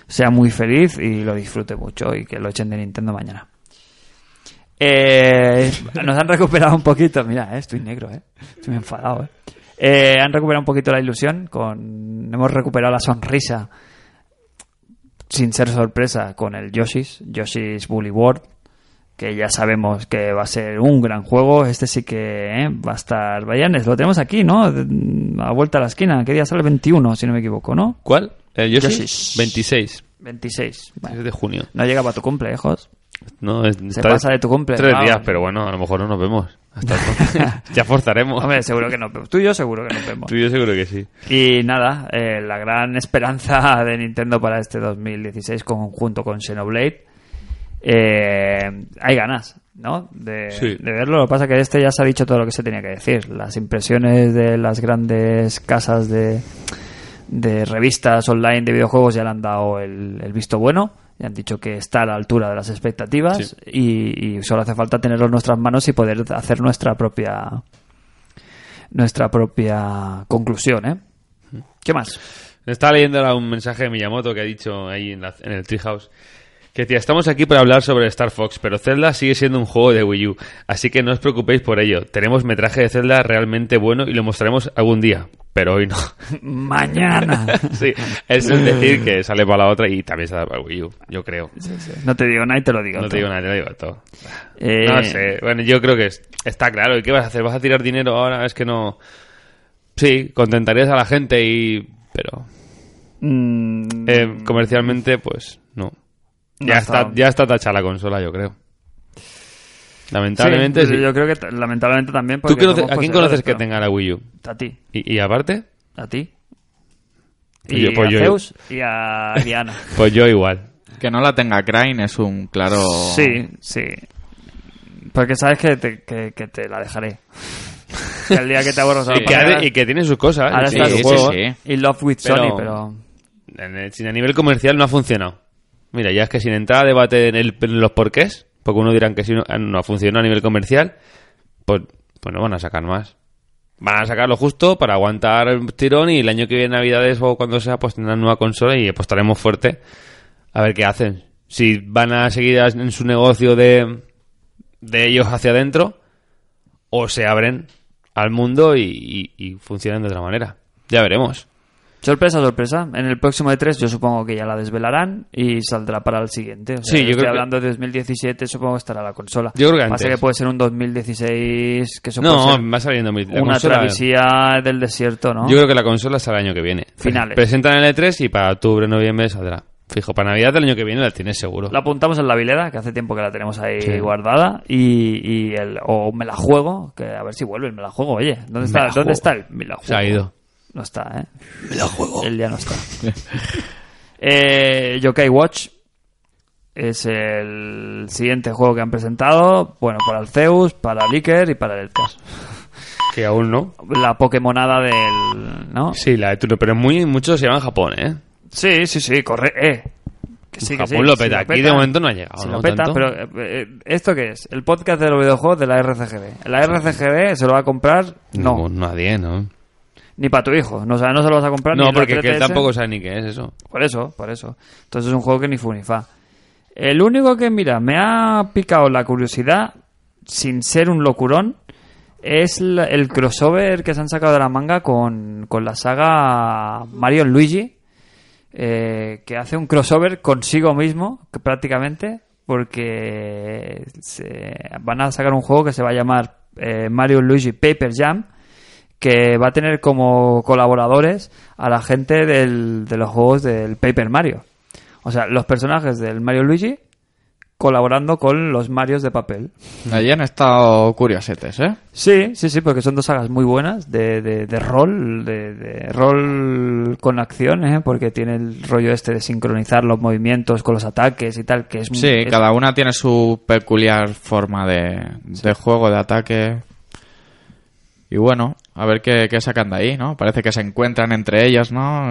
sea muy feliz y lo disfrute mucho y que lo echen de Nintendo mañana. Eh, nos han recuperado un poquito. Mira, eh, estoy negro, eh. Estoy enfadado, eh. Eh, Han recuperado un poquito la ilusión. Con... Hemos recuperado la sonrisa. Sin ser sorpresa, con el Yoshi's. Yoshi's Bully World. Que ya sabemos que va a ser un gran juego. Este sí que eh, va a estar. Vayanes, lo tenemos aquí, ¿no? A vuelta a la esquina. ¿Qué día sale? 21, si no me equivoco, ¿no? ¿Cuál? El Yoshi. Yoshi. 26. 26. Bueno, 26 de junio. no llegaba a tu cumple, eh, Jos. No, es- está- pasa de tu cumple, Tres claro. días, pero bueno, a lo mejor no nos vemos. Hasta entonces. ya forzaremos. Hombre, seguro que nos vemos. Tú y yo seguro que nos vemos. Tú y yo seguro que sí. Y nada, eh, la gran esperanza de Nintendo para este 2016 conjunto con Xenoblade eh, hay ganas, ¿no? De, Sí. de verlo. Lo que pasa es que este ya se ha dicho todo lo que se tenía que decir. Las impresiones de las grandes casas de, de revistas online de videojuegos ya le han dado el, el visto bueno. Ya han dicho que está a la altura de las expectativas Sí. y, y solo hace falta tenerlo en nuestras manos y poder hacer nuestra propia nuestra propia conclusión, ¿eh? ¿Qué más? Estaba leyendo ahora un mensaje de Miyamoto que ha dicho ahí en, la- en el Treehouse. Que tía, estamos aquí para hablar sobre Star Fox, pero Zelda sigue siendo un juego de Wii U, así que no os preocupéis por ello. Tenemos metraje de Zelda realmente bueno y lo mostraremos algún día, pero hoy no. Mañana. sí, eso es decir que sale para la otra y también sale para Wii U, yo creo. No te digo nada y te lo digo. No todo. te digo nada, te lo digo todo. Eh, No sé, bueno, yo creo que es- está claro. ¿Y qué vas a hacer? ¿Vas a tirar dinero ahora? Es que no. Sí, contentarías a la gente y. Pero. mm, Eh, comercialmente, pues no. No Ya está- está, ya está tachada la consola, yo creo. Lamentablemente, sí, sí. Yo creo que t- lamentablemente también. ¿Tú porque conoces- somos ¿A quién poseedores, conoces que pero- tenga la Wii U? A ti. ¿Y, y aparte? A ti. Oye, Y pues a yo- Zeus y a Diana. Pues yo igual. Que no la tenga Crane es un claro... Sí, sí. Porque sabes que te, que, que te la dejaré. Que el día que te aborras y, que, ha- y que tiene sus cosas. ¿eh? ahora sí, está ¿eh? su sí, juego. sí, sí. Y Love with Pero- Sony, pero... En el- sin- a nivel comercial no ha funcionado. Mira, ya es que sin entrar a debate en, el- en los porqués, porque uno dirán que si no, no funciona a nivel comercial, pues, pues no van a sacar más. Van a sacar lo justo para aguantar el tirón y el año que viene, Navidades o cuando sea, pues tendrán nueva consola y apostaremos fuerte a ver qué hacen. Si van a seguir as- en su negocio de, de ellos hacia adentro o se abren al mundo y, y- y funcionan de otra manera. Ya veremos. Sorpresa, sorpresa. En el próximo E3 yo supongo que ya la desvelarán y saldrá para el siguiente. O sea, Sí, yo estoy creo que- hablando de 2017, supongo que estará la consola. Yo creo que Pasa antes. que puede ser un 2016 que eso puede No, ser va saliendo mi, la una consola- travesía del desierto, ¿no? Yo creo que la consola sale el año que viene. Finales. Presentan el E3 y para octubre, noviembre saldrá. Fijo, para Navidad del año que viene la tienes seguro. La apuntamos en la vileda, que hace tiempo que la tenemos ahí guardada, y, y el, o me la juego, que a ver si vuelve el me la juego, oye, ¿dónde está, la ¿dónde juego. está el me la Se ha juego? ido. No está, ¿eh? Me la juego. Él ya no está. eh, Yokai Watch es el siguiente juego que han presentado, bueno, para el Zeus, para el Iker y para el Elcas. Que aún no. La Pokémonada del... ¿no? Sí, la de turno, pero muy, muchos se llaman Japón, ¿eh? Sí, sí, sí, corre. Eh. Que sí, que Japón sí, lo si peta. Aquí de petan, momento no ha llegado, si ¿no? lo petan, Tanto. pero eh, eh, ¿esto qué es? El podcast de los videojuegos de la RCGB. ¿La RCGB se lo va a comprar? No. Ningún- Nadie, ¿no? Ni E para tu hijo. No, o sea, no se lo vas a comprar ni No, en la porque que él 3DS. tampoco sabe ni qué es eso. Por eso, por eso. Entonces es un juego que ni fu ni fa. El único que, mira, me ha picado la curiosidad, sin ser un locurón, es la- el crossover que se han sacado de la manga con, con la saga Mario Luigi, eh, que hace un crossover consigo mismo, que prácticamente, porque se- van a sacar un juego que se va a llamar eh, Mario Luigi Paper Jam, que va a tener como colaboradores a la gente del- de los juegos del Paper Mario. O sea, los personajes del Mario Luigi colaborando con los Marios de papel. Allí han estado curiosetes, ¿eh? Sí, sí, sí, porque son dos sagas muy buenas de, de, de rol, de, de rol con acción, ¿eh? porque tiene el rollo este de sincronizar los movimientos con los ataques y tal, que es... Sí, Mm, es- cada una tiene su peculiar forma de, de juego, de ataque. Y bueno, a ver qué, qué sacan de ahí, ¿no? Parece que se encuentran entre ellos, ¿no?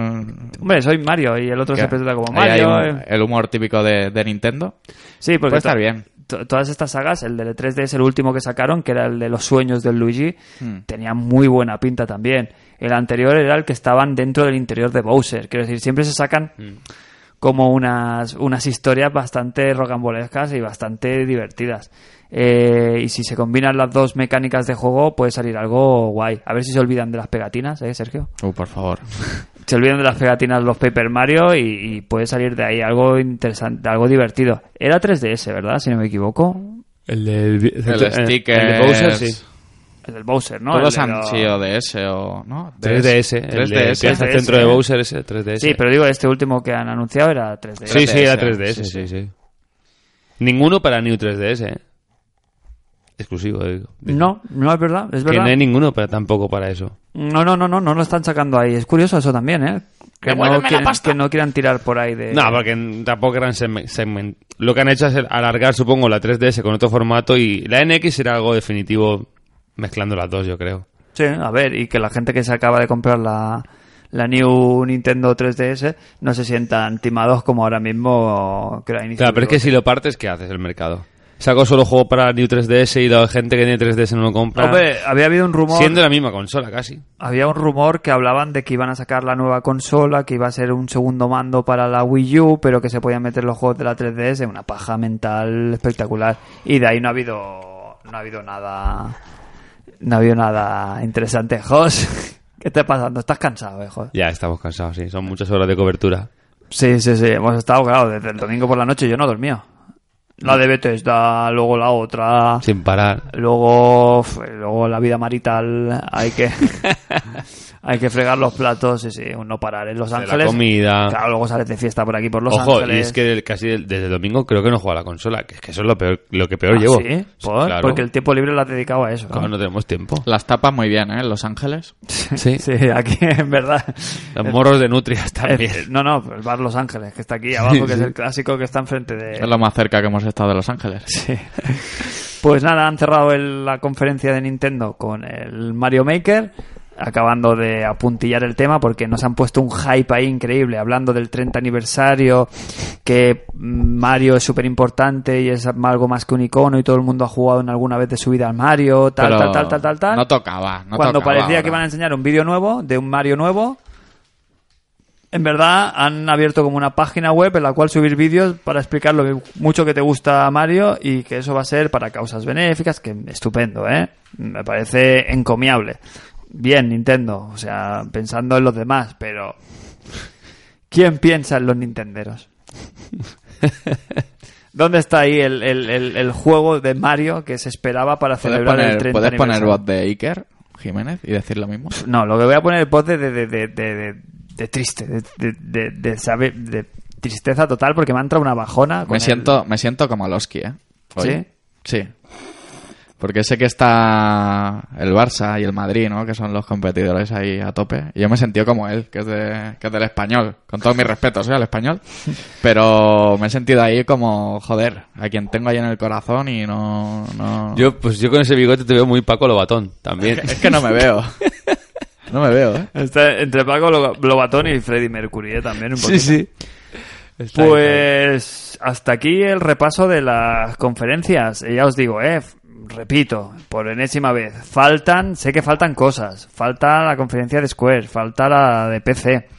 Hombre, soy Mario y el otro Que se presenta como ahí hay Mario. un- eh. el humor típico de, de Nintendo. Sí, porque Puede estar to- bien. to- Todas estas sagas, el del 3D es el último que sacaron, que era el de los sueños del Luigi, Hmm. tenía muy buena pinta también. El anterior era el que estaban dentro del interior de Bowser. Quiero decir, siempre se sacan Hmm. como unas, unas historias bastante rocambolescas y bastante divertidas. Eh, y si se combinan las dos mecánicas de juego, puede salir algo guay. A ver si se olvidan de las pegatinas, ¿eh, Sergio? Uh, por favor. se olvidan de las pegatinas los Paper Mario y, y puede salir de ahí algo interesante, algo divertido. Era 3DS, ¿verdad? Si no me equivoco. El del. El sticker. El de Bowser, sí. El del Bowser, ¿no? El Todos de han los- sido DS o... ¿no? 3DS. El de 3DS. Piensa DS. centro de Bowser ese, 3DS. ¿eh? Sí, pero digo, este último que han anunciado era 3DS. Sí, sí, era 3DS, 3DS, sí, sí, sí. Ninguno para New 3DS, ¿eh? Exclusivo, digo. No, no es verdad, es Que no verdad. hay ninguno para, tampoco para eso. No, no, no, no, no lo están sacando ahí. Es curioso eso también, ¿eh? que, no quieren, que no quieran tirar por ahí de... No, porque tampoco eran segmen- segmen- Lo que han hecho es alargar, supongo, la 3DS con otro formato y la NX será algo definitivo mezclando las dos, yo creo. Sí, a ver, y que la gente que se acaba de comprar la, la New Nintendo 3DS no se sientan timados como ahora mismo que la inicio Claro, pero es que si lo partes, ¿qué haces el mercado? Saco solo juego para New 3DS y la gente que tiene 3DS no lo compra. Hombre, había habido un rumor... siendo la misma consola casi. Había un rumor que hablaban de que iban a sacar la nueva consola, que iba a ser un segundo mando para la Wii U, pero que se podían meter los juegos de la 3DS, una paja mental espectacular. Y de ahí no ha habido, no ha habido nada, no ha habido nada interesante, Jos. ¿Qué está pasando? ¿Estás cansado, eh, Jos? Ya estamos cansados, sí. Son muchas horas de cobertura. Sí, sí, sí. Hemos estado, claro, desde el domingo por la noche yo no dormía. La de Bethesda, luego la otra, Sin parar. luego, f- luego la vida marital, hay que, hay que fregar los platos, sí, sí, un no parar en Los De la Ángeles. comida. Claro, luego sales de fiesta por aquí por Los Ojo, Ángeles. y es que del- casi del- desde el domingo creo que no juega la consola, que es que eso es lo peor, lo que peor Ah, llevo. ¿sí? ¿Por? Claro. Porque el tiempo libre lo has dedicado a eso. ¿no? Claro, no tenemos tiempo. Las tapas muy bien, ¿eh? En Los Ángeles. Sí. Sí, aquí en verdad. Los morros de nutrias también. Eh, No, no, el bar Los Ángeles, que está aquí abajo, que es el clásico que está enfrente de, Es lo más cerca que hemos estado de Los Ángeles. Sí. Pues nada, han cerrado el- la conferencia de Nintendo con el Mario Maker, acabando de apuntillar el tema porque nos han puesto un hype ahí increíble, hablando del 30 aniversario, que Mario es súper importante y es algo más que un icono y todo el mundo ha jugado en alguna vez de su vida al Mario, tal, tal, Pero tal, tal, tal, tal. No tocaba. No Cuando tocaba parecía ahora. que iban a enseñar un vídeo nuevo de un Mario nuevo, en verdad han abierto como una página web en la cual subir vídeos para explicar lo que- mucho que te gusta Mario y que eso va a ser para causas benéficas, que estupendo, ¿eh? Me parece encomiable. Bien, Nintendo, o sea, pensando en los demás, pero ¿quién piensa en los nintenderos? ¿Dónde está ahí el, el- el- el juego de Mario que se esperaba para ¿Puedes celebrar el poner, 30 ¿puedes poner aniversario? Pues, voz de Iker Jiménez y decir lo mismo? No, lo que voy a poner es voz de, de, de, de, de- de triste, de, de, de- de sabe- de tristeza total porque me ha entrado una bajona. con Me el- siento, me siento como Losky, ¿eh? Hoy. Sí. Porque sé que está el Barça y el Madrid, ¿no? Que son los competidores ahí a tope. Y yo me he sentido como él, que es, de, que es del español. Con todos mis respetos, ¿eh? Al español. Pero me he sentido ahí como, joder, a quien tengo ahí en el corazón y no... no... Yo, pues yo con ese bigote te veo muy Paco Lobatón también. Es que no me veo. No me veo, ¿eh? Está entre Paco Lo- Lobatón y Freddie Mercury ¿eh? también un poquito. Está ahí, Pues hasta aquí el repaso de las conferencias. Y ya os digo, eh, f- repito, por enésima vez, faltan, sé que faltan cosas. Falta la conferencia de Square, falta la de PC,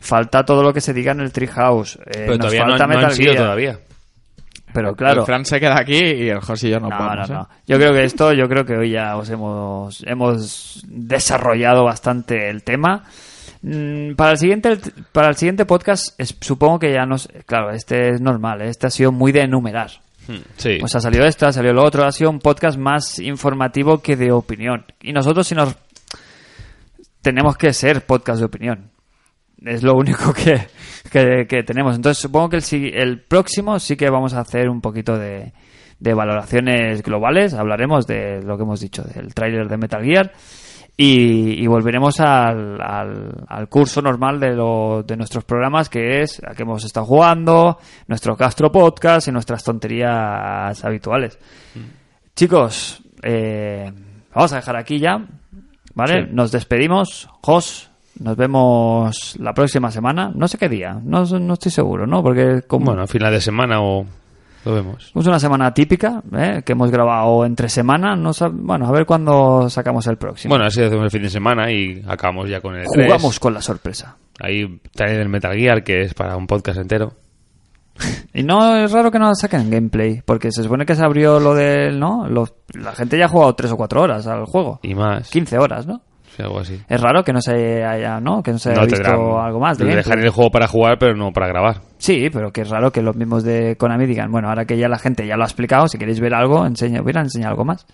falta todo lo que se diga en el Treehouse. eh, Pero nos todavía no, falta no han Metal sido Gear. todavía. Pero claro, El Fran se queda aquí y el José y yo no, no, podemos, no, ¿eh? no. Yo creo que esto, yo creo que hoy ya os hemos, hemos desarrollado bastante el tema. Mm, Para el siguiente, para el siguiente podcast, es- supongo que ya nos, claro, este es normal, ¿eh? este ha sido muy de enumerar. Sí. Pues ha salido esto, ha salido lo otro, ha sido un podcast más informativo que de opinión. Y nosotros si nos tenemos que ser podcast de opinión. Es lo único que, que- que tenemos. Entonces supongo que el, si- el próximo sí que vamos a hacer un poquito de, de valoraciones globales. Hablaremos de lo que hemos dicho, del tráiler de Metal Gear. Y, y volveremos al, al- al curso normal de, lo- de nuestros programas, que es a que hemos estado jugando, nuestro Castro Podcast y nuestras tonterías habituales. Chicos, eh, vamos a dejar aquí ya, ¿vale? Nos despedimos. Jos, nos vemos la próxima semana. No sé qué día, no, no estoy seguro, ¿no? Porque como Bueno, a final de semana o lo vemos. es una semana típica, ¿eh? que hemos grabado entre semana, no sab- bueno, a ver cuándo sacamos el próximo. Bueno, pues- así hacemos el fin de semana y acabamos ya con el E3. Jugamos con la sorpresa. Ahí traen el Metal Gear, que es para un podcast entero. Y no es raro que no saquen gameplay, porque se supone que se abrió lo del, ¿no? Los- la gente ya ha jugado 3 o 4 horas al juego. Y más. 15 horas, ¿no? Sí, Algo así. Es raro que no se haya, ¿no? Que no se haya No visto tendrán- algo más. de Le gameplay. dejaré el juego para jugar, pero no para grabar. Sí, pero que es raro que los mismos de Konami digan, bueno, ahora que ya la gente ya lo ha explicado, si queréis ver algo, enseña, hubiera enseñado algo más.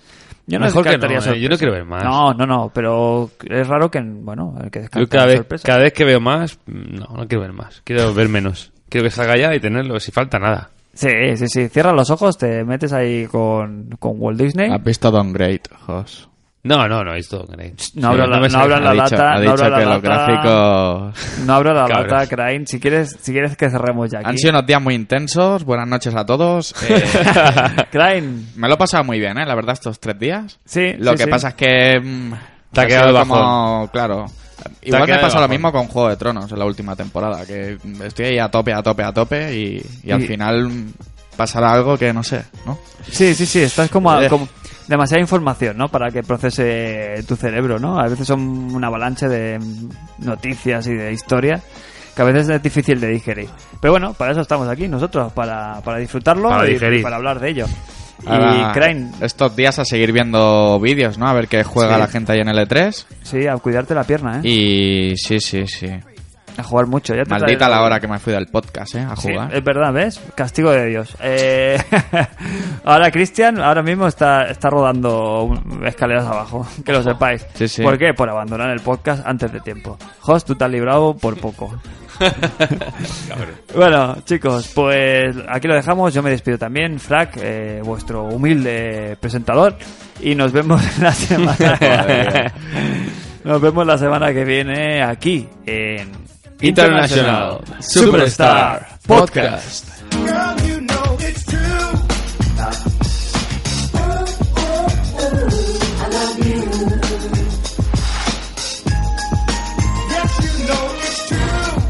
Yo no Mejor que descartaría no, ¿eh? Yo no sorpresas. quiero ver más. No, no, no, pero es raro que, bueno, el que Yo descarta cada la vez, sorpresa. cada vez que veo más, mm, no, no quiero ver más. Quiero ver menos. Quiero que salga ya y tenerlo, si falta nada. Sí, Ah, sí, sí, cierra los ojos, te metes ahí con, con Walt Disney. Has visto Don Great, Jos. No, no, no, esto. Crane. No habrá Sí, la- me no sale. habrá Ha la Ha dicho, dicho- lata, ha no dicho habrá que la los lata. gráficos... No abra la Cabros. lata, Crane. Si quieres, si quieres que cerremos ya aquí. Han sido unos días muy intensos. Buenas noches a todos. Eh, Crane. me lo he pasado muy bien, ¿eh? La verdad, estos tres días. Sí, Lo sí, que sí. pasa es que... mm, Te ha ha quedado sido el como- Claro. Igual me quedado el pasa lo bajón. mismo con Juego de Tronos en la última temporada, que mm, estoy ahí a tope, a tope, a tope y, y al Y- final mm, pasará algo que no sé, ¿no? Sí, sí, sí. Estás como, a- Eh. como- demasiada información, ¿no? Para que procese tu cerebro, ¿no? A veces son una avalancha de mm, noticias y de historias que a veces es difícil de digerir. Pero bueno, para eso estamos aquí nosotros, para, para disfrutarlo Para y digerir. para hablar de ello. Ahora, Y Crane, Estos días a seguir viendo vídeos, ¿no? A ver qué juega Sí. la gente ahí en E L3. sí, a cuidarte la pierna, ¿eh? Y sí, sí, sí. A jugar mucho. Ya te Maldita traeré- la hora que me fui del podcast, ¿eh? A Sí, jugar. es verdad, ¿ves? Castigo de Dios. Eh, ahora Cristian, ahora mismo está, está rodando un- escaleras abajo, que lo sepáis. Sí, sí. ¿Por qué? Por abandonar el podcast antes de tiempo. Host, tú te has librado por poco. bueno, chicos, pues aquí lo dejamos. Yo me despido también, Frac, eh, vuestro humilde presentador. Y nos vemos la semana. nos vemos la semana que viene aquí en International Superstar Podcast. Girl, you know it's true. Yes, you know it's true.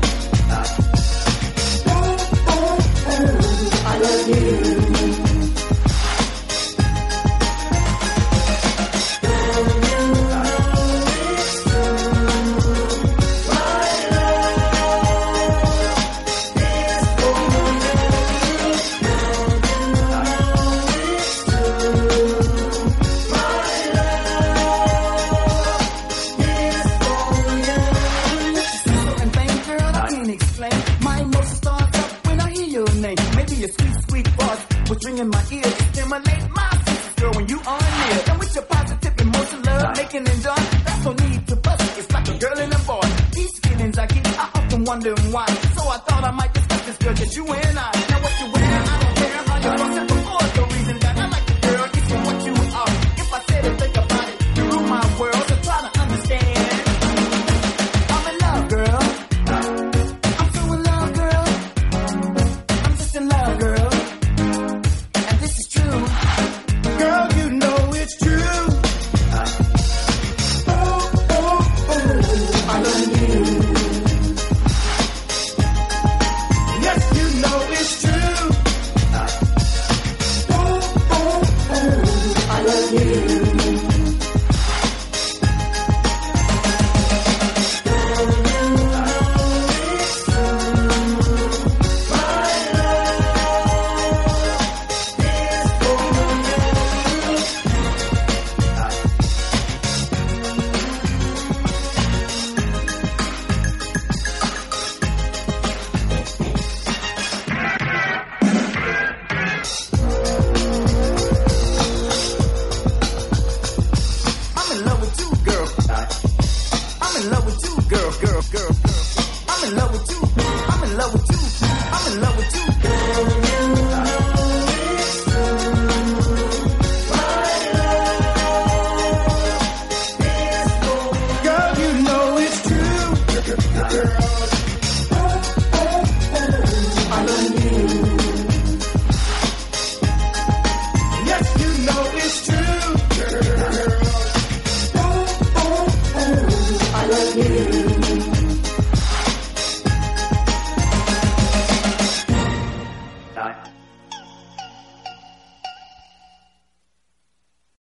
and thank girl, I can't explain. My emotions start up when I hear your name. Maybe your sweet, sweet voice was ringing my ears. Stimulate my senses, girl, when you are near. Come with your positive emotion, love, making and joy. That's no need to bust it. It's like a girl and a boy. These feelings I get, I often wonder why. So I thought I might discuss this girl, just you and I. Now what you wear, I don't care. All you want said before is the reason that I like the girl. It's from what you are. If I said it, think about it. You rule my world, so try to understand. I'm in love, girl. I'm so in love, girl. I'm just in love, girl. And this is true. Girl, you know it's true. I love you. Yes, you know it's true. I'm in love with you, girl. I'm in love with you, girl, girl, girl, girl. I'm in love with you. I'm in love with you. I'm in love with you. Girl, you know it's true. Girl,